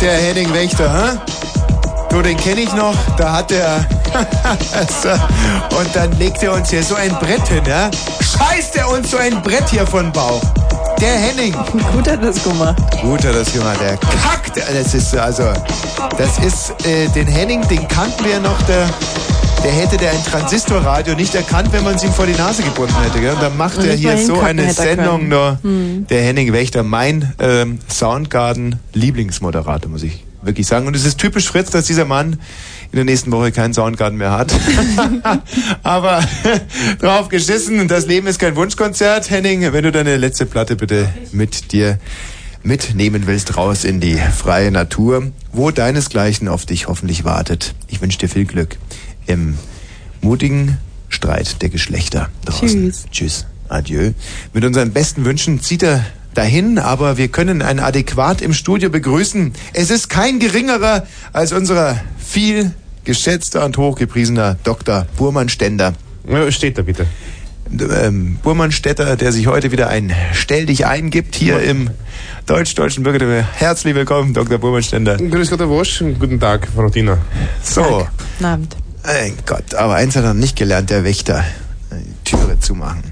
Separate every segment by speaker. Speaker 1: der Henning Wächter, hä? Du, den kenne ich noch, da hat er... Und dann legt er uns hier so ein Brett hin, ja? Scheißt er uns so ein Brett hier von Bauch. Der Henning.
Speaker 2: Gut hat das gemacht.
Speaker 1: Gut hat das gemacht, der kackt. Das ist also, das ist, äh, den Henning, den kannten wir noch, der, der hätte der ein Transistorradio nicht erkannt, wenn man es ihm vor die Nase gebunden hätte. Gell? Und dann macht
Speaker 2: Und
Speaker 1: er
Speaker 2: nicht
Speaker 1: hier
Speaker 2: mal
Speaker 1: so
Speaker 2: hinkacken
Speaker 1: eine
Speaker 2: hätte er
Speaker 1: Sendung,
Speaker 2: können.
Speaker 1: da,
Speaker 2: Hm.
Speaker 1: der Henning Wächter, mein ähm, Soundgarden-Lieblingsmoderator, muss ich wirklich sagen. Und es ist typisch Fritz, dass dieser Mann in der nächsten Woche keinen Soundgarden mehr hat. Aber drauf geschissen, das Leben ist kein Wunschkonzert. Henning, wenn du deine letzte Platte bitte mit dir mitnehmen willst, raus in die freie Natur, wo deinesgleichen auf dich hoffentlich wartet. Ich wünsche dir viel Glück im mutigen Streit der Geschlechter draußen.
Speaker 2: Tschüss.
Speaker 1: Tschüss. Adieu. Mit unseren besten Wünschen zieht er dahin, aber wir können einen adäquat im Studio begrüßen. Es ist kein geringerer als unser viel geschätzter und hochgepriesener Dr. Burmann-Ständer. Steht da bitte. Ähm, Burmannstädter, der sich heute wieder ein Stell dich eingibt hier im deutsch-deutschen Bürger. Herzlich willkommen, Dr. Burmannständer. Grüß Gott, Herr Wosch. Guten Tag, Frau Tina. So.
Speaker 2: Guten Abend.
Speaker 1: Mein Gott, aber eins hat er nicht gelernt, der Wächter. Die Türe zumachen.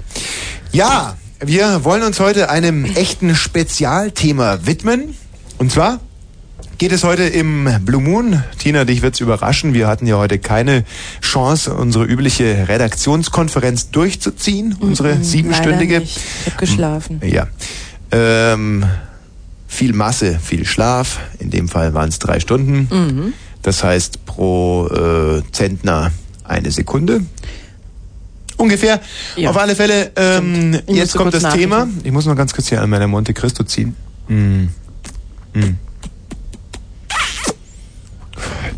Speaker 1: Ja, wir wollen uns heute einem echten Spezialthema widmen. Und zwar geht es heute im Blue Moon. Tina, dich wird's überraschen. Wir hatten ja heute keine Chance, unsere übliche Redaktionskonferenz durchzuziehen. Unsere Äh, siebenstündige.
Speaker 2: Mhm, Hm,
Speaker 1: Hm,
Speaker 2: Leider nicht. Ich hab geschlafen.
Speaker 1: Ja. Ähm, viel Masse, viel Schlaf. In dem Fall waren es drei Stunden.
Speaker 2: Mhm.
Speaker 1: Das heißt pro äh, Zentner eine Sekunde. Ungefähr. Auf alle Fälle, ähm,
Speaker 3: Ich
Speaker 1: jetzt
Speaker 3: musste
Speaker 1: kommt
Speaker 3: kurz
Speaker 1: das Thema.
Speaker 3: nachdenken.
Speaker 1: Ich muss mal ganz kurz hier an meiner Monte Cristo ziehen. Hm. Hm.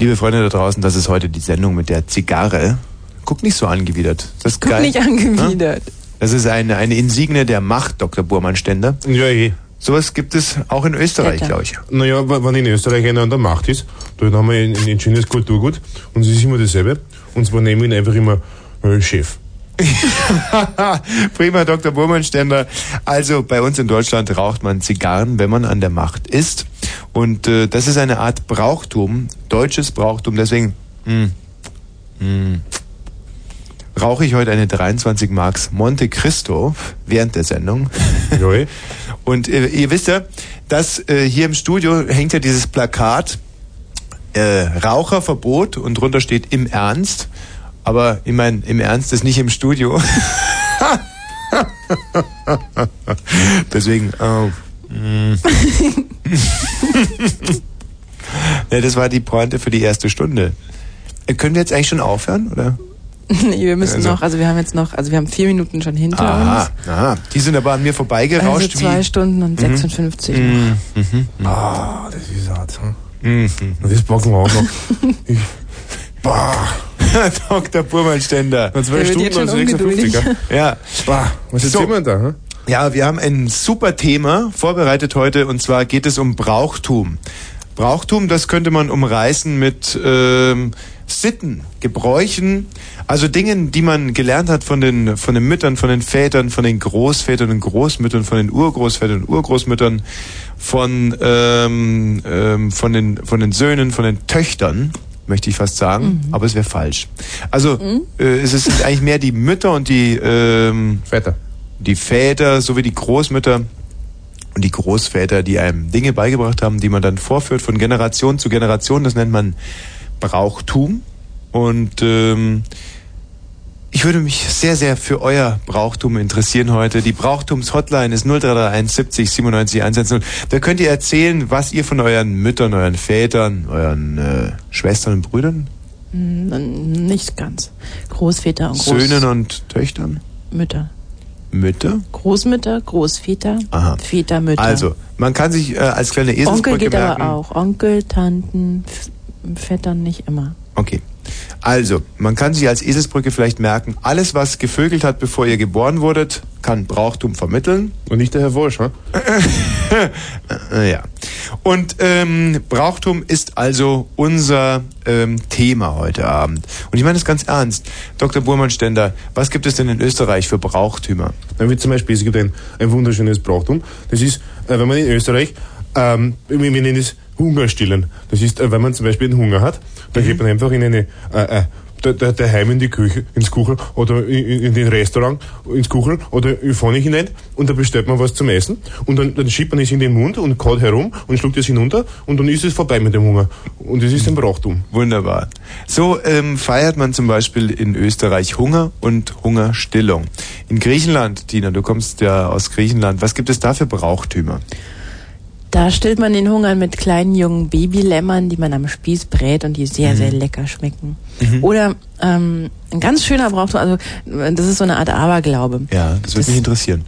Speaker 1: Liebe Freunde da draußen, das ist heute die Sendung mit der Zigarre. Guck nicht so angewidert. Das ist
Speaker 2: Guck
Speaker 1: geil. Hm?
Speaker 2: nicht angewidert.
Speaker 1: Das ist eine, eine Insigne der Macht, Dr. Burmann-Ständer. Ja, je. Sowas gibt es auch in Österreich, glaube ich.
Speaker 4: Naja, w- wenn in Österreich einer an der Macht ist, dann haben wir ein, ein schönes Kulturgut und es ist immer dasselbe. Und zwar nehmen wir ihn einfach immer äh, Chef.
Speaker 1: Prima, Dr. Burmannständer. Also bei uns in Deutschland raucht man Zigarren, wenn man an der Macht ist. Und äh, das ist eine Art Brauchtum, deutsches Brauchtum. Deswegen hm, hm, rauche ich heute eine 23 Marks Monte Cristo während der Sendung. Und äh, ihr wisst ja, dass äh, hier im Studio hängt ja dieses Plakat äh, Raucherverbot und drunter steht im Ernst. Aber ich meine, im Ernst ist nicht im Studio. Deswegen. Oh. mm. ja, das war die Pointe für die erste Stunde. Äh, können wir jetzt eigentlich schon aufhören, oder?
Speaker 2: nee, wir müssen
Speaker 1: Also-
Speaker 2: noch, also wir haben jetzt noch, also wir haben vier Minuten schon hinter
Speaker 1: Aha,
Speaker 2: uns.
Speaker 1: aha. Die sind aber an mir vorbeigerauscht
Speaker 2: also zwei
Speaker 1: wie.
Speaker 2: Stunden und 56.
Speaker 1: Mhm.
Speaker 4: Ah, das ist hart. Hm? Und das packen wir auch noch. Ich, bah.
Speaker 1: Dr. Burmannständer.
Speaker 4: Nach zwei Stunden als 56er.
Speaker 1: Ja.
Speaker 4: Bah, was ist
Speaker 1: So.
Speaker 4: jemand da? Hm?
Speaker 1: Ja, wir haben ein super Thema vorbereitet heute und zwar geht es um Brauchtum. Brauchtum, das könnte man umreißen mit ähm, Sitten, Gebräuchen, also Dingen, die man gelernt hat von den, von den Müttern, von den Vätern, von den Großvätern und Großmüttern, von den Urgroßvätern und Urgroßmüttern, von, ähm, ähm, von, den, von den Söhnen, von den Töchtern, möchte ich fast sagen, aber es wäre falsch. Also äh, es sind eigentlich mehr die Mütter und die ähm,
Speaker 4: Väter.
Speaker 1: Die Väter sowie die Großmütter und die Großväter, die einem Dinge beigebracht haben, die man dann vorführt von Generation zu Generation. Das nennt man Brauchtum. Und ähm, ich würde mich sehr, sehr für euer Brauchtum interessieren heute. Die Brauchtums-Hotline ist 0331 70 97 110. Da könnt ihr erzählen, was ihr von euren Müttern, euren Vätern, euren äh, Schwestern und Brüdern,
Speaker 2: Mhm, Nicht ganz. Großväter und
Speaker 1: Söhnen und Töchtern,
Speaker 2: Großmütter.
Speaker 1: Mütter.
Speaker 2: Großmütter, Großväter,
Speaker 1: Aha.
Speaker 2: Väter, Mütter.
Speaker 1: Also, man kann sich äh, als kleine Eselsbrücke
Speaker 2: Onkel geht
Speaker 1: merken.
Speaker 2: aber auch. Onkel, Tanten, F- Vettern nicht immer.
Speaker 1: Okay. Also, man kann sich als Eselsbrücke vielleicht merken, alles, was gevögelt hat, bevor ihr geboren wurdet, kann Brauchtum vermitteln.
Speaker 4: Und nicht der Herr Wolsch, ne?
Speaker 1: ja. Und ähm, Brauchtum ist also unser ähm, Thema heute Abend. Und ich meine das ganz ernst. Dr. Burmannständer, was gibt es denn in Österreich für Brauchtümer?
Speaker 4: Dann wird zum Beispiel, es gibt ein, ein wunderschönes Brauchtum. Das ist, äh, wenn man in Österreich, ähm, wir wir nennen es Hunger stillen. Das ist, äh, wenn man zum Beispiel einen Hunger hat, dann geht man einfach in eine, äh, äh, da- da- daheim in die Küche, ins Kuchel oder in, in in den Restaurant, ins Kuchel oder in vorne hinein und da bestellt man was zum Essen und dann, dann schiebt man es in den Mund und kaut herum und schluckt es hinunter und dann ist es vorbei mit dem Hunger. Und es ist ein Brauchtum.
Speaker 1: Wunderbar. So ähm, feiert man zum Beispiel in Österreich Hunger und Hungerstillung. In Griechenland, Tina, du kommst ja aus Griechenland. Was gibt es da für Brauchtümer?
Speaker 2: Da stillt man den Hunger mit kleinen jungen Babylämmern, die man am Spieß brät und die sehr,
Speaker 1: Mhm.
Speaker 2: sehr lecker schmecken.
Speaker 1: Mhm.
Speaker 2: Oder ähm, ein ganz schöner Brauchtum, also äh, das ist so eine Art Aberglaube.
Speaker 1: Ja, das würde
Speaker 2: Das-
Speaker 1: mich interessieren.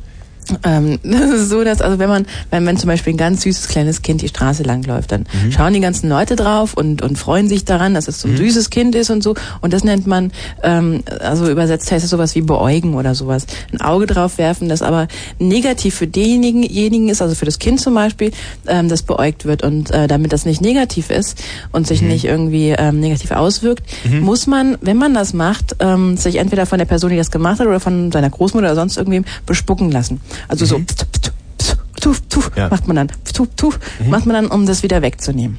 Speaker 2: Ähm, das ist so, dass also wenn man, wenn, wenn zum Beispiel ein ganz süßes kleines Kind die Straße lang läuft, dann schauen die ganzen Leute drauf und, und freuen sich daran, dass es so ein süßes Kind ist und so. Und das nennt man, ähm, also übersetzt heißt es sowas wie beäugen oder sowas. Ein Auge drauf werfen, das aber negativ für denjenigen ist, also für das Kind zum Beispiel, ähm, das beäugt wird. Und äh, damit das nicht negativ ist und
Speaker 1: Mhm.
Speaker 2: sich nicht irgendwie ähm, negativ auswirkt, muss man, wenn man das macht, ähm, sich entweder von der Person, die das gemacht hat, oder von seiner Großmutter oder sonst irgendwem bespucken lassen. Also so pst, pst, pst, tuf, tuf,
Speaker 1: Mhm. Ja. Mhm.
Speaker 2: macht man dann, pst, tuf, tuf, macht man dann, um das wieder wegzunehmen.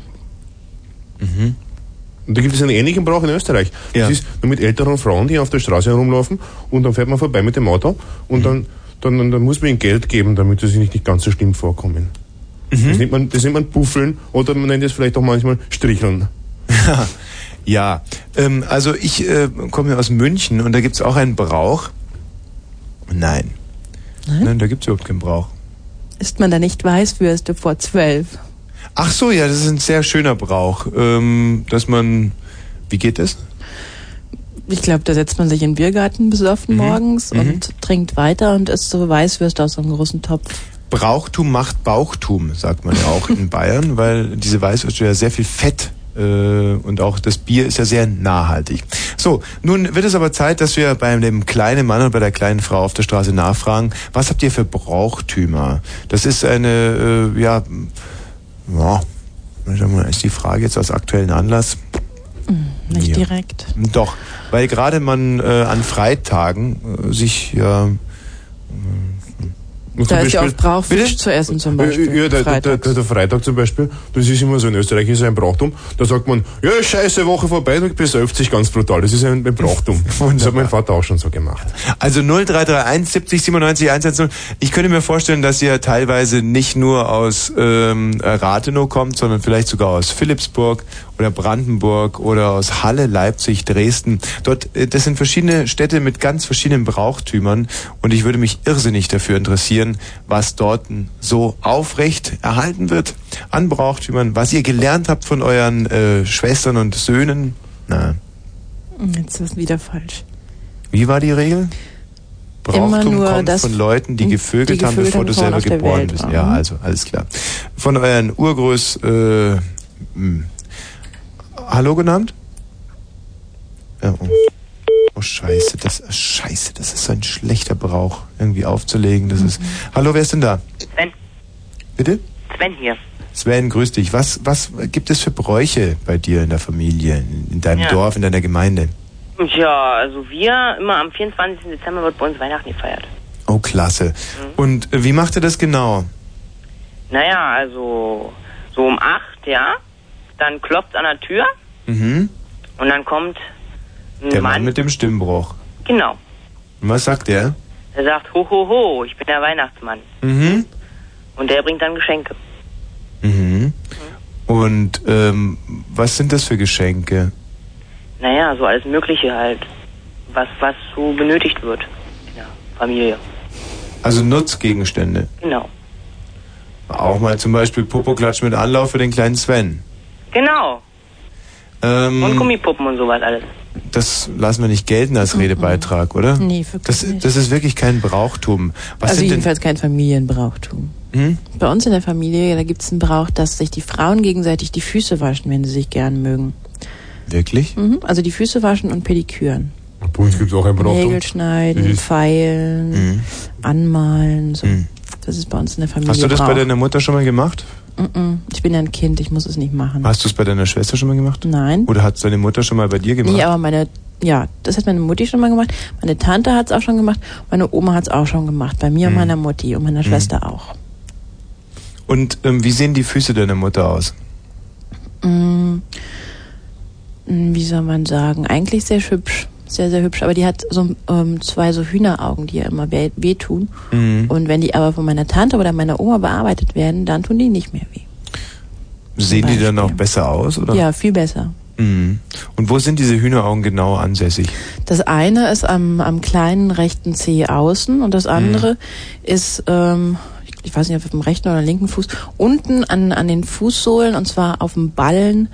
Speaker 4: Und da gibt es einen ähnlichen Brauch in Österreich.
Speaker 1: Ja.
Speaker 4: Das ist nur mit älteren Frauen, die auf der Straße herumlaufen und dann fährt man vorbei mit dem Auto und dann, dann, dann, dann muss man ihnen Geld geben, damit sie sich nicht, nicht ganz so schlimm vorkommen.
Speaker 1: Mhm.
Speaker 4: Das, nennt man, das nennt man Puffeln oder man nennt es vielleicht auch manchmal Stricheln.
Speaker 1: Ja, ähm, also ich äh, komme ja aus München und da gibt's auch einen Brauch. Nein. Nein, da gibt's überhaupt keinen Brauch.
Speaker 2: Ist man da nicht Weißwürste vor zwölf?
Speaker 1: Ach so, ja, das ist ein sehr schöner Brauch, ähm, dass man, wie geht das?
Speaker 2: Ich glaube, da setzt man sich in den Biergarten besoffen
Speaker 1: Mhm.
Speaker 2: morgens
Speaker 1: Mhm.
Speaker 2: und trinkt weiter und isst so Weißwürste aus so einem großen Topf.
Speaker 1: Brauchtum macht Bauchtum, sagt man ja auch in Bayern, weil diese Weißwürste ja sehr viel Fett äh, und auch das Bier ist ja sehr nachhaltig. So, nun wird es aber Zeit, dass wir bei dem kleinen Mann und bei der kleinen Frau auf der Straße nachfragen, was habt ihr für Brauchtümer? Das ist eine, äh, ja, ja, sagen wir mal, ist die Frage jetzt aus aktuellen Anlass.
Speaker 2: Nicht
Speaker 1: Ja.
Speaker 2: direkt.
Speaker 1: Doch, weil gerade man äh, an Freitagen äh, sich ja
Speaker 2: Da ist ja auch Brauch,
Speaker 1: Bitte?
Speaker 2: Fisch zu essen zum Beispiel.
Speaker 4: Äh, Ja, der, der,
Speaker 2: freitags.
Speaker 4: der, der Freitag zum Beispiel, das ist immer so in Österreich, ist ein Brauchtum. Da sagt man, ja, scheiße Woche vorbei, du besäuft sich ganz brutal. Das ist ein ein Brauchtum. das hat mein Vater auch schon so gemacht.
Speaker 1: Also 0331 70 97 110. Ich könnte mir vorstellen, dass ihr teilweise nicht nur aus ähm, Rathenow kommt, sondern vielleicht sogar aus Philippsburg oder Brandenburg oder aus Halle, Leipzig, Dresden. Dort, äh, das sind verschiedene Städte mit ganz verschiedenen Brauchtümern und ich würde mich irrsinnig dafür interessieren, was dort so aufrecht erhalten wird an Brauchtümern, was ihr gelernt habt von euren äh, Schwestern und Söhnen. Na,
Speaker 2: Jetzt ist es wieder falsch.
Speaker 1: wie war die Regel? Brauchtum
Speaker 2: Immer nur
Speaker 1: kommt
Speaker 2: das-
Speaker 1: von Leuten, die
Speaker 2: die
Speaker 1: gevögelt, haben,
Speaker 2: gevögelt
Speaker 1: bevor
Speaker 2: haben, bevor man
Speaker 1: du selber
Speaker 2: auf der
Speaker 1: geboren
Speaker 2: Welt
Speaker 1: bist.
Speaker 2: war.
Speaker 1: Ja, also alles klar. Von euren Urgroß, äh, mh. Hallo genannt? Ja, oh. oh Scheiße, das Scheiße, das ist so ein schlechter Brauch, irgendwie aufzulegen. Das
Speaker 2: Mhm.
Speaker 1: ist. Hallo, wer ist denn da?
Speaker 3: Sven,
Speaker 1: Bitte?
Speaker 3: Sven hier.
Speaker 1: Sven, grüß dich. Was, was gibt es für Bräuche bei dir in der Familie, in- in deinem
Speaker 3: Ja.
Speaker 1: Dorf, in deiner Gemeinde?
Speaker 3: Ja, also wir immer am 24. Dezember wird bei uns Weihnachten gefeiert.
Speaker 1: Oh, klasse. Und äh, wie macht ihr das genau?
Speaker 3: Naja, also so um 8, ja. Dann klopft an der Tür
Speaker 1: Mhm.
Speaker 3: und dann kommt ein
Speaker 1: Der Mann
Speaker 3: Mann.
Speaker 1: mit dem Stimmbruch.
Speaker 3: genau.
Speaker 1: Und was sagt er?
Speaker 3: Er sagt, ho, ho, ho, ich bin der Weihnachtsmann.
Speaker 1: Mhm.
Speaker 3: Und der bringt dann Geschenke.
Speaker 1: Mhm. Und ähm, was sind das für Geschenke?
Speaker 3: Naja, so alles Mögliche halt. Was, was so benötigt wird. in der Familie.
Speaker 1: Also Nutzgegenstände.
Speaker 3: Genau.
Speaker 1: Auch mal zum Beispiel Popoklatsch mit Anlauf für den kleinen Sven.
Speaker 3: Genau. Und
Speaker 1: Ähm,
Speaker 3: Gummipuppen und sowas alles.
Speaker 1: das lassen wir nicht gelten als Redebeitrag, oder?
Speaker 2: Nee, wirklich
Speaker 1: Das,
Speaker 2: nicht.
Speaker 1: das ist wirklich kein Brauchtum. Was
Speaker 2: also
Speaker 1: sind denn,
Speaker 2: jedenfalls kein Familienbrauchtum.
Speaker 1: hm?
Speaker 2: Bei uns in der Familie, da gibt's einen Brauch, dass sich die Frauen gegenseitig die Füße waschen, wenn sie sich gern mögen.
Speaker 1: Wirklich?
Speaker 2: Mhm. Also die Füße waschen und Pediküren.
Speaker 4: Bei uns gibt es auch ein Brauchtum.
Speaker 2: Nägel schneiden,
Speaker 4: Mhm.
Speaker 2: feilen,
Speaker 1: Mhm.
Speaker 2: anmalen. So.
Speaker 1: Mhm.
Speaker 2: Das ist bei uns in der Familie.
Speaker 1: Hast du das
Speaker 2: Brauch.
Speaker 1: bei deiner Mutter schon mal gemacht?
Speaker 2: Mhm. Ich bin ja ein Kind, ich muss es nicht machen.
Speaker 1: Hast du es bei deiner Schwester schon mal gemacht?
Speaker 2: Nein.
Speaker 1: Oder hat es deine Mutter schon mal bei dir gemacht?
Speaker 2: Nee, aber meine, ja, das hat meine Mutti schon mal gemacht. Meine Tante hat's auch schon gemacht. Meine Oma hat's auch schon gemacht. Bei
Speaker 1: Mhm.
Speaker 2: mir und meiner Mutti und meiner Schwester auch.
Speaker 1: Und ähm, wie sehen die Füße deiner Mutter aus?
Speaker 2: Mm, Wie soll man sagen? Eigentlich sehr hübsch. Sehr, sehr hübsch. Aber die hat so ähm, zwei so Hühneraugen, die ihr immer weh, wehtun.
Speaker 1: Mhm.
Speaker 2: Und wenn die aber von meiner Tante oder meiner Oma bearbeitet werden, dann tun die nicht mehr weh.
Speaker 1: Sehen die dann auch besser aus, oder?
Speaker 2: Ja, viel besser.
Speaker 1: Mhm. Und wo sind diese Hühneraugen genau ansässig?
Speaker 2: Das eine ist am, am kleinen rechten Zeh außen und das andere ist, ähm, ich, ich weiß nicht, ob auf dem rechten oder linken Fuß, unten an, an den Fußsohlen und zwar auf dem Ballen,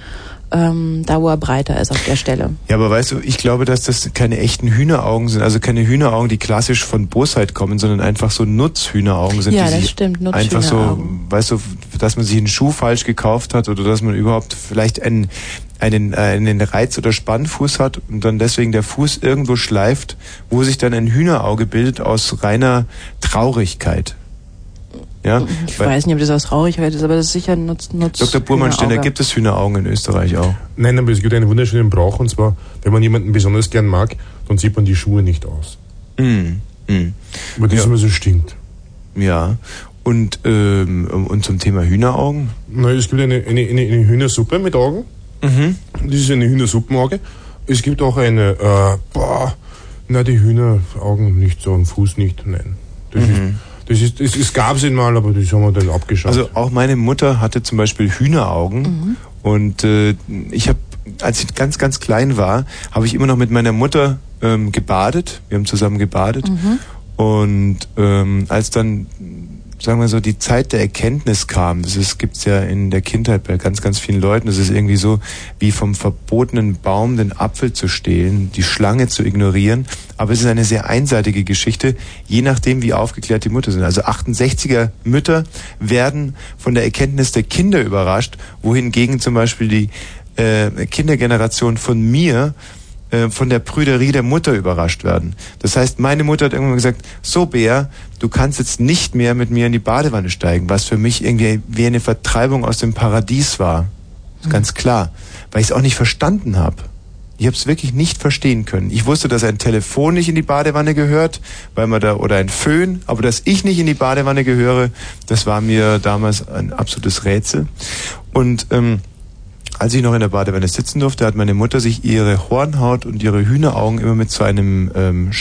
Speaker 2: ähm, da wo er breiter ist auf der Stelle.
Speaker 1: Ja, aber weißt du, ich glaube, dass das keine echten Hühneraugen sind, also keine Hühneraugen, die klassisch von Bosheit kommen, sondern einfach so Nutzhühneraugen sind,
Speaker 2: Ja,
Speaker 1: die
Speaker 2: das
Speaker 1: sich
Speaker 2: stimmt,
Speaker 1: einfach so,
Speaker 2: Nutzhühneraugen.
Speaker 1: weißt du, dass man sich einen Schuh falsch gekauft hat oder dass man überhaupt vielleicht einen einen, äh, einen Reiz- oder Spannfuß hat und dann deswegen der Fuß irgendwo schleift, wo sich dann ein Hühnerauge bildet aus reiner Traurigkeit. Ja,
Speaker 2: Ich
Speaker 1: Weil-
Speaker 2: weiß nicht, ob das aus Traurigkeit ist, aber das ist sicher ein Nutz, Nutz
Speaker 1: Dr. Burmansteiner,
Speaker 2: Hühnerauge.
Speaker 1: gibt es Hühneraugen in Österreich auch?
Speaker 4: Nein, aber es gibt einen wunderschönen Brauch und zwar, wenn man jemanden besonders gern mag, dann sieht man die Schuhe nicht aus.
Speaker 1: Mhm. Mhm.
Speaker 4: Weil das
Speaker 1: Ja.
Speaker 4: immer so stinkt.
Speaker 1: Ja. Und, ähm, und zum Thema Hühneraugen?
Speaker 4: Na, es gibt eine, eine, eine, eine Hühnersuppe mit Augen.
Speaker 1: Mhm.
Speaker 4: Das ist eine Hühnersuppenauge. Es gibt auch eine, äh, boah, na, die Hühneraugen nicht so am Fuß nicht, nein. Das
Speaker 1: Mhm.
Speaker 4: ist, das ist, es, es gab sie mal, aber das haben wir dann abgeschafft.
Speaker 1: Also auch meine Mutter hatte zum Beispiel Hühneraugen und äh, ich habe, als ich ganz, ganz klein war, habe ich immer noch mit meiner Mutter ähm, gebadet. Wir haben zusammen gebadet. Und ähm, als dann, sagen wir so, die Zeit der Erkenntnis kam, das ist, gibt's ja in der Kindheit bei ganz, ganz vielen Leuten, das ist irgendwie so, wie vom verbotenen Baum den Apfel zu stehlen, die Schlange zu ignorieren. Aber es ist eine sehr einseitige Geschichte, je nachdem, wie aufgeklärt die Mütter sind. Also 68er Mütter werden von der Erkenntnis der Kinder überrascht, wohingegen zum Beispiel die äh, Kindergeneration von mir äh, von der Prüderie der Mutter überrascht werden. Das heißt, meine Mutter hat irgendwann gesagt, so Bea, du kannst jetzt nicht mehr mit mir in die Badewanne steigen, was für mich irgendwie wie eine Vertreibung aus dem Paradies war. Ist ganz klar, weil ich es auch nicht verstanden habe. Ich habe es wirklich nicht verstehen können. Ich wusste, dass ein Telefon nicht in die Badewanne gehört, weil man da oder ein Föhn, aber dass ich nicht in die Badewanne gehöre, das war mir damals ein absolutes Rätsel. Und ähm, als ich noch in der Badewanne sitzen durfte, hat meine Mutter sich ihre Hornhaut und ihre Hühneraugen immer mit so einem ähm,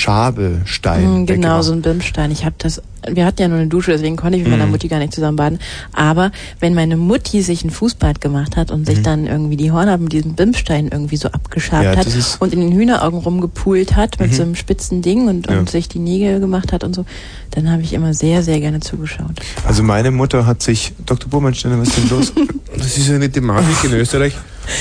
Speaker 1: Schabestein
Speaker 2: Mm, Genau, so ein Bimstein. Ich habe das. Wir hatten ja nur eine Dusche, deswegen konnte ich mit meiner
Speaker 1: Mhm.
Speaker 2: Mutti gar nicht zusammen baden. Aber wenn meine Mutti sich ein Fußbad gemacht hat und sich dann irgendwie die Hornhaut mit diesem Bimstein irgendwie so abgeschabt
Speaker 1: Mhm. Ja,
Speaker 2: hat
Speaker 1: das ist-
Speaker 2: und in den Hühneraugen rumgepult hat mit
Speaker 1: Mhm.
Speaker 2: so einem spitzen Ding und,
Speaker 1: Ja.
Speaker 2: und sich die Nägel gemacht hat und so, dann habe ich immer sehr, sehr gerne zugeschaut.
Speaker 1: Also meine Mutter hat sich, Dr. Burmannsteiner, was ist denn los?
Speaker 4: das ist eine Thematik in Österreich.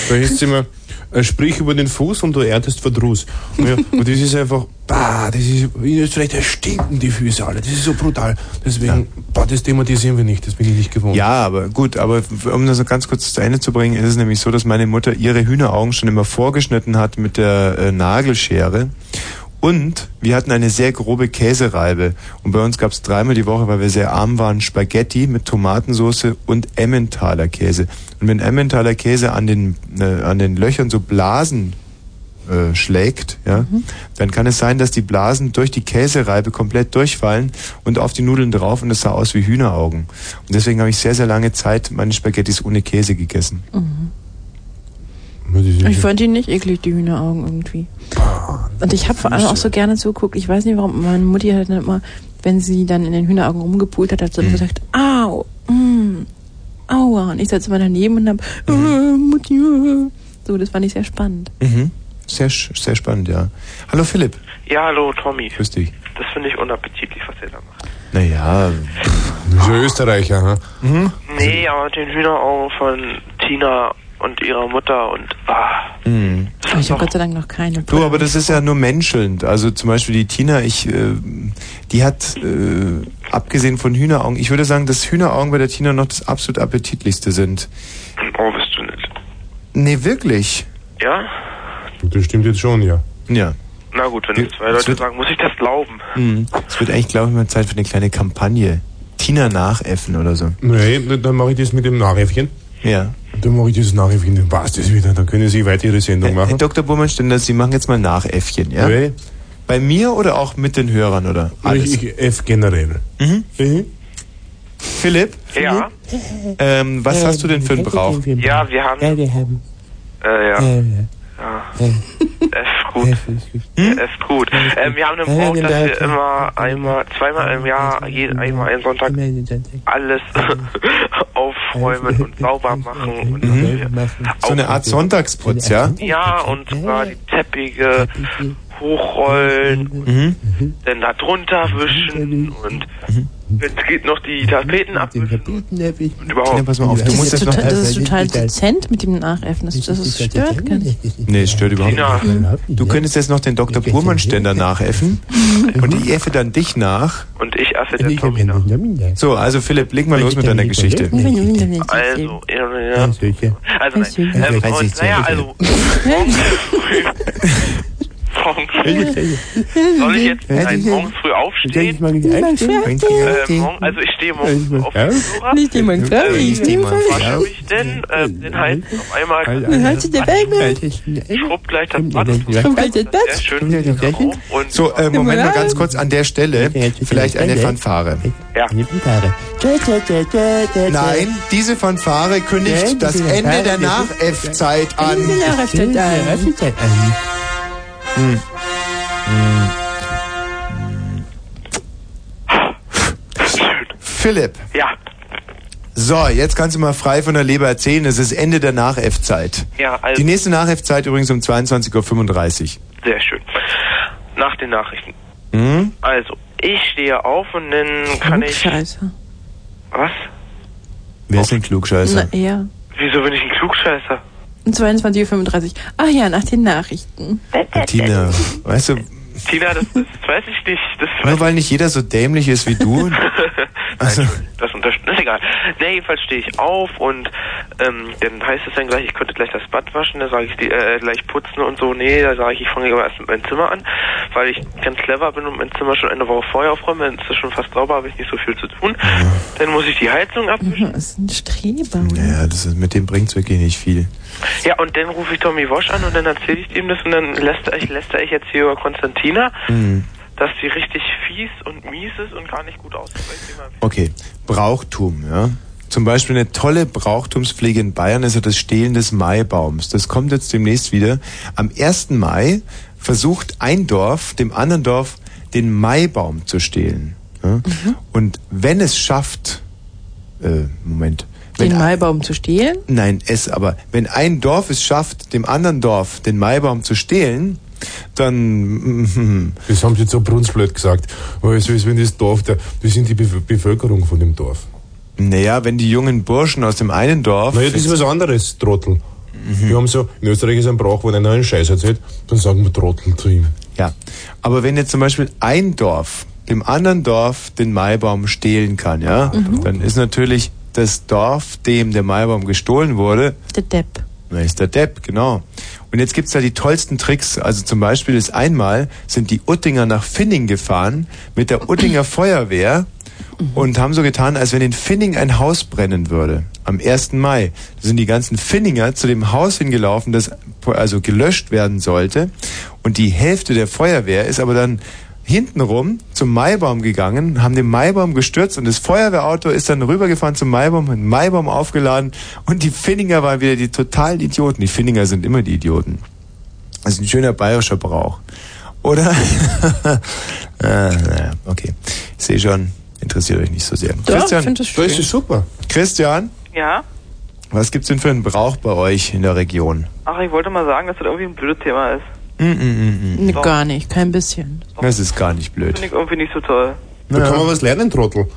Speaker 4: Da heißt es immer, äh, sprich über den Fuß und du erntest Verdruss. Und, ja, und das ist einfach, bah, das ist, in Österreich, da stinken die Füße alle. Das ist so brutal. Deswegen, bah, das thematisieren wir nicht, das bin ich nicht gewohnt.
Speaker 1: Ja, aber gut, aber f- um das noch ganz kurz zu Ende zu bringen, ist es nämlich so, dass meine Mutter ihre Hühneraugen schon immer vorgeschnitten hat mit der äh, Nagelschere. Und wir hatten eine sehr grobe Käsereibe. Und bei uns gab's dreimal die Woche, weil wir sehr arm waren, Spaghetti mit Tomatensauce und Emmentaler Käse. Und wenn Emmentaler Käse an den, äh, an den Löchern so Blasen äh, schlägt, ja, dann kann es sein, dass die Blasen durch die Käsereibe komplett durchfallen und auf die Nudeln drauf und es sah aus wie Hühneraugen. Und deswegen habe ich sehr, sehr lange Zeit meine Spaghettis ohne Käse gegessen.
Speaker 2: Mhm. Ich fand die nicht eklig, die Hühneraugen irgendwie. Und ich habe vor allem auch so gerne zugeguckt. Ich weiß nicht, warum meine Mutti hat dann immer, wenn sie dann in den Hühneraugen rumgepult hat, hat
Speaker 1: Mhm.
Speaker 2: sie immer gesagt, au, mm, aua. Und ich saß immer daneben und hab, äh, Mutti, äh. so, das fand ich sehr spannend.
Speaker 1: Mhm. Sehr, sch- sehr spannend, ja. Hallo Philipp.
Speaker 5: Ja, hallo Tommy.
Speaker 1: Grüß dich.
Speaker 5: Das finde ich unappetitlich, was ihr da macht.
Speaker 1: Naja,
Speaker 4: So Österreicher, ha?
Speaker 1: Mhm.
Speaker 5: Nee, aber mit den Hühneraugen von Tina und ihrer Mutter und ah,
Speaker 1: mhm.
Speaker 2: Aber ich habe Gott sei Dank noch keine.
Speaker 1: du, aber das ist ja nur menschelnd. Also zum Beispiel die Tina, ich, äh, die hat, äh, abgesehen von Hühneraugen, ich würde sagen, dass Hühneraugen bei der Tina noch das absolut appetitlichste sind.
Speaker 5: oh, bist du nicht.
Speaker 1: Nee, wirklich?
Speaker 5: Ja?
Speaker 4: Das stimmt jetzt schon, ja.
Speaker 1: Ja.
Speaker 5: Na gut, wenn
Speaker 1: Ja,
Speaker 5: das zwei
Speaker 1: das
Speaker 5: Leute
Speaker 1: wird-
Speaker 5: sagen, muss ich das glauben.
Speaker 1: Mhm. Es wird eigentlich, glaube ich, mal Zeit für eine kleine Kampagne. Tina nachäffen oder so.
Speaker 4: Nee, dann mache ich das mit dem Nachhäffchen.
Speaker 1: Ja.
Speaker 4: Dann mache ich das Nachhäffchen, dann passt das wieder. Dann können Sie weiter Ihre Sendung
Speaker 1: Herr
Speaker 4: machen.
Speaker 1: Dr. Burmannständer, Sie machen jetzt mal Nachäffchen, ja?
Speaker 4: Nee,
Speaker 1: Bei mir oder auch mit den Hörern oder alles?
Speaker 4: ich, ich F generell.
Speaker 1: Mhm.
Speaker 4: Mhm.
Speaker 1: Philipp?
Speaker 5: Ja?
Speaker 1: Ähm, was
Speaker 5: Äh,
Speaker 1: hast du denn für einen Brauch?
Speaker 5: Ja, wir haben.
Speaker 6: Ja, wir haben.
Speaker 5: Äh, ja.
Speaker 6: Ja,
Speaker 5: ja.
Speaker 6: ja.
Speaker 5: F gut.
Speaker 1: Hm?
Speaker 5: F gut. Ähm, wir haben einen Brauch, dass wir immer einmal, zweimal im Jahr, je, einmal einen Sonntag alles aufräumen und sauber machen. Und
Speaker 1: So eine Art Sonntagsprutz, ja?
Speaker 5: ja, und zwar die Teppiche hochrollen
Speaker 1: Mhm.
Speaker 5: dann da drunter wischen und
Speaker 1: Mhm.
Speaker 5: jetzt geht noch die Tapeten abwischen.
Speaker 1: Ja, pass mal auf, du
Speaker 2: Das
Speaker 1: musst
Speaker 2: ist,
Speaker 1: jetzt noch.
Speaker 2: total, das ist total dezent mit dem Nachäffen. Das, das ist stört gar nicht.
Speaker 1: Nee, es stört überhaupt
Speaker 5: Tina.
Speaker 1: nicht. Du könntest jetzt noch den Dr. Burmann-Ständer nachäffen und ich äffe dann dich nach.
Speaker 5: Und ich affe den Tommy nach.
Speaker 1: So, also Philipp, leg mal los mit deiner Geschichte.
Speaker 5: Also, ja, ja. Also, nein.
Speaker 2: Ja,
Speaker 5: Ähm,
Speaker 6: weiß ich
Speaker 5: und,
Speaker 6: jetzt
Speaker 5: naja,
Speaker 6: nicht.
Speaker 5: also, morgens früh. morgens früh. Soll ich jetzt nein, morgens Äh, früh aufstehen? Ähm, morgen, also, ich stehe morgens früh auf
Speaker 4: Ja?
Speaker 5: dem Äh, Flur.
Speaker 2: Nicht
Speaker 1: Äh,
Speaker 2: jemand
Speaker 1: Ich stehe mal.
Speaker 5: Was schaffe ich denn?
Speaker 1: Äh,
Speaker 5: Ähm, den halt auf einmal
Speaker 1: Halt,
Speaker 5: schrubbt gleich das Bad. Sehr schön.
Speaker 1: Genau.
Speaker 5: auf Und
Speaker 1: So, äh, Moment mal ganz kurz an der Stelle. Vielleicht eine Fanfare. Nein, äh, diese Fanfare kündigt das Oh Ende der Nachäffzeit an. Hm. Philipp,
Speaker 5: ja,
Speaker 1: so, jetzt kannst du mal frei von der Leber erzählen, es ist Ende der Nachäffzeit.
Speaker 5: ja, also.
Speaker 1: Die nächste Nachäffzeit übrigens um 22.35
Speaker 5: Sehr schön. Nach den Nachrichten.
Speaker 1: Uhr. Hm?
Speaker 5: Also, ich stehe auf und dann kann ich.
Speaker 2: Scheiße.
Speaker 5: Was?
Speaker 1: Wer ist denn Klugscheißer?
Speaker 2: Na, ja.
Speaker 5: Wieso bin ich ein Klugscheißer?
Speaker 2: Um 22.35 Uhr. Ach ja, nach den Nachrichten.
Speaker 1: Tina, weißt du,
Speaker 5: Tina, das, das weiß ich nicht. Das weiß
Speaker 1: nur weil nicht jeder so dämlich ist wie du. Also,
Speaker 5: Das unterst- ist egal. Ne, jedenfalls stehe ich auf und ähm, dann heißt es dann gleich, ich könnte gleich das Bad waschen, da sage ich die, äh, gleich putzen und so. Nee, da sage ich, ich fange erst mit meinem Zimmer an, weil ich ganz clever bin und mein Zimmer schon eine Woche vorher aufräume, dann ist es schon fast sauber, habe ich nicht so viel zu tun. Dann muss ich die Heizung abwischen.
Speaker 2: Das ist ein Streber.
Speaker 1: ja, das ist, mit dem bringt's wirklich nicht viel.
Speaker 5: Ja, und dann rufe ich Tommy Walsh an und dann erzähle ich ihm das und dann lästere ich, lästere ich jetzt hier über Konstantina,
Speaker 1: Hm,
Speaker 5: dass sie richtig fies und mies ist und gar nicht gut aussieht. weil ich sie
Speaker 2: Oh,
Speaker 5: immer-
Speaker 1: Okay, Brauchtum, ja. Zum Beispiel eine tolle Brauchtumspflege in Bayern ist ja das Stehlen des Maibaums. Das kommt jetzt demnächst wieder. Am 1. Mai versucht ein Dorf dem anderen Dorf den Maibaum zu stehlen.
Speaker 2: Mhm.
Speaker 1: Ja? Und wenn es schafft, äh, Moment, wenn
Speaker 2: Den Maibaum zu stehlen?
Speaker 1: Nein, es aber. Wenn ein Dorf es schafft, dem anderen Dorf den Maibaum zu stehlen, dann. Mhm.
Speaker 4: Das haben sie jetzt so brunzblöd gesagt. Aber es ist, wenn das Dorf, der, das sind die Be Bevölkerung von dem Dorf.
Speaker 1: Naja, wenn die jungen Burschen aus dem einen Dorf.
Speaker 4: Naja, das ist was anderes, Trottel. Wir haben so, in Österreich ist ein Brauch, wenn einer einen Scheiß erzählt, dann sagen wir Trottel zu ihm.
Speaker 1: ja. Aber wenn jetzt zum Beispiel ein Dorf dem anderen Dorf den Maibaum stehlen kann, ja, dann ist natürlich das Dorf, dem der Maibaum gestohlen wurde,
Speaker 2: Der Depp.
Speaker 1: Na, ist der Depp, genau. Und jetzt gibt's da die tollsten Tricks. Also zum Beispiel ist einmal sind die Uttinger nach Finning gefahren mit der Uttinger Feuerwehr Mhm. und haben so getan, als wenn in Finning ein Haus brennen würde. Am 1. Mai Da sind die ganzen Finninger zu dem Haus hingelaufen, das also gelöscht werden sollte. Und die Hälfte der Feuerwehr ist aber dann hintenrum zum Maibaum gegangen, haben den Maibaum gestürzt und das Feuerwehrauto ist dann rübergefahren zum Maibaum, hat den Maibaum aufgeladen und die Finninger waren wieder die totalen Idioten. Die Finninger sind immer die Idioten. Das ist ein schöner bayerischer Brauch. Oder? ah, naja, okay. Ich sehe schon, interessiert euch nicht so sehr.
Speaker 2: Doch, ich
Speaker 1: Christian,
Speaker 2: finde das
Speaker 4: Da ist
Speaker 2: schön.
Speaker 4: es super.
Speaker 1: Christian,
Speaker 7: Ja?
Speaker 1: was gibt's denn für einen Brauch bei euch in der Region?
Speaker 7: Ach, ich wollte mal sagen, dass das irgendwie ein blödes Thema ist.
Speaker 1: Mm -mm -mm.
Speaker 2: Nee, gar nicht, kein bisschen.
Speaker 1: Das ist gar nicht blöd.
Speaker 7: Finde ich irgendwie nicht so toll.
Speaker 4: Da kann man was lernen, Trottel.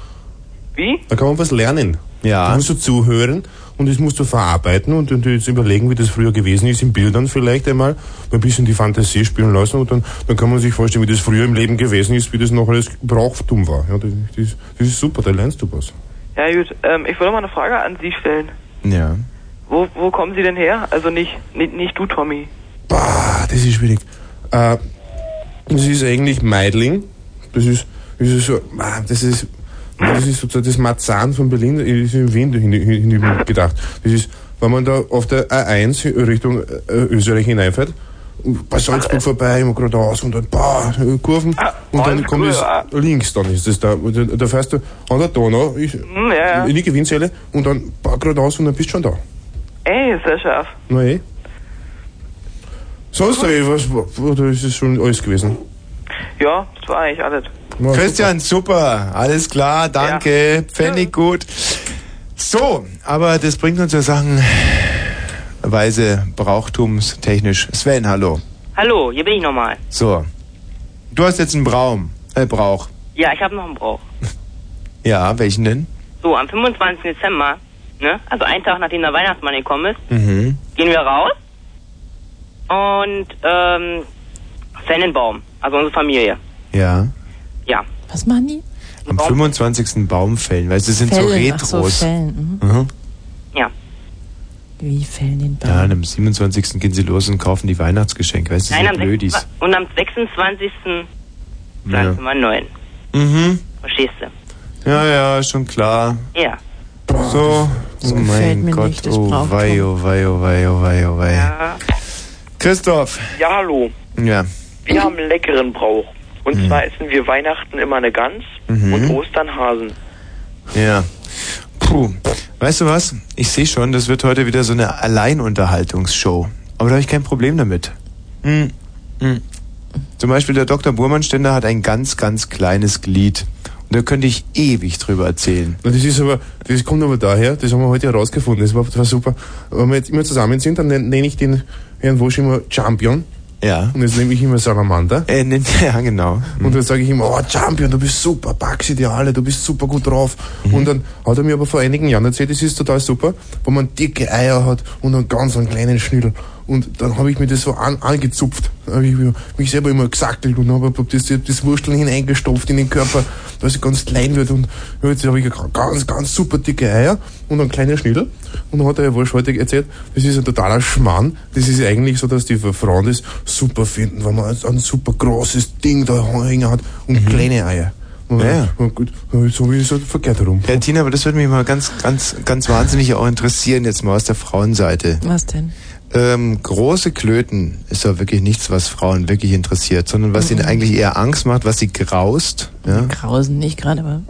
Speaker 7: Wie?
Speaker 4: Da kann man was lernen. Da
Speaker 1: Ja.
Speaker 4: musst du zuhören und das musst du verarbeiten und, und jetzt überlegen, wie das früher gewesen ist, in Bildern vielleicht einmal, ein bisschen die Fantasie spielen lassen und dann, dann kann man sich vorstellen, wie das früher im Leben gewesen ist, wie das noch alles Brauchtum war. Ja, das, das, das ist super, da lernst du was.
Speaker 7: Ja, gut. Ähm, ich würde mal eine Frage an Sie stellen.
Speaker 1: Ja.
Speaker 7: Wo, wo kommen Sie denn her? Also nicht, nicht, nicht du, Tommy.
Speaker 8: Ah,
Speaker 4: Bah, das ist schwierig. Äh, das ist eigentlich Meidling. Das ist, das ist so, ah, das ist, das ist sozusagen das Marzahn von Berlin, ist in Wien hin- hin- hinüber gedacht. Das ist, wenn man da auf der A1 Richtung äh, Österreich hineinfährt,
Speaker 8: bei Salzburg vorbei, immer geradeaus und dann boah, Kurven und dann
Speaker 5: alles
Speaker 8: kommt
Speaker 5: cool,
Speaker 8: es
Speaker 5: ja.
Speaker 8: links, dann ist es da. Da da fährst du an der Donau, ich,
Speaker 5: Hm, ja, ja.
Speaker 8: in die Gewinnzelle und dann boah, geradeaus und dann bist du schon da.
Speaker 5: Ey, sehr scharf.
Speaker 8: Na eh. Sonst, ey, eh was, oder ist es schon alles gewesen?
Speaker 5: Ja, das war eigentlich alles.
Speaker 8: Na,
Speaker 1: Christian, super, alles klar, danke, Pfennig gut. So, aber das bringt uns ja Sachen weise brauchtumstechnisch. Sven, hallo.
Speaker 3: Hallo, hier bin ich nochmal.
Speaker 1: So, du hast jetzt einen Braum, äh, Brauch.
Speaker 3: Ja, ich habe noch einen Brauch.
Speaker 1: Ja, welchen denn?
Speaker 3: So, am 25. Dezember, ne, also einen Tag nachdem der Weihnachtsmann gekommen ist,
Speaker 1: Mhm.
Speaker 3: gehen wir raus und ähm, fällen den Baum, also unsere Familie.
Speaker 1: Ja.
Speaker 3: Ja.
Speaker 2: Was machen die?
Speaker 1: Am 25. Baum fällen, weil sie sind so
Speaker 2: Fällen, ach so,
Speaker 1: Retros.
Speaker 2: Fällen. Mhm.
Speaker 1: Mhm.
Speaker 3: Ja.
Speaker 2: Wie fällen den Baum?
Speaker 1: Ja, und am 27. gehen sie los und kaufen die Weihnachtsgeschenke, weißt du,
Speaker 3: Nein,
Speaker 1: so
Speaker 3: am
Speaker 1: Blödis.
Speaker 3: 26. und am 26.
Speaker 1: Ja.
Speaker 3: Dezember 9.
Speaker 1: Mhm.
Speaker 3: Verstehst du?
Speaker 1: ja, ja, schon klar.
Speaker 3: Ja.
Speaker 1: So, oh mein
Speaker 2: mir
Speaker 1: Gott,
Speaker 2: nicht, das
Speaker 1: oh
Speaker 2: Brauchtum.
Speaker 1: wei, oh wei, oh wei, oh wei, oh wei. Christoph,
Speaker 5: Ja, hallo.
Speaker 1: ja,
Speaker 5: Wir haben einen leckeren Brauch. Und zwar essen wir Weihnachten immer eine Gans
Speaker 1: Mhm.
Speaker 5: und Ostern Hasen.
Speaker 1: ja. Puh, weißt du was? Ich sehe schon, das wird heute wieder so eine Alleinunterhaltungsshow. Aber da habe ich kein Problem damit. Hm. Hm. Zum Beispiel der Dr. Burmannständer hat ein ganz, ganz kleines Glied. Und da könnte ich ewig drüber erzählen.
Speaker 8: Na, das ist aber, das kommt aber daher, das haben wir heute herausgefunden, das war, das war super. Wenn wir jetzt immer zusammen sind, dann nen- nenne ich den Herrn Wosch immer Champion
Speaker 1: Ja.
Speaker 8: und jetzt nehme ich immer Salamander.
Speaker 1: Äh, ne, ja, genau.
Speaker 8: Und dann sage ich ihm, oh Champion, du bist super, packst Ideale, du bist super gut drauf.
Speaker 1: Mhm.
Speaker 8: Und dann hat er mir aber vor einigen Jahren erzählt, das ist total super, wenn man dicke Eier hat und einen ganz einen kleinen Schnüdel. Und dann habe ich mir das so an, angezupft, habe ich mir- mich selber immer gesackelt und habe hab das, hab das Wursteln hineingestopft in den Körper, dass ich ganz klein wird. Und ja, jetzt habe ich ganz, ganz super dicke Eier und einen kleinen Schnüdel. Und dann hat er ja Walsch heute erzählt, das ist ein totaler Schmarrn. Das ist eigentlich so, dass die Frauen das super finden, wenn man ein, ein super großes Ding da hängen hat und kleine Eier. Und
Speaker 1: Mhm. Ja, ja.
Speaker 8: und gut, na, jetzt habe ich es halt verkehrt herum.
Speaker 1: Ja, Tina, aber das würde mich mal ganz, ganz, ganz wahnsinnig auch interessieren, jetzt mal aus der Frauenseite.
Speaker 2: Was denn?
Speaker 1: Ähm, große Klöten ist ja wirklich nichts, was Frauen wirklich interessiert, sondern was
Speaker 2: Mhm.
Speaker 1: ihnen eigentlich eher Angst macht, was sie graust. Ja?
Speaker 2: Grausen nicht gerade, aber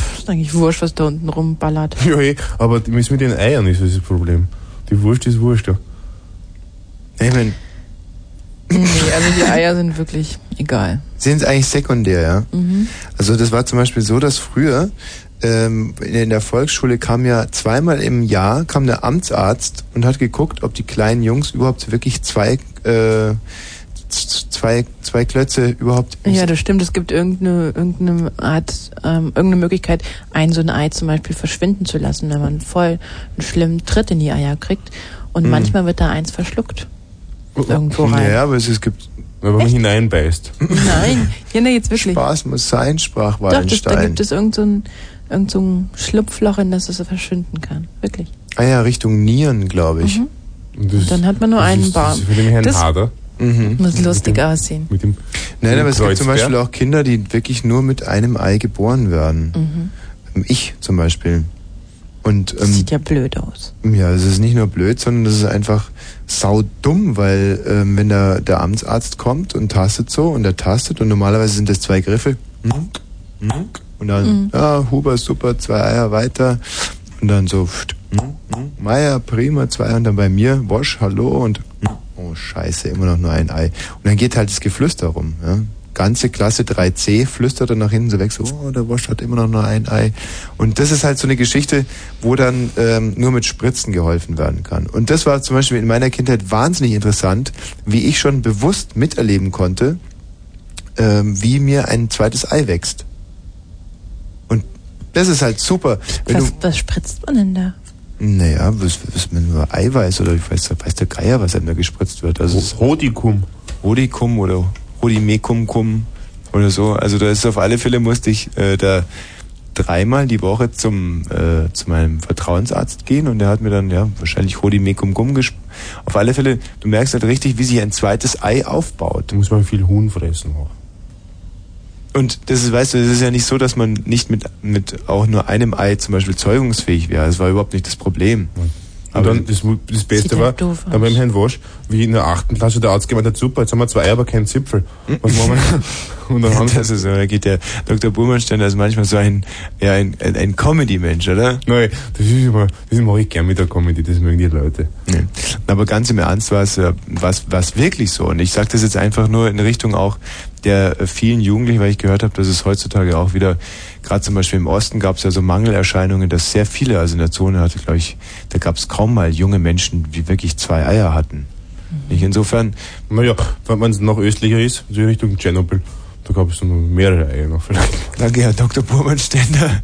Speaker 2: pff, ist eigentlich wurscht, was da unten rumballert.
Speaker 8: Ja, eh, aber das mit den Eiern ist das Problem. Die Wurst ist Wurst, ja.
Speaker 1: Ich mein,
Speaker 2: Nee, also die Eier sind wirklich egal.
Speaker 1: sind es eigentlich sekundär, ja.
Speaker 2: Mhm.
Speaker 1: Also das war zum Beispiel so, dass früher ähm, in der Volksschule kam ja zweimal im Jahr kam der Amtsarzt und hat geguckt, ob die kleinen Jungs überhaupt wirklich zwei äh, z- zwei zwei Klötze überhaupt
Speaker 2: Ja, das stimmt. Es gibt irgendeine, irgendeine Art, ähm, irgendeine Möglichkeit, ein so ein Ei zum Beispiel verschwinden zu lassen, wenn man voll einen schlimmen Tritt in die Eier kriegt. Und
Speaker 1: Mhm.
Speaker 2: manchmal wird da eins verschluckt. Irgendwo rein.
Speaker 1: Oh, Ja, aber es, es gibt
Speaker 8: Wenn man hineinbeißt.
Speaker 2: Nein, ja, nee, jetzt wirklich.
Speaker 1: Spaß muss sein, sprach
Speaker 2: Doch, das, da
Speaker 1: Wallenstein.
Speaker 2: gibt es irgend so ein, irgend so ein Schlupfloch, in das es verschwinden kann. Wirklich.
Speaker 1: ah ja, Richtung Nieren, glaube ich.
Speaker 2: Mhm.
Speaker 8: Und das-
Speaker 2: Dann hat man nur
Speaker 8: das
Speaker 2: einen
Speaker 8: ist- Das
Speaker 2: Baum.
Speaker 8: ist mit dem Herrn
Speaker 2: Das- hm?
Speaker 8: Hader.
Speaker 1: Mhm.
Speaker 2: Muss lustig aussehen.
Speaker 8: Mit dem,
Speaker 1: Nein, aber es gibt
Speaker 8: Kreuzbär.
Speaker 1: zum Beispiel auch Kinder, die wirklich nur mit einem Ei geboren werden. Ich zum Beispiel. Und
Speaker 2: Mhm. Das
Speaker 1: ähm,
Speaker 2: sieht ja blöd aus.
Speaker 1: ja, es ist nicht nur blöd, sondern das ist einfach saudumm, weil ähm, wenn der, der Amtsarzt kommt und tastet so und er tastet und normalerweise sind das zwei Griffe. Muck, muck, Und dann,
Speaker 2: Mhm.
Speaker 1: ah, Huber, super, zwei Eier weiter. Und dann so, pft, muck, muck, Meier, prima, zwei Eier. Und dann bei mir, Wosch, hallo und, muck. oh Scheiße, immer noch nur ein Ei. Und dann geht halt das Geflüster rum. Ja? Ganze Klasse 3c flüstert dann nach hinten so weg, so, oh, der Wosch hat immer noch nur ein Ei. Und das ist halt so eine Geschichte, wo dann ähm, nur mit Spritzen geholfen werden kann. Und das war zum Beispiel in meiner Kindheit wahnsinnig interessant, wie ich schon bewusst miterleben konnte, ähm, wie mir ein zweites Ei wächst. Und das ist halt super. Wenn du,
Speaker 2: Was, was spritzt man denn da?
Speaker 1: naja, was, was man nur Eiweiß oder ich weiß, weiß der Geier, was einem da gespritzt wird. Also es ist
Speaker 8: Rodikum.
Speaker 1: Rodicum oder Rodimecumcum oder so. Also da ist auf alle Fälle musste ich äh, da dreimal die Woche zum äh, zu meinem Vertrauensarzt gehen und der hat mir dann ja wahrscheinlich Rodimecumcum gesp. Auf alle Fälle, du merkst halt richtig, wie sich ein zweites Ei aufbaut.
Speaker 8: Da muss man viel Huhn fressen auch.
Speaker 1: Und das ist, weißt du, es ist ja nicht so, dass man nicht mit, mit auch nur einem Ei zum Beispiel zeugungsfähig wäre. Das war überhaupt nicht das Problem.
Speaker 8: Und
Speaker 1: Aber
Speaker 8: dann, das, das Beste
Speaker 2: halt
Speaker 8: war,
Speaker 2: doof
Speaker 8: dann
Speaker 2: aus.
Speaker 8: beim Herrn Wosch, wie in der achten Klasse der Arzt gemeint hat, super, jetzt haben wir zwei Eier, aber keinen Zipfel. Was machen wir? Und dann haben
Speaker 1: das ist so, da geht der Dr. Burmanstein, der ist manchmal so ein, ja, ein, ein, ein Comedy-Mensch, oder?
Speaker 8: Nein, das ist immer, das mache ich gern mit der Comedy, das mögen die Leute.
Speaker 1: Nee. Aber ganz im Ernst war es äh, war's, war's wirklich so. Und ich sage das jetzt einfach nur in Richtung auch der äh, vielen Jugendlichen, weil ich gehört habe, dass es heutzutage auch wieder, gerade zum Beispiel im Osten gab es ja so Mangelerscheinungen, dass sehr viele, also in der Zone hatte, glaube ich, da gab es kaum mal junge Menschen, die wirklich zwei Eier hatten. Nicht insofern.
Speaker 8: Naja, wenn man noch östlicher ist, so in Richtung Tschernobyl, da gab es noch mehrere Eier noch vielleicht.
Speaker 1: Danke, Herr Dr. Burmanständer.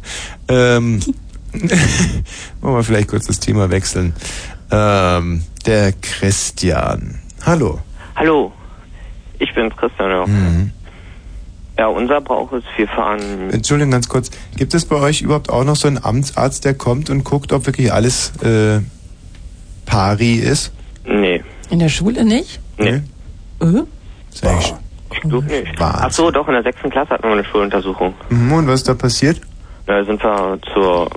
Speaker 1: Ähm, wollen wir vielleicht kurz das Thema wechseln. Ähm, der Christian. Hallo.
Speaker 9: Hallo, ich bin's, Christian. Ja,
Speaker 1: Mhm.
Speaker 9: ja unser Brauch ist, wir fahren
Speaker 1: Entschuldigung, ganz kurz. Gibt es bei euch überhaupt auch noch so einen Amtsarzt, der kommt und guckt, ob wirklich alles äh, pari ist?
Speaker 9: Nee.
Speaker 2: In der Schule nicht?
Speaker 1: Nee.
Speaker 2: Äh?
Speaker 9: Ich glaub nicht. Ach so, doch, in der sechsten Klasse hatten wir eine Schuluntersuchung.
Speaker 1: Mhm, und was ist da passiert?
Speaker 9: Da sind wir zur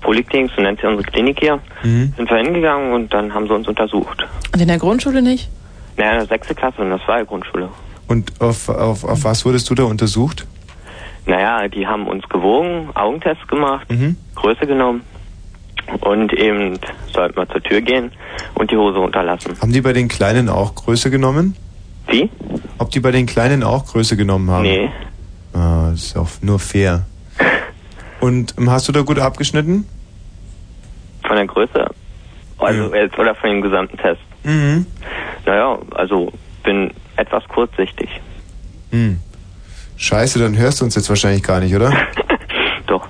Speaker 9: Poliklinik, so nennt sie unsere Klinik hier,
Speaker 1: Mhm.
Speaker 9: sind wir hingegangen und dann haben sie uns untersucht.
Speaker 2: Und in der Grundschule nicht?
Speaker 9: Naja, in der sechsten Klasse, und das war ja Grundschule.
Speaker 1: Und auf, auf, auf was wurdest du da untersucht?
Speaker 9: Naja, die haben uns gewogen, Augentest gemacht,
Speaker 1: Mhm.
Speaker 9: Größe genommen und eben sollten wir zur Tür gehen und die Hose runterlassen.
Speaker 1: Haben die bei den Kleinen auch Größe genommen?
Speaker 9: Wie?
Speaker 1: Ob die bei den Kleinen auch Größe genommen haben?
Speaker 9: Nee.
Speaker 1: Ah, das ist auch nur fair. Und ähm, hast du da gut abgeschnitten?
Speaker 9: Von der Größe? Also jetzt, oder von dem gesamten Test?
Speaker 1: Mhm.
Speaker 9: Naja, also bin etwas kurzsichtig.
Speaker 1: Hm. Scheiße, dann hörst du uns jetzt wahrscheinlich gar nicht, oder?
Speaker 9: Doch.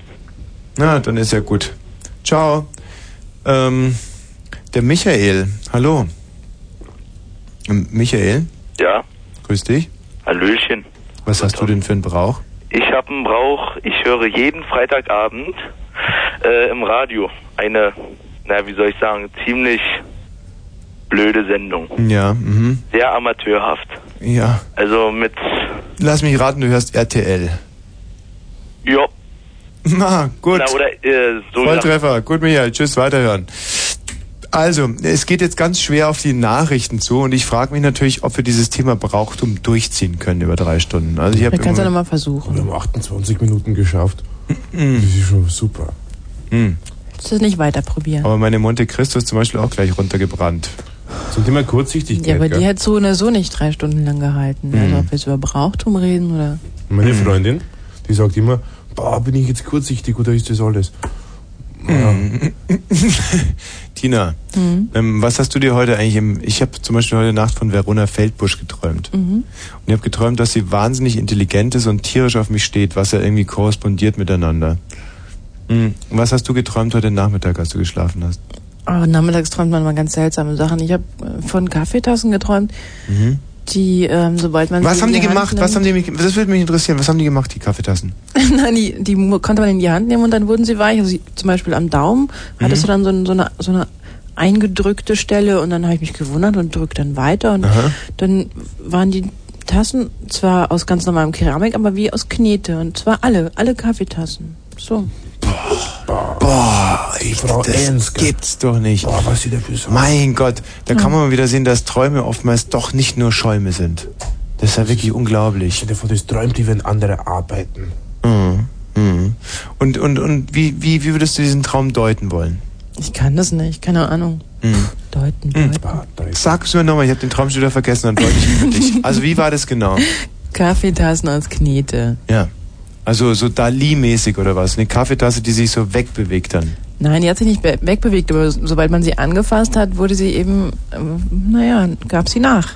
Speaker 1: Na, dann ist ja gut. Ciao. Ähm, der Michael, hallo. Ähm, Michael,
Speaker 10: Ja,
Speaker 1: grüß dich.
Speaker 10: Hallöchen.
Speaker 1: Was hast du denn für einen Brauch?
Speaker 10: Ich habe einen Brauch, ich höre jeden Freitagabend äh, im Radio eine, na wie soll ich sagen, ziemlich blöde Sendung.
Speaker 1: Ja, mhm.
Speaker 10: Sehr amateurhaft.
Speaker 1: Ja.
Speaker 10: Also mit,
Speaker 1: Lass mich raten, du hörst RTL.
Speaker 10: ja,
Speaker 1: Na, gut.
Speaker 10: na oder äh, so.
Speaker 1: Volltreffer. Gut, Michael. Tschüss, weiterhören. Also, es geht jetzt ganz schwer auf die Nachrichten zu und ich frage mich natürlich, ob wir dieses Thema Brauchtum durchziehen können über drei Stunden. Also ich habe
Speaker 2: Dann kannst du nochmal versuchen.
Speaker 8: Wir haben 28 Minuten geschafft.
Speaker 1: Hm.
Speaker 8: Das ist schon super.
Speaker 2: Kannst du das nicht weiter probieren?
Speaker 1: aber meine Monte Cristo ist zum Beispiel auch gleich runtergebrannt.
Speaker 8: Zum Thema Kurzsichtigkeit.
Speaker 2: Ja, aber die
Speaker 8: gell?
Speaker 2: hat so oder so nicht drei Stunden lang gehalten.
Speaker 1: Mhm.
Speaker 2: Also ob wir jetzt über Brauchtum reden oder...
Speaker 8: Meine
Speaker 2: Mhm.
Speaker 8: Freundin, die sagt immer, boah, bin ich jetzt kurzsichtig oder ist das alles?
Speaker 1: Hm. Tina,
Speaker 2: Hm.
Speaker 1: ähm, was hast du dir heute eigentlich im... Ich habe zum Beispiel heute Nacht von Verona Feldbusch geträumt.
Speaker 2: Mhm.
Speaker 1: Und ich habe geträumt, dass sie wahnsinnig intelligent ist und tierisch auf mich steht, was ja irgendwie korrespondiert miteinander. Mhm. Und was hast du geträumt heute Nachmittag, als du geschlafen hast?
Speaker 2: Aber nachmittags träumt man mal ganz seltsame Sachen. Ich habe von Kaffeetassen geträumt, die, ähm, sobald man
Speaker 1: Mhm. Was
Speaker 2: sie
Speaker 1: haben
Speaker 2: in
Speaker 1: die
Speaker 2: Hand
Speaker 1: gemacht?
Speaker 2: nimmt-
Speaker 1: Was haben die mich, das würde mich interessieren. Was haben die gemacht, die Kaffeetassen?
Speaker 2: Nein, die, die mu- konnte man in die Hand nehmen und dann wurden sie weich. Also sie- zum Beispiel am Daumen hattest du dann
Speaker 1: Mhm.
Speaker 2: so, ein- so, eine, so eine eingedrückte Stelle und dann habe ich mich gewundert und drückte dann weiter und dann waren die Tassen zwar aus ganz normalem Keramik, aber wie aus Knete und zwar alle, alle Kaffeetassen. So.
Speaker 1: Boah, ich,
Speaker 8: Frau Enske.
Speaker 1: gibt's doch nicht.
Speaker 8: Boah, was sie dafür sagen.
Speaker 1: Mein Gott, da kann man mal wieder sehen, dass Träume oftmals doch nicht nur Schäume sind. Das ist ja wirklich unglaublich.
Speaker 8: Stell dir vor, das träumt die, wenn andere arbeiten.
Speaker 1: Mhm. Mhm. Und, und, und wie, wie, wie würdest du diesen Traum deuten wollen?
Speaker 2: Ich kann das nicht, keine Ahnung.
Speaker 1: Mhm.
Speaker 2: Deuten, deuten.
Speaker 8: Boah, da ist-
Speaker 1: Sag's mir nochmal, ich habe den Traum schon wieder vergessen, dann deute ich ihn für dich. Also wie war das genau?
Speaker 2: Kaffeetassen aus Knete.
Speaker 1: Ja. Also so Dali-mäßig oder was? Eine Kaffeetasse, die sich so wegbewegt dann.
Speaker 2: Nein, die hat sich nicht be- wegbewegt, aber so- sobald man sie angefasst hat, wurde sie eben, ähm, naja, gab sie nach.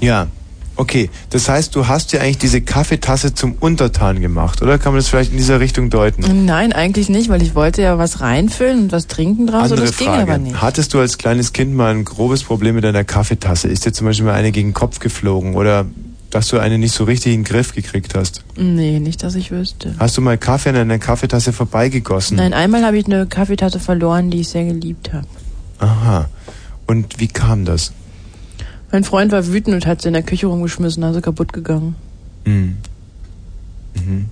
Speaker 1: Ja, okay. Das heißt, du hast ja eigentlich diese Kaffeetasse zum Untertan gemacht, oder? Kann man das vielleicht in dieser Richtung deuten?
Speaker 2: Nein, eigentlich nicht, weil ich wollte ja was reinfüllen und was trinken draus und
Speaker 1: Andere
Speaker 2: das ging
Speaker 1: Frage.
Speaker 2: aber nicht.
Speaker 1: Hattest du als kleines Kind mal ein grobes Problem mit deiner Kaffeetasse? Ist dir zum Beispiel mal eine gegen den Kopf geflogen oder dass du eine nicht so richtig in den Griff gekriegt hast?
Speaker 2: Nee, nicht, dass ich wüsste.
Speaker 1: Hast du mal Kaffee an deiner Kaffeetasse vorbeigegossen?
Speaker 2: Nein, einmal habe ich eine Kaffeetasse verloren, die ich sehr geliebt habe.
Speaker 1: Aha. Und wie kam das?
Speaker 2: Mein Freund war wütend und hat sie in der Küche rumgeschmissen, also kaputt gegangen.
Speaker 1: Hm. Mhm.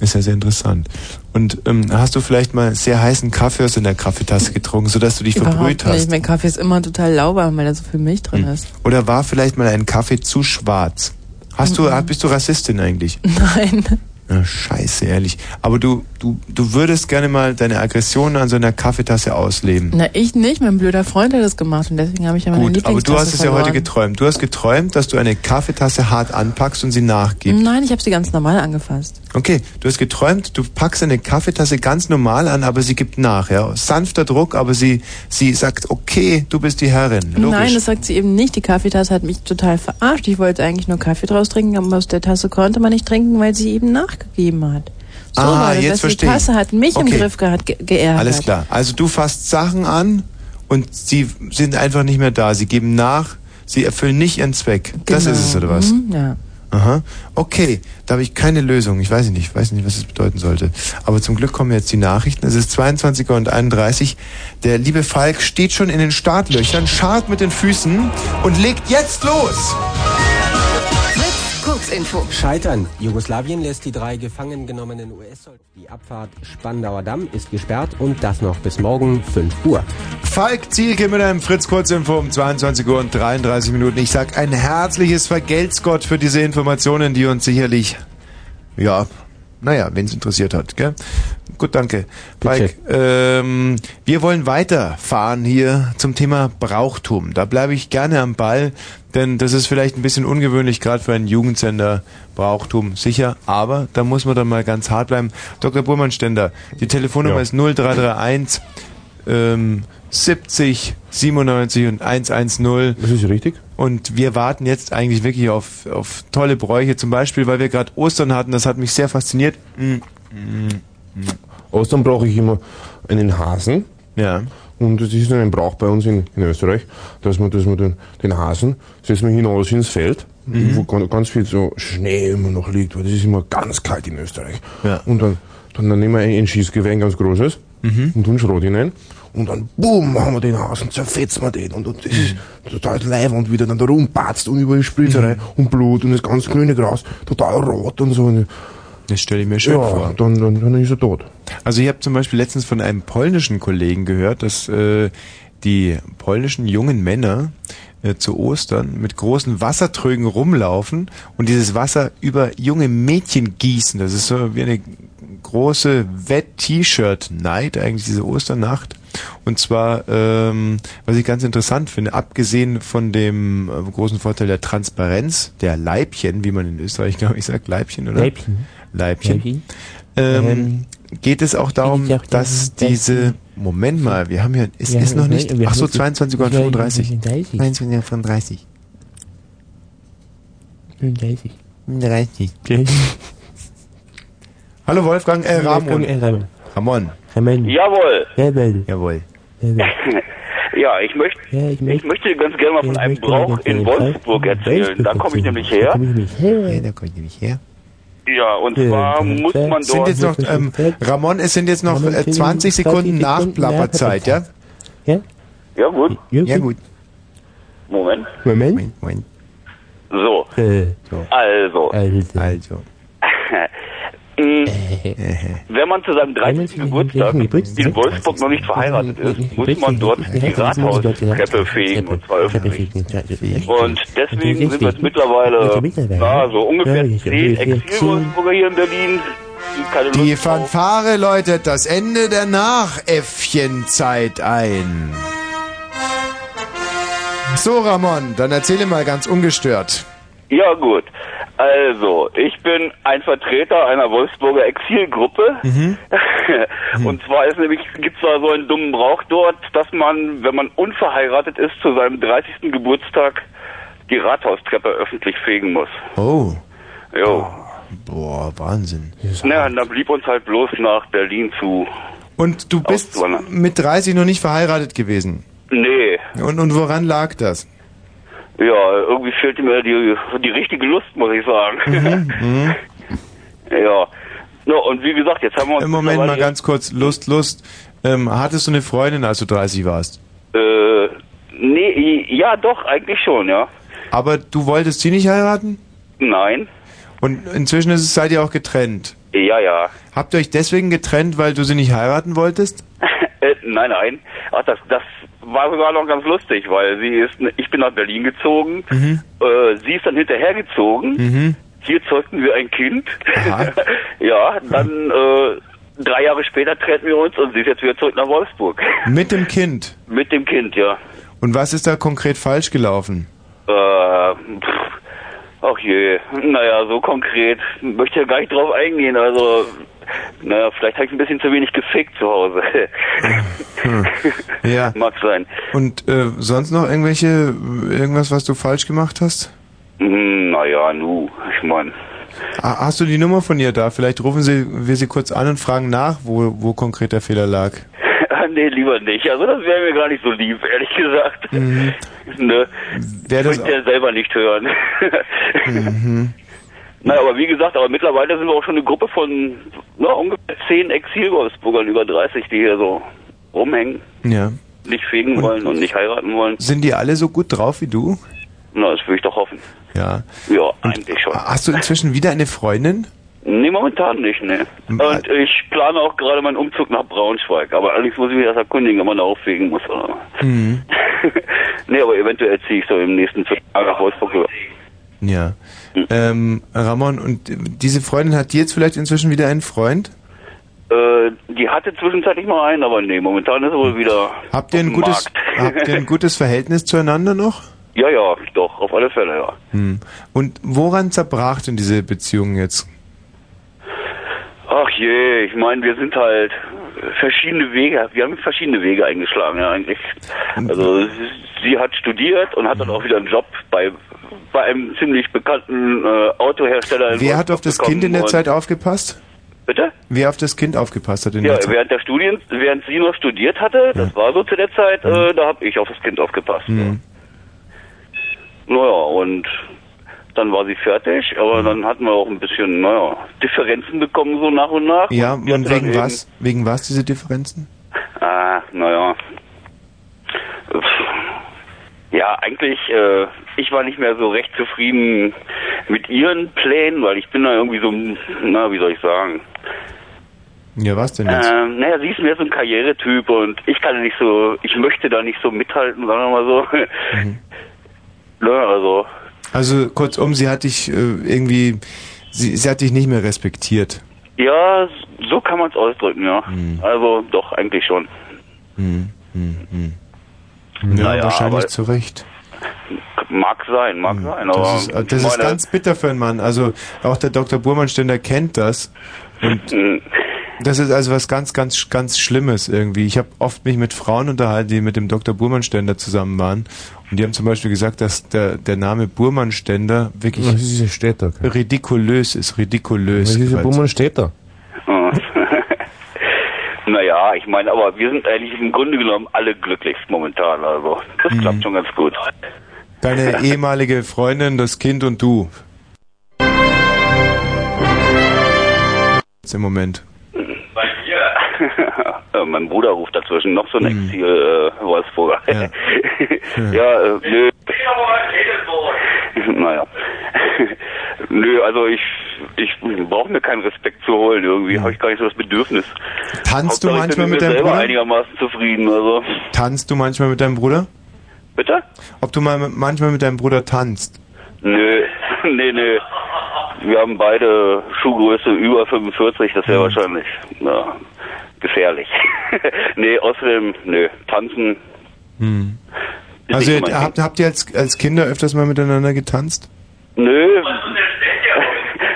Speaker 1: Ist ja sehr interessant. Und ähm, hast du vielleicht mal sehr heißen Kaffee aus in der Kaffeetasse getrunken, sodass du dich verbrüht
Speaker 2: Überhaupt
Speaker 1: hast? Hm.
Speaker 2: nicht. Mein Kaffee ist immer total lauwarm, weil da so viel Milch drin ist.
Speaker 1: Oder war vielleicht mal ein Kaffee zu schwarz? Hast du,
Speaker 2: Mhm.
Speaker 1: bist du Rassistin eigentlich?
Speaker 2: Nein.
Speaker 1: Na, scheiße, ehrlich. Aber du, du, du würdest gerne mal deine Aggression an so einer Kaffeetasse ausleben.
Speaker 2: Na, ich nicht. Mein blöder Freund hat das gemacht und deswegen habe ich ja meine
Speaker 1: Gut, aber
Speaker 2: Lieblingstasse
Speaker 1: du hast es ja
Speaker 2: verloren.
Speaker 1: heute geträumt. Du hast geträumt, dass du eine Kaffeetasse hart anpackst und sie nachgibst.
Speaker 2: Nein, ich habe sie ganz normal angefasst.
Speaker 1: Okay, du hast geträumt, du packst eine Kaffeetasse ganz normal an, aber sie gibt nach, ja. Sanfter Druck, aber sie, sie sagt, okay, du bist die Herrin. Logisch.
Speaker 2: Nein, das sagt sie eben nicht. Die Kaffeetasse hat mich total verarscht. Ich wollte eigentlich nur Kaffee draus trinken, aber aus der Tasse konnte man nicht trinken, weil sie eben nachgegeben hat. So
Speaker 1: Ah,
Speaker 2: war das.
Speaker 1: jetzt
Speaker 2: das
Speaker 1: verstehe
Speaker 2: Die
Speaker 1: ich.
Speaker 2: Tasse hat mich
Speaker 1: Okay.
Speaker 2: im Griff gehabt, ge geärgert.
Speaker 1: Alles klar. Also du fasst Sachen an und sie sind einfach nicht mehr da. Sie geben nach, sie erfüllen nicht ihren Zweck. Das
Speaker 2: Genau.
Speaker 1: ist es, oder was?
Speaker 2: Mhm, ja.
Speaker 1: Aha. Okay, da habe ich keine Lösung. Ich weiß nicht, weiß nicht, was es bedeuten sollte. Aber zum Glück kommen jetzt die Nachrichten. Es ist 22 und 31. Der liebe Falk steht schon in den Startlöchern, scharrt mit den Füßen und legt jetzt los.
Speaker 11: Kurzinfo. Scheitern. Jugoslawien lässt die drei gefangen genommenen US-Soldaten. Die Abfahrt Spandauer Damm ist gesperrt und das noch bis morgen 5 Uhr.
Speaker 1: Falk Zielke mit einem Fritz Kurzinfo um 22 Uhr und 33 Minuten. Ich sag ein herzliches Vergelt's Gott für diese Informationen, die uns sicherlich, ja, naja, wen es interessiert hat, gell? Gut, danke. Falk, ähm, wir wollen weiterfahren hier zum Thema Brauchtum. Da bleibe ich gerne am Ball, denn das ist vielleicht ein bisschen ungewöhnlich, gerade für einen Jugendsender. Brauchtum, sicher, aber da muss man dann mal ganz hart bleiben. Dr. Burmann-Ständer, die Telefonnummer
Speaker 4: Ja.
Speaker 1: ist 0331 ähm, 70, 97 und 110.
Speaker 4: Das ist richtig.
Speaker 1: Und wir warten jetzt eigentlich wirklich auf, auf tolle Bräuche. Zum Beispiel, weil wir gerade Ostern hatten, das hat mich sehr fasziniert. Mm,
Speaker 4: Ostern brauche ich immer einen Hasen.
Speaker 1: Ja.
Speaker 4: Und das ist ein Brauch bei uns in, in Österreich, dass man, dass man den, den Hasen setzt man hinaus ins Feld,
Speaker 8: Mhm.
Speaker 4: wo gan- ganz viel so Schnee immer noch liegt, weil das ist immer ganz kalt in Österreich.
Speaker 8: Ja.
Speaker 4: Und dann, dann, dann nehmen wir ein, ein Schießgewehr, ein ganz großes,
Speaker 8: Mhm.
Speaker 4: und tun Schrot hinein. Und dann, boom, machen wir den Hasen, zerfetzen wir den. Und, und das ist total live und wieder dann da rumpatzt und überall Spritze
Speaker 1: Mhm.
Speaker 4: rein und Blut und das ganz grüne Gras, total rot und so.
Speaker 1: Das stelle ich mir schön
Speaker 4: ja,
Speaker 1: vor.
Speaker 4: Dann, dann, dann ist er tot.
Speaker 1: Also ich habe zum Beispiel letztens von einem polnischen Kollegen gehört, dass äh, die polnischen jungen Männer äh, zu Ostern mit großen Wassertrögen rumlaufen und dieses Wasser über junge Mädchen gießen. Das ist so wie eine große Wet-T-Shirt-Night, eigentlich diese Osternacht. Und zwar, ähm, was ich ganz interessant finde, abgesehen von dem äh, großen Vorteil der Transparenz, der Leibchen, wie man in Österreich, glaube ich, sagt, Leibchen, oder?
Speaker 12: Leibchen.
Speaker 1: Leibchen.
Speaker 12: Leibchen.
Speaker 1: Ähm, geht es auch darum, dass diese Moment mal, wir haben hier ist,
Speaker 12: Ja,
Speaker 1: ist noch
Speaker 12: wir-
Speaker 1: nicht
Speaker 12: wir
Speaker 1: ach so
Speaker 12: haben-
Speaker 1: 22 Uhr und
Speaker 12: Ja,
Speaker 1: 35.
Speaker 12: 35.
Speaker 1: 22 Uhr 35.
Speaker 12: 35.
Speaker 1: 35. Hallo Wolfgang, äh, Ramon.
Speaker 12: Wolfgang, äh, Ramon.
Speaker 1: Ramon.
Speaker 12: Ramon.
Speaker 10: Jawohl.
Speaker 12: Jawohl.
Speaker 1: Jawohl.
Speaker 10: Ja, ich möchte, ich möchte, ganz gerne mal von einem Brauch in Wolfsburg erzählen. Da komme ich nämlich her.
Speaker 1: Ja, da komme ich nämlich her.
Speaker 10: Ja, und zwar muss man
Speaker 1: Sind
Speaker 10: dort.
Speaker 1: jetzt noch, ähm, Ramon, es sind jetzt noch äh, 20 Sekunden Nachplapperzeit, ja?
Speaker 10: ja, gut.
Speaker 1: Ja, gut.
Speaker 10: Moment.
Speaker 1: Moment. Moment.
Speaker 10: So,
Speaker 1: So.
Speaker 10: also.
Speaker 1: Also.
Speaker 10: Mm, Wenn man zu seinem 30. Geburtstag in Wolfsburg noch nicht verheiratet ist, muss man dort die Rathaustreppe fegen, und zwar öffentlich. Und deswegen sind jetzt mittlerweile, na, so ungefähr zehn Exil-Wolfsburger hier in Berlin, die keine
Speaker 1: Die
Speaker 10: Lust
Speaker 1: Fanfare läutet das Ende der Nachäffchenzeit ein. So, Ramon, dann erzähle mal ganz ungestört.
Speaker 10: Ja gut, also ich bin ein Vertreter einer Wolfsburger Exilgruppe.
Speaker 5: Mhm.
Speaker 10: Und zwar ist nämlich, gibt's da so einen dummen Brauch dort, dass man, wenn man unverheiratet ist, zu seinem 30. Geburtstag die Rathaustreppe öffentlich fegen muss.
Speaker 1: Oh,
Speaker 10: Jo.
Speaker 1: boah, Wahnsinn.
Speaker 10: Naja, da blieb uns halt bloß nach Berlin zu.
Speaker 1: Und du bist
Speaker 10: Auswandern.
Speaker 1: mit 30 noch nicht verheiratet gewesen.
Speaker 10: Nee,
Speaker 1: Und, und woran lag das?
Speaker 10: ja, irgendwie fehlte mir die, die richtige Lust, muss ich sagen.
Speaker 1: Mhm.
Speaker 10: ja. No, und wie gesagt, jetzt haben wir uns
Speaker 1: Im Moment mal
Speaker 10: mittlerweile-
Speaker 1: ganz kurz, Lust, Lust. Ähm, hattest du eine Freundin, als du 30 warst?
Speaker 10: Äh, nee, ja, doch, eigentlich schon, ja.
Speaker 1: Aber du wolltest sie nicht heiraten?
Speaker 10: Nein.
Speaker 1: Und inzwischen ist es, seid ihr auch getrennt.
Speaker 10: Ja, ja.
Speaker 1: Habt ihr euch deswegen getrennt, weil du sie nicht heiraten wolltest?
Speaker 10: Äh, nein, nein. Ach, das, das war sogar noch ganz lustig, weil sie ist, ich bin nach Berlin gezogen,
Speaker 1: Mhm.
Speaker 10: äh, sie ist dann hinterhergezogen.
Speaker 1: Mhm.
Speaker 10: Hier zeugten wir ein Kind. ja, dann äh, drei Jahre später treten wir uns und sie ist jetzt wieder zurück nach Wolfsburg.
Speaker 1: Mit dem Kind.
Speaker 10: Mit dem Kind, ja.
Speaker 1: Und was ist da konkret falsch gelaufen?
Speaker 10: Äh, pff, ach je, naja, so konkret möchte ich ja gar nicht drauf eingehen. Also, naja, vielleicht habe ich ein bisschen zu wenig gefickt zu Hause.
Speaker 1: Hm. Ja.
Speaker 10: Mag sein.
Speaker 1: Und äh, sonst noch irgendwelche, irgendwas, was du falsch gemacht hast?
Speaker 10: Hm, naja, nu, ich mein.
Speaker 1: Ah, Hast du die Nummer von ihr da? Vielleicht rufen sie, wir sie kurz an und fragen nach, wo, wo konkret der Fehler lag.
Speaker 10: Ah, nee, lieber nicht. Also das wäre mir gar nicht so lieb, ehrlich gesagt.
Speaker 1: Mhm.
Speaker 10: Ne?
Speaker 1: Wär das
Speaker 10: Könnt ihr selber nicht hören. Naja, aber wie gesagt, aber mittlerweile sind wir auch schon eine Gruppe von na, ungefähr zehn Exil-Wolfsburgern über 30, die hier so rumhängen,
Speaker 1: Ja.
Speaker 10: nicht fegen wollen und nicht heiraten wollen.
Speaker 1: Sind die alle so gut drauf wie du?
Speaker 10: Na, das will ich doch hoffen.
Speaker 1: Ja.
Speaker 10: Ja, eigentlich schon.
Speaker 1: Hast du inzwischen wieder eine Freundin?
Speaker 10: Nee, momentan nicht, ne. Und ich plane auch gerade meinen Umzug nach Braunschweig. Aber allerdings muss ich mich erst erkundigen, ob man da aufwägen muss. Oder?
Speaker 1: Mhm.
Speaker 10: Nee, aber eventuell ziehe ich so im nächsten Jahr nach Wolfsburg über.
Speaker 1: Ja. Ähm, Ramon, und diese Freundin hat die jetzt vielleicht inzwischen wieder einen Freund?
Speaker 10: Äh, die hatte zwischenzeitlich mal einen, aber nee, momentan ist er wohl wieder.
Speaker 1: Habt ihr ein
Speaker 10: auf dem
Speaker 1: gutes,
Speaker 10: Markt.
Speaker 1: habt ihr ein gutes Verhältnis zueinander noch?
Speaker 10: Ja, ja, doch, auf alle Fälle, ja.
Speaker 1: Hm. Und woran zerbrach denn diese Beziehung jetzt?
Speaker 10: Ach je, ich meine, wir sind halt verschiedene Wege, wir haben verschiedene Wege eingeschlagen, ja, eigentlich. Also, sie hat studiert und hat dann auch wieder einen Job bei, bei einem ziemlich bekannten äh, Autohersteller. in
Speaker 1: Wer hat
Speaker 10: Wolfsburg
Speaker 1: auf das
Speaker 10: bekommen
Speaker 1: Kind in der
Speaker 10: und-
Speaker 1: Zeit aufgepasst?
Speaker 10: Bitte?
Speaker 1: Wer auf das Kind aufgepasst hat in
Speaker 10: Ja,
Speaker 1: der Zeit?
Speaker 10: während der Studien, während sie noch studiert hatte, das war so zu der Zeit, äh, da habe ich auf das Kind aufgepasst.
Speaker 1: Hm.
Speaker 10: Naja, und dann war sie fertig, aber dann hatten wir auch ein bisschen, naja, Differenzen bekommen so nach und nach.
Speaker 1: Ja,
Speaker 10: sie
Speaker 1: und
Speaker 10: hatte dann
Speaker 1: wegen was? Wegen was diese Differenzen?
Speaker 10: eben- Ah, naja. Pff. Ja, eigentlich, äh, ich war nicht mehr so recht zufrieden mit ihren Plänen, weil ich bin da irgendwie so, ein- na, wie soll ich sagen,
Speaker 1: Ja, was denn jetzt?
Speaker 10: ähm, naja, sie ist mehr so ein Karrieretyp und ich kann nicht so, ich möchte da nicht so mithalten, sagen wir mal so.
Speaker 1: Mhm.
Speaker 10: Naja, also,
Speaker 1: Also kurzum, sie hat dich äh, irgendwie, sie, sie hat dich nicht mehr respektiert.
Speaker 10: ja, so kann man es ausdrücken, ja.
Speaker 1: Mhm.
Speaker 10: Also, doch, eigentlich schon.
Speaker 1: Hm, hm, hm. Ja,
Speaker 10: Naja,
Speaker 1: wahrscheinlich
Speaker 10: aber-
Speaker 1: zu Recht.
Speaker 10: Mag sein, mag sein, aber.
Speaker 1: Das, ist, äh, das
Speaker 10: ich
Speaker 1: ist
Speaker 10: meine,
Speaker 1: ganz bitter für einen Mann. Also auch der Dr. Burmannständer kennt das.
Speaker 10: Hm.
Speaker 1: Und das ist also was ganz, ganz, ganz Schlimmes irgendwie. Ich habe oft mich mit Frauen unterhalten, die mit dem Dr. Burmannständer zusammen waren. Und die haben zum Beispiel gesagt, dass der, der Name Burmannständer wirklich
Speaker 8: Das ist ja Städter.
Speaker 1: ridikulös ist. Ridikulös.
Speaker 8: Das ist ja
Speaker 1: Quatsch.
Speaker 8: Burmannstädter.
Speaker 10: Naja, ich meine, aber wir sind eigentlich im Grunde genommen alle glücklich momentan, also. Das klappt schon ganz gut.
Speaker 1: Hm. Deine ehemalige Freundin, das Kind und du. Jetzt Im Moment.
Speaker 10: Bei mir. äh, mein Bruder ruft dazwischen, noch so ein
Speaker 1: Mhm.
Speaker 10: Exil äh, Wolfsburger. Ja, ja äh, nö. Naja. nö, also ich, ich brauche mir keinen Respekt zu holen. Irgendwie habe ich gar nicht so das Bedürfnis.
Speaker 1: Tanzt Mhm.
Speaker 10: Hauptsache,
Speaker 1: du
Speaker 10: ich
Speaker 1: manchmal
Speaker 10: bin
Speaker 1: mit
Speaker 10: mir
Speaker 1: deinem
Speaker 10: selber
Speaker 1: Bruder?
Speaker 10: einigermaßen zufrieden. Also
Speaker 1: Tanzt du manchmal mit deinem Bruder?
Speaker 10: bitte?
Speaker 1: Ob du mal mit- manchmal mit deinem Bruder tanzt?
Speaker 10: Nö, nee, nee. Wir haben beide Schuhgröße über 45, das wäre
Speaker 1: Mhm.
Speaker 10: wahrscheinlich na, gefährlich. nee, außerdem, nö, tanzen.
Speaker 1: Hm.
Speaker 10: Ist
Speaker 1: Also
Speaker 10: nicht
Speaker 1: ihr-
Speaker 10: mein
Speaker 1: habt, habt ihr als, als Kinder öfters mal miteinander getanzt?
Speaker 10: Nö.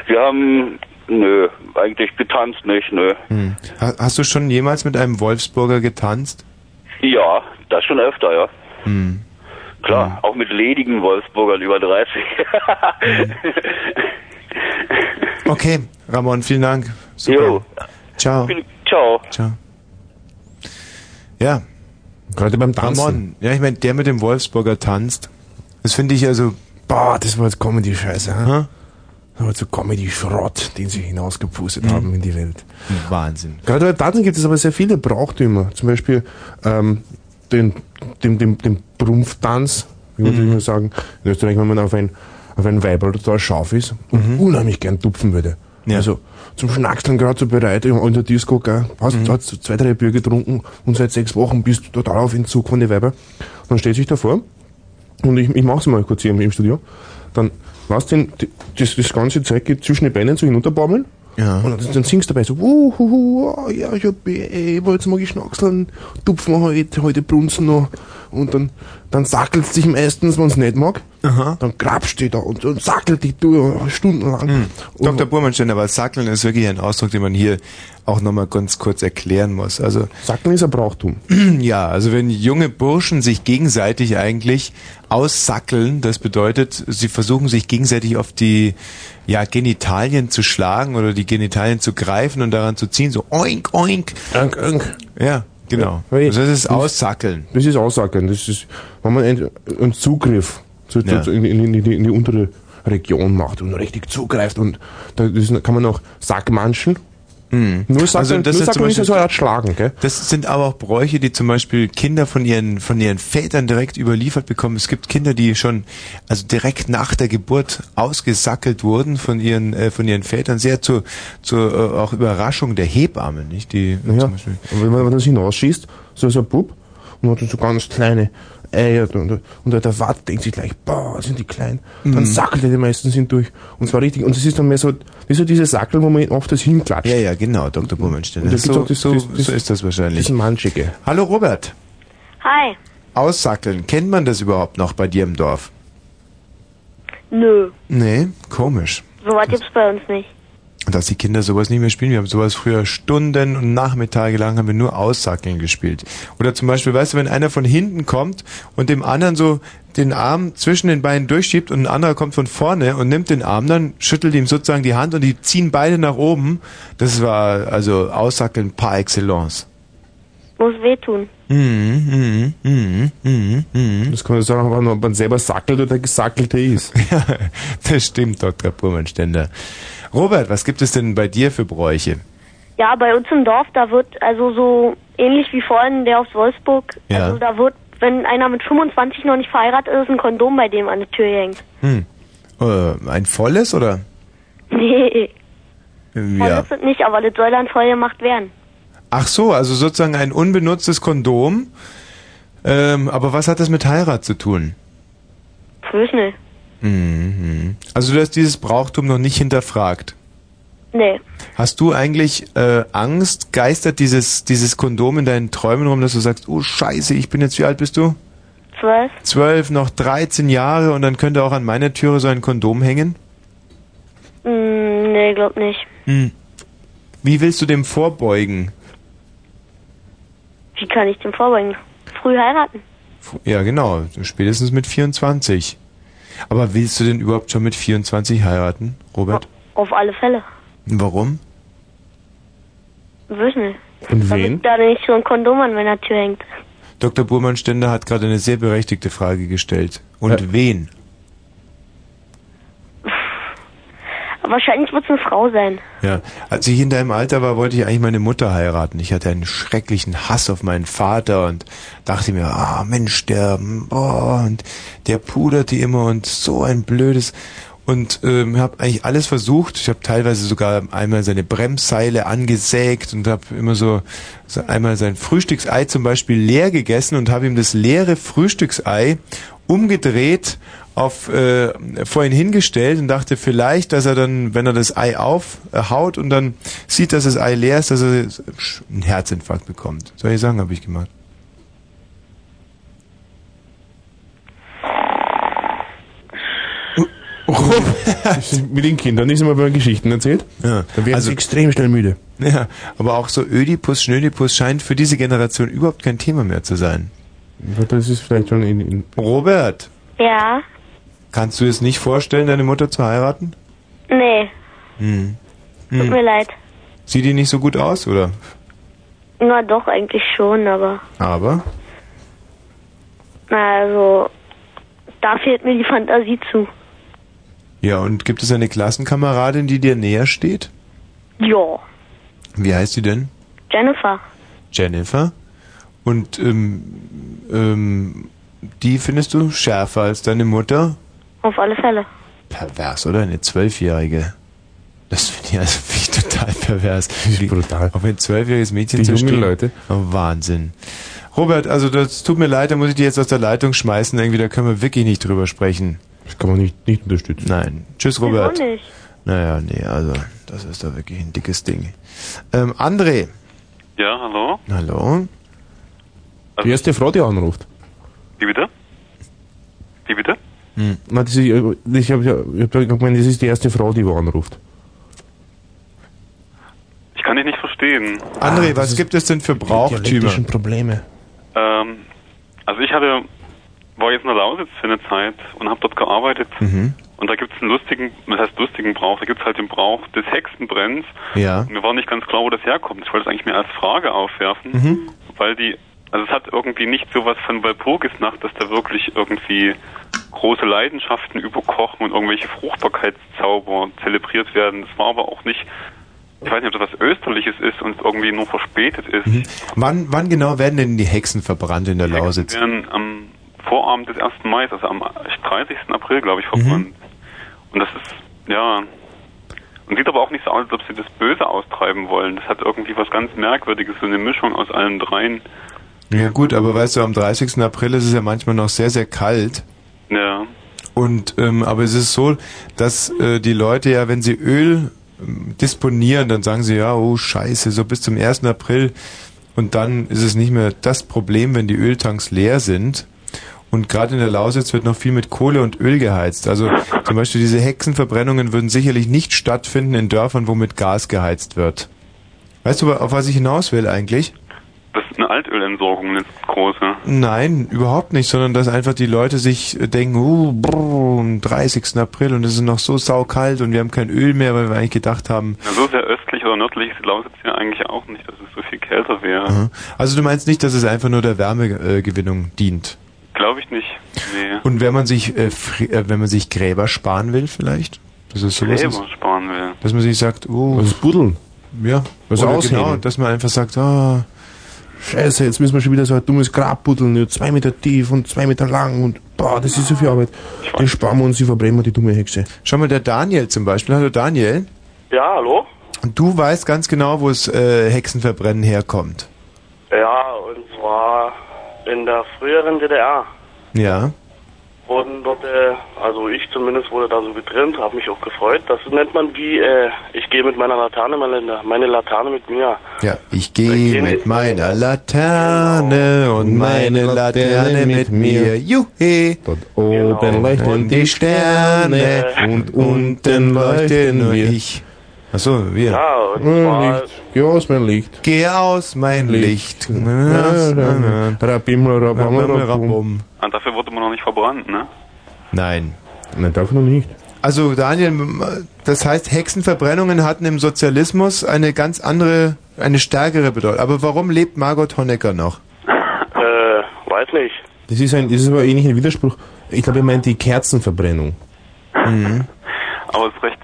Speaker 10: Wir haben, nö, eigentlich getanzt nicht, nö.
Speaker 1: Hm. Ha- Hast du schon jemals mit einem Wolfsburger getanzt?
Speaker 10: Ja, das schon öfter, ja.
Speaker 1: Hm.
Speaker 10: Klar, auch mit ledigen Wolfsburgern über 30.
Speaker 1: Okay, Ramon, vielen Dank. Super.
Speaker 10: jo,
Speaker 1: Ciao.
Speaker 10: ciao.
Speaker 1: Ciao. Ja.
Speaker 8: Gerade beim Tanzen.
Speaker 1: Ramon, ja, ich meine, der mit dem Wolfsburger tanzt. Das finde ich also.
Speaker 8: Boah, das war jetzt Comedy-Scheiße. Hm? Aber zu Comedy-Schrott, den sie hinausgepustet
Speaker 1: Mhm.
Speaker 8: haben in die Welt.
Speaker 1: Wahnsinn.
Speaker 8: Gerade bei Daten gibt es aber sehr viele Brauchtümer. Zum Beispiel ähm, den, den, den, den Brumpftanz, wie man mhm. sagen. In Österreich, wenn man auf ein, auf ein Weiberl total scharf ist und unheimlich gern tupfen würde. Also zum Schnackseln gerade zur Bereitung in der Disco, gell? Hast, hast du zwei, drei Bier getrunken und seit sechs Wochen bist du total auf Entzug von den Weiber. Dann stellt sich davor und ich, ich mach's mal kurz hier im, im Studio. Dann was denn die- das, das ganze Zeug geht zwischen den Beinen so hinunterbaumeln. Ja. Und dann, dann singst du dabei so, wuhuhu, ah, ja, ich hab, ey, jetzt mag ich schnackseln, tupfen wir heute, heute brunzen noch. Und dann, dann sackelt's dich meistens, wenn's nicht mag. Dann grabst du da und, und sackelt dich durch, stundenlang.
Speaker 1: Hm. Dr. Burmanstein, aber Sackeln ist wirklich ein Ausdruck, den man hier auch nochmal ganz kurz erklären muss. Also
Speaker 8: Sackeln ist ein Brauchtum.
Speaker 1: Ja, also wenn junge Burschen sich gegenseitig eigentlich aussackeln, das bedeutet, sie versuchen sich gegenseitig auf die ja, Genitalien zu schlagen oder die Genitalien zu greifen und daran zu ziehen, so oink, oink.
Speaker 8: Oink, oink.
Speaker 1: Ja, genau.
Speaker 8: Ja, weil-
Speaker 1: Also das ist Aussackeln.
Speaker 8: Das ist Aussackeln. Das ist, wenn man einen, einen Zugriff zu, zu-
Speaker 1: Ja.
Speaker 8: zu, in, in, in, die, in die untere Region macht und richtig zugreift und da das kann man auch Sackmanschen.
Speaker 1: Hm.
Speaker 8: Nur Sackeln, nur
Speaker 1: sind Also zum
Speaker 8: Sackeln ist ja
Speaker 1: Beispiel-
Speaker 8: so eine Art Schlagen, gell?
Speaker 1: Das sind aber auch Bräuche, die zum Beispiel Kinder von ihren, von ihren Vätern direkt überliefert bekommen. Es gibt Kinder, die schon, also direkt nach der Geburt ausgesackelt wurden von ihren, äh, von ihren Vätern, sehr zur, zur äh, auch Überraschung der Hebammen, nicht? Die,
Speaker 8: Ja. Und wenn man wenn man das hinausschießt, so ist ein Bub und hat dann so ganz kleine Eier und, und der- der Vater denkt sich gleich, boah, sind die klein. Dann
Speaker 1: Mhm.
Speaker 8: sackelt er die meistens hindurch. Und zwar richtig, und das ist dann mehr so, das ist so diese Sackel, wo man oft das hinklatscht.
Speaker 1: ja, ja, genau, Dr. Bummenstein.
Speaker 8: Und da gibt's
Speaker 1: So,
Speaker 8: auch das-
Speaker 1: so,
Speaker 8: das- das-
Speaker 1: so ist das wahrscheinlich.
Speaker 8: das Manschige.
Speaker 1: Hallo Robert,
Speaker 12: Hi.
Speaker 1: aussackeln, kennt man das überhaupt noch bei dir im Dorf?
Speaker 12: Nö,
Speaker 1: Nee, komisch.
Speaker 12: sowas gibt's bei uns nicht.
Speaker 1: dass die Kinder sowas nicht mehr spielen. Wir haben sowas früher Stunden und Nachmittage lang haben wir nur Aussackeln gespielt. Oder zum Beispiel, weißt du, wenn einer von hinten kommt und dem anderen so den Arm zwischen den Beinen durchschiebt und ein anderer kommt von vorne und nimmt den Arm, dann schüttelt ihm sozusagen die Hand und die ziehen beide nach oben. Das war also Aussackeln par excellence.
Speaker 12: Muss wehtun.
Speaker 1: Mhm, mhm, mhm, mhm, mhm.
Speaker 8: Das kann man sagen, wenn man- wenn man selber sackelt oder der gesackelte ist.
Speaker 1: ja, das stimmt, Dr. Burmanständer. Robert, was gibt es denn bei dir für Bräuche?
Speaker 12: Ja, bei uns im Dorf, da wird also so ähnlich wie vorhin der aus Wolfsburg,
Speaker 1: Ja.
Speaker 12: also da wird, wenn einer mit 25 noch nicht verheiratet ist, ein Kondom bei dem an der Tür hängt.
Speaker 1: Hm. Äh, ein volles oder?
Speaker 12: Nee, voll
Speaker 1: Ja.
Speaker 12: ist es nicht, aber das soll dann voll gemacht werden.
Speaker 1: Ach so, also sozusagen ein unbenutztes Kondom. Ähm, aber was hat das mit Heirat zu tun?
Speaker 12: Pfös nicht.
Speaker 1: Mhm. Also du hast dieses Brauchtum noch nicht hinterfragt.
Speaker 12: Nee.
Speaker 1: Hast du eigentlich äh, Angst, geistert dieses, dieses Kondom in deinen Träumen rum, dass du sagst, oh scheiße, ich bin jetzt, wie alt bist du?
Speaker 12: Zwölf?
Speaker 1: Zwölf, noch 13 Jahre und dann könnte auch an meiner Türe so ein Kondom hängen?
Speaker 12: Hm, nee, glaub nicht.
Speaker 1: Hm. Wie willst du dem vorbeugen?
Speaker 12: Wie kann ich dem vorbringen? Früh heiraten?
Speaker 1: Ja, genau, spätestens mit 24. Aber willst du denn überhaupt schon mit 24 heiraten, Robert?
Speaker 12: Auf alle Fälle.
Speaker 1: Warum?
Speaker 12: Pfös nicht.
Speaker 1: Und
Speaker 12: Damit da nicht so ein Kondom an meiner Tür hängt.
Speaker 1: Dr. Burmann-Stender hat gerade eine sehr berechtigte Frage gestellt. Und wen?
Speaker 12: Aber wahrscheinlich wird's eine Frau sein.
Speaker 1: Ja. Als ich in deinem Alter war, wollte ich eigentlich meine Mutter heiraten. Ich hatte einen schrecklichen Hass auf meinen Vater und dachte mir, ah, Mensch, der, boah, und der puderte immer und so ein blödes. Und ähm, habe eigentlich alles versucht. Ich habe teilweise sogar einmal seine Bremsseile angesägt und habe immer so, so einmal sein Frühstücksei zum Beispiel leer gegessen und habe ihm das leere Frühstücksei umgedreht auf äh, vor ihn hingestellt und dachte vielleicht, dass er dann, wenn er das Ei aufhaut und dann sieht, dass das Ei leer ist, dass er sch- einen Herzinfarkt bekommt. Solche Sachen habe ich gemacht.
Speaker 8: Mit den Kindern ist immer bei Geschichten erzählt.
Speaker 1: Ja. also
Speaker 8: Dann werden sie extrem schnell müde.
Speaker 1: Ja, aber auch so Ödipus, Schnödipus scheint für diese Generation überhaupt kein Thema mehr zu sein.
Speaker 8: Das ist vielleicht schon in, in
Speaker 1: Robert,
Speaker 12: Ja?
Speaker 1: kannst du es nicht vorstellen, deine Mutter zu heiraten?
Speaker 12: Nee,
Speaker 1: Hm.
Speaker 12: tut mir
Speaker 1: Hm.
Speaker 12: leid.
Speaker 1: Sieht die nicht so gut aus, oder?
Speaker 12: Na doch, eigentlich schon, aber
Speaker 1: Aber?
Speaker 12: na also da fehlt mir die Fantasie zu.
Speaker 1: Ja, und gibt es eine Klassenkameradin, die dir näher steht?
Speaker 12: Ja,
Speaker 1: Wie heißt sie denn?
Speaker 12: Jennifer.
Speaker 1: Jennifer. Und ähm, ähm, die findest du schärfer als deine Mutter?
Speaker 12: Auf alle Fälle.
Speaker 1: Pervers, oder? Eine Zwölfjährige. Das finde ich also wirklich total pervers. Wie, brutal. Auf ein zwölfjähriges Mädchen
Speaker 8: Die
Speaker 1: zu
Speaker 8: jungen
Speaker 1: stehen.
Speaker 8: Leute.
Speaker 1: Oh, Wahnsinn. Robert, also das tut mir leid, da muss ich dich jetzt aus der Leitung schmeißen. Irgendwie, da können wir wirklich nicht drüber sprechen. Das kann man nicht, nicht unterstützen. Nein. Tschüss,
Speaker 12: Wieso
Speaker 1: Robert.
Speaker 12: nicht?
Speaker 1: Naja, nee, also das ist da wirklich ein dickes Ding. Ähm, André.
Speaker 13: Ja, hallo?
Speaker 1: Hallo.
Speaker 8: Die erste Frau, die anruft.
Speaker 13: Wie bitte? Wie bitte?
Speaker 8: Hm. Na, das ist, ich habe ja, ich hab ja gemeint, das ist die erste Frau, die wo anruft.
Speaker 13: Ich kann dich nicht verstehen.
Speaker 1: André, was gibt es denn für Brauchtümer?
Speaker 8: dialektischen Probleme.
Speaker 13: Ähm, also ich hatte, war jetzt in der Lausitz für eine Zeit und habe dort gearbeitet.
Speaker 1: Mhm.
Speaker 13: Und da gibt es einen lustigen, was heißt lustigen Brauch? Da gibt es halt den Brauch des Hexenbrenns.
Speaker 1: Ja.
Speaker 13: Und Mir war nicht ganz klar, wo das herkommt. Ich wollte es eigentlich mir als Frage aufwerfen,
Speaker 1: Mhm.
Speaker 13: weil die, also es hat irgendwie nicht sowas von Walpurgisnacht, dass da wirklich irgendwie große Leidenschaften überkochen und irgendwelche Fruchtbarkeitszauber zelebriert werden. Das war aber auch nicht, ich weiß nicht, ob das was Österliches ist und irgendwie nur verspätet ist.
Speaker 1: Mhm. Wann, wann genau werden denn die Hexen verbrannt in der Lausitz?
Speaker 13: werden am Vorabend des 1. Mai, also am 30. April, glaube ich, verbrannt. Und das ist, ja. Und sieht aber auch nicht so aus, als ob sie das Böse austreiben wollen. Das hat irgendwie was ganz Merkwürdiges, so eine Mischung aus allen dreien.
Speaker 1: Ja gut, aber weißt du, am 30. April ist es ja manchmal noch sehr, sehr kalt.
Speaker 13: Ja.
Speaker 1: Und ähm, aber es ist so, dass äh, die Leute ja, wenn sie Öl ähm, disponieren, dann sagen sie ja, oh Scheiße, so bis zum 1. April. Und dann ist es nicht mehr das Problem, wenn die Öltanks leer sind. Und gerade in der Lausitz wird noch viel mit Kohle und Öl geheizt. Also zum Beispiel diese Hexenverbrennungen würden sicherlich nicht stattfinden in Dörfern, wo mit Gas geheizt wird. Weißt du, auf was ich hinaus will eigentlich?
Speaker 13: Das ist eine Altölentsorgung, eine große.
Speaker 1: Nein, überhaupt nicht, sondern dass einfach die Leute sich äh, denken, uh, brr, am 30. April und es ist noch so saukalt und wir haben kein Öl mehr, weil wir eigentlich gedacht haben.
Speaker 13: Ja, so sehr östlich oder nördlich ist die Lausitz ja eigentlich auch nicht, dass es so viel kälter wäre.
Speaker 1: aha. Also du meinst nicht, dass es einfach nur der Wärmegewinnung dient.
Speaker 13: Glaube ich nicht. Nee.
Speaker 1: Und wenn man sich, äh, fri- äh, wenn man sich Gräber sparen will, vielleicht? Das ist sowas.
Speaker 13: Gräber
Speaker 1: ist,
Speaker 13: sparen will.
Speaker 1: Dass man sich sagt, oh.
Speaker 8: Das Buddeln.
Speaker 1: Ja,
Speaker 8: Das
Speaker 1: oder
Speaker 8: Ausheben.
Speaker 1: genau, dass man einfach sagt, ah,
Speaker 8: Scheiße, jetzt müssen wir schon wieder so ein dummes Grab buddeln, ja, zwei Meter tief und zwei Meter lang und boah, das ist so viel Arbeit. Das sparen wir uns, die verbrennen wir die dumme Hexe.
Speaker 1: Schau mal, der Daniel zum Beispiel. Hallo Daniel.
Speaker 14: Ja, hallo?
Speaker 1: Und du weißt ganz genau, wo es äh, Hexenverbrennen herkommt.
Speaker 14: Ja, und zwar in der früheren DDR
Speaker 1: Ja.
Speaker 14: wurden dort, äh, also ich zumindest wurde da so getrimmt, habe mich auch gefreut. Das nennt man wie, äh, ich gehe mit meiner Laterne, meine, meine Laterne mit mir.
Speaker 1: Ja, ich gehe mit meiner Laterne und meine Laterne mit mir. Juhe!
Speaker 8: Dort oben leuchten
Speaker 1: und
Speaker 8: die
Speaker 1: die Sterne
Speaker 8: Sterne
Speaker 1: und unten leuchte nur ich. Achso, wir.
Speaker 14: Ja,
Speaker 8: Ja, Hm, Licht. Geh aus mein Licht.
Speaker 1: Geh aus mein Licht.
Speaker 8: Ja, ja, ja. Rabimmel, rabammel,
Speaker 1: Rabammel,
Speaker 8: rabum.
Speaker 13: Und Ah, dafür wurde man noch nicht verbrannt, ne?
Speaker 1: Nein.
Speaker 8: Nein, darf noch nicht.
Speaker 1: Also Daniel, das heißt, Hexenverbrennungen hatten im Sozialismus eine ganz andere, eine stärkere Bedeutung. Aber warum lebt Margot Honecker noch?
Speaker 14: Äh, weiß nicht.
Speaker 8: Das ist, ein, das ist aber ähnlich ein Widerspruch. Ich glaube, er meint die Kerzenverbrennung.
Speaker 13: Aber ist recht.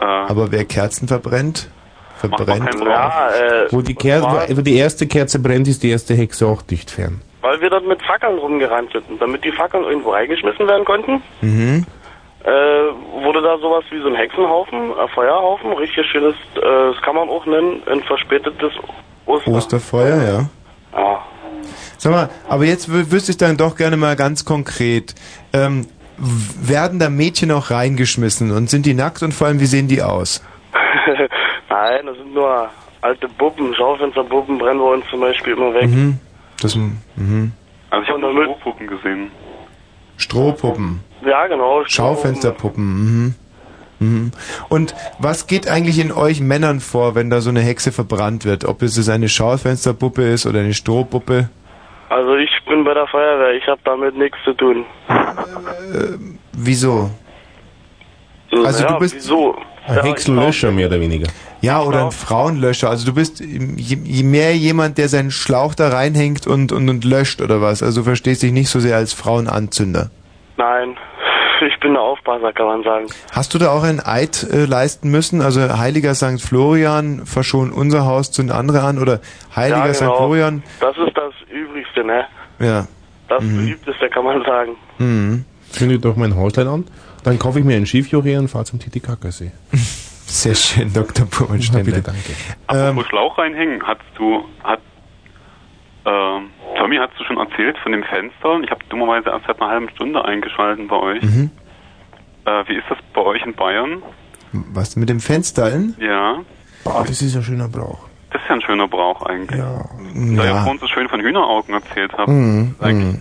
Speaker 13: Äh,
Speaker 1: Mhm. Aber wer Kerzen verbrennt, verbrennt.
Speaker 13: keinen Ja,
Speaker 14: äh,
Speaker 8: wo, die Ker wo- wo die erste Kerze brennt, ist die erste Hexe auch dicht fern.
Speaker 14: Weil wir dort mit Fackeln rumgerannt sind. Und damit die Fackeln irgendwo reingeschmissen werden konnten,
Speaker 8: Mhm.
Speaker 14: äh, wurde da sowas wie so ein Hexenhaufen, äh, Feuerhaufen, richtig schönes, äh, das kann man auch nennen, ein verspätetes Oster.
Speaker 1: Osterfeuer, ja.
Speaker 14: Ja.
Speaker 1: Sag mal, aber jetzt wü- wüsste ich dann doch gerne mal ganz konkret. Ähm, w- werden da Mädchen auch reingeschmissen und sind die nackt und vor allem, wie sehen die aus?
Speaker 14: Nein, das sind nur alte Buppen, Schaufensterbuppen brennen wir uns zum Beispiel immer weg.
Speaker 1: Mhm. Das, mhm.
Speaker 13: Also ich habe nur Strohpuppen gesehen.
Speaker 1: Strohpuppen.
Speaker 14: Ja, genau.
Speaker 1: Schaufensterpuppen. Mhm. Mhm. Und was geht eigentlich in euch Männern vor, wenn da so eine Hexe verbrannt wird? Ob es jetzt eine Schaufensterpuppe ist oder eine Strohpuppe?
Speaker 14: Also ich bin bei der Feuerwehr, ich habe damit nichts zu tun.
Speaker 1: Ähm, Wieso? Also
Speaker 14: ja,
Speaker 1: du bist
Speaker 14: wieso?
Speaker 8: Ein Hexenlöscher mehr oder weniger.
Speaker 1: Ja, oder ein Frauenlöscher. Also du bist je, je mehr jemand, der seinen Schlauch da reinhängt und, und, und löscht oder was. Also du verstehst dich nicht so sehr als Frauenanzünder.
Speaker 14: Nein, ich bin der Aufpasser, kann man sagen.
Speaker 1: Hast du da auch einen Eid äh, leisten müssen? Also heiliger St. Florian, verschon unser Haus, zünd andere an oder heiliger
Speaker 14: ja, genau.
Speaker 1: St. Florian.
Speaker 14: Das ist das Übrigste, ne?
Speaker 1: Ja.
Speaker 14: Das Beliebteste, kann man sagen.
Speaker 1: Mhm.
Speaker 8: Zünde ich doch mein Hauslein an, dann kaufe ich mir ein Schiffjoche und fahre zum Titicacasee.
Speaker 1: Sehr schön, Dr. Burmenständer. Bitte, danke.
Speaker 13: Apropos Schlauch reinhängen, hast du, hat, ähm, Tommy, hast du schon erzählt von dem Fenster? Ich habe dummerweise erst seit einer halben Stunde eingeschalten bei euch.
Speaker 1: Mhm.
Speaker 13: Äh, wie ist das bei euch in Bayern?
Speaker 1: Was mit dem Fenstern?
Speaker 13: Ja,
Speaker 8: Boah, das ist ein schöner Brauch.
Speaker 13: das ist ja ein schöner Brauch eigentlich. Ja. Da ihr
Speaker 8: Ja.
Speaker 13: vorhin so schön von Hühneraugen erzählt habt,
Speaker 1: Mhm,
Speaker 13: eigentlich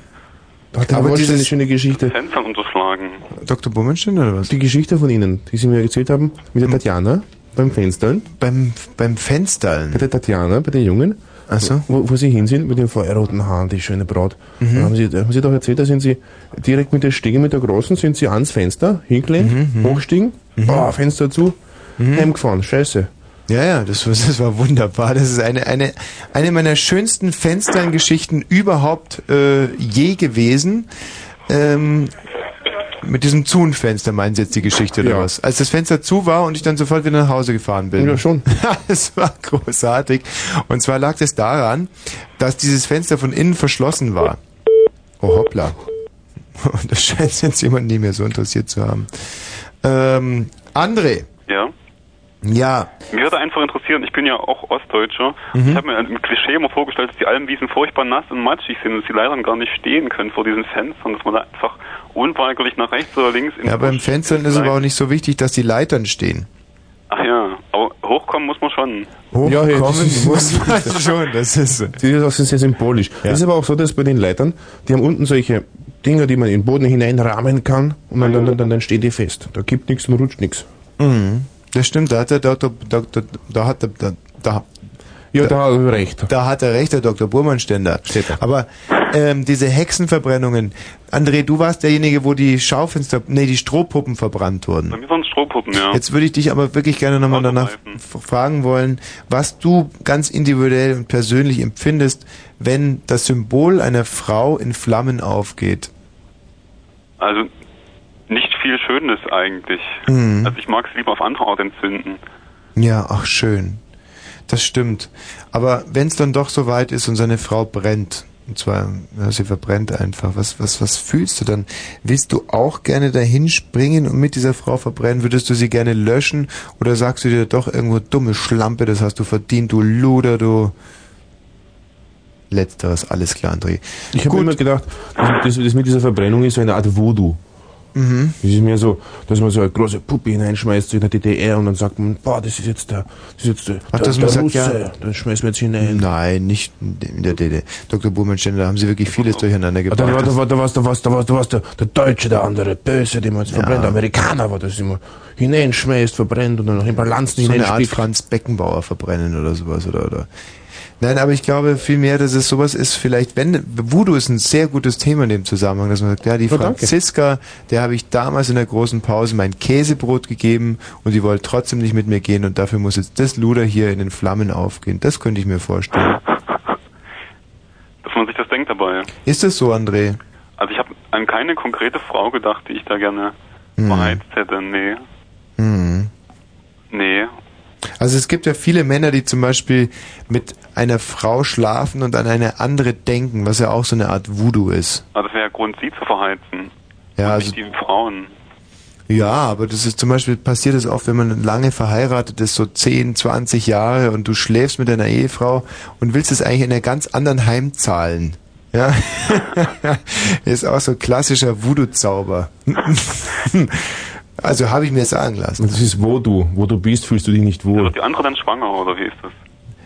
Speaker 8: Da hat der
Speaker 1: Aber
Speaker 8: Walter eine
Speaker 1: dieses-
Speaker 8: schöne Geschichte.
Speaker 13: Fenster unterschlagen.
Speaker 1: Dr. Bummenstein oder was?
Speaker 8: Die
Speaker 1: Hm.
Speaker 8: Geschichte von Ihnen, die Sie mir erzählt haben, mit der Tatjana beim Fenstern.
Speaker 1: Beim, beim Fenstern?
Speaker 8: Bei der Tatjana, bei den Jungen.
Speaker 1: Ach so.
Speaker 8: wo, wo Sie hin sind mit den feuerroten Haaren, die schöne Braut.
Speaker 1: Mhm.
Speaker 8: Dann haben Sie, haben Sie doch erzählt, da sind Sie direkt mit der Stiege, mit der großen, sind Sie ans Fenster
Speaker 1: Mhm,
Speaker 8: hingelehnt, hochgestiegen, oh, Fenster zu, heimgefahren, scheiße.
Speaker 1: Ja, ja, das, war- das war wunderbar. Das ist eine, eine, eine meiner schönsten Fensterngeschichten überhaupt äh, je gewesen. Ähm, mit diesem Zunfenster meinen Sie jetzt die Geschichte oder was? Als das Fenster zu war und ich dann sofort wieder nach Hause gefahren bin.
Speaker 8: Ja, schon.
Speaker 1: es war großartig. Und zwar lag das daran, dass dieses Fenster von innen verschlossen war. Oh, hoppla. Und das scheint jetzt jemand nicht mehr so interessiert zu haben. Ähm, André.
Speaker 13: Ja.
Speaker 1: Ja,
Speaker 13: Mir würde einfach interessieren, ich bin ja auch Ostdeutscher.
Speaker 1: Mhm.
Speaker 13: Ich habe mir im Klischee immer vorgestellt, dass die Almwiesen furchtbar nass und matschig sind und dass die Leitern gar nicht stehen können vor diesen Fenstern, dass man da einfach unweigerlich nach rechts oder links in
Speaker 1: Ja, beim Fenstern ist aber auch nicht so wichtig, dass die Leitern stehen.
Speaker 13: Ach ja, aber hochkommen muss man schon.
Speaker 1: Hochkommen muss man schon, das ist.
Speaker 8: Das ist auch sehr symbolisch. Das ist aber auch so, dass bei den Leitern, die haben unten solche Dinger, die man in den Boden hineinrahmen kann und dann, dann, dann, dann stehen die fest. Da gibt nichts und rutscht nichts.
Speaker 1: Mhm. Das stimmt, da hat der Dr. Dr. da hat der, da, da,
Speaker 8: ja, da hat er recht.
Speaker 1: Da hat er recht, der Dr. Burmannständer. Aber ähm, diese Hexenverbrennungen, André, du warst derjenige, wo die Schaufenster, nee, die Strohpuppen verbrannt wurden.
Speaker 13: Bei mir waren es Strohpuppen, ja.
Speaker 1: Jetzt würde ich dich aber wirklich gerne nochmal danach f- fragen wollen, was du ganz individuell und persönlich empfindest, wenn das Symbol einer Frau in Flammen aufgeht.
Speaker 13: Also nicht viel Schönes eigentlich.
Speaker 1: Mhm.
Speaker 13: Also ich mag es lieber auf andere Art entzünden.
Speaker 1: Ja, ach schön. Das stimmt. Aber wenn es dann doch so weit ist und seine Frau brennt, und zwar, ja, sie verbrennt einfach, was, was, was fühlst du dann? Willst du auch gerne dahin springen und mit dieser Frau verbrennen? Würdest du sie gerne löschen? Oder sagst du dir doch irgendwo, dumme Schlampe, das hast du verdient, du Luder, du... Letzteres, alles klar, André.
Speaker 8: Ich habe immer gedacht, das, das mit dieser Verbrennung ist so eine Art Voodoo.
Speaker 1: Mhm.
Speaker 8: Das ist mehr so, dass man so eine große Puppe hineinschmeißt so in der DDR und dann sagt man, boah, das ist jetzt der, das ist jetzt der,
Speaker 1: Ach,
Speaker 8: der,
Speaker 1: dass
Speaker 8: der
Speaker 1: man sagt,
Speaker 8: Russe.
Speaker 1: ja.
Speaker 8: Dann schmeißen wir jetzt hinein.
Speaker 1: Nein, nicht in der DDR. Dr. Burmenständer, da haben sie wirklich vieles durcheinander
Speaker 8: Ah,
Speaker 1: gebracht.
Speaker 8: Da war, da war, da war, da war, da war, da war der, der Deutsche, der andere, böse, den man jetzt
Speaker 1: Ja.
Speaker 8: verbrennt, der Amerikaner war das immer. Hineinschmeißt, verbrennt und dann noch ein paar Lanzen
Speaker 1: so eine Art
Speaker 8: hineinspickt.
Speaker 1: Franz Beckenbauer verbrennen oder sowas oder oder. Nein, aber ich glaube vielmehr, dass es sowas ist, vielleicht, wenn, Voodoo ist ein sehr gutes Thema in dem Zusammenhang, dass man sagt, ja, die
Speaker 8: Ja, danke.
Speaker 1: Franziska, der habe ich damals in der großen Pause mein Käsebrot gegeben und die wollte trotzdem nicht mit mir gehen und dafür muss jetzt das Luder hier in den Flammen aufgehen. Das könnte ich mir vorstellen.
Speaker 13: Dass man sich das denkt dabei.
Speaker 1: Ist das so, André?
Speaker 13: Also ich habe an keine konkrete Frau gedacht, die ich da gerne
Speaker 1: Hm.
Speaker 13: jetzt hätte. Nee.
Speaker 1: Hm.
Speaker 13: Nee.
Speaker 1: Also es gibt ja viele Männer, die zum Beispiel mit einer Frau schlafen und an eine andere denken, was ja auch so eine Art Voodoo ist.
Speaker 13: Also das wäre Grund, sie zu verheizen.
Speaker 1: Ja, also
Speaker 13: Nicht die Frauen.
Speaker 1: Ja, aber das ist zum Beispiel passiert es oft, wenn man lange verheiratet ist, so 10, 20 Jahre und du schläfst mit deiner Ehefrau und willst es eigentlich in einer ganz anderen Heimzahlen. Ja, ist auch so klassischer Voodoo-Zauber. also habe ich mir sagen lassen.
Speaker 8: Das ist wo du, wo du bist, fühlst du dich nicht wohl.
Speaker 13: Wird die andere dann schwanger oder wie ist das?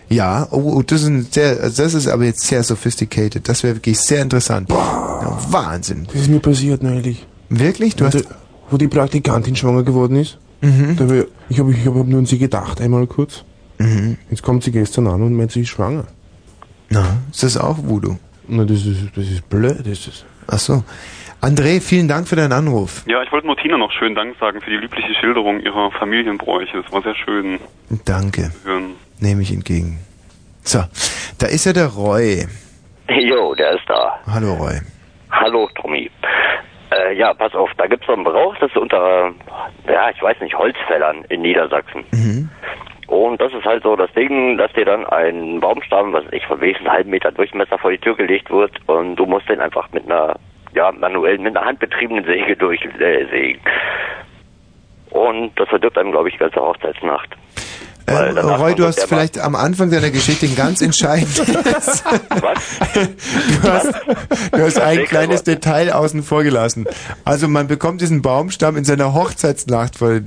Speaker 1: Ja, oh, oh, das ist ein sehr, also das ist aber jetzt sehr sophisticated. Das wäre wirklich sehr interessant. Ja, Wahnsinn.
Speaker 8: Das ist mir passiert neulich.
Speaker 1: Wirklich? Du
Speaker 8: hast Mhm. wo die Praktikantin schwanger geworden ist. Da hab ich ich habe ich hab nur an sie gedacht, einmal kurz.
Speaker 1: Mhm.
Speaker 8: Jetzt kommt sie gestern an und meint, sie ist schwanger.
Speaker 1: Na, ist das auch Voodoo?
Speaker 8: Na, das ist, das ist blöd, ist das.
Speaker 1: Ach so. André, vielen Dank für deinen Anruf.
Speaker 13: Ja, ich wollte nur Tina noch schön Dank sagen für die liebliche Schilderung ihrer Familienbräuche. Das war sehr schön
Speaker 1: Danke.
Speaker 13: zu hören.
Speaker 1: Nehme ich entgegen. So, da ist ja der Roy.
Speaker 15: Jo, der ist da.
Speaker 1: Hallo Roy.
Speaker 15: Hallo, Tommy. Äh, ja, pass auf, da gibt's so einen Brauch, das ist unter, ja, ich weiß nicht, Holzfällern in Niedersachsen. Und das ist halt so das Ding, dass dir dann ein Baumstamm, was weiß ich, von wenigstens einen halben Meter Durchmesser vor die Tür gelegt wird und du musst den einfach mit einer, ja, manuellen, mit einer handbetriebenen Säge durchsägen. Und das verdirbt einem, glaube ich, die ganze Hochzeitsnacht.
Speaker 1: Ähm, Roy, du hast vielleicht am Anfang deiner Geschichte ein ganz entscheidendes. Du hast, du hast ein kleines Detail außen vor gelassen. Also man bekommt diesen Baumstamm in seiner Hochzeitsnacht vor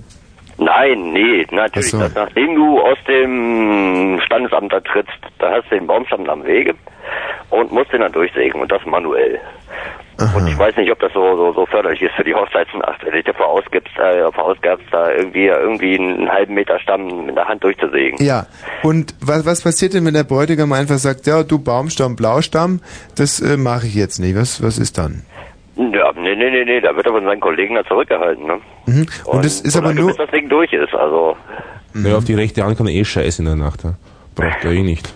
Speaker 15: Nein, nee, natürlich.
Speaker 1: Ach so.
Speaker 15: dass Nachdem du aus dem Standesamt da trittst, da hast du den Baumstamm am Wege und musst den dann durchsägen und das manuell. Und ich weiß nicht, ob das so, so, so förderlich ist für die Hochzeitsnacht, wenn du dir vorausgibst, äh, vorausgabst, da irgendwie, irgendwie einen halben Meter Stamm mit der Hand durchzusägen.
Speaker 1: Ja, und was, was passiert denn, wenn der Bräutigam einfach sagt, ja, du Baumstamm, Blaustamm, das äh, mache ich jetzt nicht. Was, was ist dann?
Speaker 15: Ja, nee, nee, nee, nee, da wird er von seinen Kollegen da zurückgehalten, ne?
Speaker 1: Mhm. Und, das ist aber
Speaker 15: Solange,
Speaker 1: nur...
Speaker 15: bis das Ding durch ist, also.
Speaker 4: Ja, auf die rechte Hand kann er eh scheiße in der Nacht. ja. Braucht er eh nicht.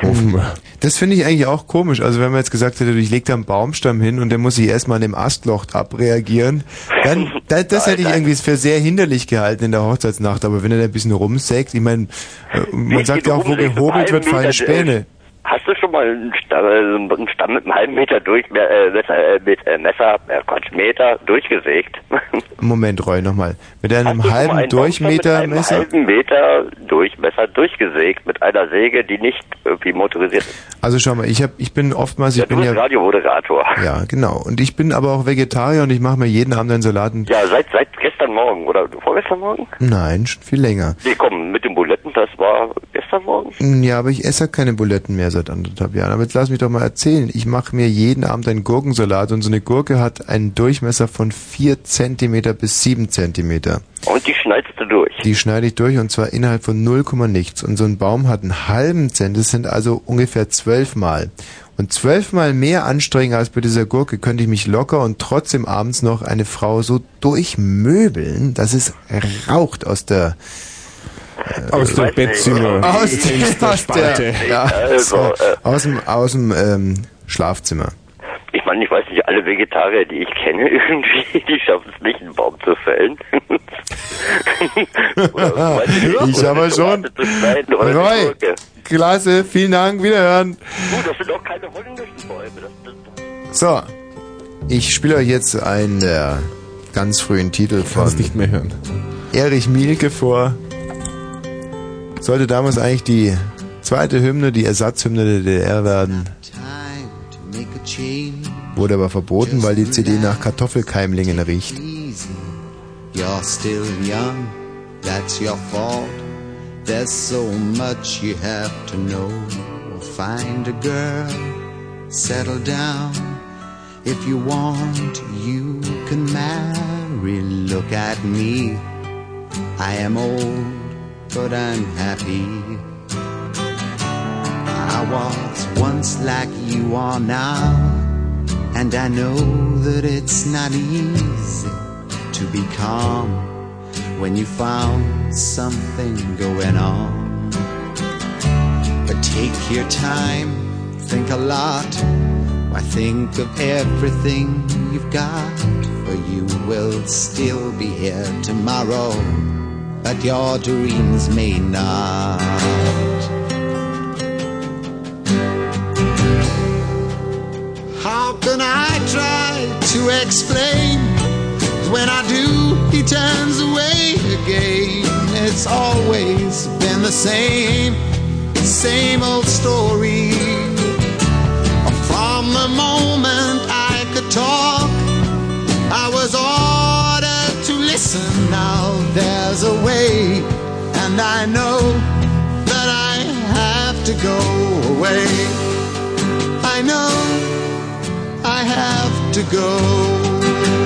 Speaker 4: Offenbar.
Speaker 1: Das finde ich eigentlich auch komisch. Also wenn man jetzt gesagt hätte, ich lege da einen Baumstamm hin und der muss sich erstmal an dem Astloch abreagieren, dann da, das hätte ich irgendwie für sehr hinderlich gehalten in der Hochzeitsnacht. Aber wenn er da ein bisschen rumsägt, ich meine, äh, man sagt ja auch, wo
Speaker 15: rumsägst,
Speaker 1: gehobelt wird,
Speaker 15: einen halben
Speaker 1: fallen
Speaker 15: Meter, äh,
Speaker 1: Späne.
Speaker 15: Hast du schon mal einen Stamm, äh, so einen Stamm mit einem halben Meter durch, äh, Messer, äh, mit äh, Messer, äh, Quatsch, Meter durchgesägt?
Speaker 1: Moment, Roy, nochmal. Mit einem
Speaker 15: Schon mal
Speaker 1: halben
Speaker 15: einen Baumstamm
Speaker 1: Durchmeter
Speaker 15: mit einem
Speaker 1: Messer?
Speaker 15: halben Meter Durchmesser durchgesägt mit einer Säge, die nicht irgendwie motorisiert ist.
Speaker 1: Also schau mal, ich hab, ich bin oftmals, ich
Speaker 15: Du
Speaker 1: bin
Speaker 15: bist
Speaker 1: ja,
Speaker 15: Radiomoderator.
Speaker 1: ja, genau. Und ich bin aber auch Vegetarier und ich mache mir jeden Abend einen Salaten.
Speaker 15: Ja, seit, seit gestern Morgen oder vorgestern Morgen?
Speaker 1: Nein, schon viel länger.
Speaker 15: Nee, komm, mit den Buletten, das war gestern Morgen.
Speaker 1: Hm, Ja, aber ich esse ja keine Buletten mehr seit anderthalb Jahren. Aber jetzt lass mich doch mal erzählen. Ich mache mir jeden Abend einen Gurkensalat und so eine Gurke hat einen Durchmesser von 4 Zentimeter bis 7 Zentimeter.
Speaker 15: Und die schneidest du durch.
Speaker 1: Die schneide ich durch und zwar innerhalb von 0, nichts. Und so ein Baum hat einen halben Cent, das sind also ungefähr zwölfmal. Und zwölfmal mehr Anstrengung als bei dieser Gurke könnte ich mich locker und trotzdem abends noch eine Frau so durchmöbeln, dass es raucht aus der äh,
Speaker 4: Aus dem Bettzimmer.
Speaker 1: Aus,
Speaker 4: Fensterspalte.
Speaker 1: aus, der, ja,
Speaker 15: Also,
Speaker 1: so,
Speaker 15: äh,
Speaker 1: aus dem, aus dem ähm, Schlafzimmer.
Speaker 15: Ich meine, ich weiß nicht, alle Vegetarier, die ich kenne, irgendwie, die schaffen es nicht, einen Baum zu fällen.
Speaker 1: ich aber schon.
Speaker 15: oder die
Speaker 1: Roy, klasse, vielen Dank, wiederhören. So, ich spiele euch jetzt einen der ganz frühen Titel von nicht mehr hören. Erich Mielke vor. Sollte damals eigentlich die zweite Hymne, die Ersatzhymne der DDR werden,
Speaker 16: Make a change,
Speaker 1: wurde aber verboten, weil die CD nach Kartoffelkeimlingen riecht.
Speaker 16: easy. You're still young, that's your fault. There's so much you have to know. Well, find a girl, settle down. If you want, you can marry. Look at me, I am old, but I'm happy. I was once like you are now, and I know that it's not easy to be calm when you found something going on. But take your time, think a lot. Why think of everything you've got? For you will still be here tomorrow, but your dreams may not. How can I try to explain? When I do, he turns away again. It's always been the same, same old story. From the moment I could talk, I was ordered to listen. Now there's a way, and I know that I have to go away. I know I have to go.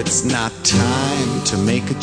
Speaker 17: It's not time to make a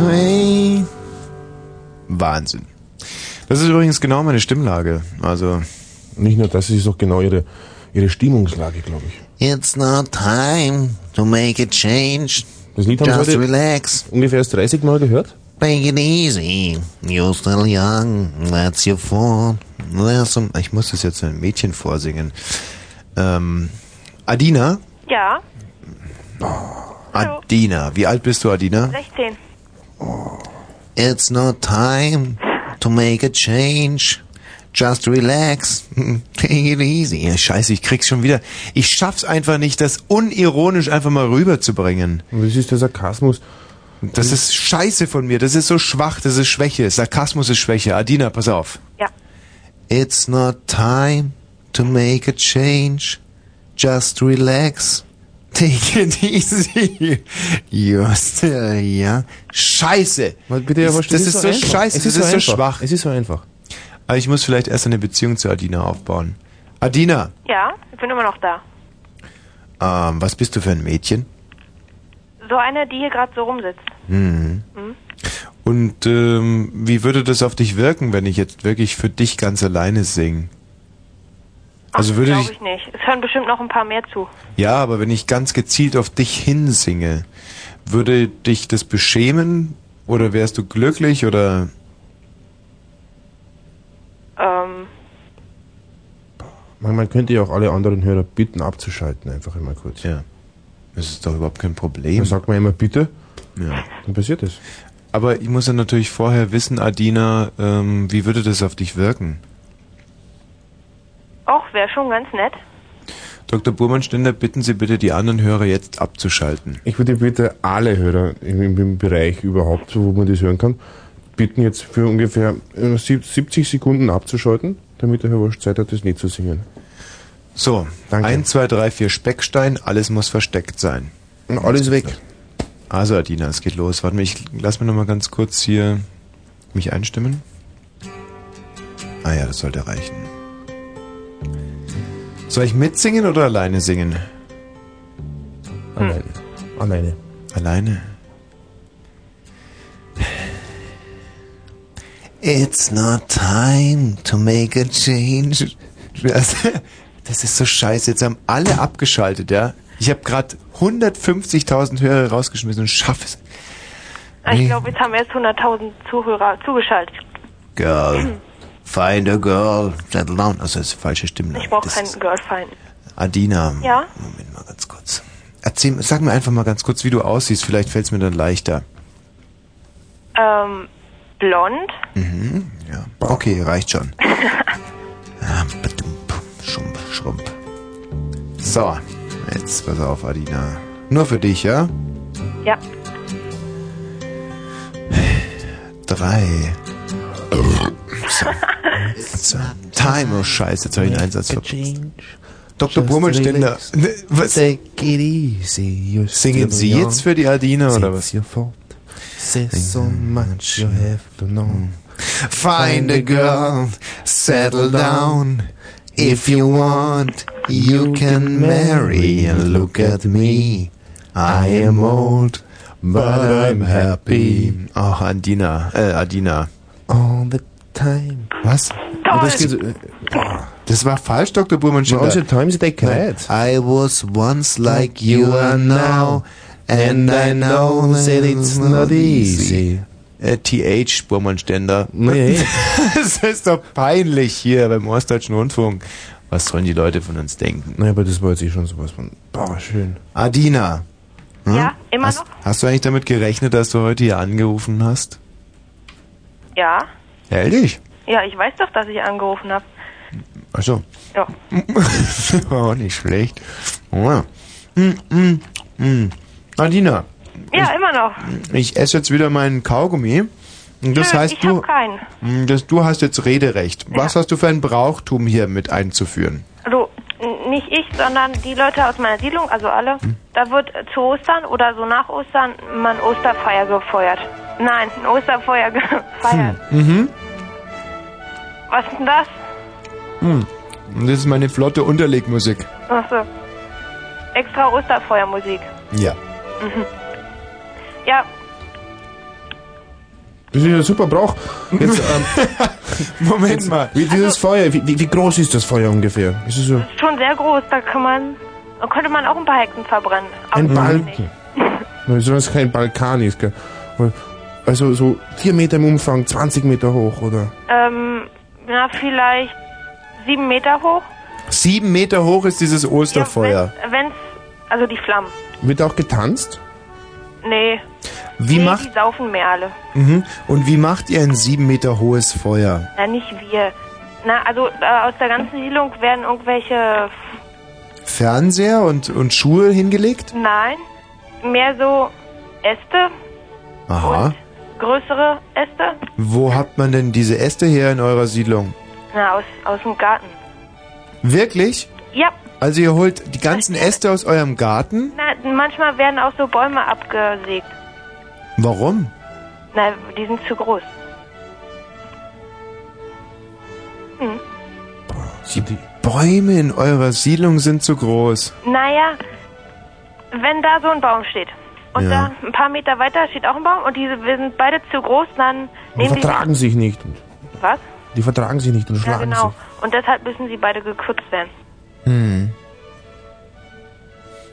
Speaker 17: away.
Speaker 1: Wahnsinn. Das ist übrigens genau meine Stimmlage. Also.
Speaker 8: Nicht nur das, es ist auch genau ihre, ihre Stimmungslage, glaube ich.
Speaker 17: It's not time to make a change.
Speaker 8: Das Lied haben
Speaker 17: Just
Speaker 8: Sie heute
Speaker 17: relax.
Speaker 8: ungefähr erst 30 Mal gehört.
Speaker 17: Take it easy. You're still young. That's your fault. There's some ich muss das jetzt einem Mädchen vorsingen. Ähm, Adina?
Speaker 18: Ja,
Speaker 1: Adina. Wie alt bist du, Adina?
Speaker 18: 16.
Speaker 17: It's not time to make a change. Just relax. Take it easy.
Speaker 1: Ja, scheiße, ich krieg's schon wieder. Ich schaff's einfach nicht, das unironisch einfach mal rüberzubringen.
Speaker 8: Das ist der Sarkasmus.
Speaker 1: Das ist scheiße von mir. Das ist so schwach. Das ist Schwäche. Sarkasmus ist Schwäche. Adina, pass auf.
Speaker 18: Ja.
Speaker 17: It's not time to make a change. Just relax. Take it easy. You're still young. Scheiße.
Speaker 1: Ist- das ist so scheiße. Das ist so schwach.
Speaker 8: Es ist so einfach.
Speaker 1: Aber ich muss vielleicht erst eine Beziehung zu Adina aufbauen. Adina,
Speaker 18: Ja, ich bin immer noch da.
Speaker 1: ähm, was bist du für ein Mädchen?
Speaker 18: So eine, die hier gerade so rumsitzt.
Speaker 1: Mhm.
Speaker 18: Hm?
Speaker 1: Und ähm, wie würde das auf dich wirken, wenn ich jetzt wirklich für dich ganz alleine singe? Also würde
Speaker 18: Glaube
Speaker 1: ich,
Speaker 18: ich nicht. Es hören bestimmt noch ein paar mehr zu.
Speaker 1: ja, aber wenn ich ganz gezielt auf dich hinsinge, würde dich das beschämen oder wärst du glücklich oder
Speaker 18: Ähm,
Speaker 8: Man, man könnte ja auch alle anderen Hörer bitten, abzuschalten, einfach immer kurz.
Speaker 1: Ja. Das ist doch überhaupt kein Problem.
Speaker 8: Dann sagt man immer bitte,
Speaker 1: ja.
Speaker 8: dann passiert es.
Speaker 1: Aber ich muss ja natürlich vorher wissen, Adina, ähm, wie würde das auf dich wirken?
Speaker 18: auch wäre schon ganz nett.
Speaker 1: Dr. Burmannständer, bitten Sie bitte die anderen Hörer jetzt abzuschalten.
Speaker 8: Ich würde bitte alle Hörer im, im, im Bereich überhaupt, wo man das hören kann, bitten jetzt für ungefähr äh, sieb- 70 Sekunden abzuschalten, damit der Herr Wosch Zeit hat, das Lied zu singen.
Speaker 1: So, eins, zwei, drei, vier Speckstein, alles muss versteckt sein.
Speaker 8: Und alles weg.
Speaker 1: Also Adina, es geht los. Warte mal, ich lass mir noch mal ganz kurz hier mich einstimmen. Ah ja, das sollte reichen. Soll ich mitsingen oder alleine singen?
Speaker 8: Hm. Alleine. Alleine.
Speaker 1: Alleine.
Speaker 17: It's not time to make a change.
Speaker 1: Das, das ist so scheiße. Jetzt haben alle abgeschaltet, ja? Ich habe gerade 150.000 Hörer rausgeschmissen und schaff es.
Speaker 18: Ah, Ich glaube, jetzt haben erst 100.000 Zuhörer zugeschaltet. Hm.
Speaker 1: Girl. Find a girl. Settle down. Also, das ist Ähm, falsche Stimme.
Speaker 18: Ich brauche keinen Girlfriend.
Speaker 1: Adina,
Speaker 18: Ja?
Speaker 1: erzähl, sag mir einfach mal ganz kurz, wie du aussiehst. Vielleicht fällt es mir dann leichter.
Speaker 18: Ähm, blond.
Speaker 1: Mhm, ja. Okay, reicht schon. Ah, badum, pum, Schrumpf, schrumpf. So, jetzt pass auf, Adina. Nur für dich, ja?
Speaker 18: Ja.
Speaker 1: Drei. So. so. Time, oh Scheiße, jetzt habe ich einen Einsatz verpasst. Dr. Burmelständer, was?
Speaker 17: Take it easy. You're
Speaker 1: Singen
Speaker 17: still
Speaker 1: Sie
Speaker 17: young.
Speaker 1: jetzt für die Adina oder
Speaker 17: It's
Speaker 1: was?
Speaker 17: Your fault. There's so much you have to know. Find a girl, settle down. If you want, you can marry. And look at me, I am old, but I'm happy.
Speaker 1: Ach, Adina, äh, Adina.
Speaker 17: All the time.
Speaker 1: Was?
Speaker 17: Das, geht, so-
Speaker 8: äh,
Speaker 1: das war falsch, Dr. Burmann.
Speaker 17: Once
Speaker 1: Schindler.
Speaker 17: times they cried. I was once like you are now,
Speaker 1: And I know that it's not easy. Äh, TH, Burmannständer.
Speaker 8: Nee.
Speaker 1: das ist doch peinlich hier beim Ostdeutschen Rundfunk. Was sollen die Leute von uns denken?
Speaker 8: Naja, aber das war jetzt eh schon sowas von. Boah, schön.
Speaker 1: Adina. hm?
Speaker 18: Ja, immer
Speaker 1: hast,
Speaker 18: noch?
Speaker 1: Hast du eigentlich damit gerechnet, dass du heute hier angerufen hast?
Speaker 18: Ja.
Speaker 1: Ehrlich?
Speaker 18: Ja, ich weiß doch, dass ich angerufen habe.
Speaker 1: Achso.
Speaker 18: Ja.
Speaker 1: War auch nicht schlecht. Ja. Mm, mm, mm. Adina,
Speaker 18: Ja, immer noch.
Speaker 1: ich esse jetzt wieder meinen Kaugummi. Und Das
Speaker 18: Nö,
Speaker 1: heißt,
Speaker 18: ich
Speaker 1: du,
Speaker 18: habe keinen.
Speaker 1: Mm, das, du hast jetzt Rederecht. Was hast du für ein Brauchtum hier mit einzuführen?
Speaker 18: Also n- nicht ich, sondern die Leute aus meiner Siedlung, also alle.
Speaker 1: Hm.
Speaker 18: Da wird äh, zu Ostern oder so nach Ostern mal ein Osterfeuer gefeuert. Nein, ein Osterfeuer gefeiert.
Speaker 1: Mhm.
Speaker 18: Was ist denn das?
Speaker 1: Hm. Und das ist meine flotte Unterlegmusik.
Speaker 18: Achso. Extra Osterfeuermusik.
Speaker 1: Ja.
Speaker 18: Mhm. Ja,
Speaker 8: Das ist ja super Brauch. Jetzt,
Speaker 1: Moment
Speaker 8: mal. Wie dieses Feuer, wie, wie, wie groß ist das Feuer ungefähr? Ist es so
Speaker 18: ist schon sehr groß. Da kann man, da könnte man auch ein paar Hexen verbrennen.
Speaker 8: ein
Speaker 18: nicht.
Speaker 8: Balken? Nein, solange es kein Balkan ist, gell? Weil- Also so 4 Meter im Umfang, 20 Meter hoch, oder?
Speaker 18: Ähm, na, vielleicht sieben Meter hoch.
Speaker 1: Sieben Meter hoch ist dieses Osterfeuer.
Speaker 18: Wenn's, also die Flammen.
Speaker 1: Wird auch getanzt?
Speaker 18: Nee.
Speaker 1: Wie
Speaker 18: nee,
Speaker 1: macht
Speaker 18: Die saufen mehr alle.
Speaker 1: mhm. und wie macht ihr ein sieben Meter hohes Feuer?
Speaker 18: Na, nicht wir. Na, also äh, aus der ganzen Siedlung werden irgendwelche.
Speaker 1: Fernseher und, und Schuhe hingelegt?
Speaker 18: Nein. Mehr so Äste,
Speaker 1: Aha.
Speaker 18: größere Äste.
Speaker 1: Wo habt man denn diese Äste her in eurer Siedlung?
Speaker 18: Na, aus, aus dem Garten.
Speaker 1: Wirklich?
Speaker 18: Ja.
Speaker 1: Also ihr holt die ganzen Äste aus eurem Garten?
Speaker 18: Na, manchmal werden auch so Bäume abgesägt.
Speaker 1: Warum?
Speaker 18: Na, die sind zu groß. Hm.
Speaker 1: Die Bäume in eurer Siedlung sind zu groß.
Speaker 18: Naja, wenn da so ein Baum steht und
Speaker 1: Ja.
Speaker 18: da ein paar Meter weiter steht auch ein Baum und die sind beide zu groß, dann
Speaker 8: Die
Speaker 18: nehmen die.
Speaker 8: vertragen sich nicht.
Speaker 18: Was?
Speaker 8: Die vertragen sich nicht und
Speaker 18: Ja,
Speaker 8: schlagen
Speaker 18: genau. Und deshalb müssen sie beide gekürzt werden.
Speaker 8: sich.
Speaker 1: Hm.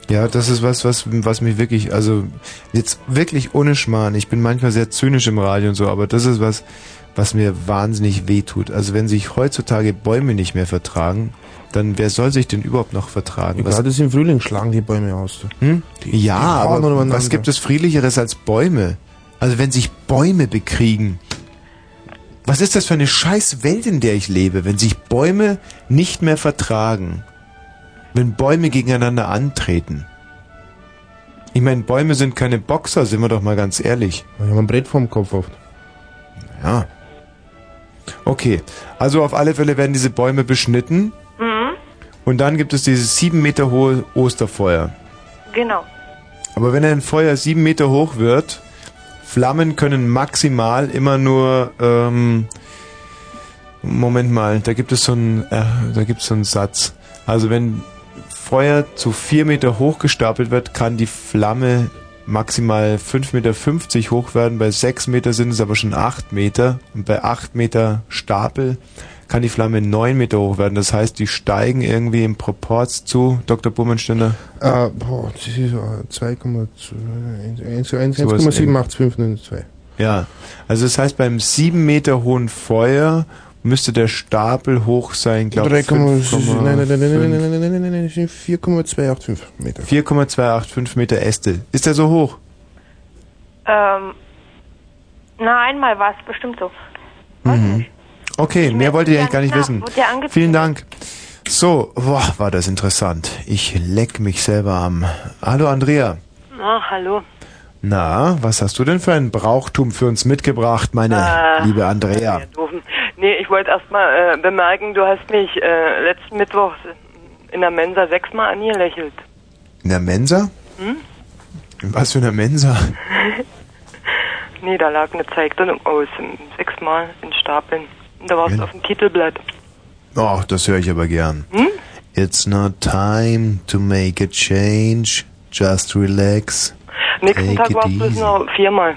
Speaker 1: Ja, das ist was, was, was mich wirklich, also jetzt wirklich ohne Schmarrn. Ich bin manchmal sehr zynisch im Radio und so, aber das ist was, was mir wahnsinnig wehtut. Also wenn sich heutzutage Bäume nicht mehr vertragen, dann wer soll sich denn überhaupt noch vertragen? Was,
Speaker 8: Gerade jetzt im Frühling schlagen die Bäume aus.
Speaker 1: hm? ja,
Speaker 8: hauen
Speaker 1: aber
Speaker 8: übereinander.
Speaker 1: was gibt es friedlicheres als Bäume? Also wenn sich Bäume bekriegen. Was ist das für eine scheiß Welt, in der ich lebe, wenn sich Bäume nicht mehr vertragen? Wenn Bäume gegeneinander antreten. Ich meine, Bäume sind keine Boxer, sind wir doch mal ganz ehrlich.
Speaker 8: Ich habe ein Brett vorm Kopf oft.
Speaker 1: Ja. Okay, also auf alle Fälle werden diese Bäume beschnitten
Speaker 18: Mhm,
Speaker 1: und dann gibt es dieses sieben Meter hohe Osterfeuer.
Speaker 18: genau.
Speaker 1: Aber wenn ein Feuer sieben Meter hoch wird, Flammen können maximal immer nur, ähm, Moment mal, da gibt es so einen, äh, da gibt es so einen Satz. Also wenn Feuer zu vier Meter hoch gestapelt wird, kann die Flamme maximal 5,50 Meter hoch werden. Bei sechs Meter sind es aber schon acht Meter. Und bei acht Meter Stapel kann die Flamme neun Meter hoch werden. Das heißt, die steigen irgendwie im Proporz zu. Dr. Bummenständer?
Speaker 8: Äh, boah, das ist äh, 2,78592.
Speaker 1: Sowas Ja, also das heißt, beim sieben Meter hohen Feuer müsste der Stapel hoch sein, glaube ich, 4,285
Speaker 8: 4,285 Meter.
Speaker 1: Meter Äste. Ist der so hoch?
Speaker 18: Ähm, na, einmal war es bestimmt so.
Speaker 1: Mhm. Okay, mehr wollte ich eigentlich gar nicht
Speaker 18: na,
Speaker 1: wissen.
Speaker 18: wird ja angezündet.
Speaker 1: Vielen Dank. So, boah, war das interessant. Ich leck mich selber am. Hallo Andrea.
Speaker 19: Ah, hallo.
Speaker 1: Na, was hast du denn für ein Brauchtum für uns mitgebracht, meine
Speaker 19: Ah,
Speaker 1: liebe Andrea?
Speaker 19: Doofen. Nee, ich wollte erstmal äh, bemerken, du hast mich äh, letzten Mittwoch in der Mensa sechsmal angelächelt.
Speaker 1: In der Mensa?
Speaker 19: Hm?
Speaker 1: In Was für eine Mensa?
Speaker 19: nee, da lag eine Zeitung aus, ähm, sechsmal in Stapeln. Und da warst du auf dem Titelblatt.
Speaker 1: Ach, das höre ich aber gern.
Speaker 19: Hm?
Speaker 1: It's not time to make a change. Just relax.
Speaker 19: Nächsten
Speaker 1: Take
Speaker 19: Tag
Speaker 1: it
Speaker 19: warst du es
Speaker 1: easy.
Speaker 19: noch viermal.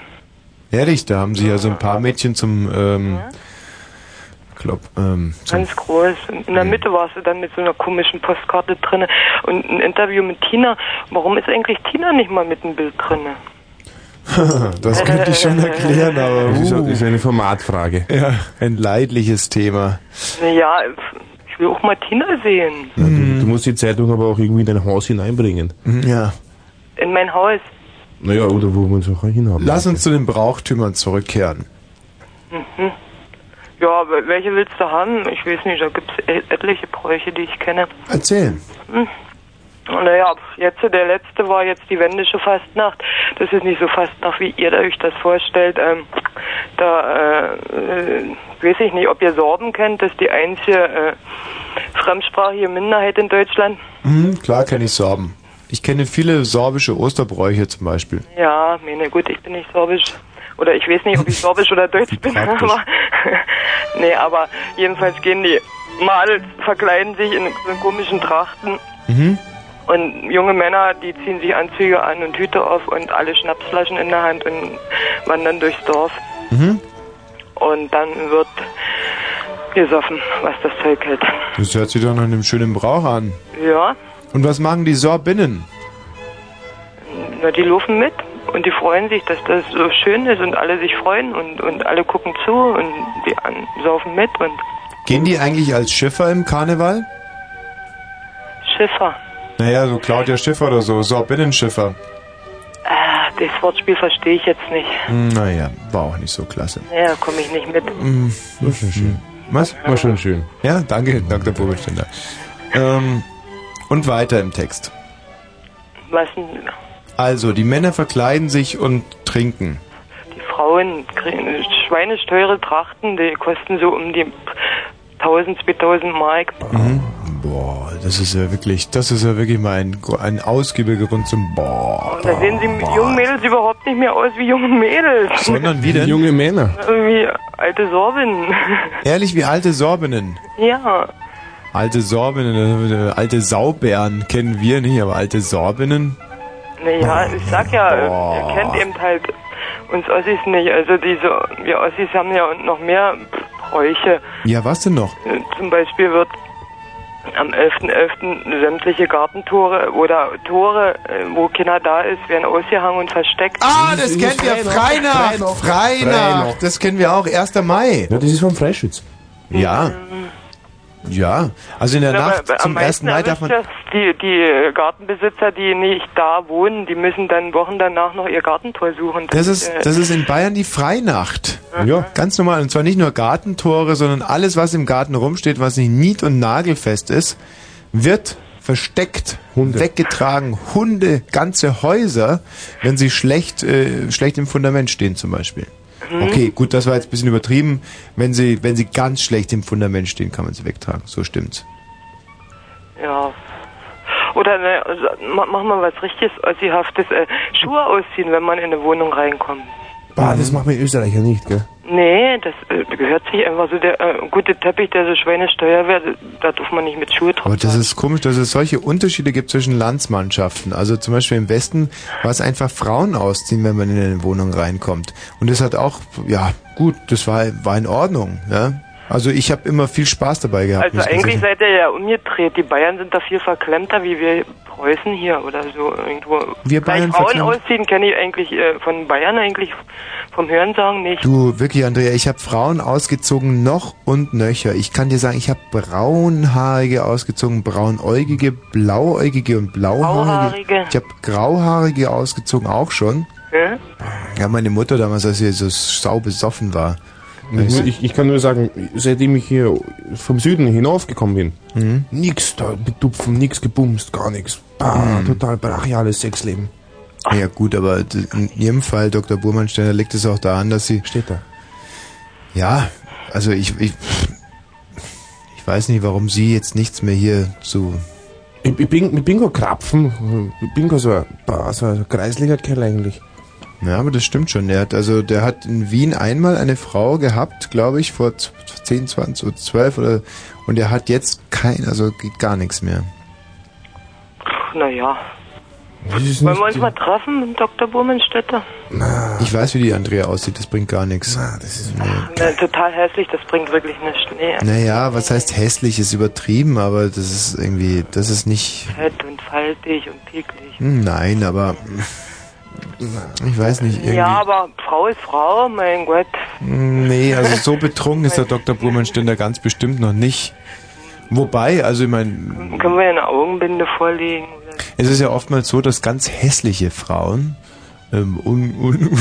Speaker 1: Ehrlich, da haben sie ja so ein paar Mädchen zum ähm, glaube, ähm, so
Speaker 19: Ganz groß. In der Mitte warst du dann mit so einer komischen Postkarte drinne und ein Interview mit Tina. Warum ist eigentlich Tina nicht mal mit dem Bild drinne?
Speaker 1: das könnte ich schon erklären, aber. uh.
Speaker 8: Das ist-
Speaker 1: ist eine Formatfrage. Ja, ein leidliches Thema.
Speaker 19: Naja, Also, ich will auch mal Tina sehen.
Speaker 8: Ja, du, du musst die Zeitung aber auch irgendwie in dein Haus hineinbringen.
Speaker 1: Ja.
Speaker 19: In mein Haus.
Speaker 8: Naja, oder wo wir uns auch hinhaben.
Speaker 1: Lass uns zu den Brauchtümern zurückkehren.
Speaker 19: Mhm. Ja, aber welche willst du haben? Ich weiß nicht, da gibt's et etliche Bräuche, die ich kenne.
Speaker 1: Erzählen.
Speaker 19: Hm. Naja, jetzt der letzte war jetzt die wendische Fastnacht. Das ist nicht so Fastnacht, wie ihr euch das vorstellt. Ähm, da äh, äh, weiß ich nicht, ob ihr Sorben kennt. Das ist die einzige äh, fremdsprachige Minderheit in Deutschland.
Speaker 1: Mhm, klar kenne ich Sorben. Ich kenne viele sorbische Osterbräuche zum Beispiel.
Speaker 19: Ja, meine gut, ich bin nicht sorbisch. Oder ich weiß nicht, ob ich sorbisch oder deutsch bin.
Speaker 1: praktisch.
Speaker 19: Aber, nee, aber jedenfalls gehen die Madels, verkleiden sich in so komischen Trachten.
Speaker 1: Mhm.
Speaker 19: Und junge Männer, die ziehen sich Anzüge an und Hüte auf und alle Schnapsflaschen in der Hand und wandern durchs Dorf.
Speaker 1: Mhm.
Speaker 19: Und dann wird gesoffen, was das Zeug hält.
Speaker 1: Das hört sich doch nach einem schönen Brauch an.
Speaker 19: Ja,
Speaker 1: Und was machen die Sorbinnen?
Speaker 19: na, die laufen mit und die freuen sich, dass das so schön ist und alle sich freuen und, und alle gucken zu und die an, saufen mit und
Speaker 1: Gehen die eigentlich als Schiffer im Karneval?
Speaker 19: Schiffer.
Speaker 1: Naja, so Claudia Schiffer oder so, Sorbinnen-Schiffer.
Speaker 19: Ah, das Wortspiel verstehe ich jetzt nicht.
Speaker 1: Hm, Naja, war auch nicht so klasse.
Speaker 19: Naja, komme ich nicht mit.
Speaker 1: Hm, War schon schön. Was? War schon schön. Ja, danke, Dr. Bobelständer. Ähm, und weiter im Text.
Speaker 19: Was denn?
Speaker 1: Also, die Männer verkleiden sich und trinken.
Speaker 19: Die Frauen kriegen schweineteure Trachten, die kosten so um die 1000, 2000 Mark.
Speaker 1: Mhm. Boah, das ist ja wirklich, das ist ja wirklich mal ein, ein ausgiebiger Grund zum Boah.
Speaker 19: Da sehen sie mit jungen Mädels überhaupt nicht mehr aus wie junge Mädels. Also
Speaker 1: Sondern wie denn? Junge Männer.
Speaker 19: Wie alte Sorben.
Speaker 1: Ehrlich, wie alte Sorbinnen.
Speaker 19: ja.
Speaker 1: Alte Sorbinnen, äh, alte Saubären kennen wir nicht, aber alte Sorbinnen.
Speaker 19: Naja, ich sag ja,
Speaker 1: Boah.
Speaker 19: ihr kennt eben halt uns Ossis nicht. Also diese, wir Ossis haben ja und noch mehr Bräuche.
Speaker 1: Ja, was denn noch?
Speaker 19: Äh, Zum Beispiel wird am 11.11. sämtliche Gartentore oder Tore, äh, wo Kinder da ist, werden ausgehangen und versteckt.
Speaker 1: Ah, das kennt ihr, Freinacht. Freinacht. Das kennen wir auch, 1. Mai. Ja, das ist vom Freischütz. Ja. Ja, also in der
Speaker 19: Ja,
Speaker 1: Nacht
Speaker 19: aber am
Speaker 1: zum 1.
Speaker 19: meisten
Speaker 1: Mai darf man...
Speaker 19: erwischt das Die, die Gartenbesitzer, die nicht da wohnen, die müssen dann Wochen danach noch ihr Gartentor suchen.
Speaker 1: Das ist,
Speaker 19: äh,
Speaker 1: das ist in Bayern die Freinacht. Ja. Ganz normal. Und zwar nicht nur Gartentore, sondern alles, was im Garten rumsteht, was nicht nied- und nagelfest ist, wird versteckt, weggetragen. Hunde, ganze Häuser, wenn sie schlecht, äh, schlecht im Fundament stehen zum Beispiel.
Speaker 8: Mhm.
Speaker 1: Okay, gut, das war jetzt ein bisschen übertrieben. Wenn sie, wenn sie ganz schlecht im Fundament stehen, kann man sie wegtragen. So stimmt's.
Speaker 19: Ja. Oder ne, also, ma- mach mal was richtiges Ossihaftes. Äh, Schuhe ausziehen, wenn man in eine Wohnung reinkommt.
Speaker 8: Bah, Ah, das machen wir Österreicher nicht, gell?
Speaker 19: Nee, das äh, gehört sich einfach so. Der äh, gute Teppich, der so schweinesteuer wäre, da darf man nicht mit Schuhe drauf.
Speaker 1: Aber das ist komisch, dass es solche Unterschiede gibt zwischen Landsmannschaften. Also zum Beispiel im Westen war es einfach Frauen ausziehen, wenn man in eine Wohnung reinkommt. Und das hat auch, ja, gut, das war, war in Ordnung. Ja? Also ich habe immer viel Spaß dabei gehabt.
Speaker 19: Also
Speaker 1: muss man
Speaker 19: eigentlich
Speaker 1: sagen.
Speaker 19: seid ihr ja umgedreht. Die Bayern sind da viel verklemmter, wie wir Preußen hier oder so irgendwo.
Speaker 1: Wir
Speaker 19: Gleich
Speaker 1: Bayern
Speaker 19: Frauen
Speaker 1: verklemmt.
Speaker 19: ausziehen kenne ich eigentlich äh, von Bayern eigentlich vom Hörensagen nicht.
Speaker 1: Du, wirklich, Andrea, ich habe Frauen ausgezogen, noch und nöcher. Ich kann dir sagen, ich habe braunhaarige ausgezogen, braunäugige, blauäugige und blauhaarige.
Speaker 19: Grauhaarige.
Speaker 1: Ich habe grauhaarige ausgezogen, auch schon.
Speaker 19: Ja?
Speaker 1: Ja, meine Mutter damals, als sie so saubesoffen war.
Speaker 8: Ich, Mhm. ich, ich kann nur sagen, seitdem ich hier vom Süden hinaufgekommen bin, Mhm. nix da betupfen, nix gebumst, gar nichts. Bah, total brachiales Sexleben.
Speaker 1: Ja gut, aber d- in Ihrem Fall, Dr. Burmannsteiner, liegt es auch daran, dass Sie... Steht da. Ja, also ich, ich... Ich weiß nicht, warum Sie jetzt nichts mehr hier zu...
Speaker 8: Ich, ich, bin, ich bin kein Krapfen, ich bin kein so ein, bah, so ein kreislicher Kerl eigentlich.
Speaker 1: Ja, aber das stimmt schon. Der hat, also der hat in Wien einmal eine Frau gehabt, glaube ich, vor z- 10, 20 oder 12 oder... Und er hat jetzt kein... Also geht gar nichts mehr.
Speaker 19: Naja.
Speaker 1: Das ist
Speaker 19: Wollen wir uns
Speaker 1: nicht-
Speaker 19: mal treffen, Dr. Burmenstädter?
Speaker 1: Ich weiß, wie die Andrea aussieht, das bringt gar nichts. Nee.
Speaker 19: Ne, total hässlich, das bringt wirklich nichts. Nee,
Speaker 1: Naja, was heißt hässlich, ist übertrieben, aber das ist irgendwie, das ist nicht.
Speaker 19: fett und faltig und pieklich.
Speaker 1: Hm, Nein, aber. Ich weiß nicht, irgendwie.
Speaker 19: Ja, aber Frau ist Frau, mein Gott.
Speaker 1: Nee, also so betrunken ist der Dr. Blumenständer ganz bestimmt noch nicht. Wobei, also ich meine,
Speaker 19: Können wir ihr eine Augenbinde vorlegen?
Speaker 1: es ist ja oftmals so, dass ganz hässliche Frauen ähm, un, un,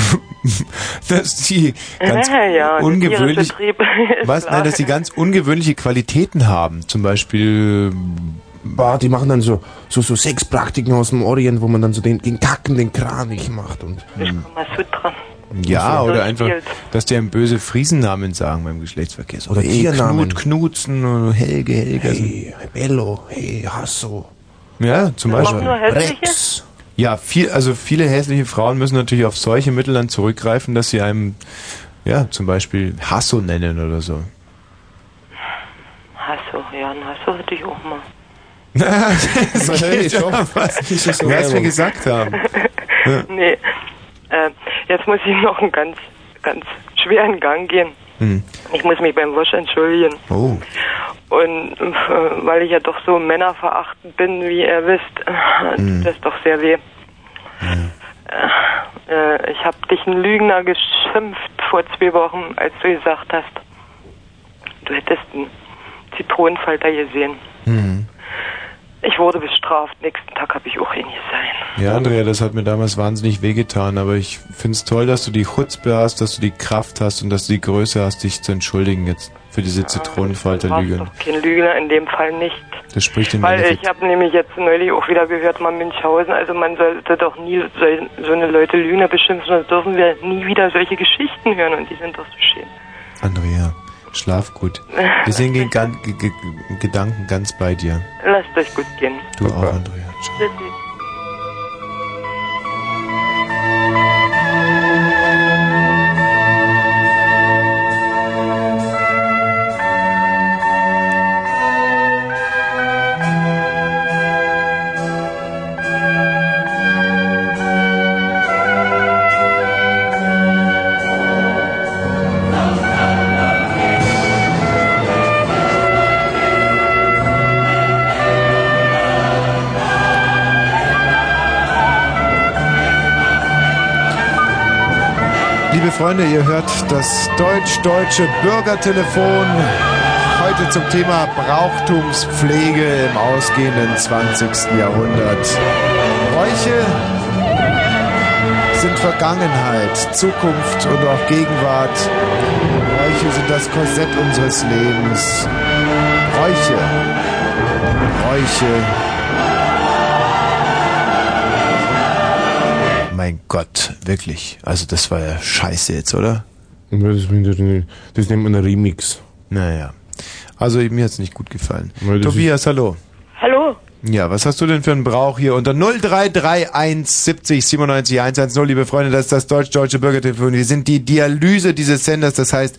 Speaker 1: dass die ganz
Speaker 19: Ja, ja, der
Speaker 1: ungewöhnlich
Speaker 19: tierische Trieb ist
Speaker 1: was nein,
Speaker 19: klar.
Speaker 1: dass die ganz ungewöhnliche Qualitäten haben, zum Beispiel
Speaker 8: Bah, die machen dann so, so, so Sexpraktiken aus dem Orient, wo man dann so den, den Kacken, den Kranich macht und.
Speaker 19: Masutra.
Speaker 1: ja
Speaker 8: So
Speaker 1: oder einfach,
Speaker 8: spielt.
Speaker 1: dass die einem böse Friesennamen sagen beim Geschlechtsverkehr
Speaker 8: Oder Tiernamen.
Speaker 1: Knut, Knutzen, oder Helge, Helge, hey,
Speaker 8: Bello, hey, Hasso.
Speaker 1: ja zum
Speaker 8: Machen
Speaker 1: Beispiel
Speaker 8: nur hässliche? Rex.
Speaker 1: Ja, viel, also viele hässliche Frauen müssen natürlich auf solche Mittel dann zurückgreifen, dass sie einem, ja, zum Beispiel Hasso nennen oder so.
Speaker 19: Hasso, ja, einen Hasso hätte ich auch mal.
Speaker 1: das
Speaker 19: Das
Speaker 1: geht
Speaker 19: ist
Speaker 1: schon
Speaker 19: doch-
Speaker 1: fast.
Speaker 19: das ist doch
Speaker 1: Was wir
Speaker 19: Werbung.
Speaker 1: gesagt haben. Ähm, Ja.
Speaker 19: Nee. Äh, jetzt muss ich noch einen ganz, ganz schweren Gang gehen.
Speaker 1: Hm.
Speaker 19: Ich muss mich beim Wosch entschuldigen.
Speaker 1: Oh.
Speaker 19: Und äh, weil ich ja doch so männerverachtend bin, wie ihr wisst, äh, tut
Speaker 1: Hm.
Speaker 19: das doch sehr weh. Äh, äh, ich habe dich einen Lügner geschimpft vor zwei Wochen, als du gesagt hast, du hättest einen Zitronenfalter gesehen.
Speaker 1: Hm.
Speaker 19: Ich wurde bestraft. Nächsten Tag habe ich auch ihn gesehen.
Speaker 1: Ja, Andrea, das hat mir damals wahnsinnig wehgetan, aber ich find's toll, dass du die Chutzpe hast, dass du die Kraft hast und dass du die Größe hast, dich zu entschuldigen jetzt für diese Zitronenfalterlüge.
Speaker 19: Kein Lügner in dem Fall nicht.
Speaker 1: Das spricht im
Speaker 19: Weil
Speaker 1: Endeffekt.
Speaker 19: ich habe nämlich jetzt neulich auch wieder gehört, man Münchhausen, also man sollte doch nie so, so eine Leute Lügner beschimpfen, sonst dürfen wir nie wieder solche Geschichten hören und die sind doch so schön.
Speaker 1: Andrea, Oh schlaf gut. Wir sind in gan- ge- ge- Gedanken ganz bei dir.
Speaker 19: Lasst euch gut gehen.
Speaker 1: Du auch, Andrea.
Speaker 19: Tschüssi.
Speaker 1: Liebe Freunde, ihr hört das deutsch-deutsche Bürgertelefon heute zum Thema Brauchtumspflege im ausgehenden 20. Jahrhundert. Bräuche sind Vergangenheit, Zukunft und auch Gegenwart. Bräuche sind das Korsett unseres Lebens. Bräuche. Bräuche. Mein Gott, wirklich. Also das war ja scheiße jetzt, oder?
Speaker 8: Das, das nennt man ein Remix.
Speaker 1: Naja. Also mir hat's nicht gut gefallen.
Speaker 8: das
Speaker 1: Tobias, hallo.
Speaker 20: Hallo,
Speaker 1: Ja, was hast du denn für einen Brauch hier unter 0331 70 97 110, liebe Freunde, das ist das deutsch-deutsche Bürgertelefon. Wir sind die Dialyse dieses Senders, das heißt,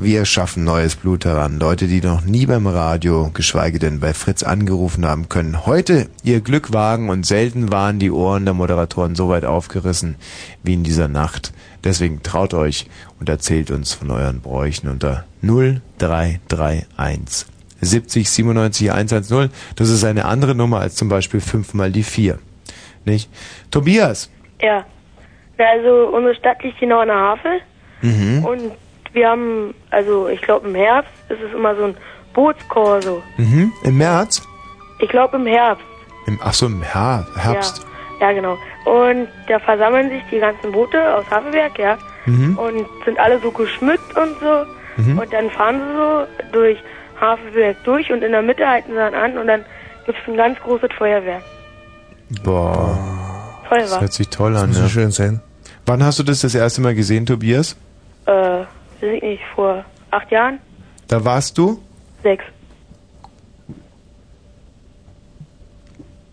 Speaker 1: wir schaffen neues Blut heran. Leute, die noch nie beim Radio, geschweige denn bei Fritz angerufen haben, können heute ihr Glück wagen und selten waren die Ohren der Moderatoren so weit aufgerissen wie in dieser Nacht. Deswegen traut euch und erzählt uns von euren Bräuchen unter 0331 70 97 110. Das ist eine andere Nummer als zum Beispiel 5 mal die 4. Nicht? Tobias.
Speaker 20: ja. Na, also unsere Stadt liegt genau an der Havel
Speaker 1: Mhm.
Speaker 20: und wir haben, also ich glaube im Herbst ist es immer so ein Bootskorso.
Speaker 1: Mhm. Im März?
Speaker 20: Ich glaube im Herbst.
Speaker 1: Im, ach so, im Her Herbst.
Speaker 20: Ja. ja, genau. Und da versammeln sich die ganzen Boote aus Havelberg, ja,
Speaker 1: Mhm.
Speaker 20: und sind alle so geschmückt und so.
Speaker 1: Mhm.
Speaker 20: Und dann fahren sie so durch Havelberg durch und in der Mitte halten sie dann an und dann gibt es ein ganz großes Feuerwerk.
Speaker 1: Boah.
Speaker 20: Voll
Speaker 1: Das
Speaker 20: war.
Speaker 1: hört sich toll an.
Speaker 8: muss
Speaker 1: ja.
Speaker 8: so schön sein.
Speaker 1: Wann hast du das das erste Mal gesehen, Tobias?
Speaker 20: Äh, weiß ich nicht, vor acht Jahren?
Speaker 1: Da warst du?
Speaker 20: Sechs.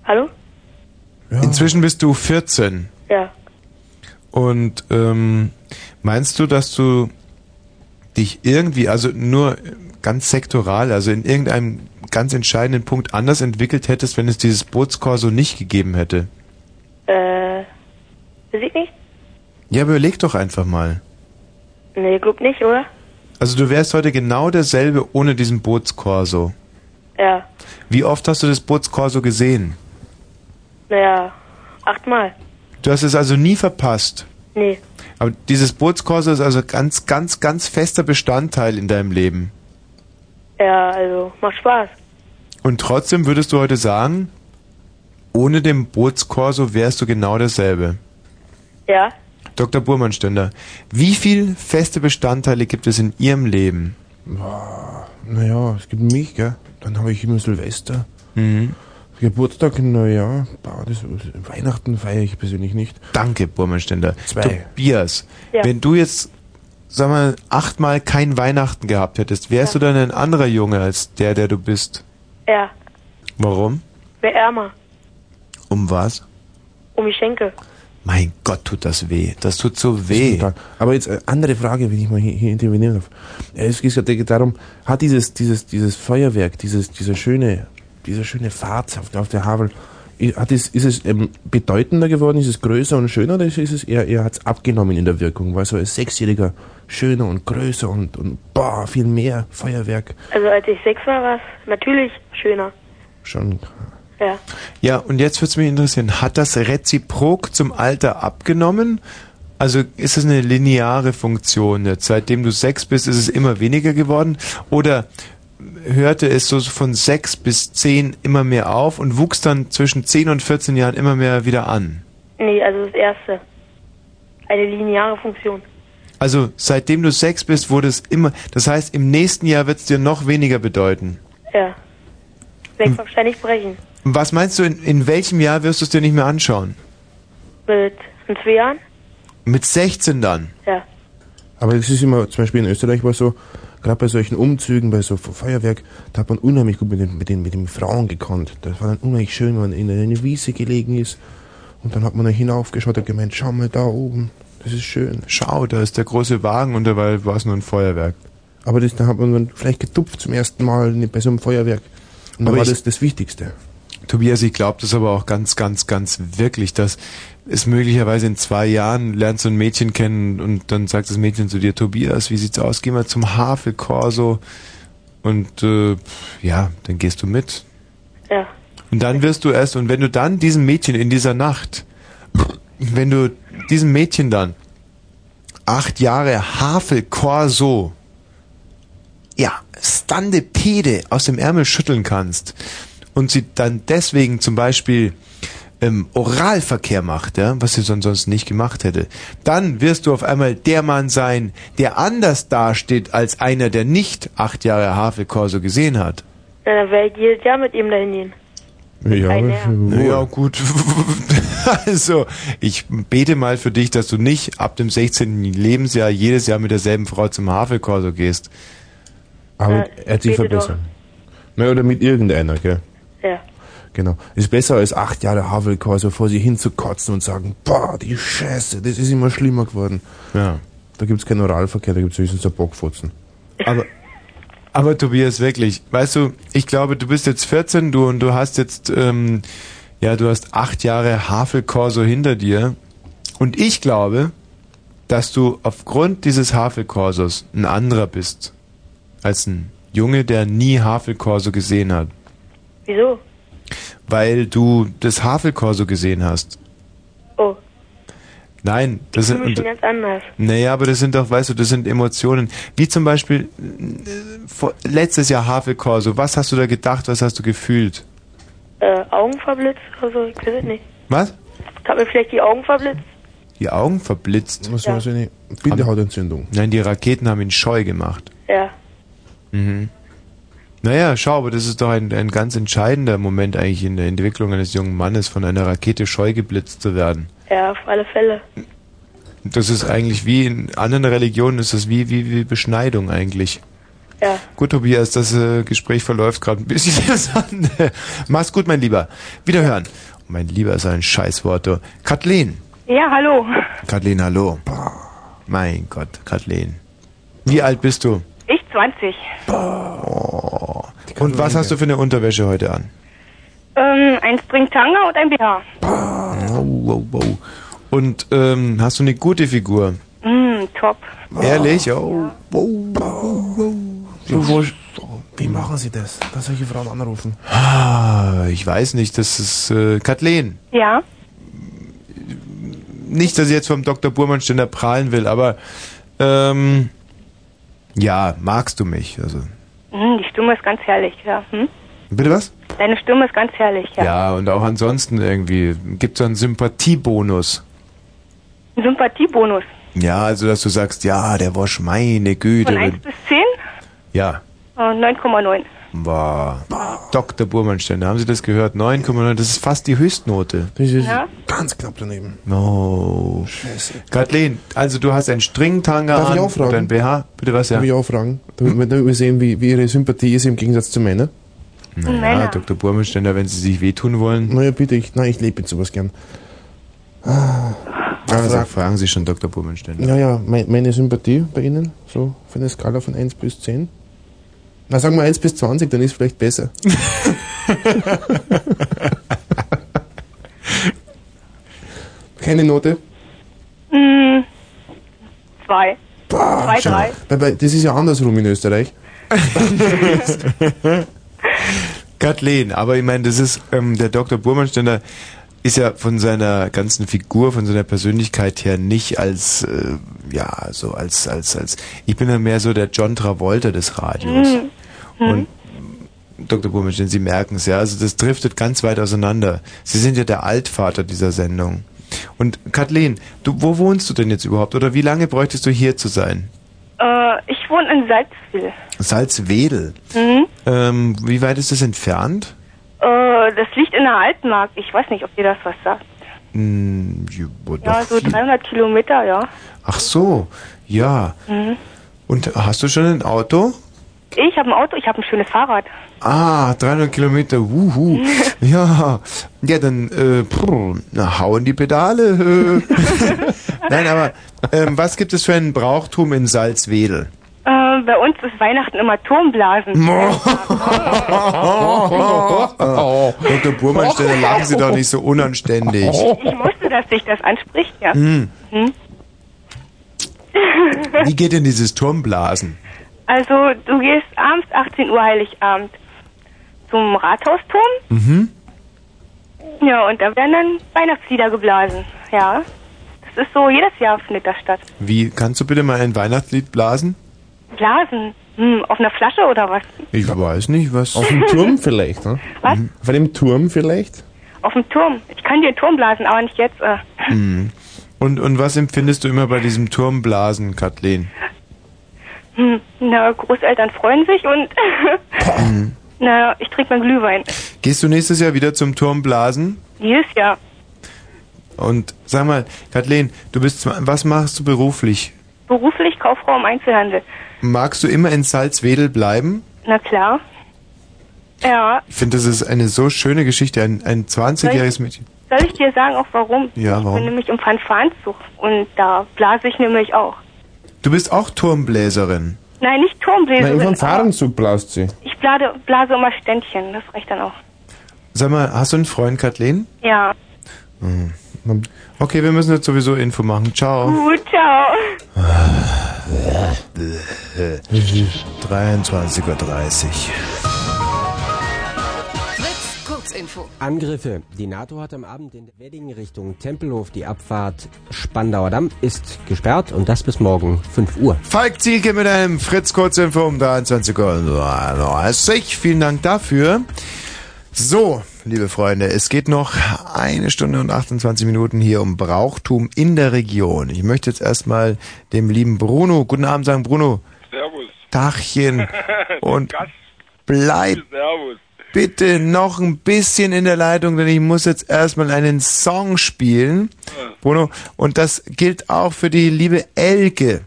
Speaker 20: Hallo?
Speaker 1: Inzwischen bist du 14.
Speaker 20: Ja.
Speaker 1: Und ähm, meinst du, dass du dich irgendwie, also nur ganz sektoral, also in irgendeinem ganz entscheidenden Punkt anders entwickelt hättest, wenn es dieses Bootskorso nicht gegeben hätte?
Speaker 20: Äh, weiß ich nicht?
Speaker 1: Ja, aber überleg doch einfach mal.
Speaker 20: Nee, glaub nicht, oder?
Speaker 1: Also du wärst heute genau derselbe ohne diesen Bootskorso.
Speaker 20: Ja.
Speaker 1: Wie oft hast du das Bootskorso gesehen?
Speaker 20: Naja, achtmal.
Speaker 1: Du hast es also nie verpasst.
Speaker 20: Nee.
Speaker 1: Aber dieses Bootskorso ist also ganz, ganz, ganz fester Bestandteil in deinem Leben.
Speaker 20: Ja, also, macht Spaß.
Speaker 1: Und trotzdem würdest du heute sagen, ohne den Bootskorso wärst du genau derselbe.
Speaker 20: Ja?
Speaker 1: Dr. Burmannständer, wie viel feste Bestandteile gibt es in Ihrem Leben?
Speaker 8: Naja, es gibt mich, gell? Dann habe ich immer Silvester.
Speaker 1: Mhm.
Speaker 8: Geburtstag, naja, das, Weihnachten feiere ich persönlich nicht.
Speaker 1: Danke, Burmannständer.
Speaker 8: Zwei.
Speaker 1: Tobias,
Speaker 8: Ja.
Speaker 1: wenn du jetzt, sag mal, achtmal kein Weihnachten gehabt hättest, wärst du dann ein anderer Junge als der, der du bist?
Speaker 20: Ja,
Speaker 1: Warum?
Speaker 20: wär ärmer.
Speaker 1: Um was?
Speaker 20: Um Geschenke.
Speaker 1: Mein Gott, tut das weh. Das tut so weh.
Speaker 8: Aber jetzt äh, andere Frage, wenn ich mal hier, hier intervenieren darf. Äh, Es geht ja darum, hat dieses, dieses, dieses Feuerwerk, dieses, dieser schöne, dieser schöne Fahrt auf, der- auf der Havel, i- hat es, ist es ähm, bedeutender geworden, ist es größer und schöner oder ist es eher, eher hat es abgenommen in der Wirkung? War so als Sechsjähriger schöner und größer und, und boah, viel mehr Feuerwerk
Speaker 20: Also, als ich sechs war, war es natürlich schöner.
Speaker 8: schon.
Speaker 20: Ja.
Speaker 1: Ja, und jetzt würde es mich interessieren, hat das reziprok zum Alter abgenommen? Also ist es eine lineare Funktion jetzt? Seitdem du sechs bist, ist es immer weniger geworden? Oder hörte es so von sechs bis zehn immer mehr auf und wuchs dann zwischen zehn und 14 Jahren immer mehr wieder an?
Speaker 20: Nee, also das erste. Eine lineare Funktion.
Speaker 1: Also seitdem du sechs bist, wurde es immer... Das heißt, im nächsten Jahr wird es dir noch weniger bedeuten.
Speaker 20: Ja. Werd ich wahrscheinlich brechen.
Speaker 1: Und Was meinst du, in, in welchem Jahr wirst du es dir nicht mehr anschauen?
Speaker 20: Mit in zwei Jahren?
Speaker 1: Mit 16 dann?
Speaker 20: Ja.
Speaker 8: Aber es ist immer, zum Beispiel in Österreich war es so, gerade bei solchen Umzügen, bei so Feuerwerk, da hat man unheimlich gut mit den, mit den, mit den Frauen gekonnt. Das war dann unheimlich schön, wenn man in eine Wiese gelegen ist. Und dann hat man da hinaufgeschaut und gemeint, schau mal da oben, das ist schön.
Speaker 1: Schau, da ist der große Wagen und dabei war es nur ein Feuerwerk.
Speaker 8: Aber das, da hat man dann vielleicht getupft zum ersten Mal bei so einem Feuerwerk. Und da
Speaker 1: Aber
Speaker 8: war
Speaker 1: ich-
Speaker 8: das das Wichtigste.
Speaker 1: Tobias, ich glaube das aber auch ganz, ganz, ganz wirklich, dass es möglicherweise in zwei Jahren lernst du ein Mädchen kennen und dann sagt das Mädchen zu dir, Tobias, wie sieht's aus? Geh mal zum Havelkorso und äh, pf, ja, dann gehst du mit.
Speaker 20: Ja.
Speaker 1: Und dann wirst du erst, und wenn du dann diesem Mädchen in dieser Nacht, wenn du diesem Mädchen dann acht Jahre Havelkorso, ja, Standepede aus dem Ärmel schütteln kannst und sie dann deswegen zum Beispiel ähm, Oralverkehr macht, ja, was sie son- sonst nicht gemacht hätte, dann wirst du auf einmal der Mann sein, der anders dasteht als einer, der nicht acht Jahre Havelkorso gesehen hat.
Speaker 20: Na, dann werde ich jedes Jahr mit ihm dahin gehen.
Speaker 8: Ja,
Speaker 1: ja gut. Also, ich bete mal für dich, dass du nicht ab dem 16. Lebensjahr jedes Jahr mit derselben Frau zum Havelkorso gehst.
Speaker 8: Aber
Speaker 1: Äh,
Speaker 8: er hat sich
Speaker 1: bitte doch.
Speaker 8: verbessert. Naja, oder mit irgendeiner, gell?
Speaker 20: Ja.
Speaker 8: Genau. Ist besser als acht Jahre Havelkorso vor sich hin zu kotzen und sagen, boah, die Scheiße, das ist immer schlimmer geworden.
Speaker 1: Ja.
Speaker 8: Da gibt's keinen Oralverkehr, da gibt's höchstens ein Bockfotzen.
Speaker 1: Aber, aber Tobias, wirklich, weißt du, ich glaube, du bist jetzt 14, du und du hast jetzt, ähm, ja, du hast acht Jahre Havelkorso hinter dir. Und ich glaube, dass du aufgrund dieses Havelkorsos ein anderer bist als ein Junge, der nie Havelkorso gesehen hat.
Speaker 20: Wieso?
Speaker 1: weil du das Havelkorso gesehen hast.
Speaker 20: Oh.
Speaker 1: Nein, das
Speaker 20: ich
Speaker 1: sind.
Speaker 20: fühle mich
Speaker 1: Und,
Speaker 20: schon ganz anders.
Speaker 1: naja, aber das sind doch, weißt du, das sind Emotionen. Wie zum Beispiel äh, vor, letztes Jahr Havelkorso. Was hast du da gedacht? Was hast du gefühlt?
Speaker 20: Äh, Augen verblitzt oder so, ich weiß es nicht.
Speaker 1: Was?
Speaker 20: Ich hab mir vielleicht die Augen verblitzt.
Speaker 1: Die Augen verblitzt.
Speaker 8: Was war so eine Bindehautentzündung?
Speaker 1: Nein, die Raketen haben ihn scheu gemacht.
Speaker 20: Ja.
Speaker 1: Mhm. Naja, schau, aber das ist doch ein, ein ganz entscheidender Moment eigentlich in der Entwicklung eines jungen Mannes, von einer Rakete scheu geblitzt zu werden.
Speaker 20: Ja, auf alle Fälle.
Speaker 1: Das ist eigentlich wie in anderen Religionen, ist das wie, wie, wie Beschneidung eigentlich.
Speaker 20: Ja.
Speaker 1: Gut, Tobias, das äh, Gespräch verläuft gerade ein bisschen interessant. Mach's gut, mein Lieber. Wiederhören. Und mein Lieber ist ein Scheißwort. du. Kathleen.
Speaker 21: Ja, hallo.
Speaker 1: Kathleen, hallo. Mein Gott, Kathleen. Wie alt bist du?
Speaker 21: Ich 20.
Speaker 1: Oh. Und was hast du für eine Unterwäsche heute an?
Speaker 21: Ähm, ein Stringtanga und ein BH.
Speaker 1: Wow, wow, wow. Und ähm, hast du eine gute Figur?
Speaker 4: Mm, top.
Speaker 1: Ehrlich? Oh. Wow,
Speaker 8: wow, wow. Wie machen Sie das, dass solche Frauen anrufen?
Speaker 1: Ah, Ich weiß nicht, das ist äh, Kathleen.
Speaker 4: Ja?
Speaker 1: Nicht, dass ich jetzt vom Dr. Burmannständer prahlen will, aber ähm, ja, magst du mich? Also,
Speaker 4: Hm, die Stimme ist ganz herrlich, ja. Hm?
Speaker 1: bitte was?
Speaker 4: Deine Stimme ist ganz herrlich, ja.
Speaker 1: Ja, und auch ansonsten irgendwie gibt es einen Sympathiebonus.
Speaker 4: Ein Sympathiebonus.
Speaker 1: Ja, also dass du sagst, ja, der Wosch, meine
Speaker 4: Von
Speaker 1: Güte.
Speaker 4: 1 bis 10?
Speaker 1: Ja,
Speaker 4: Äh, 9,9.
Speaker 1: war Dr. Burmannständer, haben Sie das gehört? 9,9, das ist fast die Höchstnote.
Speaker 4: Ja?
Speaker 8: Ganz knapp daneben.
Speaker 1: No. Scheiße. Kathleen, also du hast einen Stringtanga
Speaker 8: Darf
Speaker 1: an
Speaker 8: ich auch fragen?
Speaker 1: und ein BH. Bitte was, ja?
Speaker 8: Darf ich auch fragen? Damit damit wir sehen, wie, wie Ihre Sympathie ist im Gegensatz zu meiner.
Speaker 1: Naja, Dr. Burmannständer, wenn Sie sich wehtun wollen.
Speaker 8: Naja, bitte, ich, nein, ich lebe mit sowas gern. Ah.
Speaker 1: Ah,
Speaker 8: Frag-
Speaker 1: sag, fragen Sie schon Dr. Burmannständer.
Speaker 8: Ja, ja, mein, meine Sympathie bei Ihnen, so von der Skala von 1 bis 10. Na, sagen wir 1 bis 20, dann ist vielleicht besser. Keine Note.
Speaker 4: Mm, zwei. zwei, drei.
Speaker 8: Dabei, das ist ja andersrum in Österreich.
Speaker 1: Kathleen, aber ich meine, das ist, ähm, der Dr. Burmannständer ist ja von seiner ganzen Figur, von seiner Persönlichkeit her nicht als, äh, ja, so als, als, als, ich bin ja mehr so der John Travolta des Radios.
Speaker 21: Mhm.
Speaker 4: Hm.
Speaker 5: Mhm.
Speaker 4: Hm.
Speaker 1: Und Dr. Burmannstein, Sie merken es ja, also das driftet ganz weit auseinander. Sie sind ja der Altvater dieser Sendung. Und Kathleen, du, wo wohnst du denn jetzt überhaupt oder wie lange bräuchtest du hier zu sein?
Speaker 4: Äh, ich wohne in Salzwil.
Speaker 1: Salzwedel.
Speaker 4: Mhm.
Speaker 1: Ähm, wie weit ist das entfernt?
Speaker 4: Äh, das liegt in der Altmark. Ich weiß nicht, ob dir das was sagt.
Speaker 1: Hm, ja, boah,
Speaker 4: Ja,
Speaker 1: doch
Speaker 4: so
Speaker 1: viel.
Speaker 4: 300 Kilometer, ja.
Speaker 1: Ach so, ja.
Speaker 4: Mhm.
Speaker 1: Und äh, hast du schon ein Auto?
Speaker 4: Ich habe ein Auto, ich habe ein schönes Fahrrad.
Speaker 1: Ah, 300 Kilometer, wuhu. Ja, ja, dann äh, prr, na, hauen die Pedale. Nein, aber ähm, was gibt es für einen Brauchtum in Salzwedel?
Speaker 4: Äh, bei uns ist Weihnachten immer Turmblasen. Äh,
Speaker 1: Äh, Dr. Burmannstelle, lachen Sie doch nicht so unanständig.
Speaker 4: Ich wusste, dass dich das anspricht, ja.
Speaker 1: Hm.
Speaker 4: Hm.
Speaker 1: Wie geht denn dieses Turmblasen?
Speaker 4: Also, du gehst abends, 18 Uhr Heiligabend, zum Rathausturm.
Speaker 1: Mhm.
Speaker 4: Ja, und da werden dann Weihnachtslieder geblasen. Ja. Das ist so, jedes Jahr findet das statt.
Speaker 1: Wie, kannst du bitte mal ein Weihnachtslied blasen?
Speaker 4: Blasen. Hm, auf einer Flasche oder was?
Speaker 1: Ich weiß nicht, was.
Speaker 8: Auf dem Turm vielleicht, ne?
Speaker 4: Was?
Speaker 8: Auf einem Turm vielleicht?
Speaker 4: Auf dem Turm. Ich kann dir einen Turm blasen, aber nicht jetzt. Äh.
Speaker 1: Hm. Und, und was empfindest du immer bei diesem Turmblasen, Kathleen?
Speaker 4: Hm, na, Großeltern freuen sich und,
Speaker 8: Hm.
Speaker 4: na, ich trinke meinen Glühwein.
Speaker 1: Gehst du nächstes Jahr wieder zum Turmblasen?
Speaker 4: Jedes Jahr.
Speaker 1: Und sag mal, Kathleen, du bist, zwa- was machst du beruflich?
Speaker 4: Beruflich Kauffrau im Einzelhandel.
Speaker 1: Magst du immer in Salzwedel bleiben?
Speaker 4: Na klar. Ja,
Speaker 1: Ich finde, das ist eine so schöne Geschichte. Ein, ein 20-jähriges Mädchen.
Speaker 4: soll ich dir sagen auch warum?
Speaker 1: Ja,
Speaker 4: Ich bin
Speaker 1: warum?
Speaker 4: nämlich im Fanfarenzug und da blase ich nämlich auch.
Speaker 1: Du bist auch Turmbläserin.
Speaker 4: Nein, nicht Turmbläserin.
Speaker 1: Fahrenzug blast sie.
Speaker 4: Ich blase, blase immer Ständchen, das reicht dann auch.
Speaker 1: Sag mal, hast du einen Freund, Kathleen?
Speaker 4: Ja.
Speaker 1: Hm. Okay, wir müssen jetzt sowieso Info machen. Ciao.
Speaker 4: Gut, ciao.
Speaker 1: 23.30 Uhr.
Speaker 11: Fritz, Kurzinfo.
Speaker 22: Angriffe.
Speaker 11: Die NATO hat am Abend in der Wedding Richtung Tempelhof die Abfahrt Spandauer Damm ist gesperrt und das bis morgen 5 Uhr.
Speaker 1: Falk Zielke mit einem Fritz Kurzinfo um 23.30 Uhr. Vielen Dank dafür. So, liebe Freunde, es geht noch eine Stunde und 28 Minuten hier um Brauchtum in der Region. Ich möchte jetzt erstmal dem lieben Bruno guten Abend sagen. Bruno,
Speaker 17: Servus.
Speaker 1: Tachchen und
Speaker 17: Gast.
Speaker 1: bleib
Speaker 17: Servus.
Speaker 1: bitte noch ein bisschen in der Leitung, denn ich muss jetzt erstmal einen Song spielen. Bruno, und das gilt auch für die liebe Elke.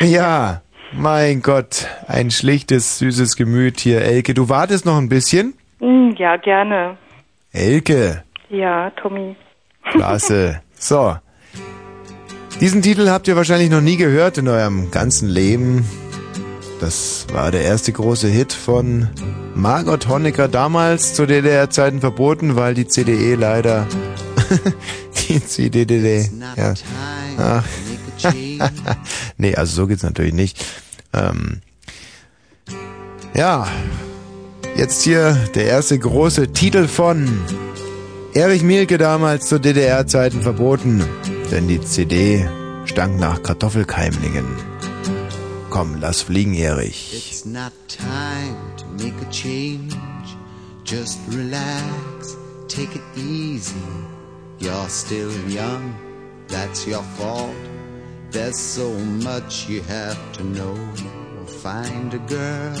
Speaker 1: Ja, mein Gott, ein schlichtes, süßes Gemüt hier, Elke. Du wartest noch ein bisschen?
Speaker 23: Hm, Ja, gerne.
Speaker 1: Elke,
Speaker 23: Ja, Tommy.
Speaker 1: klasse. So. Diesen Titel habt ihr wahrscheinlich noch nie gehört in eurem ganzen Leben. Das war der erste große Hit von Margot Honecker damals zu DDR-Zeiten verboten, weil die CDE E leider Dizididide. E, ja. Ach. nee, also so geht's natürlich nicht. Ähm. Ja. Jetzt hier der erste große Titel von Erich Mielke damals zu DDR-Zeiten verboten. Denn die CD stank nach Kartoffelkeimlingen. Komm, lass fliegen, Erich.
Speaker 16: It's not time to make a change. Just relax, take it easy. You're still young, that's your fault. There's so much you have to know. Find a girl,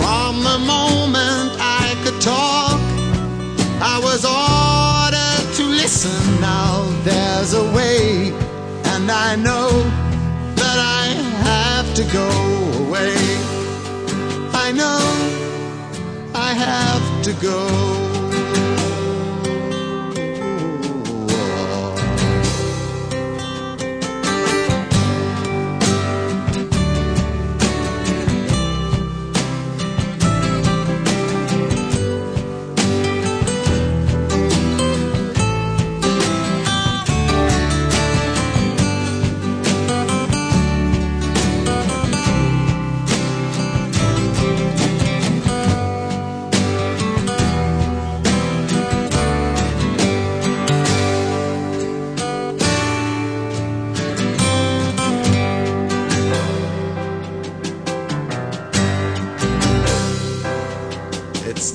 Speaker 21: From the moment I could talk, I was ordered to listen. Now there's a way, and I know that I have to go away. I know. I have to go.
Speaker 16: It's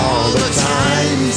Speaker 21: all the times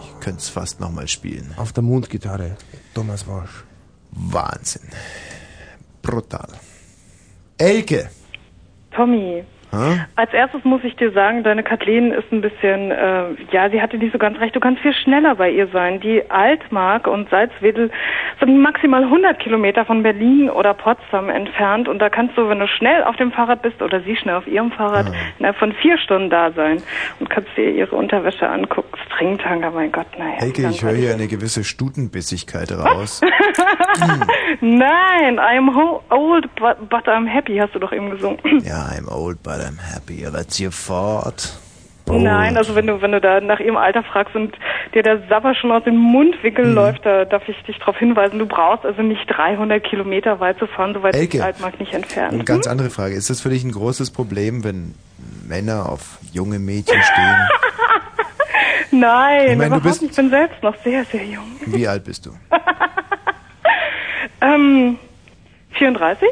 Speaker 1: Ich könnte es fast nochmal spielen.
Speaker 8: Auf der Mundgitarre. Thomas Walsh.
Speaker 1: Wahnsinn. Brutal. Elke.
Speaker 23: Tommy.
Speaker 1: Ha?
Speaker 23: Als erstes muss ich dir sagen, deine Kathleen ist ein bisschen, äh, ja, sie hatte nicht so ganz recht. Du kannst viel schneller bei ihr sein. Die Altmark und Salzwedel sind maximal 100 Kilometer von Berlin oder Potsdam entfernt. Und da kannst du, wenn du schnell auf dem Fahrrad bist oder sie schnell auf ihrem Fahrrad, innerhalb von vier Stunden da sein. Und kannst dir ihre Unterwäsche angucken. Stringtanger, mein Gott, naja.
Speaker 1: Elke, ich höre hier eine gewisse Stutenbissigkeit raus.
Speaker 23: Nein, I'm ho old, but, but I'm happy, hast du doch eben gesungen.
Speaker 1: ja, I'm old, but I'm happy. That's your fault.
Speaker 23: Nein, also wenn du, wenn du da nach ihrem Alter fragst und dir der Sapper schon aus dem
Speaker 1: Mhm.
Speaker 23: Mundwinkel läuft, da darf ich dich darauf hinweisen, du brauchst also nicht 300 Kilometer weit zu fahren, soweit
Speaker 1: Elke.
Speaker 23: die Altmark nicht Hm?
Speaker 1: Eine
Speaker 23: entfernt.
Speaker 1: ganz andere Frage. Ist das für dich ein großes Problem, wenn Männer auf junge Mädchen stehen?
Speaker 23: Nein,
Speaker 1: Ich meine, du
Speaker 23: überhaupt
Speaker 1: bist-
Speaker 23: nicht. Ich bin selbst noch sehr, sehr jung.
Speaker 1: Wie alt bist du?
Speaker 23: Ähm, 34?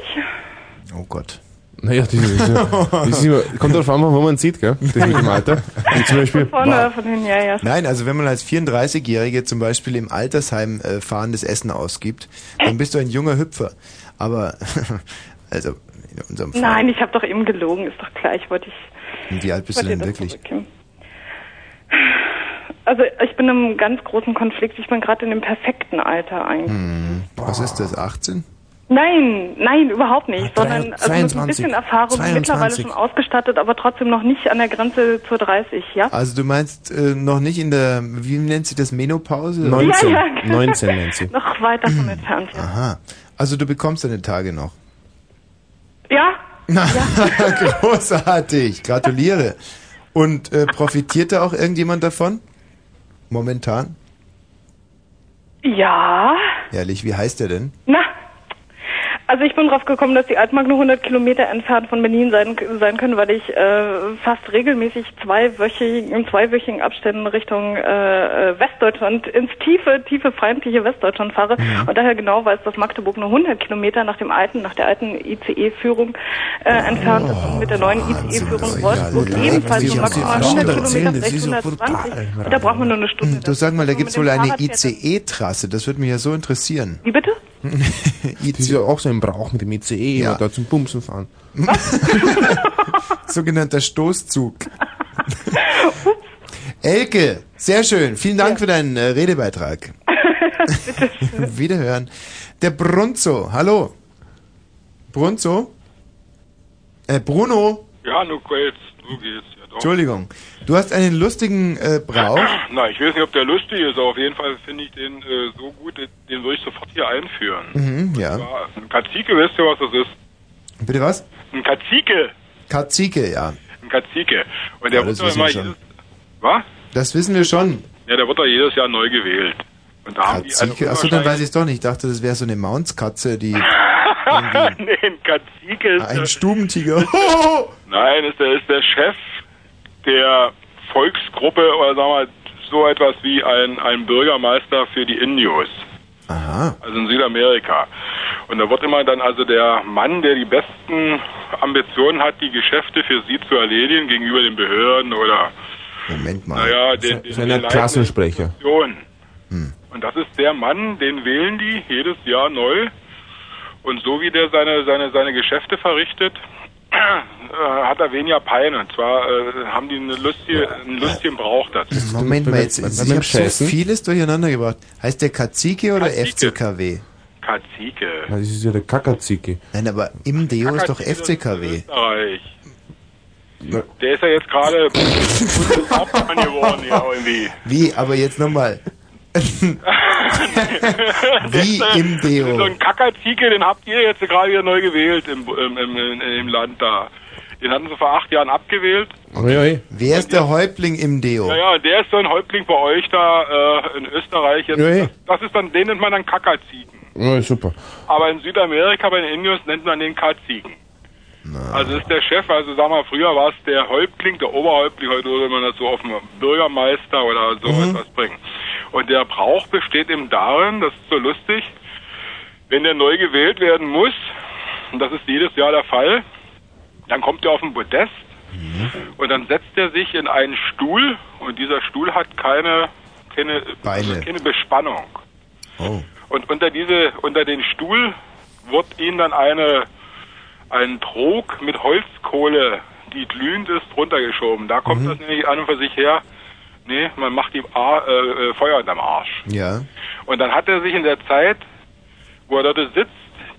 Speaker 1: Oh Gott.
Speaker 8: Naja, das ist, das ist, das ist immer, kommt drauf an, wo man sieht, gell? Das mit dem Alter. Wie zum Beispiel,
Speaker 23: Von vorne oder von hinten, ja, ja.
Speaker 1: Nein, also wenn man als 34-Jährige zum Beispiel im Altersheim äh, fahrendes Essen ausgibt, dann bist du ein junger Hüpfer. Aber, also in unserem Fall,
Speaker 23: Nein, ich habe doch eben gelogen, ist doch klar, ich wollte ich.
Speaker 1: wie alt bist du
Speaker 23: wollte
Speaker 1: denn
Speaker 23: das
Speaker 1: wirklich?
Speaker 23: zurückgeben. Also ich bin in einem ganz großen Konflikt, ich bin gerade in dem perfekten Alter eigentlich.
Speaker 1: Hm, was ist das, 18?
Speaker 23: Nein, nein, überhaupt nicht, sondern also mit ein
Speaker 1: 22,
Speaker 23: bisschen Erfahrung
Speaker 1: 22.
Speaker 23: mittlerweile schon ausgestattet, aber trotzdem noch nicht an der Grenze zur 30, ja?
Speaker 1: Also du meinst äh, noch nicht in der, wie nennt sie das, Menopause?
Speaker 23: 19. Ja, ja. genau.
Speaker 1: 19 nennt sie.
Speaker 23: Noch weit davon entfernt, ja.
Speaker 1: Aha, also du bekommst deine Tage noch.
Speaker 23: Ja,
Speaker 1: Na, großartig, gratuliere. Und äh, profitiert da auch irgendjemand davon? Momentan?
Speaker 23: ja.
Speaker 1: Ehrlich, wie heißt der denn?
Speaker 23: Na, also ich bin drauf gekommen, dass die Altmark nur 100 Kilometer entfernt von Berlin sein, sein können, weil ich äh, fast regelmäßig zweiwöchigen, in zweiwöchigen Abständen Richtung äh, äh, Westdeutschland, ins tiefe, tiefe feindliche Westdeutschland fahre und daher genau weiß, dass Magdeburg nur 100 Kilometer nach dem alten, nach der alten ICE-Führung äh, entfernt ist und mit der neuen ICE-Führung Wolfsburg ebenfalls nur maximal 100 Kilometer, vielleicht 120 und da braucht man nur eine Stunde.
Speaker 1: Du sag mal, da gibt es wohl
Speaker 23: dem
Speaker 1: eine
Speaker 23: Fahrrad fährt
Speaker 1: ICE-Trasse, das würde mich ja so interessieren.
Speaker 23: Wie bitte?
Speaker 1: Das ist ja auch so ein Brauch mit dem
Speaker 8: E
Speaker 1: ICE, ja. da zum Bumsen fahren. Sogenannter Stoßzug. Elke, sehr schön. Vielen Dank für deinen äh, Redebeitrag. Wiederhören. Der Brunzo, hallo. Brunzo? Äh, Bruno,
Speaker 24: Ja, nur geht's, nur geht's. Ja, doch.
Speaker 1: Entschuldigung. Du hast einen lustigen äh, Brauch.
Speaker 24: Na, ich weiß nicht, ob der lustig ist, aber auf jeden Fall finde ich den äh, so gut, den- den würde ich sofort hier einführen.
Speaker 1: Mhm, ja.
Speaker 24: Ja, Ein Kazike, wisst ihr, was das ist?
Speaker 1: Bitte was?
Speaker 24: Ein Kazike,
Speaker 1: Kazike, ja.
Speaker 24: ein Kazike. Und der
Speaker 1: Ja,
Speaker 24: wird
Speaker 1: das
Speaker 24: doch
Speaker 1: wissen
Speaker 24: immer
Speaker 1: wir
Speaker 24: jedes,
Speaker 1: schon.
Speaker 24: was?
Speaker 1: Das wissen wir schon.
Speaker 24: Ja, der wird doch jedes Jahr neu gewählt. Und da haben die also
Speaker 1: Kazike. Achso, dann weiß ich
Speaker 24: unwahrscheinlich-
Speaker 1: es doch nicht. Ich dachte, das wäre so eine Maunskatze, die.
Speaker 24: nee, ein Kazike ist
Speaker 1: Ein
Speaker 24: der-
Speaker 1: Stubentiger.
Speaker 24: Nein, ist der, ist der Chef der Volksgruppe oder sagen wir mal, so etwas wie ein, ein Bürgermeister für die Indios.
Speaker 1: Aha.
Speaker 24: Also in Südamerika. Und da wird immer dann also der Mann, der die besten Ambitionen hat, die Geschäfte für sie zu erledigen gegenüber den Behörden oder
Speaker 1: Moment mal.
Speaker 24: naja, den, den,
Speaker 8: so einer
Speaker 24: den
Speaker 8: Klassensprecher.
Speaker 24: Nationen. Und das ist der Mann, den wählen die jedes Jahr neu. Und so wie der seine, seine, seine Geschäfte verrichtet, äh, hat er weniger Peine. Und zwar äh, haben die eine lustige, einen lustigen Brauch dazu.
Speaker 1: Moment mal, jetzt, ich habe so vieles durcheinander gebracht. Heißt der Kazike oder FCKW?
Speaker 24: Kazike.
Speaker 1: Das ist ja der Kakazike. Nein, aber im Deo ist doch
Speaker 24: Kakazike, das
Speaker 1: FCKW.
Speaker 24: Österreich. Der ist ja jetzt gerade Hauptmann geworden, ja, irgendwie.
Speaker 1: Wie? Aber jetzt nochmal. Wie im Deo.
Speaker 24: So ein Kackerziekel, den habt ihr jetzt gerade wieder neu gewählt im, im, im, im, im Land da. Den hatten sie vor acht Jahren abgewählt.
Speaker 1: Wer ist der Häuptling im Deo?
Speaker 24: Naja, der ist so ein Häuptling bei euch da äh, in Österreich. Jetzt,
Speaker 8: Ja, ja.
Speaker 24: Das ist dann, den nennt man dann Kackerziegen.
Speaker 8: Ja, super.
Speaker 24: Aber in Südamerika bei den Indios nennt man den Katziegen. Also ist der Chef, also sag mal, früher war es der Häuptling, der Oberhäuptling, heute würde man das so auf den Bürgermeister oder so etwas bringen. Und der Brauch besteht eben darin, das ist so lustig, wenn der neu gewählt werden muss, und das ist jedes Jahr der Fall, dann kommt er auf den Podest und dann setzt er sich in einen Stuhl und dieser Stuhl hat keine, keine,
Speaker 1: Beine.
Speaker 24: keine Bespannung.
Speaker 1: Oh.
Speaker 24: Und unter diese, unter den Stuhl wird ihnen dann eine, ein Trog mit Holzkohle, die glühend ist, runtergeschoben. Da
Speaker 1: Mhm.
Speaker 24: kommt das nämlich an und für sich her. Nee, man macht ihm Ar äh, äh, Feuer unterm Arsch.
Speaker 1: Ja.
Speaker 24: Und dann hat er sich in der Zeit, wo er dort sitzt,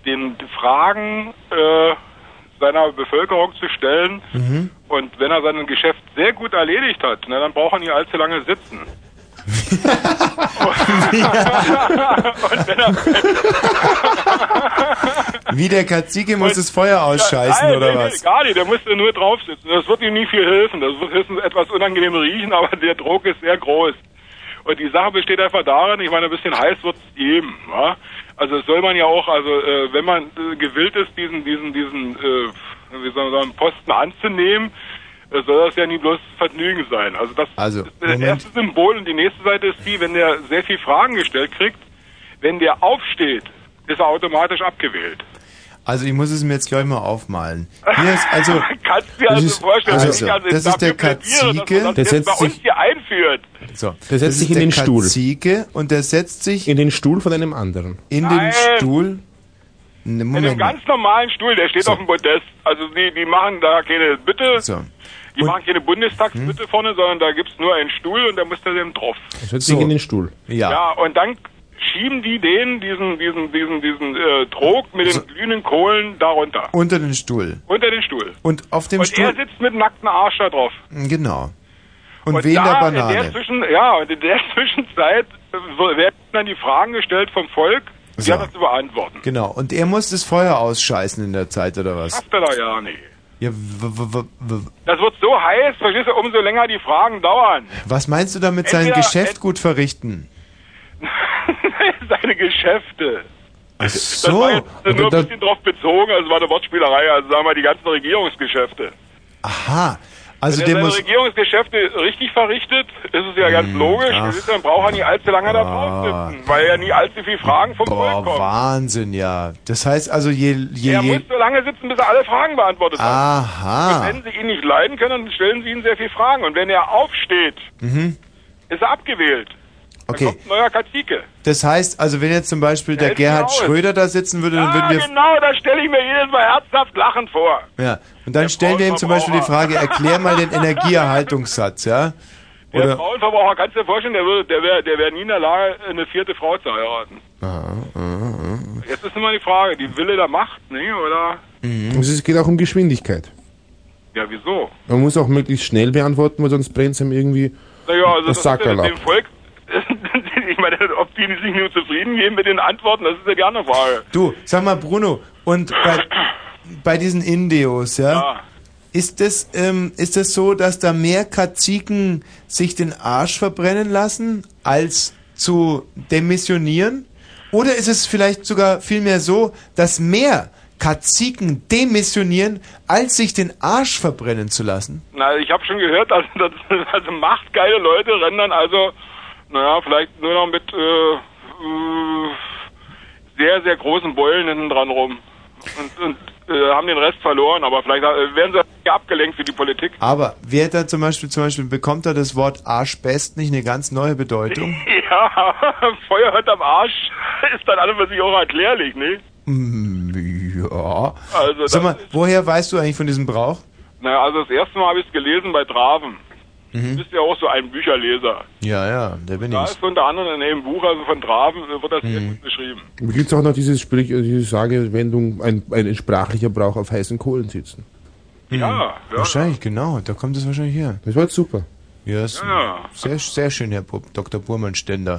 Speaker 24: den Fragen äh, seiner Bevölkerung zu stellen.
Speaker 1: Mhm.
Speaker 24: Und wenn er sein Geschäft sehr gut erledigt hat, na, dann braucht er nicht allzu lange sitzen. und wenn er,
Speaker 1: Wie der Kazike muss das Feuer ausscheißen,
Speaker 24: Nein,
Speaker 1: oder
Speaker 24: nee, nee,
Speaker 1: was?
Speaker 24: Gar nicht, der musste nur drauf sitzen. Das wird ihm nicht viel helfen. Das wird höchstens etwas unangenehm riechen, aber der Druck ist sehr groß. Und die Sache besteht einfach darin, ich meine, ein bisschen heiß wird's geben. Wa? Also das soll man ja auch, also äh, wenn man äh, gewillt ist, diesen, diesen, diesen, äh, wie soll man sagen, Posten anzunehmen, äh, soll das ja nie bloß Vergnügen sein. Also das
Speaker 1: Also,
Speaker 24: das erste Symbol und die nächste Seite ist die, wenn der sehr viel Fragen gestellt kriegt, wenn der aufsteht, ist er automatisch abgewählt.
Speaker 1: Also ich muss es mir jetzt gleich mal aufmalen. Hier ist also,
Speaker 24: Kannst du dir
Speaker 1: Das
Speaker 24: also
Speaker 1: ist-
Speaker 24: vorstellen,
Speaker 1: also,
Speaker 24: dass ich also
Speaker 1: das ist der
Speaker 24: dafür plädiere, dass man
Speaker 1: Kazike. Der
Speaker 24: das jetzt
Speaker 1: setzt
Speaker 24: bei uns
Speaker 1: sich-
Speaker 24: hier einführt?
Speaker 1: So,
Speaker 8: Der setzt sich in den Stuhl.
Speaker 1: Ziege und der setzt sich
Speaker 8: in den Stuhl von einem anderen.
Speaker 1: In
Speaker 24: Nein.
Speaker 1: den Stuhl. Ne,
Speaker 24: In einem
Speaker 1: Moment. mal.
Speaker 24: ganz normalen Stuhl, der steht auf dem Podest. Also die, die machen da keine Bitte,
Speaker 1: So. Hm?
Speaker 24: die machen keine Bundestagsbitte vorne, sondern da gibt's nur einen Stuhl und da muss der eben drauf.
Speaker 8: Er setzt sich in den Stuhl.
Speaker 1: Ja.
Speaker 24: Ja, und dann schieben die den, diesen, diesen, diesen, diesen äh, Trog mit den glühenden Kohlen darunter.
Speaker 1: Unter den Stuhl.
Speaker 24: Unter den Stuhl.
Speaker 1: Und auf dem
Speaker 24: und
Speaker 1: Stuhl.
Speaker 24: er sitzt mit nacktem Arsch da drauf.
Speaker 1: Genau. Und, wen der
Speaker 24: da, In
Speaker 1: Banane.
Speaker 24: der Zwischen, ja, und in der Zwischenzeit äh, so werden dann die Fragen gestellt vom Volk, die
Speaker 1: So.
Speaker 24: hat das zu beantworten.
Speaker 1: Genau. Und er muss das Feuer ausscheißen in der Zeit, oder was?
Speaker 24: Schafft er da ja nicht.
Speaker 1: Ja, w- w- w- w-
Speaker 24: Das wird so heiß, verstehst du, umso länger die Fragen dauern.
Speaker 1: was meinst du damit, sein
Speaker 24: Entweder-
Speaker 1: Geschäft gut verrichten?
Speaker 24: Seine Geschäfte.
Speaker 1: Ach
Speaker 24: Das
Speaker 1: so.
Speaker 24: war jetzt äh, nur ein bisschen drauf bezogen, also war eine Wortspielerei, also sagen wir die ganzen Regierungsgeschäfte.
Speaker 1: Aha. Also
Speaker 24: Wenn er
Speaker 1: der
Speaker 24: seine
Speaker 1: muss. Hm,
Speaker 24: Regierungsgeschäfte richtig verrichtet, ist es ja ganz logisch,
Speaker 1: ach.
Speaker 24: verstehst du, dann braucht er nie allzu lange da drauf sitzen, weil ja nie allzu viele Fragen vom Volk
Speaker 1: Ah. Boah,
Speaker 24: kommen.
Speaker 1: Wahnsinn, ja. Das heißt also, je. je,
Speaker 24: Er
Speaker 1: je
Speaker 24: muss so lange sitzen, bis er alle Fragen beantwortet hat.
Speaker 1: Aha.
Speaker 24: Und wenn Sie ihn nicht leiden können, dann stellen Sie ihm sehr viele Fragen. Und wenn er aufsteht,
Speaker 1: mhm.
Speaker 24: ist er abgewählt.
Speaker 1: Okay.
Speaker 24: Ein Neuer Kazike.
Speaker 1: Das heißt, also wenn jetzt zum Beispiel der
Speaker 24: Helft mir
Speaker 1: Gerhard
Speaker 24: aus.
Speaker 1: Schröder da sitzen würde, dann
Speaker 24: Ah,
Speaker 1: würden wir
Speaker 24: genau, da stelle ich mir jedes Mal herzhaft lachend vor.
Speaker 1: Ja, und dann stellen wir ihm zum Beispiel die Frage, erklär mal den Energieerhaltungssatz, ja?
Speaker 24: Der
Speaker 1: Oder,
Speaker 24: Frauenverbraucher, kannst du dir vorstellen, der, würde, der wäre der wär nie in der Lage, eine vierte Frau zu heiraten.
Speaker 8: Ah, ah, ah.
Speaker 24: Jetzt ist immer die Frage, die Wille der Macht, ne? oder?
Speaker 8: Und Es geht auch um Geschwindigkeit.
Speaker 24: Ja, wieso?
Speaker 8: Man muss auch möglichst schnell beantworten, weil sonst brennt es ihm irgendwie
Speaker 24: Naja, also
Speaker 8: das
Speaker 24: das, ist ja
Speaker 8: Sackerl
Speaker 24: dem
Speaker 8: ab.
Speaker 24: Volk... ich meine, ob die sich nur zufrieden geben mit den Antworten, das ist ja die andere Frage.
Speaker 1: du, sag mal, Bruno, und bei, bei diesen Indios, ja? Ist das, ähm, ist das so, dass da mehr Kaziken sich den Arsch verbrennen lassen, als zu demissionieren? Oder ist es vielleicht sogar vielmehr so, dass mehr Kaziken demissionieren, als sich den Arsch verbrennen zu lassen?
Speaker 24: Na, ich habe schon gehört, also, das, also machtgeile Leute rennen dann also, naja, vielleicht nur noch mit äh, äh, sehr, sehr großen Beulen hinten dran rum. Und, und äh, haben den Rest verloren, aber vielleicht äh, werden sie abgelenkt für die Politik.
Speaker 1: Aber wer da zum Beispiel, zum Beispiel bekommt da das Wort Arschbest nicht eine ganz neue Bedeutung?
Speaker 24: Ja, Feuer hört am Arsch, ist dann alles für sich auch erklärlich, ne?
Speaker 1: Hm, ja.
Speaker 24: Also das-
Speaker 1: Sag mal, woher weißt du eigentlich von diesem Brauch?
Speaker 24: Naja, also das erste Mal habe ich es gelesen bei Draven. Du
Speaker 1: Mhm.
Speaker 24: bist ja auch so ein Bücherleser.
Speaker 1: Ja, ja, der bin
Speaker 24: Da
Speaker 1: ich.
Speaker 24: ist unter anderem in dem Buch, also von Draven, wird
Speaker 1: Mhm.
Speaker 24: das sehr gut beschrieben.
Speaker 8: Wie gibt es auch noch dieses Sprich, äh, diese Sagewendung, ein, ein sprachlicher Brauch auf heißen Kohlen sitzen?
Speaker 1: Hm.
Speaker 24: Ja, ja.
Speaker 1: Wahrscheinlich, genau. Da kommt es wahrscheinlich her.
Speaker 8: Das war jetzt super.
Speaker 1: Ja, ist
Speaker 24: Ja.
Speaker 1: Sehr, sehr schön, Herr Pupp. Dr. Burmann Ständer.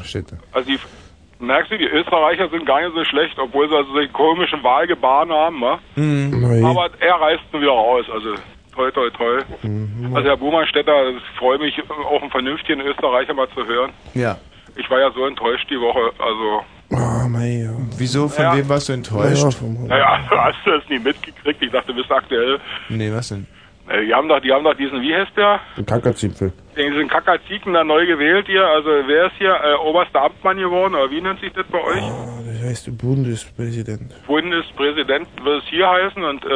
Speaker 24: Also die, merkst du, die Österreicher sind gar nicht so schlecht, obwohl sie also solche komischen Wahlgebaren haben, wa?
Speaker 1: Hm.
Speaker 24: Aber er reißt nun wieder raus, also toll, toll, toll. Also Herr Buhmannstetter, ich freue mich, auch einen vernünftigen Österreicher mal zu hören.
Speaker 1: Ja.
Speaker 24: Ich war ja so enttäuscht die Woche, also,
Speaker 8: Oh, mei, ja.
Speaker 1: Wieso, von wem warst du enttäuscht?
Speaker 8: Ja, vom-
Speaker 24: naja, hast du das nie mitgekriegt? Ich dachte, du bist aktuell.
Speaker 1: Nee, was denn?
Speaker 24: Äh, Die haben doch, die haben doch diesen, wie heißt der?
Speaker 8: Ein Kackerzimpfel.
Speaker 24: Den diesen Kakaziken da neu gewählt hier. Also wer ist hier äh, oberster Amtmann geworden, oder wie nennt sich das bei euch?
Speaker 8: Das heißt Bundespräsident.
Speaker 24: Bundespräsident würde es hier heißen und äh,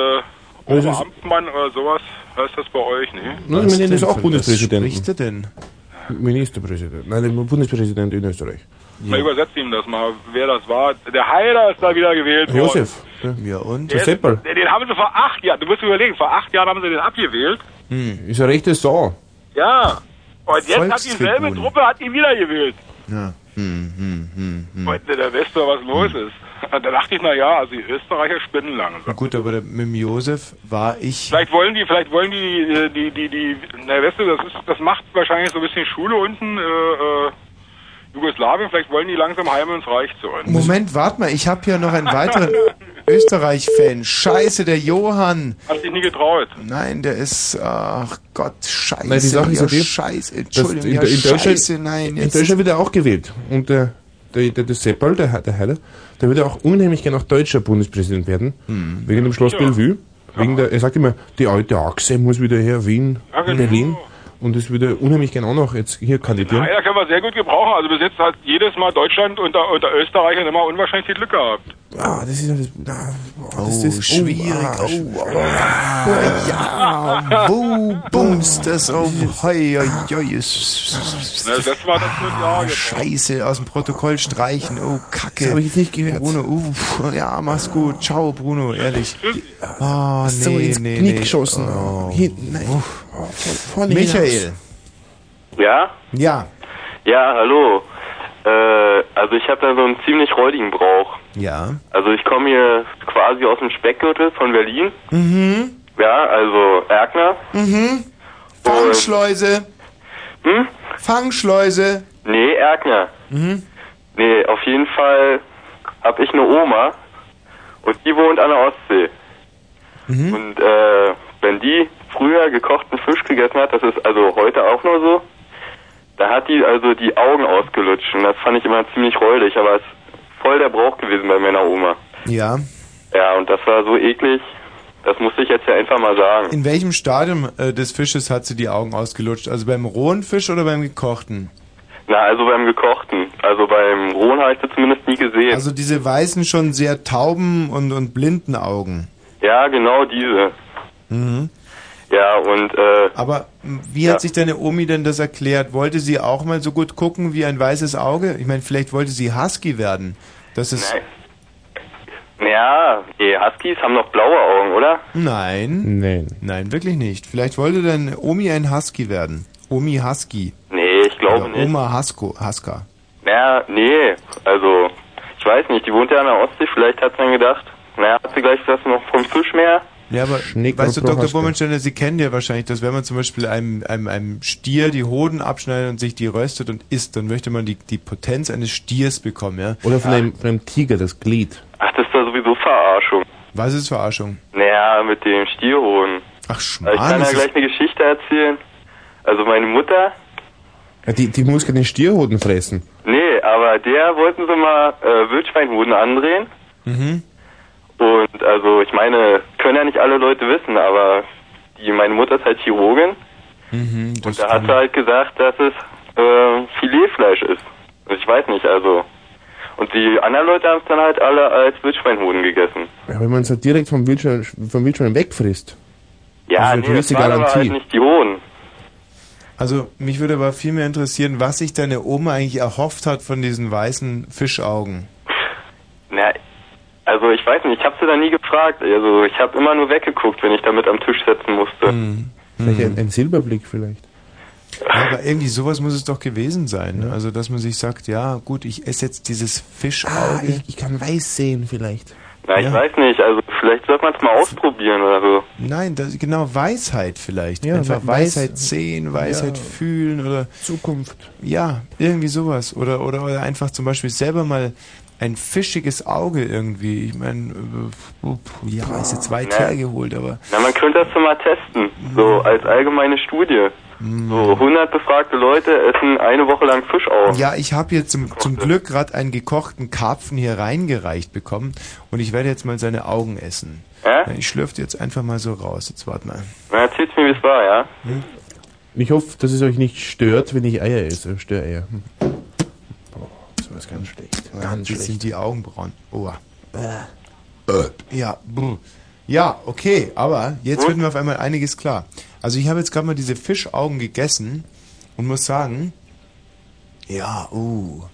Speaker 8: Das ist-
Speaker 24: Oberamtmann oder sowas heißt das bei euch, ne?
Speaker 8: Nein, wir nennen das auch Bundespräsident.
Speaker 1: spricht er denn?
Speaker 8: Ministerpräsident. Nein, der Bundespräsident in Österreich.
Speaker 24: Na, übersetzt ihm das mal, wer das war. Der Heider ist da wieder gewählt worden.
Speaker 8: Josef.
Speaker 1: Ja, und?
Speaker 24: Der ist, den den haben sie vor acht Jahren, du musst überlegen, vor acht Jahren haben sie den abgewählt.
Speaker 8: Hm. Ist eine rechte Sau.
Speaker 24: Ja. Und jetzt hat dieselbe
Speaker 8: Volkstribun.
Speaker 24: Truppe hat ihn wieder gewählt.
Speaker 1: Ja. Hm, hm, hm, hm.
Speaker 24: Heute, da weißt du, was los ist. Und da dachte ich, na ja, also die Österreicher spinnen langsam.
Speaker 1: Na Gut, aber der, mit dem Josef war ich.
Speaker 24: Vielleicht wollen die, vielleicht wollen die, äh, die, die, die, na, weißt du, das ist, das macht wahrscheinlich so ein bisschen Schule unten, äh, äh, Jugoslawien, vielleicht wollen die langsam heim ins Reich zu uns.
Speaker 1: Moment, warte mal, ich habe hier noch einen weiteren Österreich-Fan. Scheiße, der Johann.
Speaker 24: Hast dich nie getraut.
Speaker 1: Nein, der ist, ach Gott, scheiße.
Speaker 8: Nein, die Sache ist ja
Speaker 1: ja,
Speaker 8: die,
Speaker 1: scheiße,
Speaker 8: dass
Speaker 1: Entschuldigung,
Speaker 8: in,
Speaker 1: ja,
Speaker 8: der- in Deutschland,
Speaker 1: scheiße, nein.
Speaker 8: in
Speaker 1: Jetzt
Speaker 8: Deutschland wird er auch gewählt. Und der, der, der, der Seppal, der, der Heiler, der würde auch unheimlich gerne auch deutscher Bundespräsident werden.
Speaker 1: Hm.
Speaker 8: Wegen dem Schloss Bellevue. Wegen der, er sagt immer, die alte Achse muss wieder her, Wien,
Speaker 24: Ja, genau.
Speaker 8: Berlin. Und das würde unheimlich gern auch noch jetzt hier kandidieren.
Speaker 24: Einer können wir sehr gut gebrauchen. Also bis jetzt hat jedes Mal Deutschland unter, unter Österreichern immer unwahrscheinlich viel Glück gehabt.
Speaker 8: Ah, das ist alles. Ah, boah, das
Speaker 1: Oh,
Speaker 8: ist
Speaker 1: schwierig.
Speaker 8: ah, sch-
Speaker 1: Ja, Ah, wo bumst das auf? Hoi, hoi, hoi. es-
Speaker 24: Ne, Das war das mit ja.
Speaker 1: Ah, Scheiße, aus dem Protokoll streichen. Oh, Kacke.
Speaker 8: Das hab ich jetzt nicht gehört.
Speaker 1: Bruno, uff, ja, mach's gut. Ciao, Bruno, ehrlich. Oh, nee,
Speaker 8: So ins
Speaker 1: nee,
Speaker 8: Knie
Speaker 1: nee.
Speaker 8: geschossen.
Speaker 1: Oh.
Speaker 8: Hinten, nein. Oh, vorne
Speaker 1: Michael.
Speaker 25: Ja?
Speaker 1: Ja.
Speaker 25: Ja, hallo. Äh, also ich habe da so einen ziemlich räudigen Brauch.
Speaker 1: Ja.
Speaker 25: Also ich komme hier quasi aus dem Speckgürtel von Berlin.
Speaker 1: Mhm.
Speaker 25: Ja, also Erkner.
Speaker 1: Mhm. Fangschleuse.
Speaker 25: Hm?
Speaker 1: Fangschleuse.
Speaker 25: Nee, Erkner.
Speaker 1: Mhm.
Speaker 25: Nee, auf jeden Fall habe ich eine Oma und die wohnt an der Ostsee.
Speaker 1: Mhm.
Speaker 25: Und äh, wenn die früher gekochten Fisch gegessen hat, das ist also heute auch nur so, da hat die also die Augen ausgelutscht und das fand ich immer ziemlich räudig, aber es ist voll der Brauch gewesen bei meiner Oma.
Speaker 1: Ja.
Speaker 25: Ja, und das war so eklig, das musste ich jetzt ja einfach mal sagen.
Speaker 1: In welchem Stadium äh, des Fisches hat sie die Augen ausgelutscht? Also beim rohen Fisch oder beim gekochten?
Speaker 25: Na, also beim gekochten, also beim rohen habe ich das zumindest nie gesehen.
Speaker 1: Also diese weißen, schon sehr tauben und, und blinden Augen.
Speaker 25: ja, genau diese.
Speaker 1: Mhm.
Speaker 25: Ja, und äh,
Speaker 1: Aber m, wie hat sich deine Omi denn das erklärt? Wollte sie auch mal so gut gucken wie ein weißes Auge? Ich meine, vielleicht wollte sie Husky werden. Das ist.
Speaker 25: ja, die Huskies haben noch blaue Augen, oder?
Speaker 1: Nein. Nein. Nein, wirklich nicht. Vielleicht wollte deine Omi ein Husky werden. Omi Husky.
Speaker 25: Nee, ich glaube
Speaker 1: Oder
Speaker 25: nicht.
Speaker 1: Oma Hasko, Haska.
Speaker 25: Naja, nee, also, ich weiß nicht, die wohnt ja an der Ostsee, vielleicht hat sie dann gedacht, naja, hat sie gleich das noch vom Fischmeer?
Speaker 1: Ja, aber weißt du,
Speaker 8: Pro
Speaker 1: Dr.
Speaker 8: Haska.
Speaker 1: Bummensteiner, Sie kennen ja wahrscheinlich das, wenn man zum Beispiel einem, einem, einem Stier die Hoden abschneidet und sich die röstet und isst, dann möchte man die, die Potenz eines Stiers bekommen, ja?
Speaker 8: Oder von, einem, von einem Tiger, das Glied.
Speaker 25: Ach, das ist da sowieso Verarschung.
Speaker 1: Was ist Verarschung?
Speaker 25: Naja, mit dem Stierhoden. Also,
Speaker 1: Ach,
Speaker 25: Ich kann
Speaker 8: das
Speaker 25: ja
Speaker 8: ist-
Speaker 25: gleich eine Geschichte erzählen. Also meine Mutter,
Speaker 8: Ja, die, die muss keine Stierhoden fressen.
Speaker 25: nee, aber der wollten sie mal äh, Wildschweinhoden andrehen.
Speaker 8: Mhm.
Speaker 25: Und also, ich meine, können ja nicht alle Leute wissen, aber die, meine Mutter ist halt Chirurgin.
Speaker 1: Mhm, das
Speaker 25: Da hat sie halt gesagt, dass es äh, Filetfleisch ist. Ich weiß nicht, also. Und die anderen Leute haben es dann halt alle als Wildschweinhoden gegessen.
Speaker 8: Ja, wenn man es halt direkt vom Wildschwein, vom Wildschwein wegfrisst.
Speaker 25: Ja,
Speaker 8: Also,
Speaker 25: nee, das
Speaker 8: gewisse
Speaker 25: waren aber
Speaker 8: Garantie.
Speaker 25: halt nicht die Hoden.
Speaker 1: Also, mich würde aber viel mehr interessieren, was sich deine Oma eigentlich erhofft hat von diesen weißen Fischaugen.
Speaker 25: Na, also ich weiß nicht, ich habe sie da nie gefragt. Also ich habe immer nur weggeguckt, wenn ich damit am Tisch setzen musste.
Speaker 8: Vielleicht ein, ein Silberblick vielleicht.
Speaker 1: Ja, aber irgendwie sowas muss es doch gewesen sein. ne? Also, dass man sich sagt, ja, gut, ich esse jetzt dieses Fischauge.
Speaker 8: Ah, ich, ich kann weiß sehen vielleicht.
Speaker 25: Na, ich weiß nicht, also vielleicht sollte man es mal ausprobieren oder so.
Speaker 1: Nein, das, genau, Weisheit vielleicht.
Speaker 8: Ja,
Speaker 1: Einfach
Speaker 8: Weiß-
Speaker 1: Weisheit sehen, Weisheit
Speaker 8: Ja.
Speaker 1: fühlen oder...
Speaker 8: Zukunft.
Speaker 1: Ja, irgendwie sowas. Oder, oder, oder einfach zum Beispiel selber mal ein fischiges Auge irgendwie. Ich meine, äh, up, ja, ist jetzt weit
Speaker 25: Ja.
Speaker 1: hergeholt, aber...
Speaker 25: Na, man könnte das so mal testen.
Speaker 1: Mhm.
Speaker 25: So als allgemeine Studie. So 100 befragte Leute essen eine Woche lang Fisch auf.
Speaker 1: Ja, ich habe jetzt zum, zum Glück gerade einen gekochten Karpfen hier reingereicht bekommen und ich werde jetzt mal seine Augen essen.
Speaker 25: Äh?
Speaker 1: Ich schlürfte jetzt einfach mal so raus. Jetzt warte mal.
Speaker 25: Na, erzähl's mir, wie es war, ja?
Speaker 8: Ich hoffe, dass es euch nicht stört, wenn ich Eier esse. Störeier. Hm. Boah, sowas ganz schlecht. Ganz
Speaker 1: Wie
Speaker 8: schlecht.
Speaker 1: sind die Augenbrauen? Oh.
Speaker 25: Äh.
Speaker 1: Ja, brr. ja, okay, aber jetzt wird mir auf einmal einiges klar. Also ich habe jetzt gerade mal diese Fischaugen gegessen und muss sagen, ja, uh,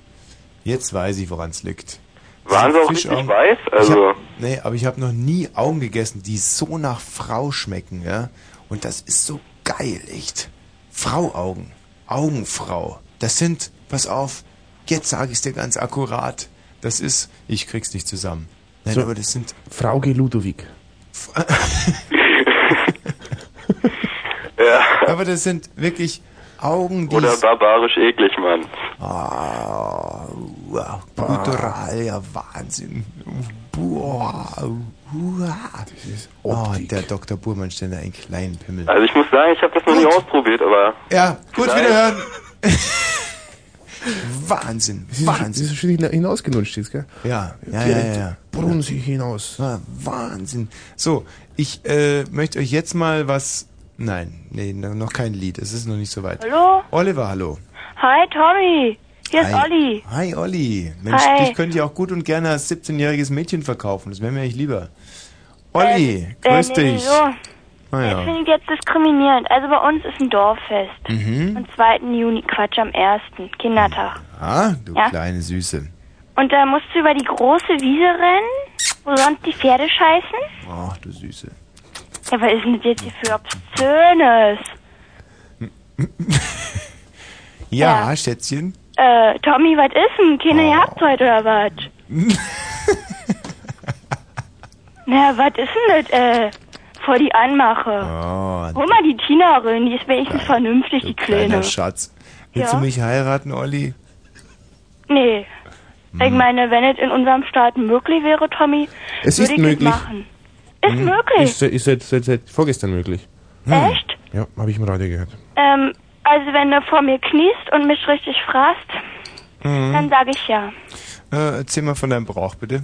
Speaker 1: jetzt weiß ich, woran es liegt.
Speaker 25: Waren sie auch richtig weiß? Also-
Speaker 1: Ich hab, nee, aber ich habe noch nie Augen gegessen, die so nach Frau schmecken, ja. Und das ist so geil, echt. Frauaugen, Augenfrau, das sind, pass auf, jetzt sage ich dir ganz akkurat, das ist, ich krieg's nicht zusammen. Nein,
Speaker 8: So.
Speaker 1: aber das sind
Speaker 8: Frauge Ludowig.
Speaker 1: Aber das sind wirklich Augen, die.
Speaker 25: Oder barbarisch eklig, Mann.
Speaker 1: Ah, wow, guttural, ja, Wahnsinn. Boah, uah. Oh, der Dr. Burmann stellt einen kleinen Pimmel.
Speaker 25: Also ich muss sagen, ich habe das noch nie ausprobiert, aber
Speaker 1: Ja, gut,
Speaker 25: Nein.
Speaker 1: wiederhören. Wahnsinn,
Speaker 8: Wahnsinn. Das ist schon hin- hinausgenutscht jetzt, gell?
Speaker 1: Ja, ja, ja,
Speaker 8: Direkt
Speaker 1: ja. ja.
Speaker 8: brunn sich hinaus.
Speaker 1: Wahnsinn. So, ich äh, möchte euch jetzt mal was Nein, nee, no- noch kein Lied. Es ist noch nicht so weit.
Speaker 20: Hallo?
Speaker 1: Oliver, hallo.
Speaker 20: Hi, Tommy. Hier ist
Speaker 1: Hi.
Speaker 20: Olli.
Speaker 1: Hi, Olli. Mensch,
Speaker 20: Hi.
Speaker 1: dich könnte ich auch gut und gerne als 17-jähriges Mädchen verkaufen. Das wäre mir eigentlich lieber. Olli, grüß
Speaker 20: äh, nee,
Speaker 1: dich. Ah,
Speaker 20: So. Ich
Speaker 1: Naja.
Speaker 20: finde ich jetzt diskriminierend. Also bei uns ist ein Dorffest.
Speaker 1: Mhm.
Speaker 20: Am 2. Juni, Quatsch, am 1. Kindertag.
Speaker 1: Ah, du
Speaker 20: Ja.
Speaker 1: kleine Süße.
Speaker 20: Und da musst du über die große Wiese rennen, wo sonst die Pferde scheißen.
Speaker 1: Ach, du Süße.
Speaker 20: Ja, was ist denn das jetzt hier für Obszönes?
Speaker 1: Ja, ah, Schätzchen.
Speaker 20: Äh, Tommy, was ist denn? Keine
Speaker 1: Oh.
Speaker 20: gehabt heute oder was? Na, was ist denn das, äh, vor die Anmache?
Speaker 1: Oh,
Speaker 20: Hol mal die Tina rein, die ist wenigstens vernünftig, die
Speaker 1: kleiner
Speaker 20: Kleine.
Speaker 1: Schatz. Willst
Speaker 20: Ja.
Speaker 1: du mich heiraten, Olli?
Speaker 20: Nee. Ich
Speaker 1: Hm.
Speaker 20: meine, wenn es in unserem Staat möglich wäre, Tommy,
Speaker 8: Es ist
Speaker 20: würde ich es
Speaker 8: möglich.
Speaker 20: machen. Ist
Speaker 8: Mhm.
Speaker 20: möglich. Hm.
Speaker 8: Ist, ist seit, seit, seit vorgestern möglich.
Speaker 20: Echt?
Speaker 8: Ja, habe ich im Radio gehört.
Speaker 20: Ähm, also wenn du vor mir kniest und mich richtig fragst, dann
Speaker 1: Mhm.
Speaker 20: sage ich ja.
Speaker 1: Äh, erzähl mal von deinem Brauch, bitte.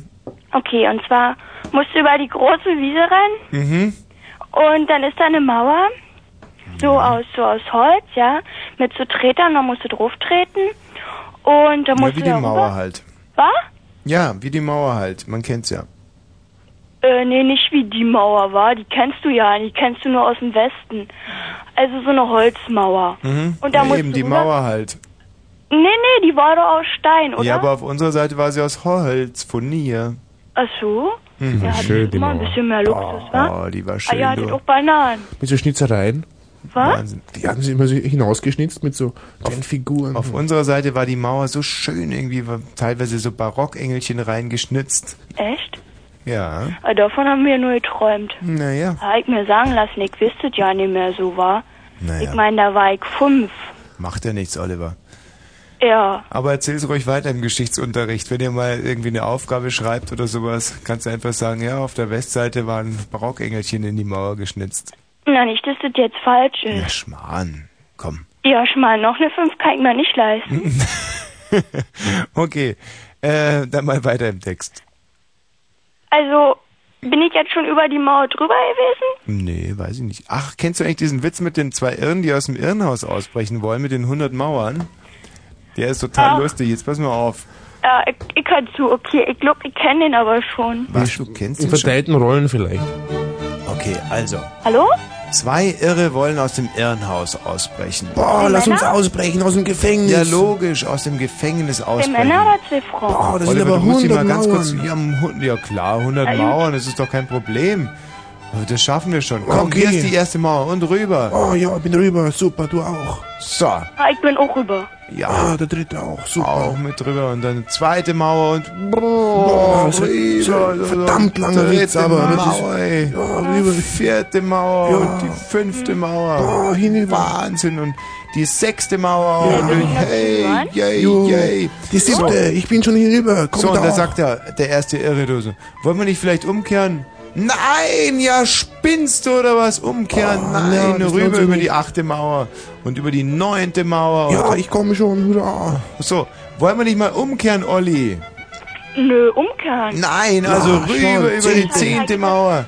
Speaker 20: Okay, und zwar musst du über die große Wiese rennen
Speaker 1: Mhm.
Speaker 20: und dann ist da eine Mauer, so aus, so aus Holz, ja, mit so Tretern, da musst du drauf treten und dann
Speaker 1: Ja,
Speaker 20: musst
Speaker 1: wie
Speaker 20: du
Speaker 1: die
Speaker 20: da
Speaker 1: Mauer
Speaker 20: rüber.
Speaker 1: halt.
Speaker 20: Was?
Speaker 1: Ja, wie die Mauer halt. Man kennt's ja.
Speaker 20: Äh, nee, nicht wie die Mauer war, die kennst du ja, die kennst du nur aus dem Westen. Also so eine Holzmauer.
Speaker 1: Mhm.
Speaker 20: Und da
Speaker 1: ja,
Speaker 20: musst
Speaker 1: eben,
Speaker 20: du
Speaker 1: die
Speaker 20: rüber-
Speaker 1: Mauer halt.
Speaker 20: Nee, nee, die war doch aus Stein, oder?
Speaker 1: Ja, aber auf unserer Seite war sie aus Holz, von mir.
Speaker 20: Ach so?
Speaker 1: Mhm.
Speaker 20: Ja,
Speaker 1: Schön,
Speaker 20: hattet
Speaker 1: die
Speaker 20: immer ein
Speaker 1: Mauer.
Speaker 20: bisschen mehr Luxus, wa?
Speaker 1: Oh, die war
Speaker 20: Ah,
Speaker 1: schön.
Speaker 20: ihr hattet
Speaker 1: du.
Speaker 20: auch Bananen.
Speaker 8: Mit so Schnitzereien.
Speaker 20: Was?
Speaker 8: Die haben sie immer so hinausgeschnitzt mit so kleinen Figuren.
Speaker 1: Auf unserer Seite war die Mauer so schön, irgendwie war teilweise so Barockengelchen reingeschnitzt.
Speaker 20: Echt?
Speaker 1: Ja.
Speaker 20: Äh, Davon haben wir nur geträumt.
Speaker 1: Naja.
Speaker 20: Habe ich mir sagen lassen, ich wüsste es ja nicht mehr so, war. Ich
Speaker 1: Naja.
Speaker 20: meine, da war ich fünf.
Speaker 1: Macht ja nichts, Oliver.
Speaker 20: Ja.
Speaker 1: Aber erzähl's ruhig weiter im Geschichtsunterricht. Wenn ihr mal irgendwie eine Aufgabe schreibt oder sowas, kannst du einfach sagen, ja, auf der Westseite waren Barockengelchen in die Mauer geschnitzt.
Speaker 20: Na, nicht, dass das jetzt falsch
Speaker 1: Na,
Speaker 20: ist.
Speaker 1: Schmarrn. Komm.
Speaker 20: Ja, schmal, noch eine fünf kann ich mir nicht leisten.
Speaker 1: Okay. Äh, dann mal weiter im Text.
Speaker 20: Also, bin ich jetzt schon über die Mauer drüber gewesen?
Speaker 1: Nee, weiß ich nicht. Ach, kennst du eigentlich diesen Witz mit den zwei Irren, die aus dem Irrenhaus ausbrechen wollen, mit den 100 Mauern? Der ist total
Speaker 20: Ach.
Speaker 1: lustig. Jetzt pass mal auf.
Speaker 20: Ja, ich, ich kann zu, okay. Ich glaube, ich kenne den aber schon.
Speaker 1: Was, du kennst
Speaker 8: In
Speaker 1: ihn schon?
Speaker 8: verteilten Rollen vielleicht.
Speaker 1: Okay, also.
Speaker 20: Hallo?
Speaker 1: Zwei Irre wollen aus dem Irrenhaus ausbrechen. Oh,
Speaker 8: Boah, Die lass uns Männer?
Speaker 1: ausbrechen aus dem Gefängnis. Ja, logisch, aus dem Gefängnis
Speaker 20: Zwei
Speaker 1: ausbrechen.
Speaker 20: Männer oder zwei Frauen?
Speaker 1: Boah, das Oliver, du musst die mal ganz kurz. Ja, m- hund- ja klar, 100
Speaker 20: Ja, gut.
Speaker 1: Mauern, das ist doch kein Problem. Oh, Das schaffen wir schon. Komm,
Speaker 8: Okay.
Speaker 1: hier ist die erste Mauer und rüber.
Speaker 8: Oh ja, bin rüber, super, du auch.
Speaker 1: So.
Speaker 20: Ah, ich bin auch rüber.
Speaker 1: Ja,
Speaker 8: Ah,
Speaker 1: der dritte auch, super. Auch mit drüber und dann zweite Mauer und... Boah,
Speaker 8: so-
Speaker 1: rüber,
Speaker 8: so verdammt langer
Speaker 1: dritte
Speaker 8: Witz, aber das ist-
Speaker 1: Mauer, ey. die vierte Mauer und die fünfte Mauer. Boah, hinüber. Wahnsinn und die sechste Mauer
Speaker 8: Ja.
Speaker 1: und hey, yay,
Speaker 8: Jo,
Speaker 1: yay.
Speaker 8: Die siebte, ich bin schon hinüber, komm
Speaker 1: So, und
Speaker 8: da.
Speaker 1: da sagt er, der erste Irredose, wollen wir nicht vielleicht umkehren? Nein, ja, spinnst du oder was? Umkehren, nein,
Speaker 8: das lohnt
Speaker 1: rüber
Speaker 8: sich
Speaker 1: über die achte Mauer und über die neunte Mauer.
Speaker 8: Ja,
Speaker 1: und,
Speaker 8: ich komme schon, hurra.
Speaker 1: So, wollen wir nicht mal umkehren, Olli?
Speaker 20: Nö, um- umkehren.
Speaker 1: Nein, also
Speaker 20: Ja,
Speaker 1: rüber
Speaker 20: schon,
Speaker 1: über die
Speaker 20: zehnte.
Speaker 1: zehnte Mauer,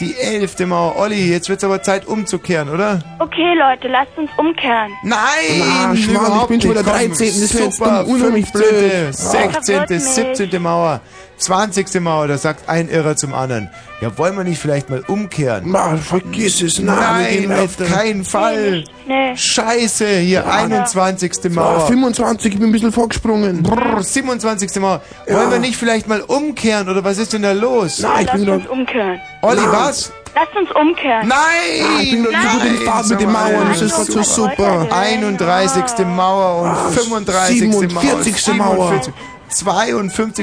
Speaker 1: die elfte Mauer. Olli, jetzt wird's aber Zeit umzukehren, oder? Ah,
Speaker 20: Okay, Leute, lasst uns umkehren.
Speaker 1: Nein,
Speaker 8: Na, Schmarrn,
Speaker 1: überhaupt
Speaker 8: ich bin schon bei
Speaker 1: nicht.
Speaker 8: der
Speaker 1: Komm,
Speaker 8: 13., das wär jetzt
Speaker 1: super,
Speaker 8: dumm, unheimlich
Speaker 1: 15.,
Speaker 8: blöd.
Speaker 1: 16.,
Speaker 8: Verwirrt mich.
Speaker 1: 17. Mauer, 20. Mauer, da sagt ein Irrer zum anderen. Ja, wollen wir nicht vielleicht mal umkehren?
Speaker 8: Mann, vergiss es, na, wir
Speaker 1: nein,
Speaker 8: gehen
Speaker 1: auf
Speaker 8: weiter.
Speaker 1: keinen Fall. Scheiße, hier, 21.
Speaker 8: Ah,
Speaker 1: Mauer.
Speaker 8: 25, ich bin ein bisschen vorgesprungen.
Speaker 1: Brrr, 27. Mauer. Wollen wir nicht vielleicht mal umkehren oder was ist denn da los?
Speaker 20: Nein, ich bin uns umkehren.
Speaker 1: Olli, was?
Speaker 20: Lasst uns umkehren.
Speaker 1: Nein!
Speaker 20: ich bin
Speaker 1: Nein, sag mal,
Speaker 20: grad so
Speaker 1: super. 31. Mauer und
Speaker 8: Ah,
Speaker 1: 35.
Speaker 8: 47. Mauer.
Speaker 1: 47.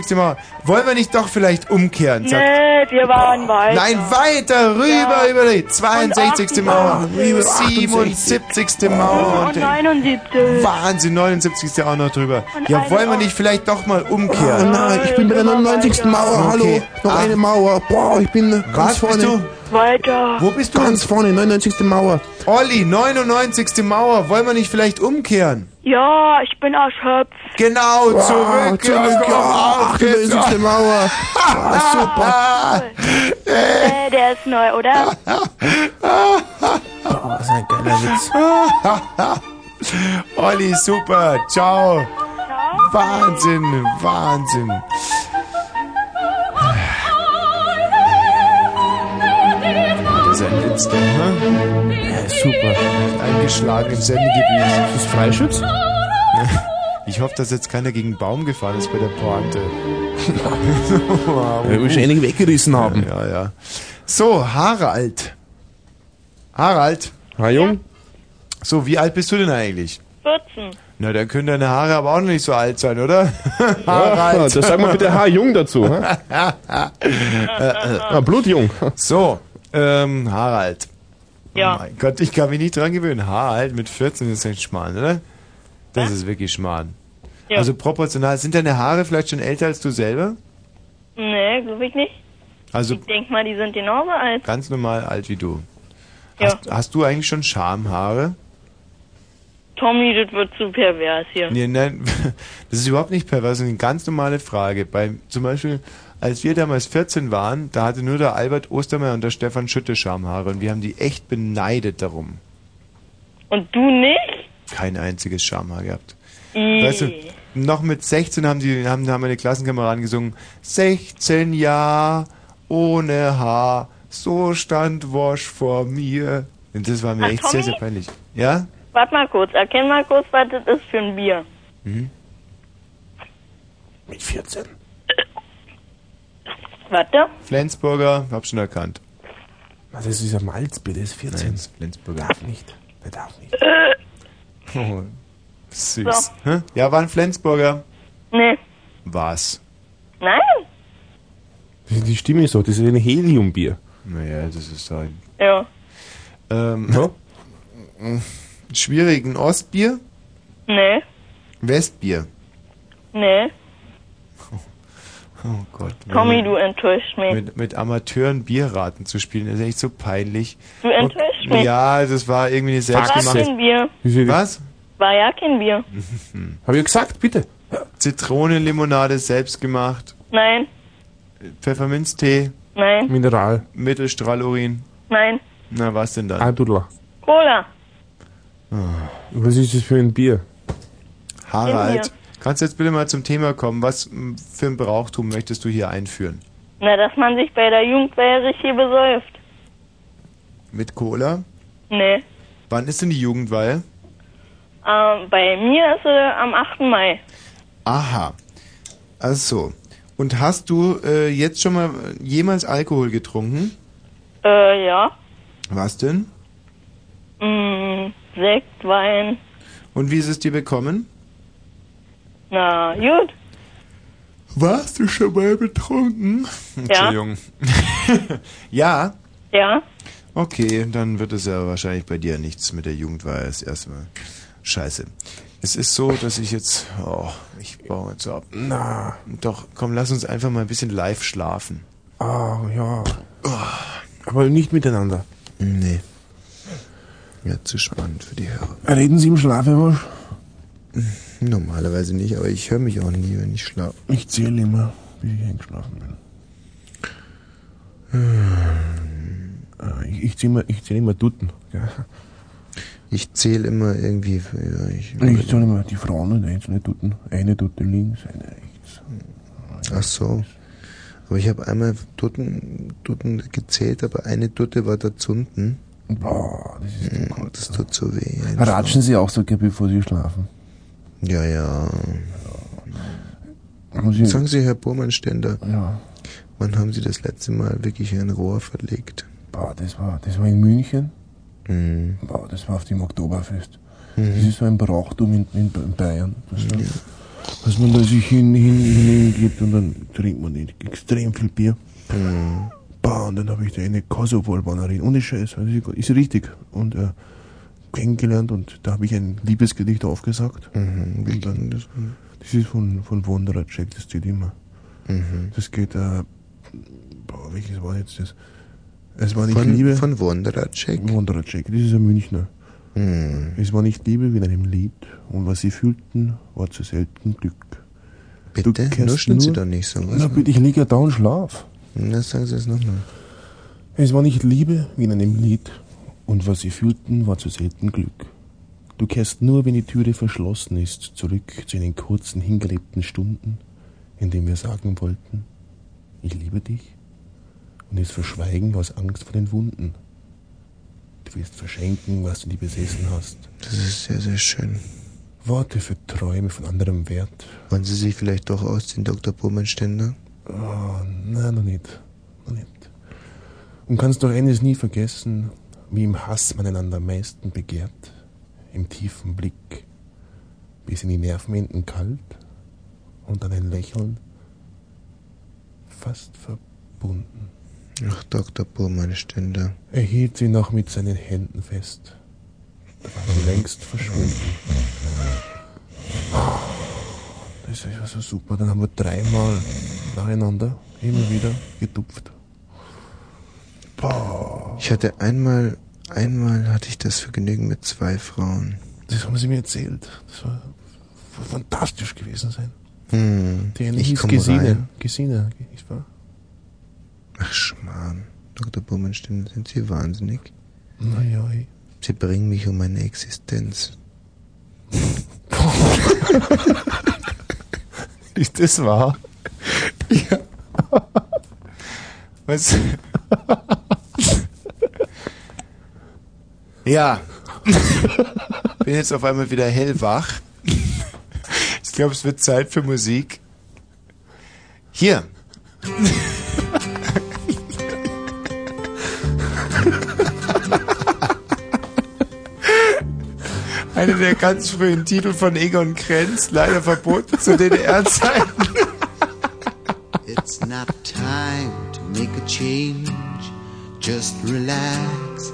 Speaker 1: 52. Mauer. Wollen wir nicht doch vielleicht umkehren? sagt-
Speaker 20: Nee, wir waren weit.
Speaker 1: Nein, weiter rüber
Speaker 20: Ja.
Speaker 1: über die 62.
Speaker 20: Und
Speaker 1: Mauer,
Speaker 20: 78.
Speaker 1: 77. Mauer
Speaker 20: Und 79.
Speaker 1: Wahnsinn, 79 ist ja auch noch drüber. Ja, wollen wir nicht vielleicht doch mal umkehren?
Speaker 8: Na, ich bin bei der 99. Mauer, hallo.
Speaker 1: Okay. Ah.
Speaker 8: Noch eine Mauer. Boah, ich bin ganz
Speaker 1: Was bist
Speaker 8: vorne.
Speaker 1: du?
Speaker 20: Weiter.
Speaker 1: Wo bist du?
Speaker 8: Ganz vorne, 99. Mauer.
Speaker 1: Olli, 99. Mauer, wollen wir nicht vielleicht umkehren?
Speaker 20: Ja, ich bin erschöpft.
Speaker 1: Genau,
Speaker 20: Wow,
Speaker 1: zurück.
Speaker 20: zurück, ja,
Speaker 8: 98. Mauer.
Speaker 1: super.
Speaker 20: Äh, der ist neu, oder?
Speaker 1: Das ist ein geiler Witz. Olli, super. Ciao. Wahnsinn, Wahnsinn. Das ist ein Witz, doch, ne? Ja, super. Eingeschlagen im Sendegebiet. Ist das Freischütz? Ich hoffe, dass jetzt keiner gegen einen Baum gefahren ist bei der Pointe. wow.
Speaker 8: Ja, wir schon einige weggerissen haben.
Speaker 1: Ja, ja. So, Harald. Harald.
Speaker 8: Hi, Jung.
Speaker 1: So, wie alt bist du denn eigentlich?
Speaker 5: 14.
Speaker 1: Na, dann können deine Haare aber auch noch nicht so alt sein, oder?
Speaker 8: Ja, das sag mal bitte H. Jung dazu. hä?
Speaker 1: ah, Blutjung. So, ähm, Harald. Oh
Speaker 5: Ja.
Speaker 1: Mein Gott, ich kann mich nicht dran gewöhnen. Harald mit 14 ist echt schmal, oder? Das ist wirklich schmarrn.
Speaker 5: Ja.
Speaker 1: Also proportional. Sind deine Haare vielleicht schon älter als du selber?
Speaker 5: Nee, glaube ich nicht.
Speaker 1: Also
Speaker 5: Ich denk mal, die sind genauso alt.
Speaker 1: ganz normal alt wie du.
Speaker 5: Ja.
Speaker 1: Hast, hast du eigentlich schon Schamhaare?
Speaker 5: Tommy, das wird zu pervers hier.
Speaker 1: Nee, nein, das ist überhaupt nicht pervers. Das ist eine ganz normale Frage. Bei, zum Beispiel, als wir damals 14 waren, da hatte nur der Albert Ostermeier und der Stefan Schütte Schamhaare und wir haben die echt beneidet darum.
Speaker 5: Und du nicht?
Speaker 1: Kein einziges Schamhaar gehabt.
Speaker 5: I.
Speaker 1: Weißt du, noch mit 16 haben die haben, haben meine Klassenkameraden gesungen, 16 Jahre ohne Haar, so stand Wosch vor mir. Und das war mir
Speaker 5: Ach,
Speaker 1: echt sehr,
Speaker 5: Tommy?
Speaker 1: sehr peinlich. Ja?
Speaker 5: Warte mal kurz, erkenn mal kurz, was das ist für ein Bier.
Speaker 1: Mhm.
Speaker 8: Mit 14.
Speaker 5: Warte.
Speaker 1: Flensburger, hab schon erkannt.
Speaker 8: Also, Das ist dieser Malz, bitte, ist 14.
Speaker 1: Nein, Flensburger.
Speaker 8: Darf nicht. Der darf nicht.
Speaker 1: Oh, süß. Hä? Ja, war ein Flensburger.
Speaker 5: Nee.
Speaker 1: Was?
Speaker 5: Nein?
Speaker 8: Die Stimme ist so, das ist ein Heliumbier.
Speaker 1: Naja, das ist ein.
Speaker 5: Ja.
Speaker 1: Ähm, Schwierig, ein Hm, Ostbier,
Speaker 5: Nee.
Speaker 1: Westbier.
Speaker 5: Nee.
Speaker 1: Oh Gott.
Speaker 5: Tommy, du enttäuscht mich.
Speaker 1: mit, mit Amateuren Bierraten zu spielen, ist echt so peinlich.
Speaker 5: Du enttäuscht mich.
Speaker 1: Ja, das war irgendwie eine
Speaker 5: War
Speaker 1: selbstgemachte.
Speaker 5: kein Bier.
Speaker 1: Was?
Speaker 5: War ja kein Bier.
Speaker 1: Mhm. Hab ich gesagt, bitte. Zitronenlimonade selbstgemacht,
Speaker 5: Nein,
Speaker 1: Pfefferminztee,
Speaker 5: nein,
Speaker 1: Mineral, Mittelstrahlurin.
Speaker 5: nein.
Speaker 1: Na, was denn dann?
Speaker 8: Adula.
Speaker 5: Cola.
Speaker 1: Ah.
Speaker 8: Was ist das für ein Bier?
Speaker 1: Harald,
Speaker 5: Bier.
Speaker 1: kannst du jetzt bitte mal zum Thema kommen? Was m, für ein Brauchtum möchtest du hier einführen?
Speaker 5: Na, dass man sich bei der Jugendweihe sich hier besäuft.
Speaker 1: Mit Cola?
Speaker 5: Nee.
Speaker 1: Wann ist denn die Jugendweihe?
Speaker 5: Ähm, bei mir ist sie am 8. Mai.
Speaker 1: Aha. Also. Und hast du äh, jetzt schon mal jemals Alkohol getrunken?
Speaker 5: Äh, ja.
Speaker 1: Was denn?
Speaker 5: Mm, Sekt, Wein.
Speaker 1: Und wie ist es dir bekommen?
Speaker 5: Na, gut.
Speaker 1: Warst du schon mal betrunken? Entschuldigung. ja?
Speaker 5: Ja.
Speaker 1: Okay, dann wird es ja wahrscheinlich bei dir nichts mit der Jugendweihe ist erstmal. Scheiße. Es ist so, dass ich jetzt. Oh, ich baue jetzt ab. Na. Doch, komm, lass uns einfach mal ein bisschen live schlafen.
Speaker 8: Ah, ja. Ah. Aber nicht miteinander.
Speaker 1: Nee. Ja, zu spannend für die Hörer. Hm,
Speaker 8: Reden Sie im Schlaf immer?
Speaker 1: Normalerweise nicht, aber ich höre mich auch nie, wenn ich schlafe.
Speaker 8: Ich zähle immer, wie ich eingeschlafen bin. Ah, Ich, ich zähle immer, ich zähl immer Dutten. gell?
Speaker 1: Ich zähle immer irgendwie. ja, Ich,
Speaker 8: Ich zähle immer die Frauen und einzelne Dutten. Eine Dutte links, eine rechts.
Speaker 1: Ach so. Aber ich habe einmal Dutten, Dutten gezählt, aber eine Dutte war der Zunden.
Speaker 8: Boah, das ist zu
Speaker 1: kurz. Oh, Das tut so weh.
Speaker 8: Ratschen Sie auch so, gell, bevor Sie schlafen.
Speaker 1: Ja, ja.
Speaker 8: Muss ich-
Speaker 1: Hm. Sagen Sie, Herr Burmanständer,
Speaker 8: Ja.
Speaker 1: wann haben Sie das letzte Mal wirklich ein Rohr verlegt?
Speaker 8: Boah, das war, das war in München.
Speaker 1: Mhm.
Speaker 8: Boah, das war auf dem Oktoberfest.
Speaker 1: Mhm.
Speaker 8: Das ist so ein Brauchtum in, in, in Bayern. Dass, da- dass man da sich hin, hin, hingeht und dann trinkt man nicht extrem viel Bier.
Speaker 1: Mhm.
Speaker 8: Boah, und dann habe ich da eine Kosovo-Albanerin, ohne Scheiß, also sie- ist richtig. Und äh, kennengelernt und da habe ich ein Liebesgedicht aufgesagt.
Speaker 1: Mhm,
Speaker 8: Wie dann, das, das ist von, von Wonderacek, das zählt immer.
Speaker 1: Mhm.
Speaker 8: Das geht, äh, boah, welches war jetzt das? Es war nicht
Speaker 1: Von-
Speaker 8: Liebe.
Speaker 1: von Wonderacek? Hm.
Speaker 8: Wonderacek, das ist ein Münchner. Es war nicht Liebe wie in einem Lied und was sie fühlten, war zu selten Glück.
Speaker 1: Bitte?
Speaker 8: kennst
Speaker 1: Nuscheln Sie
Speaker 8: nur-
Speaker 1: doch nicht so.
Speaker 8: Na bitte, ich liege ja da und schlaf.
Speaker 1: Na, sagen Sie es nochmal.
Speaker 8: Es war nicht Liebe wie in einem Lied Und was sie fühlten, war zu selten Glück. Du kehrst nur, wenn die Türe verschlossen ist, zurück zu den kurzen, hingelebten Stunden, in denen wir sagen wollten, ich liebe dich und es verschweigen aus Angst vor den Wunden. Du wirst verschenken, was du dir besessen hast.
Speaker 17: Das ist sehr, sehr schön.
Speaker 8: Worte für Träume von anderem Wert.
Speaker 17: Wollen Sie sich vielleicht doch aus den Dr. Pullman-Ständer?
Speaker 8: Oh, nein, noch nicht. Noch nicht. Und kannst doch eines nie vergessen, wie im Hass man einander am meisten begehrt, im tiefen Blick, bis in die Nervenenden kalt und dann ein Lächeln, fast verbunden.
Speaker 17: Ach, Dr. Pullman-Ständer.
Speaker 8: Er hielt sie noch mit seinen Händen fest. Da war sie längst verschwunden. Das ist also super. Dann haben wir dreimal nacheinander immer wieder getupft.
Speaker 17: Ich hatte einmal, einmal hatte ich das Vergnügen mit zwei Frauen.
Speaker 8: Das haben sie mir erzählt. Das war f- fantastisch gewesen sein.
Speaker 17: Hm,
Speaker 8: Die eine
Speaker 17: ich
Speaker 8: hieß
Speaker 17: komm
Speaker 8: Gesine.
Speaker 17: rein.
Speaker 8: Gesine, ich war.
Speaker 17: Ach, Schmarrn. Dr. Bummenstein, sind Sie wahnsinnig?
Speaker 8: Naja, ich.
Speaker 17: Sie bringen mich um meine Existenz.
Speaker 1: Ist das wahr? Ja. Was? ja. Bin jetzt auf einmal wieder hellwach. Ich glaube, es wird Zeit für Musik. Hier. Einer der ganz frühen Titel von Egon Krenz, leider verboten zu DDR-Zeiten.
Speaker 16: It's not time to make a change. Just relax,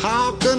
Speaker 21: How can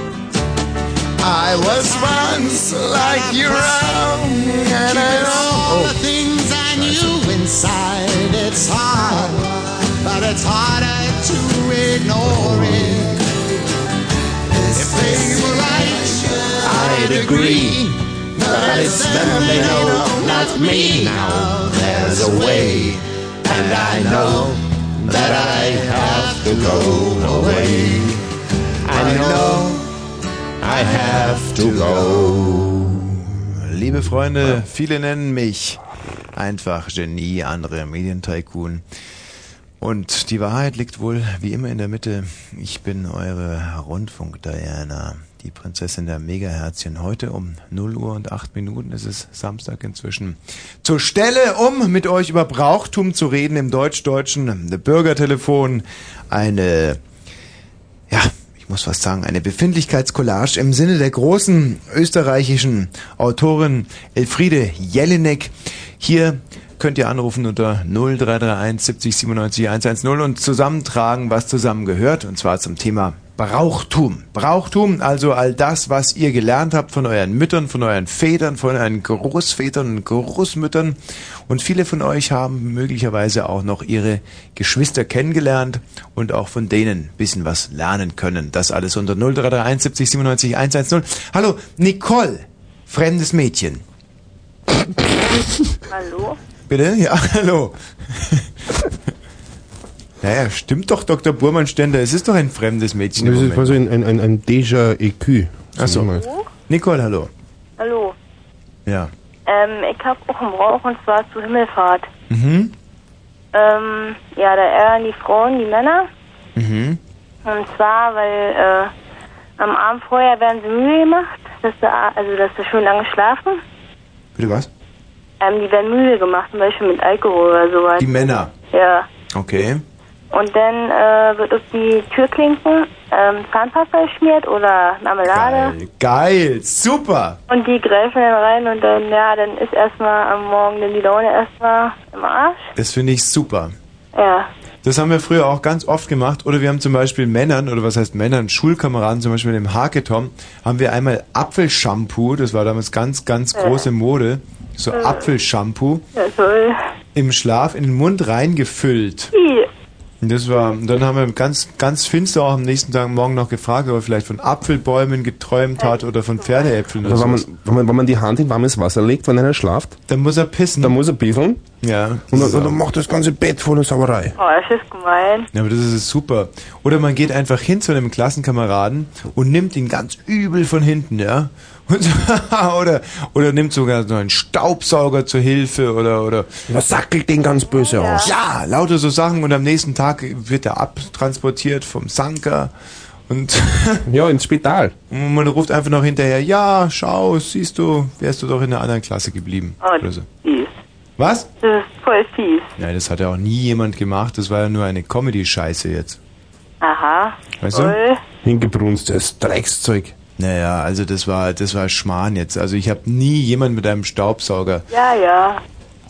Speaker 21: I was once like you around, and I
Speaker 16: Oh.
Speaker 21: know all the things I knew inside. It's hard, but it's harder to ignore it. If they were right, I'd agree, but it's them they know now. with me. Now there's a way, and I know that I have to go away. I know I have to go.
Speaker 1: Liebe Freunde, viele nennen mich einfach Genie, andere Medientycoon. Und die Wahrheit liegt wohl wie immer in der Mitte. Ich bin eure Rundfunk-Diana, die Prinzessin der Megaherzchen. Heute um 0 Uhr und 8 Minuten ist es Samstag inzwischen. Zur Stelle, um mit euch über Brauchtum zu reden im deutsch-deutschen Bürgertelefon. Eine, ja, ich muss fast sagen, eine Befindlichkeitscollage im Sinne der großen österreichischen Autorin Elfriede Jelinek. Hier könnt ihr anrufen unter 0331 70 97 110 und zusammentragen, was zusammengehört, und zwar zum Thema Brauchtum. Brauchtum, also all das, was ihr gelernt habt von euren Müttern, von euren Vätern, von euren Großvätern und Großmüttern. Und viele von euch haben möglicherweise auch noch ihre Geschwister kennengelernt und auch von denen ein bisschen was lernen können. Das alles unter 0331 70 97 110. Hallo, Nicole, fremdes Mädchen.
Speaker 5: Hallo?
Speaker 1: Bitte? Ja, hallo. naja, stimmt doch, Dr. Burmann Stender. Es ist doch ein fremdes Mädchen. im
Speaker 8: Das ist
Speaker 1: Moment.
Speaker 8: mal so ein, ein, ein, ein Déjà-EQ.
Speaker 1: Achso. Nicole, hallo.
Speaker 5: Hallo.
Speaker 1: Ja.
Speaker 5: Ähm, ich habe auch einen Brauch und zwar zur Himmelfahrt.
Speaker 1: Mhm.
Speaker 5: Ähm, ja, da ärgern die Frauen die Männer.
Speaker 1: Mhm.
Speaker 5: Und zwar, weil äh, am Abend vorher werden sie müde gemacht, dass sie, a- also dass sie schön lange schlafen.
Speaker 1: Bitte was?
Speaker 5: Ähm, die werden müde gemacht, zum Beispiel mit Alkohol oder sowas.
Speaker 1: Die Männer.
Speaker 5: ja.
Speaker 1: Okay.
Speaker 5: Und dann äh, wird auf die Türklinken ähm, Zahnpasta geschmiert oder Marmelade.
Speaker 1: Geil, super.
Speaker 5: Und die greifen dann rein und dann, ja, dann ist erstmal am Morgen dann die Laune erstmal im Arsch.
Speaker 1: Das finde ich super.
Speaker 5: Ja.
Speaker 1: Das haben wir früher auch ganz oft gemacht. Oder wir haben zum Beispiel Männern, oder was heißt Männern, Schulkameraden, zum Beispiel dem Haketom, haben wir einmal Apfelshampoo, das war damals ganz, ganz große Mode, so Apfelshampoo,
Speaker 5: Ja, toll.
Speaker 1: im Schlaf in den Mund reingefüllt.
Speaker 5: I.
Speaker 1: Und das war, und dann haben wir ganz, ganz finster auch am nächsten Tag morgen noch gefragt, ob er vielleicht von Apfelbäumen geträumt hat oder von Pferdeäpfeln oder
Speaker 8: Also wenn, man,
Speaker 1: sowas.
Speaker 8: wenn, man, wenn man die Hand in warmes Wasser legt, wenn einer schlaft,
Speaker 1: dann muss er pissen.
Speaker 8: Dann muss er pisseln.
Speaker 1: Ja.
Speaker 8: Und dann, und dann macht das ganze Bett voller Sauerei.
Speaker 5: Oh, das ist gemein.
Speaker 1: Ja, aber das ist super. Oder man geht einfach hin zu einem Klassenkameraden und nimmt ihn ganz übel von hinten, ja. Und so, oder, oder nimmt sogar so einen Staubsauger zur Hilfe oder, oder.
Speaker 8: Man sackelt den ganz böse aus.
Speaker 1: Ja, lauter so Sachen und am nächsten Tag wird er abtransportiert vom Sanker und.
Speaker 8: ja, ins Spital.
Speaker 1: Und man ruft einfach noch hinterher, ja, schau, siehst du, wärst du doch in einer anderen Klasse geblieben.
Speaker 5: Oh,
Speaker 1: Oder so.
Speaker 5: fies.
Speaker 1: Was?
Speaker 5: Das ist voll fies.
Speaker 1: Nein, das hat ja auch nie jemand gemacht, das war ja nur eine Comedy-Scheiße jetzt.
Speaker 5: Aha.
Speaker 1: Weißt du?
Speaker 5: toll.
Speaker 1: Hingebrunstetes Dreckszeug. Naja, also das war, das war Schmarrn jetzt. Also ich habe nie jemanden mit einem Staubsauger.
Speaker 5: Ja, ja.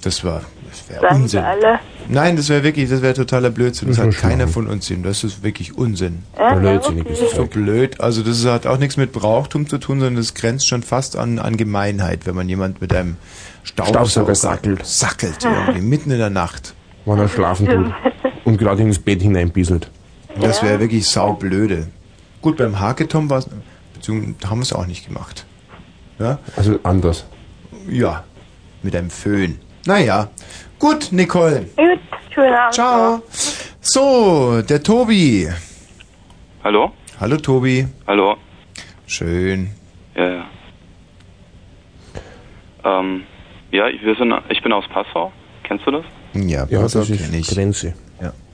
Speaker 1: Das war, das wäre
Speaker 5: Sagen sie
Speaker 1: Unsinn.
Speaker 5: alle.
Speaker 1: Nein, das wäre wirklich, das wäre totaler Blödsinn. Das hat keiner von uns sehen. Das ist wirklich Unsinn.
Speaker 5: Ja, Blödsinniges okay.
Speaker 1: So blöd. Also das hat auch nichts mit Brauchtum zu tun, sondern das grenzt schon fast an, an Gemeinheit, wenn man jemand mit einem Staubsauger,
Speaker 8: Staubsauger sackelt.
Speaker 1: sackelt irgendwie, mitten in der Nacht.
Speaker 8: Wenn er schlafen tut und gerade ins Bett hineinpisselt.
Speaker 1: Das wäre wirklich saublöde. Gut, beim Haketom war es, beziehungsweise haben wir es auch nicht gemacht. Ja?
Speaker 8: Also anders.
Speaker 1: Ja, mit einem Föhn. Naja, gut, Nicole.
Speaker 5: Gut, schönen Abend.
Speaker 1: Ciao. So, der Tobi.
Speaker 13: Hallo?
Speaker 1: Hallo, Tobi.
Speaker 13: Hallo?
Speaker 1: Schön.
Speaker 13: Ja, ja. Ähm, ja, ich, wir sind, ich bin aus Passau. Kennst du das?
Speaker 1: Ja,
Speaker 8: ja das ist Grenze.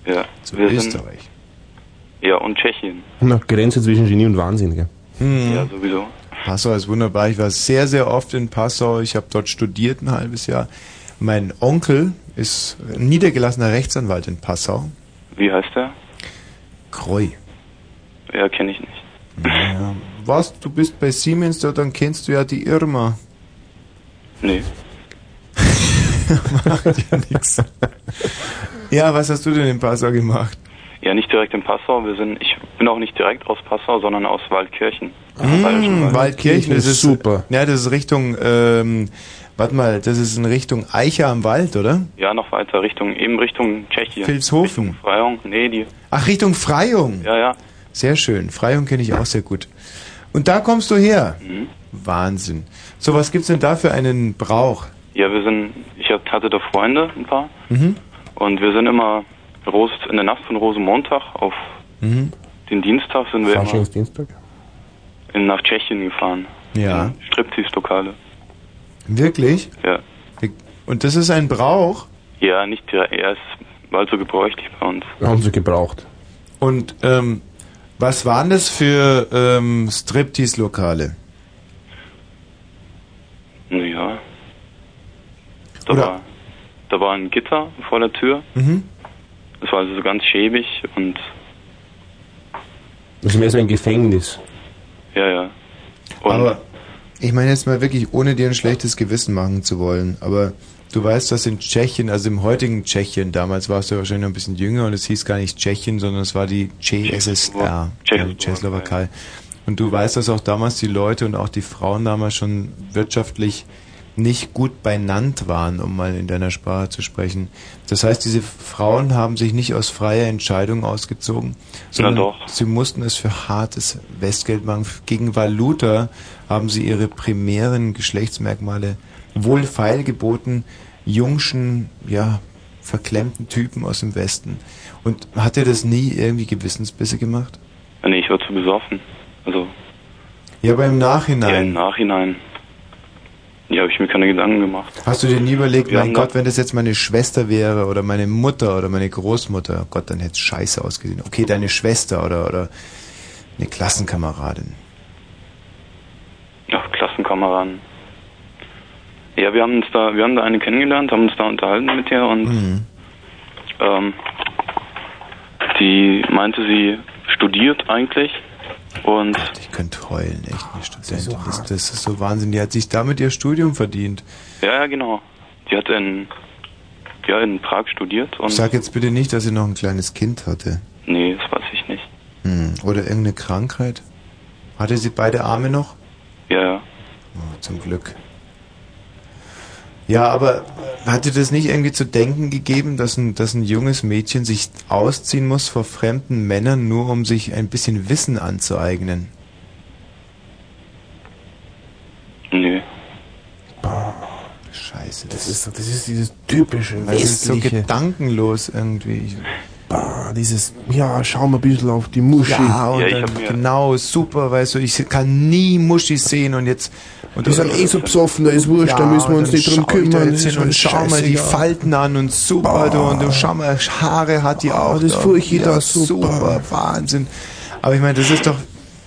Speaker 13: Ja. Zu
Speaker 1: Österreich.
Speaker 13: Sind, ja, und Tschechien.
Speaker 8: Na, Grenze zwischen Genie und Wahnsinn, gell?
Speaker 1: Hm.
Speaker 13: Ja, sowieso.
Speaker 1: Passau ist wunderbar. Ich war sehr, sehr oft in Passau. Ich habe dort studiert ein halbes Jahr. Mein Onkel ist ein niedergelassener Rechtsanwalt in Passau.
Speaker 13: Wie heißt der?
Speaker 1: Kreu.
Speaker 13: Ja, kenne ich nicht.
Speaker 1: Ja. Was? Du bist bei Siemens, da, dann kennst du ja die Irma.
Speaker 13: Nee.
Speaker 1: Macht ja nichts. Ja, was hast du denn in Passau gemacht?
Speaker 13: Ja, nicht direkt in Passau. Wir sind, ich bin auch nicht direkt aus Passau, sondern aus Waldkirchen.
Speaker 1: Mmh, Waldkirchen, das ist
Speaker 8: super.
Speaker 1: Ja, das ist Richtung, ähm, warte mal, das ist in Richtung Eicher am Wald, oder?
Speaker 13: Ja, noch weiter Richtung, eben Richtung Tschechien.
Speaker 1: Vilshofen.
Speaker 13: Freiung, nee, die.
Speaker 1: Ach, Richtung Freyung.
Speaker 13: Ja, ja.
Speaker 1: Sehr schön. Freyung kenne ich auch sehr gut. Und da kommst du her.
Speaker 13: Mhm.
Speaker 1: Wahnsinn. So, was gibt's denn da für einen Brauch?
Speaker 26: Ja, wir sind, ich hab- hatte da Freunde, ein paar,
Speaker 27: Mhm.
Speaker 26: und wir sind immer Ros, in der Nacht von Rosenmontag auf
Speaker 1: Mhm.
Speaker 26: den Dienstag sind wir immer
Speaker 28: Dienstag?
Speaker 26: in, nach Tschechien gefahren.
Speaker 1: Ja.
Speaker 26: Striptease-Lokale.
Speaker 1: Wirklich?
Speaker 26: Ja.
Speaker 1: Und das ist ein Brauch?
Speaker 26: Ja, nicht direkt, er ist bald so gebräuchlich bei uns.
Speaker 1: Haben sie gebraucht. Und ähm, was waren das für ähm, Striptease-Lokale?
Speaker 26: Ja. Da war, da war ein Gitter vor der Tür.
Speaker 1: Mhm.
Speaker 26: Das war also so ganz schäbig und
Speaker 29: Das ist mehr so ein Gefängnis.
Speaker 26: ja, ja.
Speaker 1: aber ich meine jetzt mal wirklich, ohne dir ein schlechtes Gewissen machen zu wollen, aber du weißt, dass in Tschechien, also im heutigen Tschechien, damals warst du wahrscheinlich noch ein bisschen jünger und es hieß gar nicht Tschechien, sondern es war die CSSR, also Tschechoslowakei. Und du weißt, dass auch damals die Leute und auch die Frauen damals schon wirtschaftlich nicht gut beinannt waren, um mal in deiner Sprache zu sprechen. Das heißt, diese Frauen haben sich nicht aus freier Entscheidung ausgezogen, sondern
Speaker 26: doch.
Speaker 1: sie mussten es für hartes Westgeld machen. Gegen Valuta haben sie ihre primären Geschlechtsmerkmale wohlfeil geboten, jungschen, ja, verklemmten Typen aus dem Westen. Und hat dir das nie irgendwie Gewissensbisse gemacht?
Speaker 26: Nee, ich war zu besoffen. Also
Speaker 1: Ja, aber im Nachhinein.
Speaker 26: ja, im Nachhinein. Ja, habe ich mir keine Gedanken gemacht.
Speaker 1: Hast du dir nie überlegt,
Speaker 26: Wir
Speaker 1: mein
Speaker 26: haben
Speaker 1: Gott, wenn das jetzt meine Schwester wäre oder meine Mutter oder meine Großmutter, oh Gott, dann hätte es scheiße ausgesehen. Okay, deine Schwester oder, oder eine Klassenkameradin.
Speaker 26: Ach, Klassenkameraden. Ja, wir haben uns da, wir haben da eine kennengelernt, haben uns da unterhalten mit ihr und
Speaker 1: Mhm.
Speaker 26: ähm, die meinte, sie studiert eigentlich und
Speaker 1: Ich könnte heulen, echt, eine Studentin. Das, das ist so Wahnsinn. Die hat sich damit ihr Studium verdient.
Speaker 26: ja, ja, genau. Die hat in ja in Prag studiert und
Speaker 1: Sag jetzt bitte nicht, dass sie noch ein kleines Kind hatte.
Speaker 26: nee, das weiß ich nicht.
Speaker 1: Hm. Oder irgendeine Krankheit. Hatte sie beide Arme noch?
Speaker 26: Ja, ja.
Speaker 1: Oh, zum Glück. Ja, aber hat dir das nicht irgendwie zu denken gegeben, dass ein, dass ein junges Mädchen sich ausziehen muss vor fremden Männern, nur um sich ein bisschen Wissen anzueignen?
Speaker 26: Nee.
Speaker 1: Scheiße,
Speaker 8: das ist, das ist dieses typische
Speaker 1: Das ist so
Speaker 8: Westliche.
Speaker 1: gedankenlos irgendwie. Ich-
Speaker 8: Bah, dieses, ja, schau mal ein bisschen auf die Muschi.
Speaker 1: Ja, und dann, genau, super, weißt du, ich kann nie Muschis sehen und jetzt... Und
Speaker 8: Die sind eh so besoffen, da ist wurscht, da müssen wir
Speaker 1: und
Speaker 8: uns
Speaker 1: dann
Speaker 8: nicht drum
Speaker 1: schau ich da
Speaker 8: kümmern,
Speaker 1: Jetzt
Speaker 8: das ist
Speaker 1: hin und
Speaker 8: uns
Speaker 1: schau mal die
Speaker 8: scheißegal. Ah.
Speaker 1: Falten an und super, du, und du schau mal, Haare hat die auch.
Speaker 8: das
Speaker 1: da.
Speaker 8: furcht ich
Speaker 1: ja,
Speaker 8: da,
Speaker 1: super, Wahnsinn. Aber ich meine, das ist doch,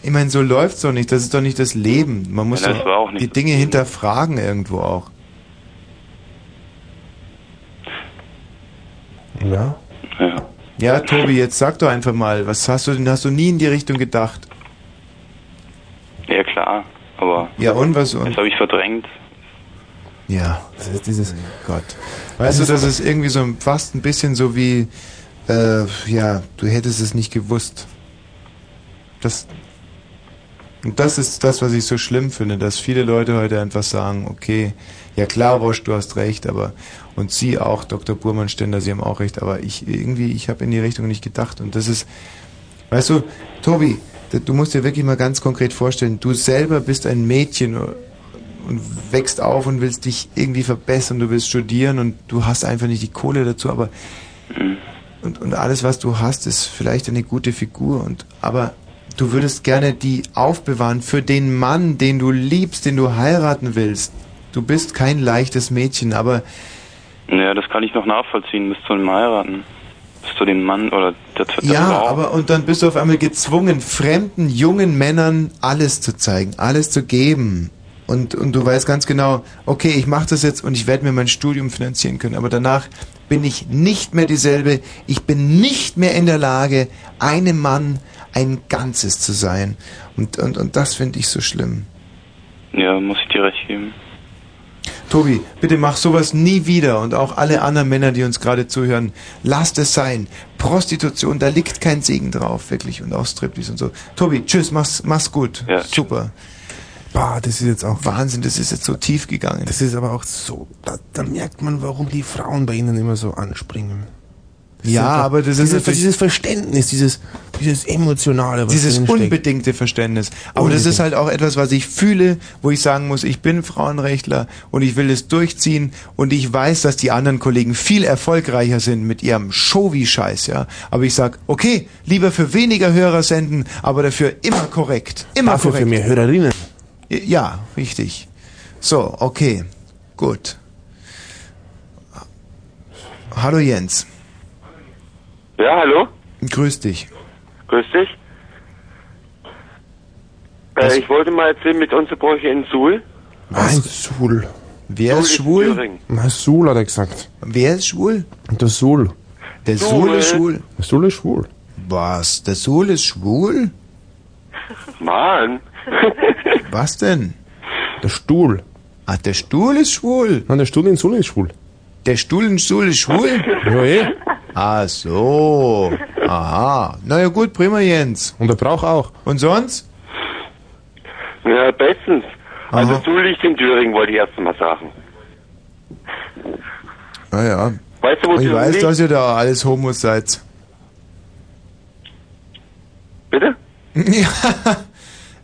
Speaker 1: ich meine, so läuft's doch nicht, das ist doch nicht das Leben. Man muss
Speaker 26: Ja, das
Speaker 1: doch
Speaker 26: war auch nicht
Speaker 1: die Dinge hinterfragen irgendwo auch.
Speaker 8: Ja.
Speaker 26: Ja.
Speaker 1: Ja, Tobi, jetzt sag doch einfach mal, was hast du denn, hast du nie in die Richtung gedacht?
Speaker 26: Ja klar, aber
Speaker 1: Ja, und was und?
Speaker 26: das habe ich verdrängt.
Speaker 1: Ja, das ist dieses Gott. Weißt du, das ist irgendwie so ein- fast ein bisschen so wie, äh, ja, du hättest es nicht gewusst. Das, und das ist das, was ich so schlimm finde, dass viele Leute heute einfach sagen, okay, ja klar, Wosch, du hast recht, aber, und Sie auch, Dr. Burmann Stender, Sie haben auch recht, aber ich irgendwie, ich habe in die Richtung nicht gedacht und das ist, weißt du, Tobi, d- du musst dir wirklich mal ganz konkret vorstellen, du selber bist ein Mädchen und wächst auf und willst dich irgendwie verbessern, du willst studieren und du hast einfach nicht die Kohle dazu, aber und, und alles, was du hast, ist vielleicht eine gute Figur und aber du würdest gerne die aufbewahren für den Mann, den du liebst, den du heiraten willst. Du bist kein leichtes Mädchen, aber
Speaker 26: Naja, das kann ich noch nachvollziehen, bis zu dem Heiraten. Bis zu dem Mann oder der, der
Speaker 1: ja,
Speaker 26: Frau.
Speaker 1: aber und dann bist du auf einmal gezwungen, fremden jungen Männern alles zu zeigen, alles zu geben. Und, und du weißt ganz genau, okay, ich mache das jetzt und ich werde mir mein Studium finanzieren können, aber danach bin ich nicht mehr dieselbe, ich bin nicht mehr in der Lage, einem Mann ein Ganzes zu sein. Und, und, und das finde ich so schlimm.
Speaker 26: Ja, muss ich dir recht geben.
Speaker 1: Tobi, bitte mach sowas nie wieder und auch alle anderen Männer, die uns gerade zuhören, lasst es sein. Prostitution, da liegt kein Segen drauf, wirklich. Und auch Striptease und so. Tobi, tschüss, mach's, mach's gut.
Speaker 8: Ja.
Speaker 1: Super.
Speaker 8: Bah, das ist jetzt auch.
Speaker 1: Wahnsinn, das ist jetzt so tief gegangen.
Speaker 8: Das ist aber auch so. Da, da merkt man, warum die Frauen bei ihnen immer so anspringen.
Speaker 1: Ja,
Speaker 6: einfach
Speaker 1: aber das ist
Speaker 6: dieses,
Speaker 1: natürlich-
Speaker 6: dieses Verständnis, dieses, dieses emotionale, was
Speaker 1: Dieses
Speaker 6: drinsteckt.
Speaker 1: unbedingte Verständnis. Aber das ist halt auch etwas, was ich fühle, wo ich sagen muss, ich bin Frauenrechtler und ich will es durchziehen und ich weiß, dass die anderen Kollegen viel erfolgreicher sind mit ihrem Showy-Scheiß, ja. Aber ich sag, okay, lieber für weniger Hörer senden, aber dafür immer korrekt. Immer
Speaker 6: Dafür für
Speaker 1: korrekt.
Speaker 6: mehr Hörerinnen.
Speaker 1: Ja, richtig. So, okay. Gut. Hallo Jens.
Speaker 10: Ja, hallo?
Speaker 1: Grüß dich.
Speaker 10: Grüß dich. Äh, ich wollte mal erzählen mit unsere Bräuche in Suhl.
Speaker 8: Nein, Sul.
Speaker 1: Wer
Speaker 10: ist schwul? Thüringen.
Speaker 8: Na, Sul hat er gesagt.
Speaker 1: Wer ist schwul?
Speaker 8: Der Sul.
Speaker 1: Der
Speaker 10: Sul ist schwul.
Speaker 8: Der Sul ist schwul.
Speaker 1: Was? Der Sul ist schwul?
Speaker 10: Mann.
Speaker 1: Was denn?
Speaker 8: Der Stuhl.
Speaker 1: Ach, der Stuhl ist schwul.
Speaker 8: Nein, der Stuhl in Sul ist schwul.
Speaker 1: Der Stuhl in Sul ist schwul?
Speaker 8: Ja, eh.
Speaker 1: Ach so. Aha. Na ja gut, prima Jens.
Speaker 8: Und der Brauch auch.
Speaker 1: Und sonst?
Speaker 10: Ja, bestens. Also Suhl liegt in Thüringen, wollte ich erst mal sagen.
Speaker 1: Naja.
Speaker 10: Weißt du, wo
Speaker 1: Ah ich
Speaker 10: du
Speaker 1: weiß,
Speaker 10: liegst?
Speaker 1: dass ihr da alles Homos seid.
Speaker 10: Bitte?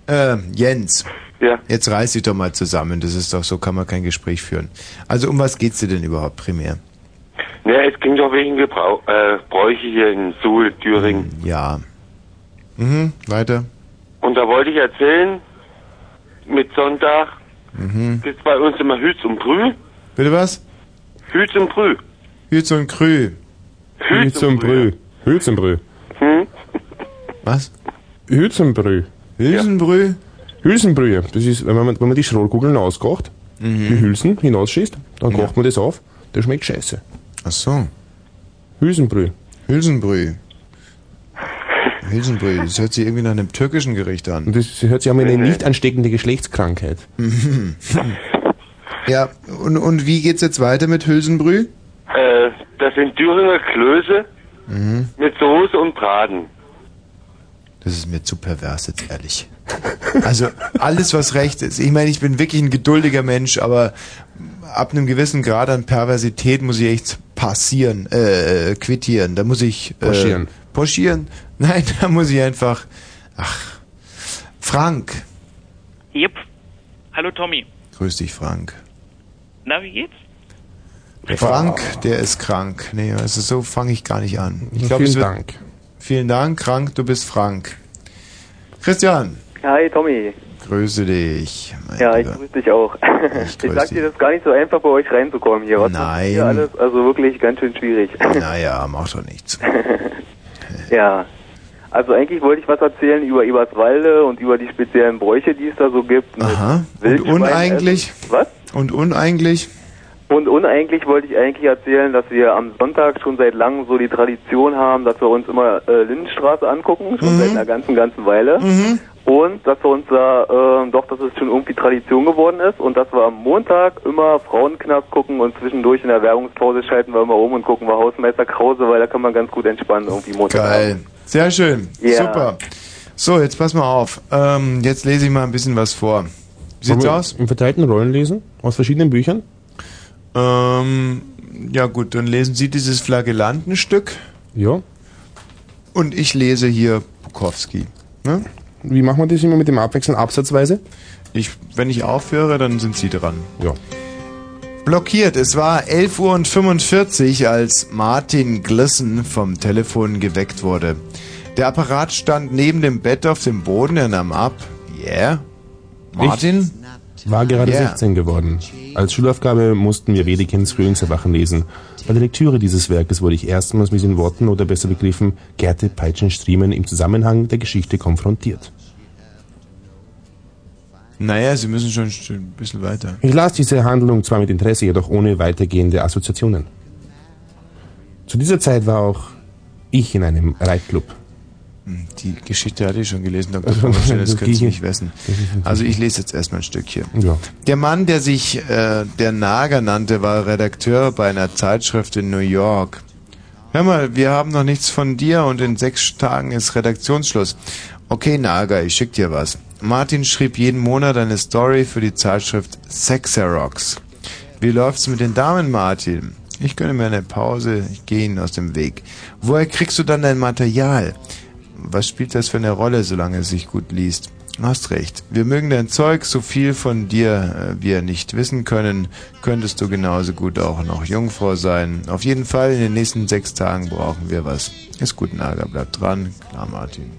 Speaker 1: Ja. Äh, Jens.
Speaker 10: Ja.
Speaker 1: Jetzt reiß dich doch mal zusammen. Das ist doch so, kann man kein Gespräch führen. Also um was geht's dir denn überhaupt primär?
Speaker 10: Ja, es ging doch wegen Gebrau äh, Bräuche hier in Suhl, Thüringen.
Speaker 1: Ja. Mhm, weiter.
Speaker 10: Und da wollte ich erzählen, mit Sonntag
Speaker 1: Mhm.
Speaker 10: gibt's bei uns immer Hüts und Brüh.
Speaker 1: Bitte was?
Speaker 10: Hüts und Brüh.
Speaker 1: Hütz und Krü.
Speaker 8: Hützenbrü. Hützenbrü.
Speaker 10: Hm?
Speaker 1: Was?
Speaker 8: Hülsenbrühe.
Speaker 1: Hülsenbrühe?
Speaker 8: Hülsenbrühe. Das ist, wenn man, wenn man die Schrollkugeln auskocht,
Speaker 1: Mhm.
Speaker 8: die Hülsen hinausschießt, dann kocht man das auf, der schmeckt scheiße.
Speaker 1: Ach so.
Speaker 8: Hülsenbrühe.
Speaker 1: Hülsenbrühe. Hülsenbrühe, das hört sich irgendwie nach einem türkischen Gericht an.
Speaker 8: Und das hört sich an wie eine nicht ansteckende Geschlechtskrankheit.
Speaker 1: Mhm. ja, und, und wie geht's jetzt weiter mit Hülsenbrühe?
Speaker 10: Äh, das sind Thüringer Klöße
Speaker 1: Mhm.
Speaker 10: mit Soße und Braten.
Speaker 1: Das ist mir zu pervers jetzt ehrlich. Also alles, was recht ist. Ich meine, ich bin wirklich ein geduldiger Mensch, aber ab einem gewissen Grad an Perversität muss ich echt passieren, äh, äh, quittieren. Da muss ich äh,
Speaker 8: Poschieren.
Speaker 1: poschieren. Nein, da muss ich einfach. Ach, Frank,
Speaker 2: Jep. Hallo Tommy.
Speaker 1: grüß dich, Frank.
Speaker 2: Na, wie geht's?
Speaker 1: Frank, der ist krank. Nee, also so fange ich gar nicht an. Ich glaub,
Speaker 8: Vielen
Speaker 1: es wird-
Speaker 8: Dank.
Speaker 1: Vielen Dank, krank, du bist Frank. Christian,
Speaker 7: Hi Tommy.
Speaker 1: grüße dich.
Speaker 7: Ja, ich grüße dich auch. Ich,
Speaker 1: grüß
Speaker 7: sag dir, das ist gar nicht so einfach bei euch reinzukommen hier. Was
Speaker 1: Nein.
Speaker 7: Hier alles, also wirklich ganz schön schwierig.
Speaker 1: Naja, macht doch nichts.
Speaker 7: ja. Also eigentlich wollte ich was erzählen über Eberswalde und über die speziellen Bräuche, die es da so gibt.
Speaker 1: Aha. Und
Speaker 7: Wildschwein
Speaker 1: uneigentlich?
Speaker 7: Was?
Speaker 1: Und uneigentlich?
Speaker 7: Und uneigentlich wollte ich eigentlich erzählen, dass wir am Sonntag schon seit langem so die Tradition haben, dass wir uns immer äh, Lindenstraße angucken, schon seit einer ganzen, ganzen Weile. Und dass wir uns da, ähm, doch, dass es schon irgendwie Tradition geworden ist und dass wir am Montag immer Frauenknapp gucken und zwischendurch in der Werbungspause schalten wir immer um und gucken wir Hausmeister Krause, weil da kann man ganz gut entspannen irgendwie Montag.
Speaker 1: Geil. Sehr schön.
Speaker 7: Ja.
Speaker 1: Super. So, jetzt pass mal auf. Ähm, jetzt lese ich mal ein bisschen was vor. Wie
Speaker 8: Wollen
Speaker 1: sieht's
Speaker 8: wir
Speaker 1: aus?
Speaker 8: In verteilten Rollen lesen? Aus verschiedenen Büchern?
Speaker 1: Ähm, ja gut, dann lesen Sie dieses Flagellantenstück.
Speaker 8: Ja.
Speaker 1: Und ich lese hier Bukowski. Ne?
Speaker 8: Wie machen wir das immer mit dem Abwechseln absatzweise?
Speaker 1: Ich, wenn ich aufhöre, dann sind Sie dran.
Speaker 8: Ja.
Speaker 1: Blockiert. Es war 11.45 Uhr, und 45, als Martin Glisson vom Telefon geweckt wurde. Der Apparat stand neben dem Bett auf dem Boden. Er nahm ab. Yeah. Martin?
Speaker 8: War gerade
Speaker 1: Ja.
Speaker 8: 16 geworden. Als Schulaufgabe mussten wir Wedekins Frühlingserwachen lesen. Bei der Lektüre dieses Werkes wurde ich erstmals mit den Worten oder besser begriffen Gerte Peitschenstriemen im Zusammenhang der Geschichte konfrontiert.
Speaker 1: Naja, Sie müssen schon st- ein bisschen weiter.
Speaker 8: Ich las diese Handlung zwar mit Interesse, jedoch ohne weitergehende Assoziationen. Zu dieser Zeit war auch ich in einem Reitclub.
Speaker 1: Hm, Die Geschichte hatte ich schon gelesen, Dr.
Speaker 8: Also,
Speaker 1: Pommerstein, das
Speaker 8: das
Speaker 1: können Sie
Speaker 8: ging-
Speaker 1: nicht wissen. Also ich lese jetzt erstmal ein Stück hier.
Speaker 8: Ja.
Speaker 1: Der Mann, der sich äh, der Nager nannte, war Redakteur bei einer Zeitschrift in New York. Hör mal, wir haben noch nichts von dir und in sechs Tagen ist Redaktionsschluss. Okay, Nager, ich schick dir was. Martin schrieb jeden Monat eine Story für die Zeitschrift Sexerox. Wie läuft's mit den Damen, Martin? Ich gönne mir eine Pause, ich gehe Ihnen aus dem Weg. Woher kriegst du dann dein Material? Was spielt das für eine Rolle, solange es sich gut liest? Hast recht. Wir mögen dein Zeug, so viel von dir äh, wir nicht wissen können, könntest du genauso gut auch noch Jungfrau sein. Auf jeden Fall, in den nächsten sechs Tagen brauchen wir was. Ist gut, Nager, bleib dran. Klar, Martin.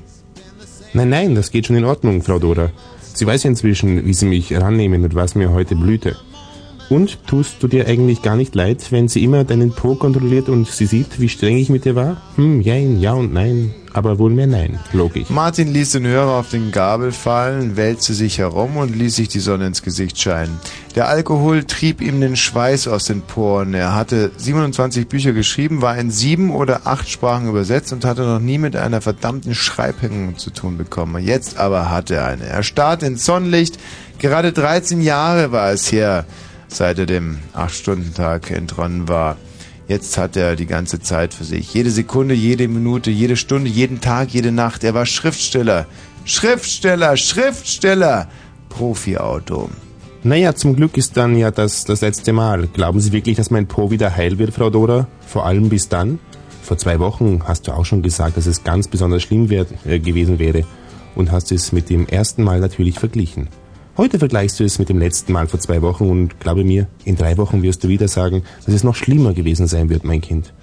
Speaker 8: Nein, nein, das geht schon in Ordnung, Frau Dora. Sie weiß ja inzwischen, wie sie mich rannehmen und was mir heute blühte. Und tust du dir eigentlich gar nicht leid, wenn sie immer deinen Po kontrolliert und sie sieht, wie streng ich mit dir war? Hm, jein, ja und nein, aber wohl mehr nein, logisch.
Speaker 1: Martin ließ den Hörer auf den Gabel fallen, wälzte sich herum und ließ sich die Sonne ins Gesicht scheinen. Der Alkohol trieb ihm den Schweiß aus den Poren. Er hatte 27 Bücher geschrieben, war in sieben oder acht Sprachen übersetzt und hatte noch nie mit einer verdammten Schreibhängung zu tun bekommen. Jetzt aber hatte er eine. Er starrte ins Sonnenlicht. Gerade 13 Jahre war es her, seit er dem 8-Stunden-Tag entronnen war. Jetzt hat er die ganze Zeit für sich. Jede Sekunde, jede Minute, jede Stunde, jeden Tag, jede Nacht. Er war Schriftsteller. Schriftsteller, Schriftsteller. Profi-Auto.
Speaker 8: Naja, zum Glück ist dann ja das das letzte Mal. Glauben Sie wirklich, dass mein Po wieder heil wird, Frau Dora? Vor allem bis dann? Vor zwei Wochen hast du auch schon gesagt, dass es ganz besonders schlimm wär, äh, gewesen wäre und hast es mit dem ersten Mal natürlich verglichen. Heute vergleichst du es mit dem letzten Mal vor zwei Wochen und glaube mir, in drei Wochen wirst du wieder sagen, dass es noch schlimmer gewesen sein wird, mein Kind.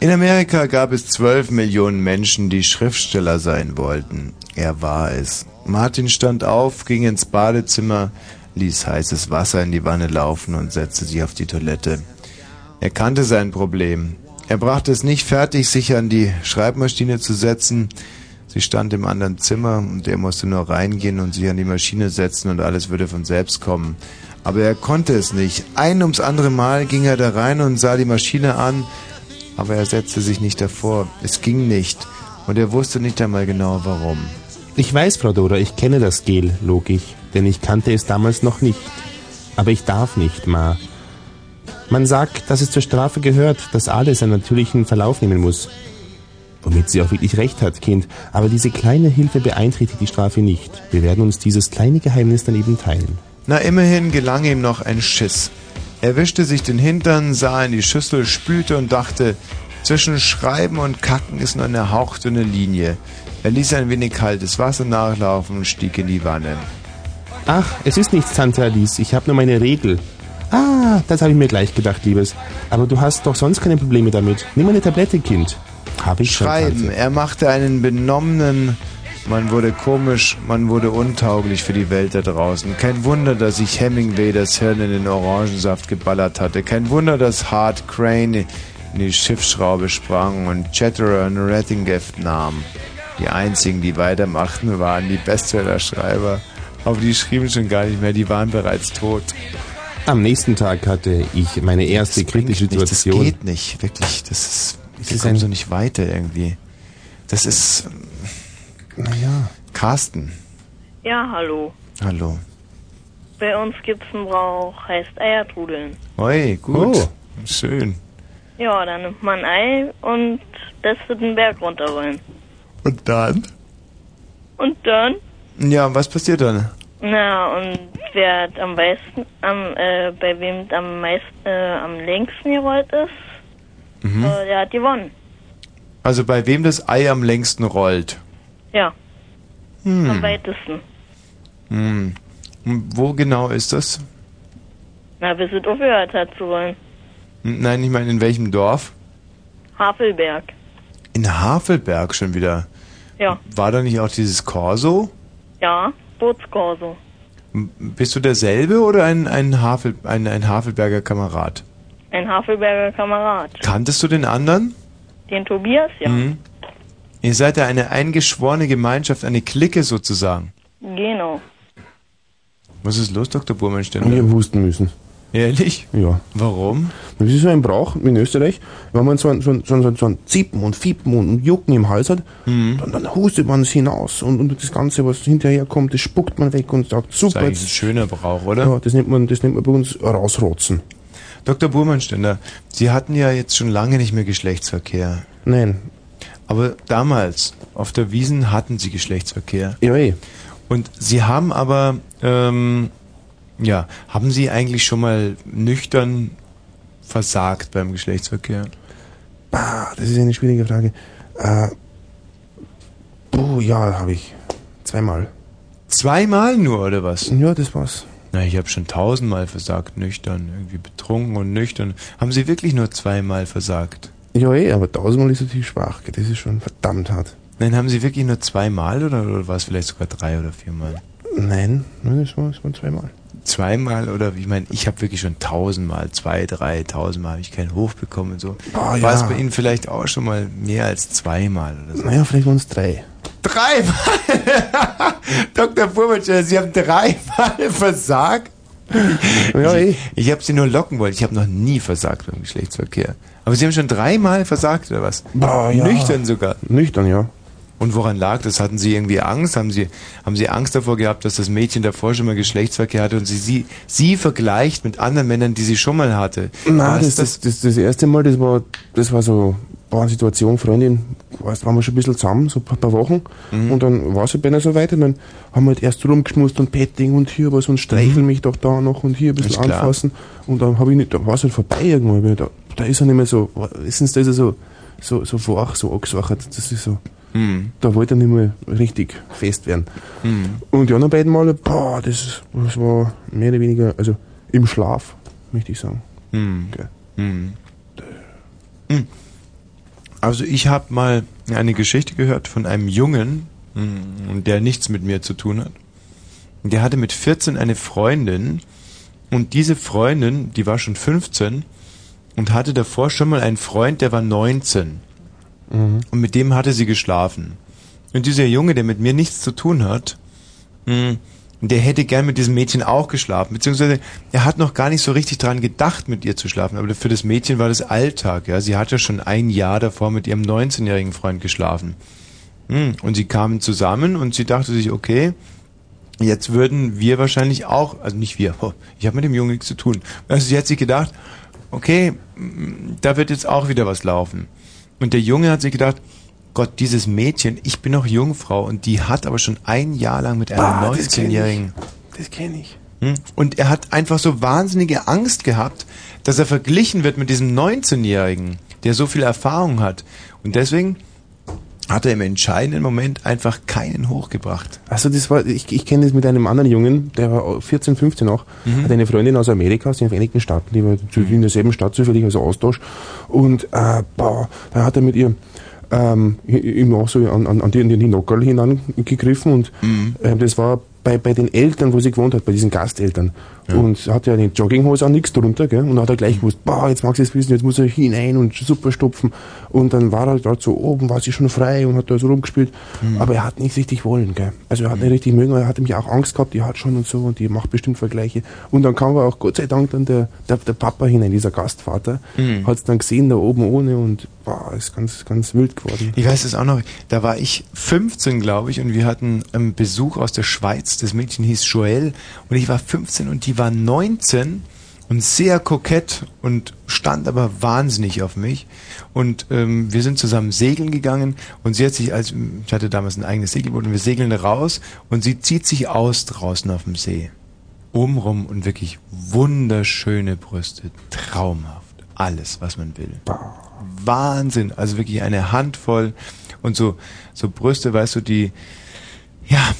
Speaker 1: In Amerika gab es 12 Millionen Menschen, die Schriftsteller sein wollten. Er war es. Martin stand auf, ging ins Badezimmer, ließ heißes Wasser in die Wanne laufen und setzte sich auf die Toilette. Er kannte sein Problem. Er brachte es nicht fertig, sich an die Schreibmaschine zu setzen. Sie stand im anderen Zimmer und er musste nur reingehen und sich an die Maschine setzen und alles würde von selbst kommen. Aber er konnte es nicht. Ein ums andere Mal ging er da rein und sah die Maschine an, aber er setzte sich nicht davor. Es ging nicht und er wusste nicht einmal genau warum.
Speaker 8: Ich weiß, Frau Dora, ich kenne das Gel, logisch, denn ich kannte es damals noch nicht. Aber ich darf nicht, Ma. Man sagt, dass es zur Strafe gehört, dass alles einen natürlichen Verlauf nehmen muss. Womit sie auch wirklich recht hat, Kind. Aber diese kleine Hilfe beeinträchtigt die Strafe nicht. Wir werden uns dieses kleine Geheimnis dann eben teilen.
Speaker 1: Na, immerhin gelang ihm noch ein Schiss. Er wischte sich den Hintern, sah in die Schüssel, spülte und dachte, zwischen Schreiben und Kacken ist nur eine hauchdünne Linie. Er ließ ein wenig kaltes Wasser nachlaufen und stieg in die Wanne.
Speaker 8: Ach, es ist nichts, Tante Alice. Ich habe nur meine Regel. Ah, das habe ich mir gleich gedacht, Liebes. Aber du hast doch sonst keine Probleme damit. Nimm eine Tablette, Kind. Hab ich schon,
Speaker 1: Schreiben.
Speaker 8: Tante.
Speaker 1: Er machte einen benommenen. Man wurde komisch, man wurde untauglich für die Welt da draußen. Kein Wunder, dass sich Hemingway das Hirn in den Orangensaft geballert hatte. Kein Wunder, dass Hart Crane in die Schiffsschraube sprang und Chatterer und Rettingift nahm. Die einzigen, die weitermachten, waren die Bestsellerschreiber. Aber die schrieben schon gar nicht mehr, die waren bereits tot.
Speaker 8: Am nächsten Tag hatte ich meine erste kritische
Speaker 1: nicht, das
Speaker 8: Situation.
Speaker 1: geht nicht, wirklich. Das ist,
Speaker 8: Es
Speaker 1: wir
Speaker 8: ist
Speaker 1: kommen
Speaker 8: ein-
Speaker 1: so nicht weiter irgendwie. Das ist,
Speaker 8: naja.
Speaker 1: Carsten,
Speaker 12: Ja, hallo.
Speaker 1: hallo.
Speaker 12: Bei uns gibt's einen Brauch, heißt Eiertrudeln.
Speaker 1: Oi, gut.
Speaker 8: Oh.
Speaker 1: Schön.
Speaker 12: Ja, dann nimmt man Ei und lässt es den Berg runterrollen.
Speaker 1: Und dann?
Speaker 12: Und dann?
Speaker 1: Ja, und was passiert dann?
Speaker 12: Na, und wer hat am meisten, am, äh, bei wem es am meisten, äh, am längsten gerollt ist,
Speaker 1: Hm?
Speaker 8: Mhm.
Speaker 12: äh, der hat gewonnen.
Speaker 1: Also bei wem das Ei am längsten rollt.
Speaker 12: Ja, am
Speaker 1: Hm.
Speaker 12: weitesten.
Speaker 1: Hm. Und Wo genau ist das?
Speaker 12: Na, bis es aufgehört hat zu rollen.
Speaker 1: Hm, Nein, ich meine, in welchem Dorf?
Speaker 12: Havelberg.
Speaker 1: In Havelberg schon wieder.
Speaker 12: Ja,
Speaker 1: War da nicht auch dieses Corso?
Speaker 12: ja, Bootskorso.
Speaker 1: M- Bist du derselbe oder ein, ein, Havel, ein, ein Havelberger Kamerad?
Speaker 12: Ein Havelberger Kamerad.
Speaker 1: Kanntest du den anderen?
Speaker 12: Den Tobias, ja.
Speaker 1: Mhm. Ihr seid ja eine eingeschworene Gemeinschaft, eine Clique sozusagen.
Speaker 12: Genau.
Speaker 1: Was ist los, Dr. Burmenständer?
Speaker 8: Wir wussten müssen.
Speaker 1: Ehrlich?
Speaker 8: Ja.
Speaker 1: Warum?
Speaker 8: Das ist so ein Brauch in Österreich, wenn man so ein, so ein, so ein, so ein Zippen und Fiepen und, und Jucken im Hals hat,
Speaker 1: Hm.
Speaker 8: dann, dann hustet man es hinaus und, und das Ganze, was hinterherkommt, das spuckt man weg und sagt,
Speaker 1: Das ist
Speaker 8: super,
Speaker 1: eigentlich ein
Speaker 8: jetzt,
Speaker 1: schöner Brauch, oder?
Speaker 8: Ja, das nennt man, das nennt man bei uns rausrotzen.
Speaker 1: Dr. Burmanständer, Sie hatten ja jetzt schon lange nicht mehr Geschlechtsverkehr.
Speaker 8: Nein.
Speaker 1: Aber damals, auf der Wiesen, hatten Sie Geschlechtsverkehr.
Speaker 8: Ja, eh.
Speaker 1: Und Sie haben aber, ähm, ja, haben Sie eigentlich schon mal nüchtern versagt beim Geschlechtsverkehr?
Speaker 8: Bah, Ah, das ist eine schwierige Frage. Äh, puh, ja, habe ich. Zweimal.
Speaker 1: Zweimal nur, oder was?
Speaker 8: Ja, das war's.
Speaker 1: Na, ich habe schon tausendmal versagt, nüchtern, irgendwie betrunken und nüchtern. Haben Sie wirklich nur zweimal versagt?
Speaker 8: Ja, eh, aber tausendmal ist natürlich schwach. gell, Das ist schon verdammt hart.
Speaker 1: Nein, haben Sie wirklich nur zweimal oder, oder war es vielleicht sogar drei oder viermal?
Speaker 8: Nein, nein, das war, das war zweimal.
Speaker 1: Zweimal oder ich meine, ich habe wirklich schon tausendmal, zwei, drei, tausendmal habe ich keinen Hof bekommen und so.
Speaker 8: Ah,
Speaker 1: war
Speaker 8: ja.
Speaker 1: es bei Ihnen vielleicht auch schon mal mehr als zweimal oder so?
Speaker 8: Naja, vielleicht waren es drei.
Speaker 1: Dreimal! Dr. Furmanstein, Sie haben dreimal versagt? Ja, ich
Speaker 8: eh.
Speaker 1: ich habe Sie nur locken wollen. Ich habe noch nie versagt beim Geschlechtsverkehr. Aber Sie haben schon dreimal versagt, oder was?
Speaker 8: Boah, ja.
Speaker 1: Nüchtern sogar.
Speaker 8: Nüchtern, ja.
Speaker 1: Und woran lag das? Hatten Sie irgendwie Angst? Haben Sie, haben Sie Angst davor gehabt, dass das Mädchen davor schon mal Geschlechtsverkehr hatte und Sie sie, sie vergleicht mit anderen Männern, die sie schon mal hatte?
Speaker 8: Na,
Speaker 1: War
Speaker 8: das,
Speaker 1: es
Speaker 8: das, das, das erste Mal, das war, das war so, war eine Situation, Freundin, weißt, waren wir schon ein bisschen zusammen, so ein paar Wochen,
Speaker 1: Mhm.
Speaker 8: und dann war es halt beinahe so weit, und dann haben wir halt erst rumgeschmust und Petting und hier was und streicheln mich doch da noch und hier ein bisschen
Speaker 1: Mhm. Ist klar.
Speaker 8: anfassen, und dann habe ich nicht, da war es halt vorbei irgendwann, weil da, da ist er nicht mehr so, wissen Sie, da ist er so, so, so wach, so angeschwachert, das ist so,
Speaker 1: Mhm.
Speaker 8: da wollte er nicht mehr richtig fest werden.
Speaker 1: Mhm.
Speaker 8: Und die anderen beiden Male, boah, das, das war mehr oder weniger, also im Schlaf, möchte ich sagen.
Speaker 1: Hm. Hm. Hm. Also ich habe mal eine Geschichte gehört von einem Jungen, hm, der nichts mit mir zu tun hat. Der hatte mit 14 eine Freundin und diese Freundin, die war schon 15 und hatte davor schon mal einen Freund, der war 19 und mit dem hatte sie geschlafen. Und dieser Junge, der mit mir nichts zu tun hat, mh, Hm. der hätte gern mit diesem Mädchen auch geschlafen, beziehungsweise er hat noch gar nicht so richtig dran gedacht, mit ihr zu schlafen, aber für das Mädchen war das Alltag, ja. Sie hat ja schon ein Jahr davor mit ihrem 19-jährigen Freund geschlafen. Hm, Und sie kamen zusammen und sie dachte sich, okay, jetzt würden wir wahrscheinlich auch, also nicht wir, ho, ich habe mit dem Jungen nichts zu tun. Also sie hat sich gedacht, okay, mm, da wird jetzt auch wieder was laufen. Und der Junge hat sich gedacht, Gott, dieses Mädchen, ich bin noch Jungfrau und die hat aber schon ein Jahr lang mit einem
Speaker 8: Bah, Ah, das kenn ich.
Speaker 1: 19-Jährigen.
Speaker 8: Das kenne ich.
Speaker 1: Hm? Und er hat einfach so wahnsinnige Angst gehabt, dass er verglichen wird mit diesem 19-Jährigen, der so viel Erfahrung hat. Und deswegen hat er im entscheidenden Moment einfach keinen hochgebracht.
Speaker 8: Also das war, ich, ich kenne das mit einem anderen Jungen, der war 14, 15 auch,
Speaker 1: Mhm.
Speaker 8: hat eine Freundin aus Amerika, aus den Vereinigten Staaten, die war zu- in derselben Stadt zufällig, also Austausch. Und äh, boah, da hat er mit ihr ähm, i- i- ihm auch so an, an, an die, an die Nockerl hinangegriffen und äh, das war bei, bei den Eltern, wo sie gewohnt hat, bei diesen Gasteltern. Und hat ja eine Jogginghose an, nichts drunter, gell? Und dann hat er gleich gewusst, boah, jetzt mag sie es wissen, jetzt muss er hinein und super stopfen. Und dann war er dort so oben, war sie schon frei und hat da so rumgespielt. Aber er hat nicht richtig wollen, gell? Also er hat nicht richtig mögen, er hat nämlich auch Angst gehabt, die hat schon und so und die macht bestimmt Vergleiche. Und dann kam aber auch Gott sei Dank dann der, der, der Papa hinein, dieser Gastvater,
Speaker 1: Mhm.
Speaker 8: hat es dann gesehen, da oben ohne und boah, ist ganz, ganz wild geworden.
Speaker 1: Ich weiß es auch noch, da war ich 15, glaube ich, und wir hatten einen Besuch aus der Schweiz. Das Mädchen hieß Joelle und ich war 15 und die war 19 und sehr kokett und stand aber wahnsinnig auf mich. Und ähm, wir sind zusammen segeln gegangen und sie hat sich, als ich hatte damals ein eigenes Segelboot und wir segeln raus und sie zieht sich aus draußen auf dem See. Umrum Um und wirklich wunderschöne Brüste, traumhaft. Alles, was man will. Wahnsinn, also wirklich eine Handvoll und so, so Brüste, weißt du, die, ja,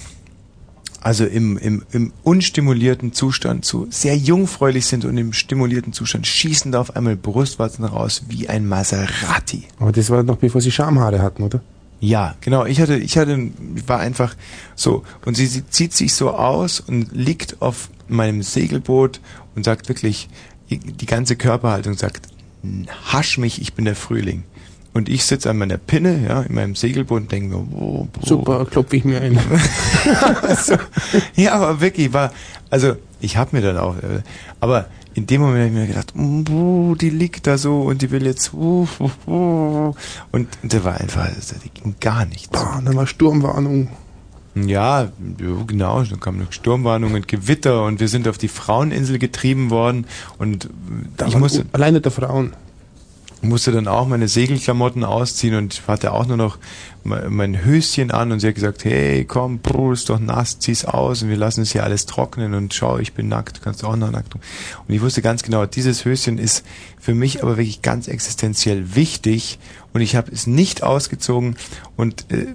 Speaker 1: also im, im, im unstimulierten Zustand so sehr jungfräulich sind und im stimulierten Zustand schießen da auf einmal Brustwarzen raus wie ein Maserati.
Speaker 8: Aber das war noch bevor sie Schamhaare hatten, oder?
Speaker 1: Ja, genau. Ich hatte, ich hatte, ich war einfach so. Und sie, sie zieht sich so aus und liegt auf meinem Segelboot und sagt wirklich, die ganze Körperhaltung sagt, hasch mich, ich bin der Frühling. Und ich sitze an meiner Pinne, ja, in meinem Segelboot und denke mir, oh, oh.
Speaker 8: Super, klopfe ich mir ein.
Speaker 1: so, ja, aber wirklich war, also ich hab mir dann auch, äh, aber in dem Moment habe ich mir gedacht, mm, buh, die liegt da so und die will jetzt, uh, uh, uh. und der war einfach, also, die ging gar nichts.
Speaker 8: Ah, Und dann war Sturmwarnung.
Speaker 1: Ja, ja, genau, dann kamen noch Sturmwarnungen und Gewitter und wir sind auf die Fraueninsel getrieben worden und
Speaker 8: Da
Speaker 1: ich
Speaker 8: waren
Speaker 1: musste,
Speaker 8: u- alleine der Frauen.
Speaker 1: musste dann auch meine Segelklamotten ausziehen und hatte auch nur noch me- mein Höschen an und sie hat gesagt, hey, komm, Bruder, ist doch nass, zieh's aus und wir lassen es hier alles trocknen und schau, ich bin nackt, kannst du auch noch nackt. rum. Und ich wusste ganz genau, dieses Höschen ist für mich aber wirklich ganz existenziell wichtig und ich habe es nicht ausgezogen und äh,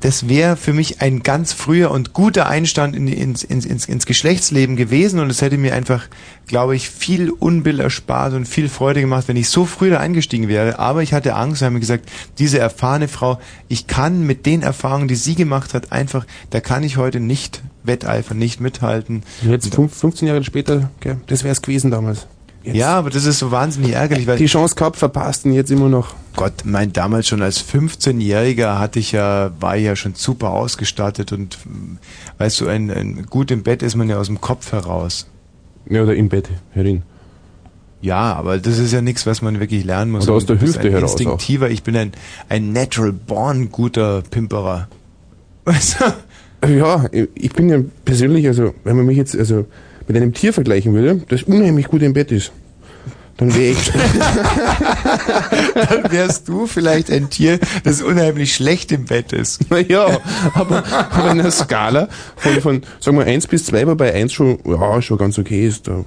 Speaker 1: das wäre für mich ein ganz früher und guter Einstand in, ins, ins, ins, ins Geschlechtsleben gewesen und es hätte mir einfach, glaube ich, viel Unbill erspart und viel Freude gemacht, wenn ich so früh da eingestiegen wäre. Aber ich hatte Angst und habe mir gesagt, diese erfahrene Frau, ich kann mit den Erfahrungen, die sie gemacht hat, einfach, da kann ich heute nicht wetteifern, nicht mithalten.
Speaker 8: Jetzt fünf- 15 Jahre später, okay, das wäre es gewesen damals.
Speaker 1: Ja, aber das ist so wahnsinnig ärgerlich, weil
Speaker 8: Die Chance gehabt, verpasst ihn jetzt immer noch.
Speaker 1: Gott, mein damals schon als 15-Jähriger hatte ich ja, war ja schon super ausgestattet und mm, weißt du, ein, ein gut im Bett ist man ja aus dem Kopf heraus.
Speaker 8: Ja, oder im Bett herin.
Speaker 1: Ja, aber das ist ja nichts, was man wirklich lernen muss.
Speaker 8: Oder Also aus der
Speaker 1: Du bist
Speaker 8: Hüfte
Speaker 1: ein
Speaker 8: heraus auch.
Speaker 1: Instinktiver, ich bin ein, ein natural born guter Pimperer. Weißt
Speaker 8: du? Also Ja, ich bin ja persönlich, also wenn man mich jetzt also mit einem Tier vergleichen würde, das unheimlich gut im Bett ist, dann wäre ich
Speaker 1: Dann wärst du vielleicht ein Tier, das unheimlich schlecht im Bett ist.
Speaker 8: Ja, aber, aber in der Skala von, von sagen wir 1 bis 2, wobei 1 schon, ja, schon ganz okay ist. Da,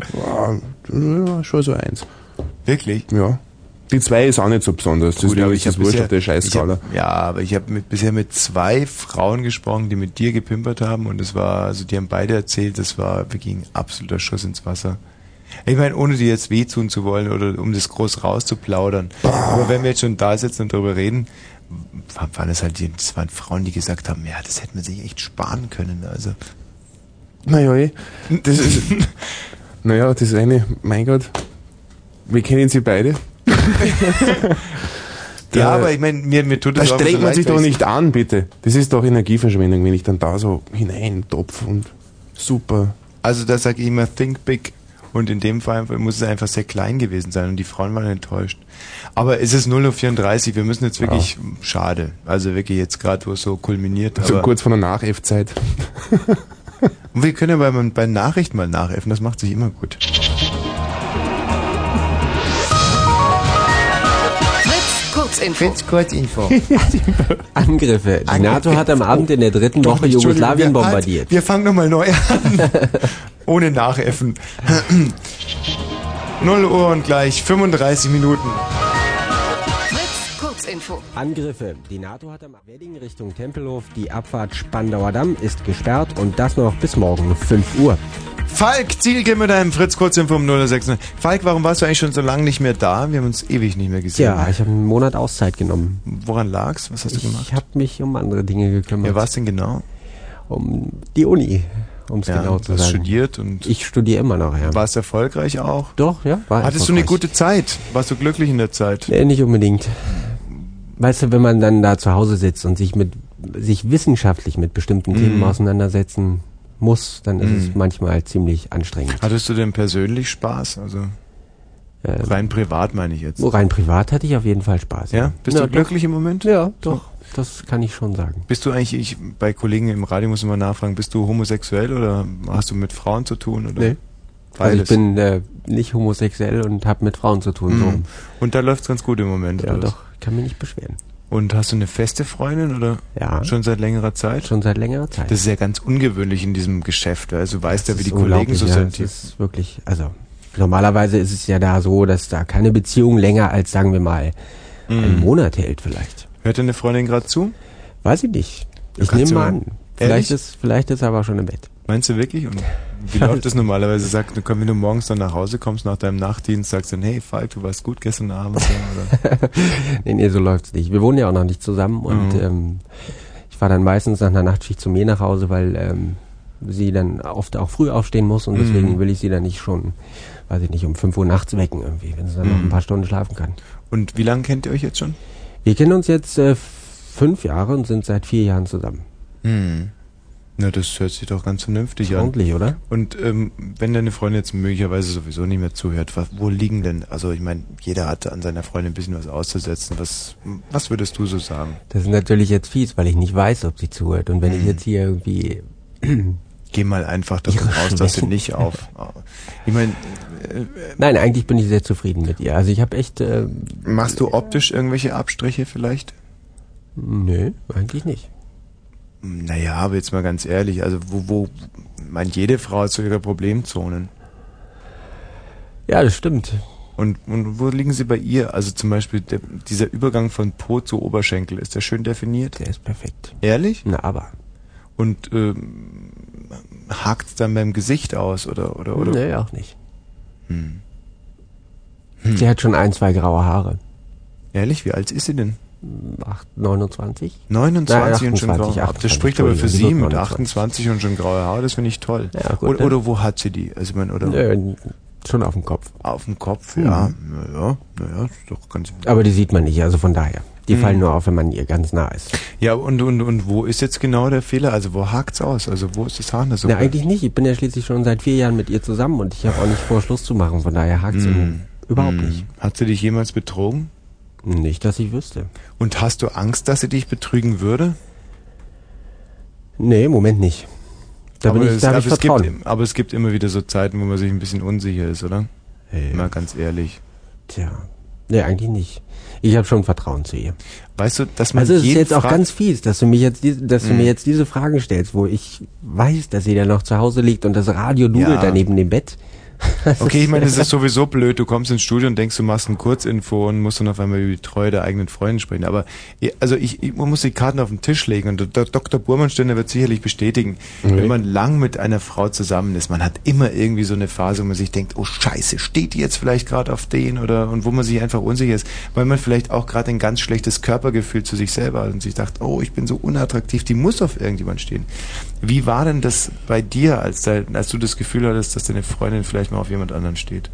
Speaker 8: ja, schon so 1.
Speaker 1: Wirklich?
Speaker 8: Ja. Die 2 ist auch nicht so besonders. Das ist,
Speaker 1: Gut, aber
Speaker 8: glaube ich,
Speaker 1: hab
Speaker 8: das Wurscht
Speaker 1: bisher-
Speaker 8: auf der Scheißskala.
Speaker 1: Ich hab, ja, aber ich habe mit, bisher mit zwei Frauen gesprochen, die mit dir gepimpert haben und es war, also die haben beide erzählt, das war wirklich ein absoluter Schuss ins Wasser. Ich meine, ohne dir jetzt wehtun zu wollen oder um das groß rauszuplaudern. Aber wenn wir jetzt schon da sitzen und darüber reden, war- waren es halt die, das waren Frauen, die gesagt haben, ja, das hätten wir sich echt sparen können. Also
Speaker 8: Naja, eh. das ist. naja, das eine, mein Gott. Wir kennen sie beide. Da-
Speaker 1: ja, aber ich meine, mir, mir tut
Speaker 8: Da
Speaker 1: das auch
Speaker 8: strengt
Speaker 1: so
Speaker 8: man
Speaker 1: leid,
Speaker 8: sich
Speaker 1: weil
Speaker 8: doch
Speaker 1: ich-
Speaker 8: nicht an, bitte. Das ist doch Energieverschwendung, wenn ich dann da so hineintopf und super.
Speaker 1: Also da sage ich immer Think Big. Und in dem Fall muss es einfach sehr klein gewesen sein und die Frauen waren enttäuscht. Aber es ist 0.34 Uhr, wir müssen jetzt wirklich, schade, also wirklich jetzt gerade, wo es so kulminiert.
Speaker 8: So
Speaker 1: aber-
Speaker 8: Also kurz vor der Nachelfzeit.
Speaker 1: Und wir können ja bei, bei Nachrichten mal nachäffen, das macht sich immer gut.
Speaker 4: Fritz Kurzinfo.
Speaker 1: Fritz Kurzinfo.
Speaker 11: Angriffe. Die NATO hat am Abend in der dritten Woche
Speaker 1: Entschuldigung,
Speaker 11: Jugoslawien
Speaker 1: wir- halt,
Speaker 11: bombardiert.
Speaker 1: Wir fangen nochmal neu an. Ohne Nachäffen. 0 Uhr und gleich 35 Minuten.
Speaker 4: Fritz Kurzinfo.
Speaker 11: Angriffe. Die NATO hat am Wedding Richtung Tempelhof die Abfahrt Spandauer Damm ist gesperrt und das noch bis morgen 5 Uhr.
Speaker 1: Falk, Zielke mit einem Fritz Kurzinfo um 06. Falk, warum warst du eigentlich schon so lange nicht mehr da? Wir haben uns ewig nicht mehr gesehen.
Speaker 11: Ja, ich habe einen Monat Auszeit genommen.
Speaker 1: Woran lag's? Was hast du gemacht?
Speaker 11: Ich habe mich um andere Dinge gekümmert.
Speaker 1: Ja, was denn genau?
Speaker 11: Um die Uni, um es
Speaker 1: Ja,
Speaker 11: genau zu
Speaker 1: du
Speaker 11: sagen.
Speaker 1: hast studiert und
Speaker 11: ich studiere immer noch, ja.
Speaker 1: Warst erfolgreich auch?
Speaker 11: Doch, ja. War
Speaker 1: Hattest du eine
Speaker 11: erfolgreich.
Speaker 1: gute Zeit? Warst du glücklich in der Zeit?
Speaker 11: Nee, nicht unbedingt. Weißt du, wenn man dann da zu Hause sitzt und sich mit sich wissenschaftlich mit bestimmten
Speaker 1: Mhm.
Speaker 11: Themen auseinandersetzen muss, dann ist es
Speaker 1: Mhm.
Speaker 11: manchmal ziemlich anstrengend.
Speaker 1: Hattest du denn persönlich Spaß? Also rein privat meine ich jetzt.
Speaker 11: So Ähm, Rein privat hatte ich auf jeden Fall Spaß.
Speaker 1: Ja? Bist du
Speaker 11: doch.
Speaker 1: glücklich im Moment?
Speaker 11: Ja, doch. Das kann ich schon sagen.
Speaker 1: Bist du eigentlich, ich, bei Kollegen im Radio muss ich mal nachfragen, bist du homosexuell oder hast du mit Frauen zu tun? Oder?
Speaker 11: Nee. Also
Speaker 1: Beides.
Speaker 11: ich bin äh, nicht homosexuell und habe mit Frauen zu tun.
Speaker 1: Mhm. Und da läuft's ganz gut im Moment.
Speaker 11: So. Ja,
Speaker 1: oder was?
Speaker 11: doch. Kann mich nicht beschweren.
Speaker 1: Und hast du eine feste Freundin oder?
Speaker 11: Ja.
Speaker 1: Schon seit längerer Zeit?
Speaker 11: Schon seit längerer Zeit.
Speaker 1: Das ist ja ganz ungewöhnlich in diesem Geschäft, also weil du weißt ja, wie
Speaker 11: Das
Speaker 1: die
Speaker 11: ist
Speaker 1: Kollegen so
Speaker 11: unglaublich, ja.
Speaker 1: sind.
Speaker 11: Das ist wirklich, also normalerweise ist es ja da so, dass da keine Beziehung länger als, sagen wir mal,
Speaker 1: Mhm.
Speaker 11: einen Monat hält vielleicht.
Speaker 1: Hört deine Freundin gerade zu?
Speaker 11: Weiß ich nicht.
Speaker 1: Ja,
Speaker 11: ich
Speaker 1: kannst
Speaker 11: nehme
Speaker 1: du
Speaker 11: mal
Speaker 1: mal-
Speaker 11: an.
Speaker 1: Ehrlich?
Speaker 11: Vielleicht ist, vielleicht ist er aber schon im Bett.
Speaker 1: Meinst du wirklich? Und wie läuft das normalerweise? Sagt, du, wenn du morgens dann nach Hause kommst, nach deinem Nachtdienst, sagst du dann, hey Falk, du warst gut gestern Abend. Oder?
Speaker 11: nee, nee, so läuft's nicht. Wir wohnen ja auch noch nicht zusammen und
Speaker 1: Mhm.
Speaker 11: ähm, ich fahre dann meistens nach einer Nachtschicht zu mir nach Hause, weil ähm, sie dann oft auch früh aufstehen muss und
Speaker 1: Mhm.
Speaker 11: deswegen will ich sie dann nicht schon, weiß ich nicht, um 5 Uhr nachts wecken irgendwie, wenn sie dann noch ein
Speaker 1: Mhm.
Speaker 11: paar Stunden schlafen kann.
Speaker 1: Und wie lange kennt ihr euch jetzt schon?
Speaker 11: Wir kennen uns jetzt äh, fünf Jahre und sind seit vier Jahren zusammen.
Speaker 1: Hm. Na, das hört sich doch ganz vernünftig an.
Speaker 11: Ordentlich, oder?
Speaker 1: Und ähm, wenn deine Freundin jetzt möglicherweise sowieso nicht mehr zuhört, was, wo liegen denn, also ich meine, jeder hat an seiner Freundin ein bisschen was auszusetzen. Was, was würdest du so sagen?
Speaker 11: Das ist natürlich jetzt fies, weil ich nicht weiß, ob sie zuhört. Und wenn ich jetzt hier irgendwie
Speaker 1: Hm. Geh mal einfach davon aus, dass du nicht auf. Ich äh, meine,
Speaker 11: Nein, eigentlich bin ich sehr zufrieden mit ihr. Also ich habe echt. Äh,
Speaker 1: Machst du optisch irgendwelche Abstriche vielleicht?
Speaker 11: Nö, eigentlich nicht.
Speaker 1: Naja, aber jetzt mal ganz ehrlich, also wo, wo meint jede Frau zu ihrer Problemzonen?
Speaker 11: Ja, das stimmt.
Speaker 1: Und, und wo liegen sie bei ihr? Also zum Beispiel der, dieser Übergang von Po zu Oberschenkel, ist der schön definiert?
Speaker 11: Der ist perfekt.
Speaker 1: Ehrlich?
Speaker 11: Na aber.
Speaker 1: Und ähm, hakt's dann beim Gesicht aus oder oder oder?
Speaker 11: Nee, auch nicht. Hm. Hm. Sie hat schon ein, zwei graue Haare.
Speaker 1: Ehrlich, wie alt ist sie denn?
Speaker 11: 8, 29?
Speaker 1: 29 Nein, 28, und schon graue Haare. Das spricht aber für sie mit 28 und schon graue Haare, das finde ich toll. Ja, gut, oder, oder, wo hat sie die? Also ich meine, oder?
Speaker 11: Nö, ne? schon auf dem Kopf. Mhm.
Speaker 1: Auf dem Kopf, hm. ja. Naja, naja, ist doch ganz. Mhm.
Speaker 11: Aber die sieht man nicht, also von daher. Die fallen nur auf, wenn man ihr ganz nah ist.
Speaker 1: Ja, und, und, und wo ist jetzt genau der Fehler? Also wo hakt's aus? Also wo ist das Haar so?
Speaker 11: Na, eigentlich nicht. Ich bin ja schließlich schon seit vier Jahren mit ihr zusammen und ich habe auch nicht vor, Schluss zu machen. Von daher hakt's mm. überhaupt mm. nicht.
Speaker 1: Mhm. Hat sie dich jemals betrogen?
Speaker 11: Nicht, dass ich wüsste.
Speaker 1: Und hast du Angst, dass sie dich betrügen würde?
Speaker 11: Nee, im Moment nicht. Da
Speaker 1: aber
Speaker 11: bin ich,
Speaker 1: es,
Speaker 11: da
Speaker 1: aber,
Speaker 11: ich
Speaker 1: es gibt, aber es gibt immer wieder so Zeiten, wo man sich ein bisschen unsicher ist, oder?
Speaker 11: Hey.
Speaker 1: Mal ganz ehrlich.
Speaker 11: Tja, nee, eigentlich nicht. Ich habe schon Vertrauen zu ihr.
Speaker 1: Weißt du, dass man
Speaker 11: Also es ist jetzt auch ganz fies, dass du mich jetzt die, dass du mhm. mir jetzt diese Fragen stellst, wo ich weiß, dass sie da noch zu Hause liegt und das Radio dudelt ja. da neben dem Bett.
Speaker 1: Das okay, ich meine, es ist sowieso blöd. Du kommst ins Studio und denkst, du machst eine Kurzinfo und musst dann auf einmal über die Treue der eigenen Freundin sprechen. Aber also ich, ich man muss die Karten auf den Tisch legen und der Dr. Burmannständer wird sicherlich bestätigen, mhm. wenn man lang mit einer Frau zusammen ist, man hat immer irgendwie so eine Phase, wo man sich denkt, oh Scheiße, steht die jetzt vielleicht gerade auf den oder und wo man sich einfach unsicher ist, weil man vielleicht auch gerade ein ganz schlechtes Körpergefühl zu sich selber hat und sich dacht, oh, ich bin so unattraktiv, die muss auf irgendjemand stehen. Wie war denn das bei dir, als, da, als du das Gefühl hattest, dass deine Freundin vielleicht mal auf jemand anderen steht?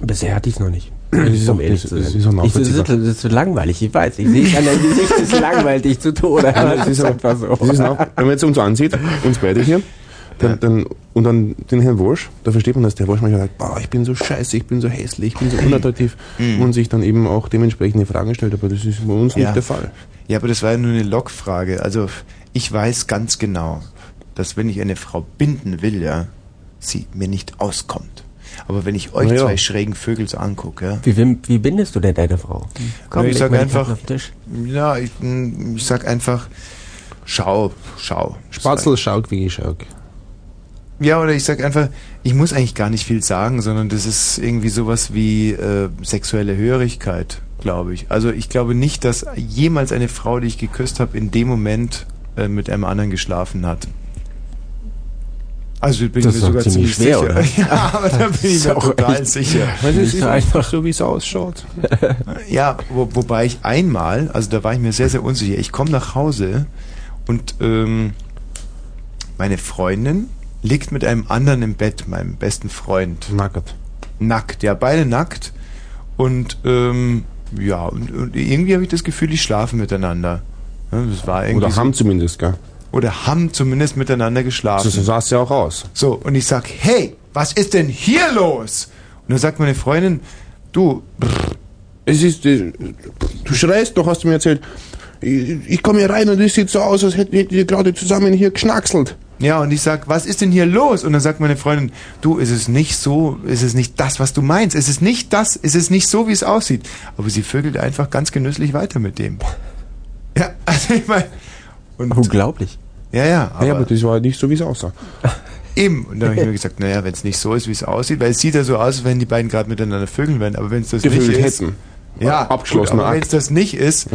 Speaker 11: Bisher hatte ich es noch nicht.
Speaker 1: Das ist
Speaker 11: um ehrlich zu sein. Das ist, auch ich, das, ist, das ist so langweilig, ich weiß. Ich sehe es an deinem Gesicht, es ist langweilig dich zu Tode. Aber es ist einfach so.
Speaker 8: Das ist auch, wenn man jetzt uns ansieht, uns beide hier, dann, dann, und dann den Herrn Walsh, da versteht man, dass der Walsh manchmal sagt, boah, ich bin so scheiße, ich bin so hässlich, ich bin so
Speaker 1: Mm.
Speaker 8: unattraktiv und sich dann eben auch dementsprechende Fragen stellt, aber das ist bei uns
Speaker 1: ja.
Speaker 8: nicht der Fall.
Speaker 1: Ja, aber das war ja nur eine Lockfrage. Also ich weiß ganz genau, dass wenn ich eine Frau binden will, ja, sie mir nicht auskommt. Aber wenn ich euch
Speaker 11: Na ja.
Speaker 1: zwei schrägen Vögel so angucke, ja.
Speaker 11: Wie, wim- wie bindest du denn deine Frau?
Speaker 1: Komm, ich
Speaker 11: leg
Speaker 1: sag
Speaker 11: mal die
Speaker 1: einfach-
Speaker 11: Karten auf den Tisch.
Speaker 1: Ja, ich, mm, ich sag einfach, schau, schau.
Speaker 14: Spatzel schaut wie ich schauk.
Speaker 1: Ja, oder ich sag einfach, ich muss eigentlich gar nicht viel sagen, sondern das ist irgendwie sowas wie äh, sexuelle Hörigkeit, glaube ich. Also ich glaube nicht, dass jemals eine Frau, die ich geküsst habe, in dem Moment äh, mit einem anderen geschlafen hat. Also bin
Speaker 11: Das
Speaker 1: ich
Speaker 11: ist
Speaker 1: mir
Speaker 11: doch
Speaker 1: sogar
Speaker 11: ziemlich
Speaker 1: ziemlich,
Speaker 11: schwer,
Speaker 1: sicher.
Speaker 11: oder?
Speaker 1: Ja, aber da bin ich
Speaker 11: Ist
Speaker 1: mir
Speaker 11: auch
Speaker 1: total
Speaker 11: echt-
Speaker 1: sicher.
Speaker 11: Das ist Ist einfach
Speaker 1: so, wie es ausschaut. Ja, wo, wobei ich einmal, also da war ich mir sehr, sehr unsicher. Ich komme nach Hause und ähm, meine Freundin liegt mit einem anderen im Bett, meinem besten Freund. Nackt. Nackt, ja, beide nackt. Und ähm, ja, und, und irgendwie habe ich das Gefühl, die schlafen miteinander. Ja, Das war irgendwie
Speaker 8: Oder
Speaker 1: so-
Speaker 8: haben zumindest, gell?
Speaker 1: oder haben zumindest miteinander geschlafen.
Speaker 8: So sah es ja auch aus.
Speaker 1: So, und ich sag, hey, was ist denn hier los? Und dann sagt meine Freundin, du,
Speaker 8: Es ist, äh, du schreist doch, hast du mir erzählt. Ich, ich komme hier rein und es sieht so aus, als hätten wir gerade zusammen hier geschnackselt.
Speaker 1: Ja, und ich sag, was ist denn hier los? Und dann sagt meine Freundin, du, ist es nicht so, ist es nicht das, was du meinst? Ist es nicht das, ist es nicht so, wie es aussieht? Aber sie vögelt einfach ganz genüsslich weiter mit dem. Ja, also ich meine,
Speaker 11: Unglaublich.
Speaker 1: Ja, ja.
Speaker 8: Aber, ja, aber das war nicht so, wie es aussah.
Speaker 1: eben. Und dann habe ich mir gesagt, naja, wenn es nicht so ist, wie es aussieht, weil es sieht ja so aus, als wenn die beiden gerade miteinander vögeln werden, aber wenn es das
Speaker 8: Gefühlt
Speaker 1: nicht ist.
Speaker 8: hätten.
Speaker 1: Ja,
Speaker 8: Abgeschlossener
Speaker 1: Wenn
Speaker 8: Akt.
Speaker 1: es das nicht ist.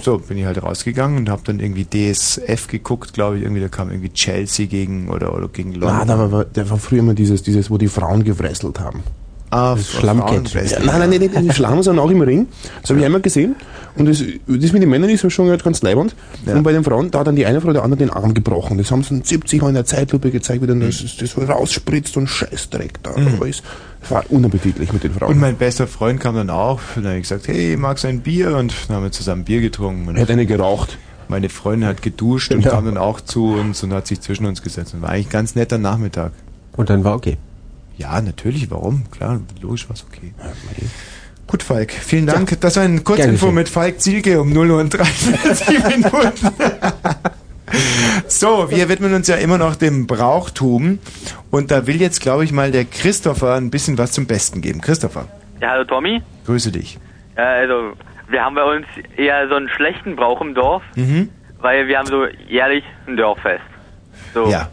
Speaker 1: So, bin ich halt rausgegangen und habe dann irgendwie DSF geguckt, glaube ich, irgendwie, da kam irgendwie Chelsea gegen oder, oder gegen London.
Speaker 8: Na, da war, da war früher immer dieses, dieses, wo die Frauen gewresselt haben.
Speaker 1: Ah,
Speaker 8: Schlammkett.
Speaker 1: Frauenwrestling.
Speaker 8: Ja, nein, nein, nein, nein, die Schlamm sind auch im Ring. Das habe ich einmal gesehen. Und das, das mit den Männern ist schon gehört, ganz leibend. Und bei den Frauen, da hat dann die eine Frau der andere den Arm gebrochen. Das haben sie dann 70 Mal in der Zeitlupe gezeigt, wie dann das, das rausspritzt und Scheißdreck da.
Speaker 1: Mhm.
Speaker 8: Aber es es war unappetitlich mit den Frauen.
Speaker 1: Und mein bester Freund kam dann auch und dann habe ich gesagt, hey, magst du ein Bier? Und dann haben wir zusammen Bier getrunken. Und
Speaker 8: Er hat eine geraucht.
Speaker 1: Meine Freundin hat geduscht und kam dann auch zu uns und hat sich zwischen uns gesetzt. Und war eigentlich ein ganz netter Nachmittag.
Speaker 11: Und dann war okay.
Speaker 1: Ja, natürlich, warum? Klar, logisch war es okay. Gut, Falk, vielen Dank. das war ein
Speaker 11: Gern
Speaker 1: Kurzinfo
Speaker 11: geschehen.
Speaker 1: mit Falk Zielke um 0 Uhr und 43 Minuten. So, wir widmen uns ja immer noch dem Brauchtum. Und da will jetzt, glaube ich, mal der Christopher ein bisschen was zum Besten geben. Christopher,
Speaker 15: Ja, hallo Tommy.
Speaker 1: grüße dich.
Speaker 15: Ja, also, wir haben bei uns eher so einen schlechten Brauch im Dorf,
Speaker 1: Mhm.
Speaker 15: weil wir haben so jährlich ein Dorffest. So.
Speaker 1: Ja.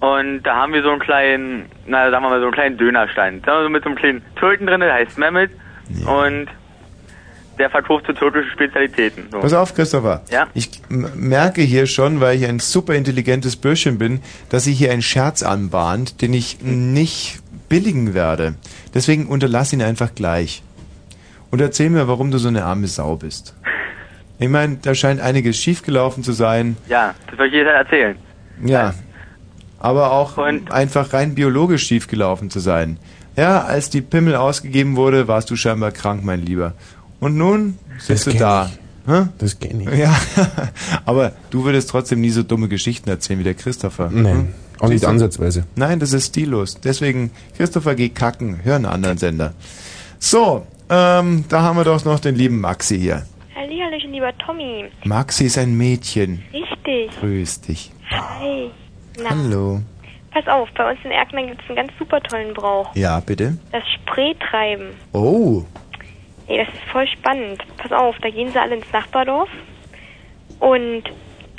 Speaker 15: Und da haben wir so einen kleinen, na, sagen wir mal, so einen kleinen Dönerstand. Sagen wir so mit so einem kleinen Türken drin, der heißt Mehmet. Und der verkauft so türkische Spezialitäten. So.
Speaker 1: Pass auf, Christopher.
Speaker 15: Ja.
Speaker 1: Ich m- merke hier schon, weil ich ein super intelligentes Bürschchen bin, dass sich hier ein Scherz anbahnt, den ich nicht billigen werde. Deswegen unterlass ihn einfach gleich. Und erzähl mir, warum du so eine arme Sau bist. Ich meine, da scheint einiges schiefgelaufen zu sein.
Speaker 15: Ja, das soll ich jeder erzählen.
Speaker 1: Ja. Aber auch einfach rein biologisch schiefgelaufen zu sein. Ja, als die Pimmel ausgegeben wurde, warst du scheinbar krank, mein Lieber. Und nun sitzt du da. Hä?
Speaker 6: Das kenne ich.
Speaker 1: Ja, aber du würdest trotzdem nie so dumme Geschichten erzählen wie der Christopher.
Speaker 6: Nein,
Speaker 1: Hm?
Speaker 6: auch nicht
Speaker 1: Siehst du?
Speaker 6: ansatzweise.
Speaker 1: Nein, das ist stillos. Deswegen, Christopher, geh kacken. Hör einen anderen Sender. So, ähm, da haben wir doch noch den lieben Maxi hier.
Speaker 30: Hallihallöchen, lieber Tommy.
Speaker 1: Maxi ist ein Mädchen.
Speaker 30: Richtig.
Speaker 1: Grüß dich.
Speaker 30: Hi. Na,
Speaker 1: Hallo.
Speaker 30: pass auf, bei uns in Erkner gibt es einen ganz super tollen Brauch.
Speaker 1: Ja, bitte.
Speaker 30: Das Spreetreiben.
Speaker 1: Oh.
Speaker 30: Ey, das ist voll spannend. Pass auf, da gehen sie alle ins Nachbardorf und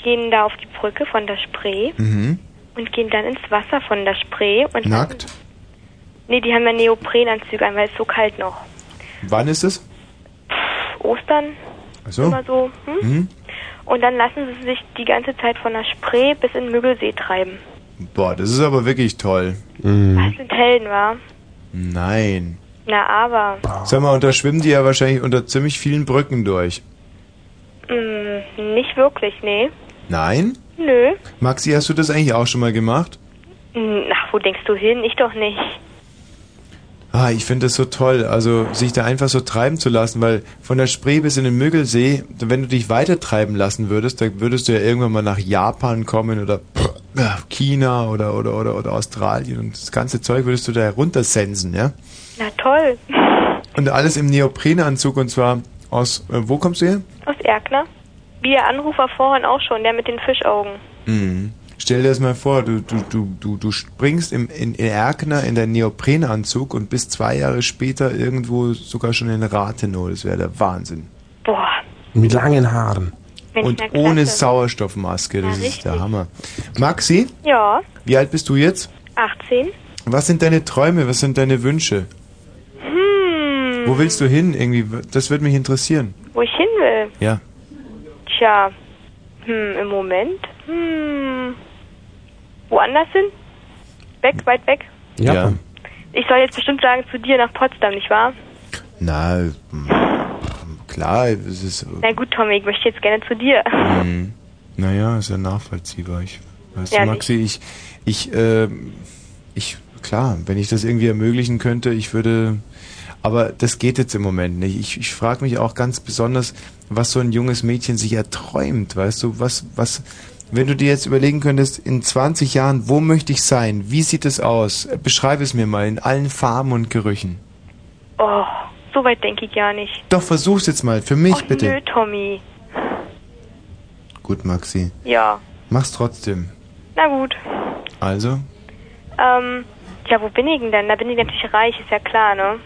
Speaker 30: gehen da auf die Brücke von der Spree
Speaker 1: Mhm.
Speaker 30: und gehen dann ins Wasser von der Spree und
Speaker 1: Nackt.
Speaker 30: nee, die haben ja Neoprenanzüge an, weil es so kalt noch.
Speaker 1: Wann ist es?
Speaker 30: Ostern
Speaker 1: Ach so.
Speaker 30: immer so. Hm?
Speaker 1: Mhm.
Speaker 30: Und dann lassen sie sich die ganze Zeit von der Spree bis in den Müggelsee treiben.
Speaker 1: Boah, das ist aber wirklich toll.
Speaker 6: Mhm.
Speaker 30: Das sind Helden, wa?
Speaker 1: Nein.
Speaker 30: Na, aber.
Speaker 1: Sag mal, und da schwimmen die ja wahrscheinlich unter ziemlich vielen Brücken durch.
Speaker 30: Mm, nicht wirklich, nee.
Speaker 1: Nein?
Speaker 30: Nö.
Speaker 1: Maxi, hast du das eigentlich auch schon mal gemacht?
Speaker 30: Mm, Ach, wo denkst du hin? Ich doch nicht.
Speaker 1: Ah, ich finde das so toll, also sich da einfach so treiben zu lassen, weil von der Spree bis in den Müggelsee, wenn du dich weiter treiben lassen würdest, dann würdest du ja irgendwann mal nach Japan kommen oder China oder, oder, oder, oder Australien und das ganze Zeug würdest du da heruntersensen, ja?
Speaker 30: Na toll.
Speaker 1: Und alles im Neoprenanzug und zwar aus, äh, wo kommst du her?
Speaker 30: Aus Erkner. Wie der Anrufer vorhin auch schon, der mit den Fischaugen.
Speaker 1: Mhm. Stell dir das mal vor, du, du, du, du, du springst im, in, in Erkner in deinen Neoprenanzug und bist zwei Jahre später irgendwo sogar schon in Rathenow. Das wäre der Wahnsinn.
Speaker 30: Boah.
Speaker 1: Mit langen Haaren.
Speaker 30: Mensch,
Speaker 1: Und
Speaker 30: na klasse.
Speaker 1: ohne Sauerstoffmaske, das
Speaker 30: Ja,
Speaker 1: ist der Hammer. Maxi,
Speaker 30: Ja,
Speaker 1: wie alt bist du jetzt?
Speaker 30: 18.
Speaker 1: Was sind deine Träume, was sind deine Wünsche?
Speaker 30: Hm.
Speaker 1: Wo willst du hin irgendwie? Das würde mich interessieren.
Speaker 30: Wo ich hin will?
Speaker 1: Ja.
Speaker 30: Tja. Hm, im Moment? Hm. Woanders hin? Weg, weit weg.
Speaker 1: Ja.
Speaker 30: Ich soll jetzt bestimmt sagen, zu dir nach Potsdam, nicht wahr?
Speaker 1: Na, hm, klar, es ist...
Speaker 30: Na gut, Tommy, ich möchte jetzt gerne zu dir.
Speaker 1: Mhm. Naja, ist ja nachvollziehbar. Ich, weißt
Speaker 30: Ja,
Speaker 1: du, Maxi, ich, ich, ähm, ich, klar, wenn ich das irgendwie ermöglichen könnte, ich würde, aber das geht jetzt im Moment nicht. Ich, ich frage mich auch ganz besonders, was so ein junges Mädchen sich erträumt, weißt du, was, was, wenn du dir jetzt überlegen könntest, in 20 Jahren, wo möchte ich sein? Wie sieht es aus? Beschreibe es mir mal in allen Farben und Gerüchen.
Speaker 30: Oh, so weit denke ich gar nicht.
Speaker 1: Doch versuch's jetzt mal, für mich bitte.
Speaker 30: Nö, Tommy.
Speaker 1: Gut, Maxi,
Speaker 30: Ja,
Speaker 1: mach's trotzdem.
Speaker 30: na gut.
Speaker 1: Also,
Speaker 30: Ähm, ja, wo bin ich denn dann? Da bin ich natürlich reich, ist ja klar, ne?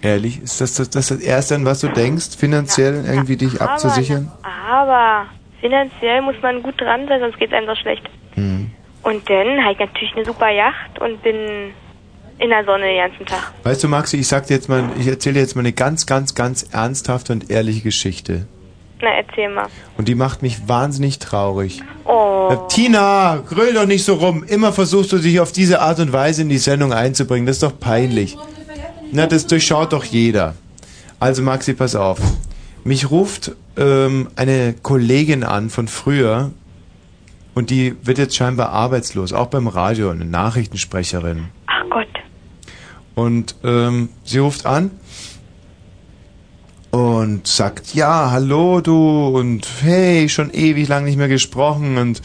Speaker 1: Ehrlich, ist das das, das Erste, an was du denkst, finanziell irgendwie dich abzusichern?
Speaker 30: Aber finanziell muss man gut dran sein, sonst geht's einem so schlecht.
Speaker 1: Hm.
Speaker 30: Und dann habe ich natürlich eine super Yacht und bin in der Sonne den ganzen Tag.
Speaker 1: Weißt du, Maxi, ich sag dir jetzt mal, ich erzähle dir jetzt mal eine ganz, ganz, ganz ernsthafte und ehrliche Geschichte.
Speaker 30: Na, erzähl mal.
Speaker 1: Und die macht mich wahnsinnig traurig.
Speaker 30: Oh.
Speaker 1: Na, Tina, grüll doch nicht so rum. Immer versuchst du dich auf diese Art und Weise in die Sendung einzubringen. Das ist doch peinlich. Na, das durchschaut doch jeder. Also Maxi, pass auf. Mich ruft ähm, eine Kollegin an von früher und die wird jetzt scheinbar arbeitslos, auch beim Radio, eine Nachrichtensprecherin.
Speaker 30: Ach Gott.
Speaker 1: Und ähm, sie ruft an und sagt, ja, hallo du und hey, schon ewig lang nicht mehr gesprochen und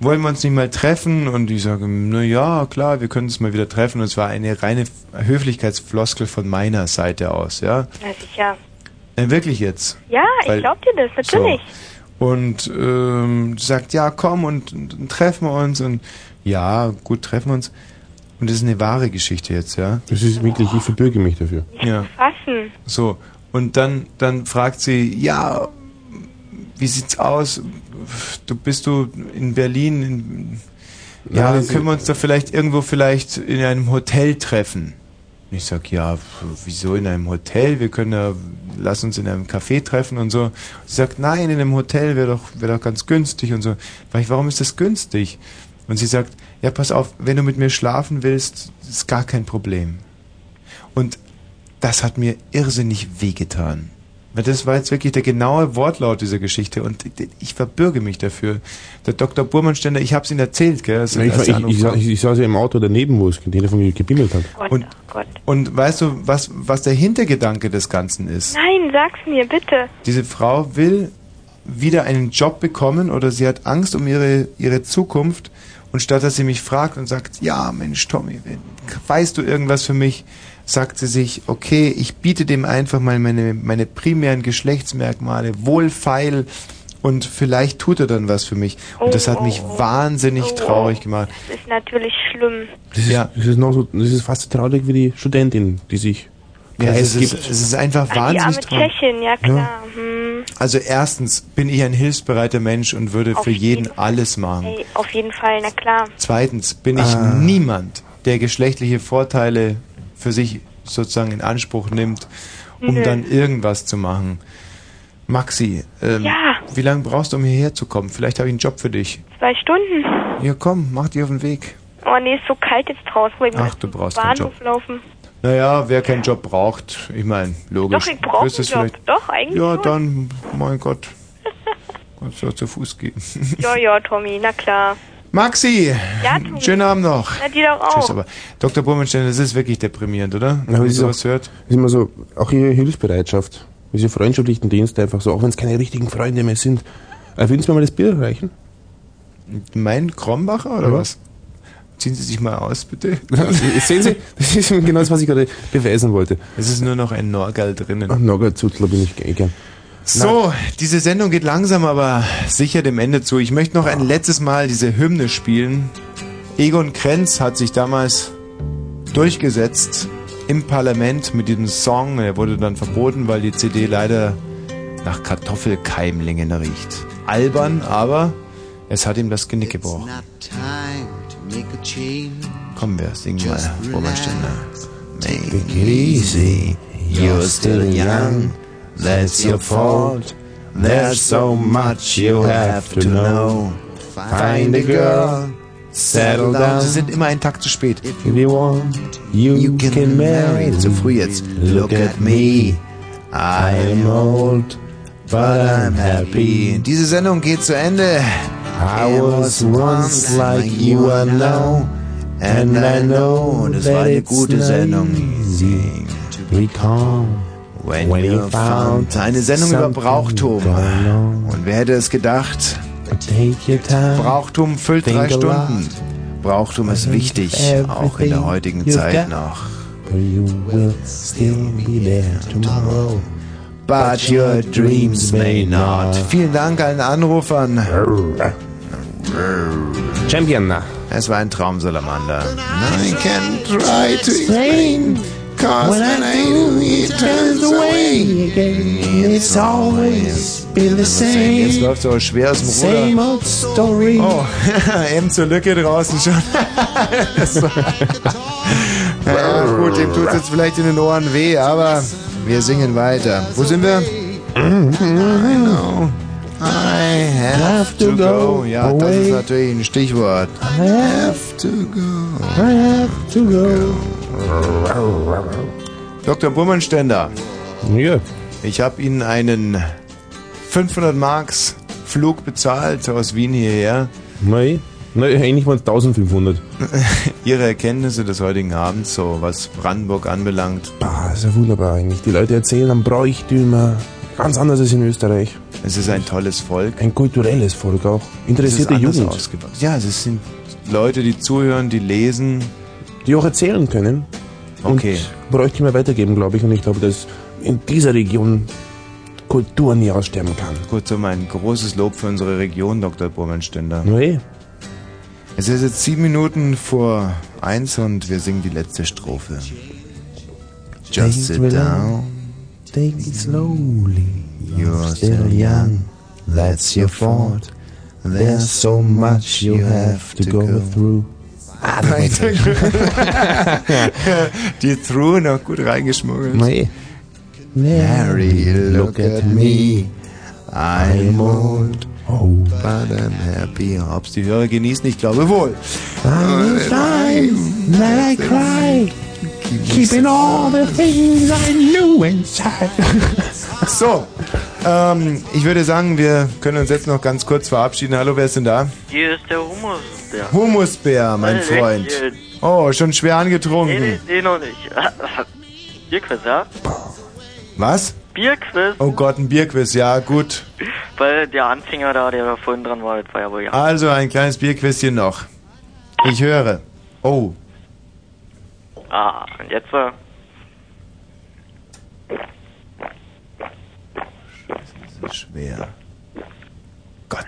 Speaker 1: wollen wir uns nicht mal treffen? Und ich sage, na ja, klar, wir können uns mal wieder treffen. Und es war eine reine Höflichkeitsfloskel von meiner Seite aus, ja.
Speaker 30: Na sicher.
Speaker 1: Äh, wirklich jetzt.
Speaker 30: Ja,
Speaker 1: Weil-
Speaker 30: ich glaub dir das, natürlich.
Speaker 1: So. und ähm, sagt, ja, komm und, und, und treffen wir uns und ja, gut, treffen wir uns. Und das ist eine wahre Geschichte jetzt, ja.
Speaker 8: Das ist wirklich, ich verbürge mich dafür.
Speaker 1: Ja.
Speaker 30: Fassen.
Speaker 1: So, und dann, dann fragt sie, ja, wie sieht's aus? Du bist du in Berlin? In, ja,
Speaker 8: Nein,
Speaker 1: dann
Speaker 8: sie-
Speaker 1: können wir uns da vielleicht irgendwo vielleicht in einem Hotel treffen. Und ich sag, ja, pf, wieso in einem Hotel? Wir können da, lass uns in einem Café treffen und so. Sie sagt, nein, in einem Hotel wäre doch, wäre doch ganz günstig und so. Sag ich, warum ist das günstig? Und sie sagt, ja, pass auf, wenn du mit mir schlafen willst, ist gar kein Problem. Und das hat mir irrsinnig wehgetan. Weil Das war jetzt wirklich der genaue Wortlaut dieser Geschichte und ich verbürge mich dafür. Der Dr. Burmannständer, ich hab's Ihnen erzählt, gell? als-
Speaker 8: Na, ich,
Speaker 1: als
Speaker 8: war-
Speaker 1: der
Speaker 8: ich,
Speaker 1: Anruf
Speaker 8: ich, sa-
Speaker 1: kam.
Speaker 8: ich, ich saß ja im Auto daneben, wo es Telefon ge- gebimmelt hat.
Speaker 1: Und,
Speaker 8: Oh
Speaker 1: und weißt du, was, was der Hintergedanke des Ganzen ist?
Speaker 30: Nein, sag's mir, bitte.
Speaker 1: Diese Frau will wieder einen Job bekommen oder sie hat Angst um ihre, ihre Zukunft und statt dass sie mich fragt und sagt, ja Mensch Tommy, weißt du irgendwas für mich, sagt sie sich, okay, ich biete dem einfach mal meine, meine primären Geschlechtsmerkmale, wohlfeil und vielleicht tut er dann was für mich. Und das
Speaker 8: Oh,
Speaker 1: hat mich wahnsinnig traurig gemacht.
Speaker 30: Das ist natürlich schlimm.
Speaker 8: Das ist, das ist, noch so, das ist fast so traurig wie die Studentin, die sich.
Speaker 1: Ja,
Speaker 8: Preis
Speaker 1: es ist,
Speaker 8: gibt.
Speaker 1: es ist einfach
Speaker 30: Die arme
Speaker 1: wahnsinnig Ne? traurig.
Speaker 30: Tschechin, ja klar. Hm.
Speaker 1: Also erstens bin ich ein hilfsbereiter Mensch und würde
Speaker 30: Auf
Speaker 1: für jeden
Speaker 30: jeden
Speaker 1: alles machen.
Speaker 30: Ey, auf jeden Fall, na klar.
Speaker 1: Zweitens bin ich
Speaker 30: Ah.
Speaker 1: niemand, der geschlechtliche Vorteile für sich sozusagen in Anspruch nimmt, um
Speaker 30: Nö.
Speaker 1: dann irgendwas zu machen. Maxi, ähm,
Speaker 30: Ja.
Speaker 1: wie lange brauchst du, um hierher zu kommen? Vielleicht habe ich einen Job für dich.
Speaker 30: Zwei Stunden.
Speaker 1: Ja, komm, mach dich auf den Weg.
Speaker 30: Oh nee, ist so kalt jetzt draußen. weil Ich
Speaker 1: Ach,
Speaker 30: muss
Speaker 1: du
Speaker 30: zum
Speaker 1: brauchst keinen
Speaker 30: Bahnhof
Speaker 1: Job.
Speaker 30: laufen.
Speaker 1: Naja, wer keinen Job braucht, ich meine, logisch.
Speaker 30: Doch, ich brauche einen
Speaker 1: wirst
Speaker 30: Job.
Speaker 1: es vielleicht-
Speaker 30: Doch, eigentlich
Speaker 1: Ja,
Speaker 30: schon.
Speaker 1: dann, mein Gott. Kannst du ja zu Fuß gehen.
Speaker 30: Ja, ja, Tommy, na klar.
Speaker 1: Maxi,
Speaker 30: Ja, Tommy.
Speaker 1: schönen Abend noch.
Speaker 30: Na, dir doch auch.
Speaker 1: Tschüss, aber Dr. Burmenstein, das ist wirklich deprimierend, oder?
Speaker 8: Ja, aber es ist, auch,
Speaker 1: sowas hört.
Speaker 8: ist immer so, auch ihre Hilfsbereitschaft, diese freundschaftlichen Dienste einfach so, auch wenn es keine richtigen Freunde mehr sind. Äh, Würden Sie mir mal das Bier reichen?
Speaker 1: Mein Krombacher oder was? Ziehen Sie sich mal aus, bitte.
Speaker 8: Sehen Sie, das ist eben genau das, was ich gerade beweisen wollte.
Speaker 1: Es ist nur noch ein Norgal drinnen.
Speaker 8: Ach, Norgal-Zutler bin ich ge- gern.
Speaker 1: So, diese Sendung geht langsam, aber sicher dem Ende zu. Ich möchte noch ein letztes Mal diese Hymne spielen. Egon Krenz hat sich damals durchgesetzt im Parlament mit diesem Song. Er wurde dann verboten, weil die CD leider nach Kartoffelkeimlingen riecht. Albern, aber es hat ihm das Genick gebrochen.
Speaker 16: Time to make a change.
Speaker 1: Kommen wir, singen mal. Burmannständer.
Speaker 16: Take it easy.
Speaker 21: You're still young. That's your fault. There's so much you have to know. Find a girl. Settle down.
Speaker 1: Sie sind immer einen Tag zu spät.
Speaker 8: If you want, you,
Speaker 1: can,
Speaker 21: marry.
Speaker 1: Zu früh jetzt.
Speaker 21: Look at me. I am old, but I'm happy.
Speaker 1: Diese Sendung geht zu Ende. Er
Speaker 21: I was once like you are now, and I know
Speaker 1: das
Speaker 21: that
Speaker 1: war eine
Speaker 21: it's
Speaker 1: gute
Speaker 21: not
Speaker 1: Sendung.
Speaker 21: easy to be calm
Speaker 1: When you found eine Sendung über Brauchtum. Und wer hätte es gedacht? Brauchtum um füllt
Speaker 21: Think
Speaker 1: drei
Speaker 21: a lot.
Speaker 1: Stunden. Brauchtum ist wichtig, auch in der
Speaker 21: everything
Speaker 1: heutigen
Speaker 21: you've
Speaker 1: Zeit
Speaker 21: got.
Speaker 1: noch.
Speaker 8: You will still be there tomorrow.
Speaker 1: But your dreams may not. Vielen Dank allen Anrufern.
Speaker 8: Champion.
Speaker 1: Es war ein Traum, Salamander.
Speaker 21: I can try to explain, cause when I do, it turns away again. It's always been the
Speaker 1: Jetzt
Speaker 21: same.
Speaker 1: läuft so schwer aus dem Ruder.
Speaker 21: Same old story.
Speaker 1: Oh, eben zur Lücke draußen schon. Das war- ja, gut, dem tut jetzt vielleicht in den Ohren weh, aber wir singen weiter. Wo sind wir? I know. I have to go. Ja, das ist natürlich ein Stichwort. I have to go. I have to go. Dr. Burmannständer.
Speaker 8: Ja.
Speaker 1: Ich habe Ihnen einen 500 Marks Flug bezahlt aus Wien hierher.
Speaker 8: Nein, nein, eigentlich waren es 1500.
Speaker 1: Ihre Erkenntnisse des heutigen Abends, so was Brandenburg anbelangt.
Speaker 8: Ah, ist ja wunderbar eigentlich. Die Leute erzählen am Bräuchtümer. Ganz anders als in Österreich.
Speaker 1: Es ist ein tolles Volk.
Speaker 8: Ein kulturelles Volk auch. Interessierte
Speaker 1: Es ist anders
Speaker 8: Jugend.
Speaker 1: ausgewachsen. Ja, es sind Leute, die zuhören, die lesen.
Speaker 8: Die auch erzählen können.
Speaker 1: Okay.
Speaker 8: Bräuchtümer weitergeben, glaube ich. Und ich glaube, dass in dieser Region Kultur nie aussterben kann.
Speaker 1: Kurz um ein großes Lob für unsere Region, Dr. Burmenständer.
Speaker 8: Nee.
Speaker 1: Es ist jetzt sieben Minuten vor eins und wir singen die letzte Strophe. Just
Speaker 8: Take
Speaker 1: sit
Speaker 8: it
Speaker 1: down,
Speaker 8: Take it slowly.
Speaker 1: you're still young, that's your fault. There's so much you have to go through. Ah, die Through noch gut reingeschmuggelt.
Speaker 14: Nee.
Speaker 8: eh.
Speaker 1: Mary, look at me. I'm old. But I'm happy. Ob's die Hörer genießen, ich glaube wohl. Äh,
Speaker 21: I cry, keeping all the things I knew inside.
Speaker 1: So, ähm, ich würde sagen, wir können uns jetzt noch ganz kurz verabschieden. Hallo, wer ist denn da?
Speaker 2: Hier ist der Humus. Der.
Speaker 1: Humusbär, mein
Speaker 2: Hallo,
Speaker 1: Freund.
Speaker 2: Leckchen.
Speaker 1: Oh, schon schwer
Speaker 2: Nee, nee,
Speaker 1: angetrunken.
Speaker 2: nee, noch nicht. Bierquiz, ja?
Speaker 1: Was?
Speaker 2: Bierquiz,
Speaker 1: Oh Gott, ein Bierquiz, ja, gut.
Speaker 2: weil der Anfänger da, der da vorhin dran war, das war ja wohl ja.
Speaker 1: Also ein kleines Bierquizchen noch. Ich höre. Oh,
Speaker 2: Ah, und jetzt war.
Speaker 1: das ist schwer. Gott.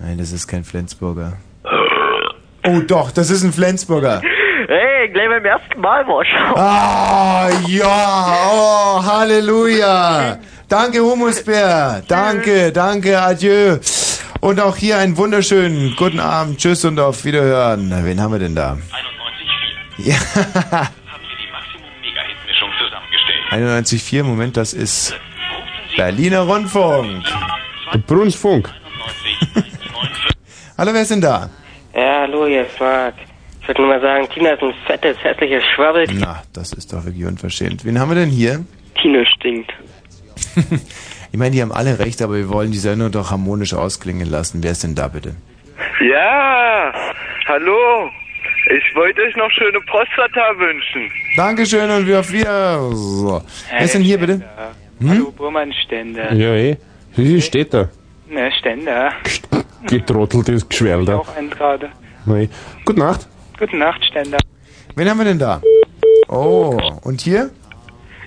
Speaker 1: Nein, das ist kein Flensburger. Oh doch, das ist ein Flensburger.
Speaker 2: Hey, gleich beim ersten Mal war schon.
Speaker 1: Ah, ja, oh, Halleluja. Danke, Humusbär. Danke, danke, adieu. Und auch hier einen wunderschönen guten Abend, tschüss und auf Wiederhören. Wen haben wir denn da? 91,4. Ja,
Speaker 3: Mischung zusammengestellt.
Speaker 1: 91,4, Moment, das ist Berliner Rundfunk. Brunsfunk. Hallo, wer ist denn da?
Speaker 19: Ja, hallo, hier ist Marc. Ich würde nur mal sagen, Tina ist ein fettes, hässliches Schwabbel.
Speaker 1: Na, das ist doch wirklich unverschämt. Wen haben wir denn hier?
Speaker 19: Tine stinkt.
Speaker 1: Ich meine, die haben alle recht, aber wir wollen die Sendung doch harmonisch ausklingen lassen. Wer ist denn da bitte?
Speaker 31: Ja, hallo. Ich wollte euch noch schöne Prostata wünschen.
Speaker 1: Dankeschön und wir auf wieder. So. Wer ist denn hier bitte? Hm?
Speaker 26: Hallo, Burmannständer.
Speaker 8: Ja, eh. Wie steht da?
Speaker 26: Ne, Ständer.
Speaker 8: Getrotteltes Geschwerl da.
Speaker 26: Auch ein gerade.
Speaker 8: Nee. Gute Nacht.
Speaker 26: Gute Nacht, Ständer.
Speaker 1: Wen haben wir denn da? Oh, und hier?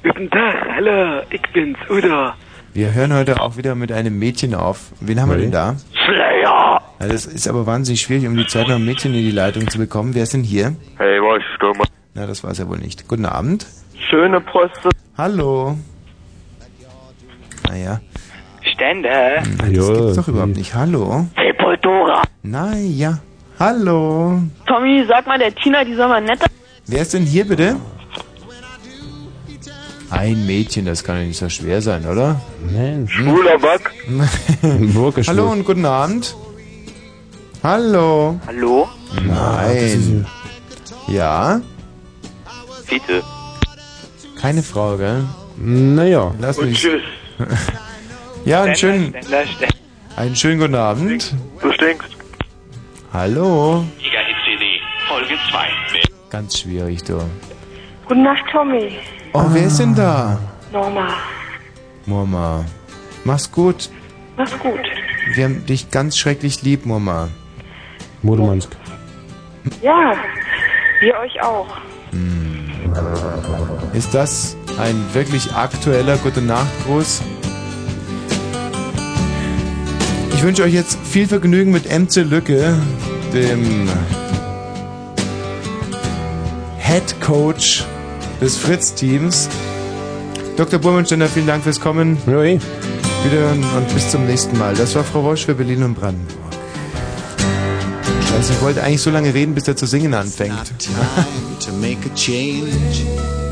Speaker 26: Guten Tag, hallo, ich bin's, Udo.
Speaker 1: Wir hören heute auch wieder mit einem Mädchen auf. Wen haben wir denn da?
Speaker 31: Slayer!
Speaker 1: Ja, das ist aber wahnsinnig schwierig, um die Zeit noch ein Mädchen in die Leitung zu bekommen. Wer ist denn hier?
Speaker 31: Hey, was ist dumm?
Speaker 1: Na, das weiß er wohl nicht. Guten Abend.
Speaker 31: Schöne Prostata.
Speaker 1: Hallo. Naja.
Speaker 26: Ständer.
Speaker 1: Das gibt's doch überhaupt nicht. Hallo.
Speaker 32: Sepultura.
Speaker 1: Naja. Hallo.
Speaker 32: Tommy, sag mal der Tina, die soll mal netter.
Speaker 1: Wer ist denn hier bitte? Ein Mädchen, das kann ja nicht so schwer sein, oder? Nein.
Speaker 26: Hm.
Speaker 31: Schwuler Back.
Speaker 1: Hallo und guten Abend. Hallo.
Speaker 26: Hallo?
Speaker 1: Nein. Ja?
Speaker 26: Bitte.
Speaker 1: Keine Frau, gell? Naja. Lass
Speaker 26: Und
Speaker 1: mich.
Speaker 26: tschüss.
Speaker 1: ja, einen schönen,
Speaker 26: Ständer, Ständer.
Speaker 1: einen schönen guten Abend. Du stinkst. Hallo.
Speaker 3: Mega-Hit-CD, Folge 2.
Speaker 1: Ganz schwierig, du.
Speaker 5: Guten Nacht, Tommy.
Speaker 1: Oh, wer ist denn da?
Speaker 5: Norma,
Speaker 1: Mama. Mach's gut.
Speaker 5: mach's gut.
Speaker 1: Wir haben dich ganz schrecklich lieb, Mama. Murmansk.
Speaker 5: Ja, wir euch auch.
Speaker 1: Ist das ein wirklich aktueller Gute Nacht Gruß? Ich wünsche euch jetzt viel Vergnügen mit MC Lücke, dem Head Coach des Fritz-Teams. Dr. Burmenständer, vielen Dank fürs Kommen. Wieder und bis zum nächsten Mal. Das war Frau Wosch für Berlin und Brandenburg. Scheiße, ich wollte eigentlich so lange reden, bis er zu singen anfängt.
Speaker 16: time to make a change.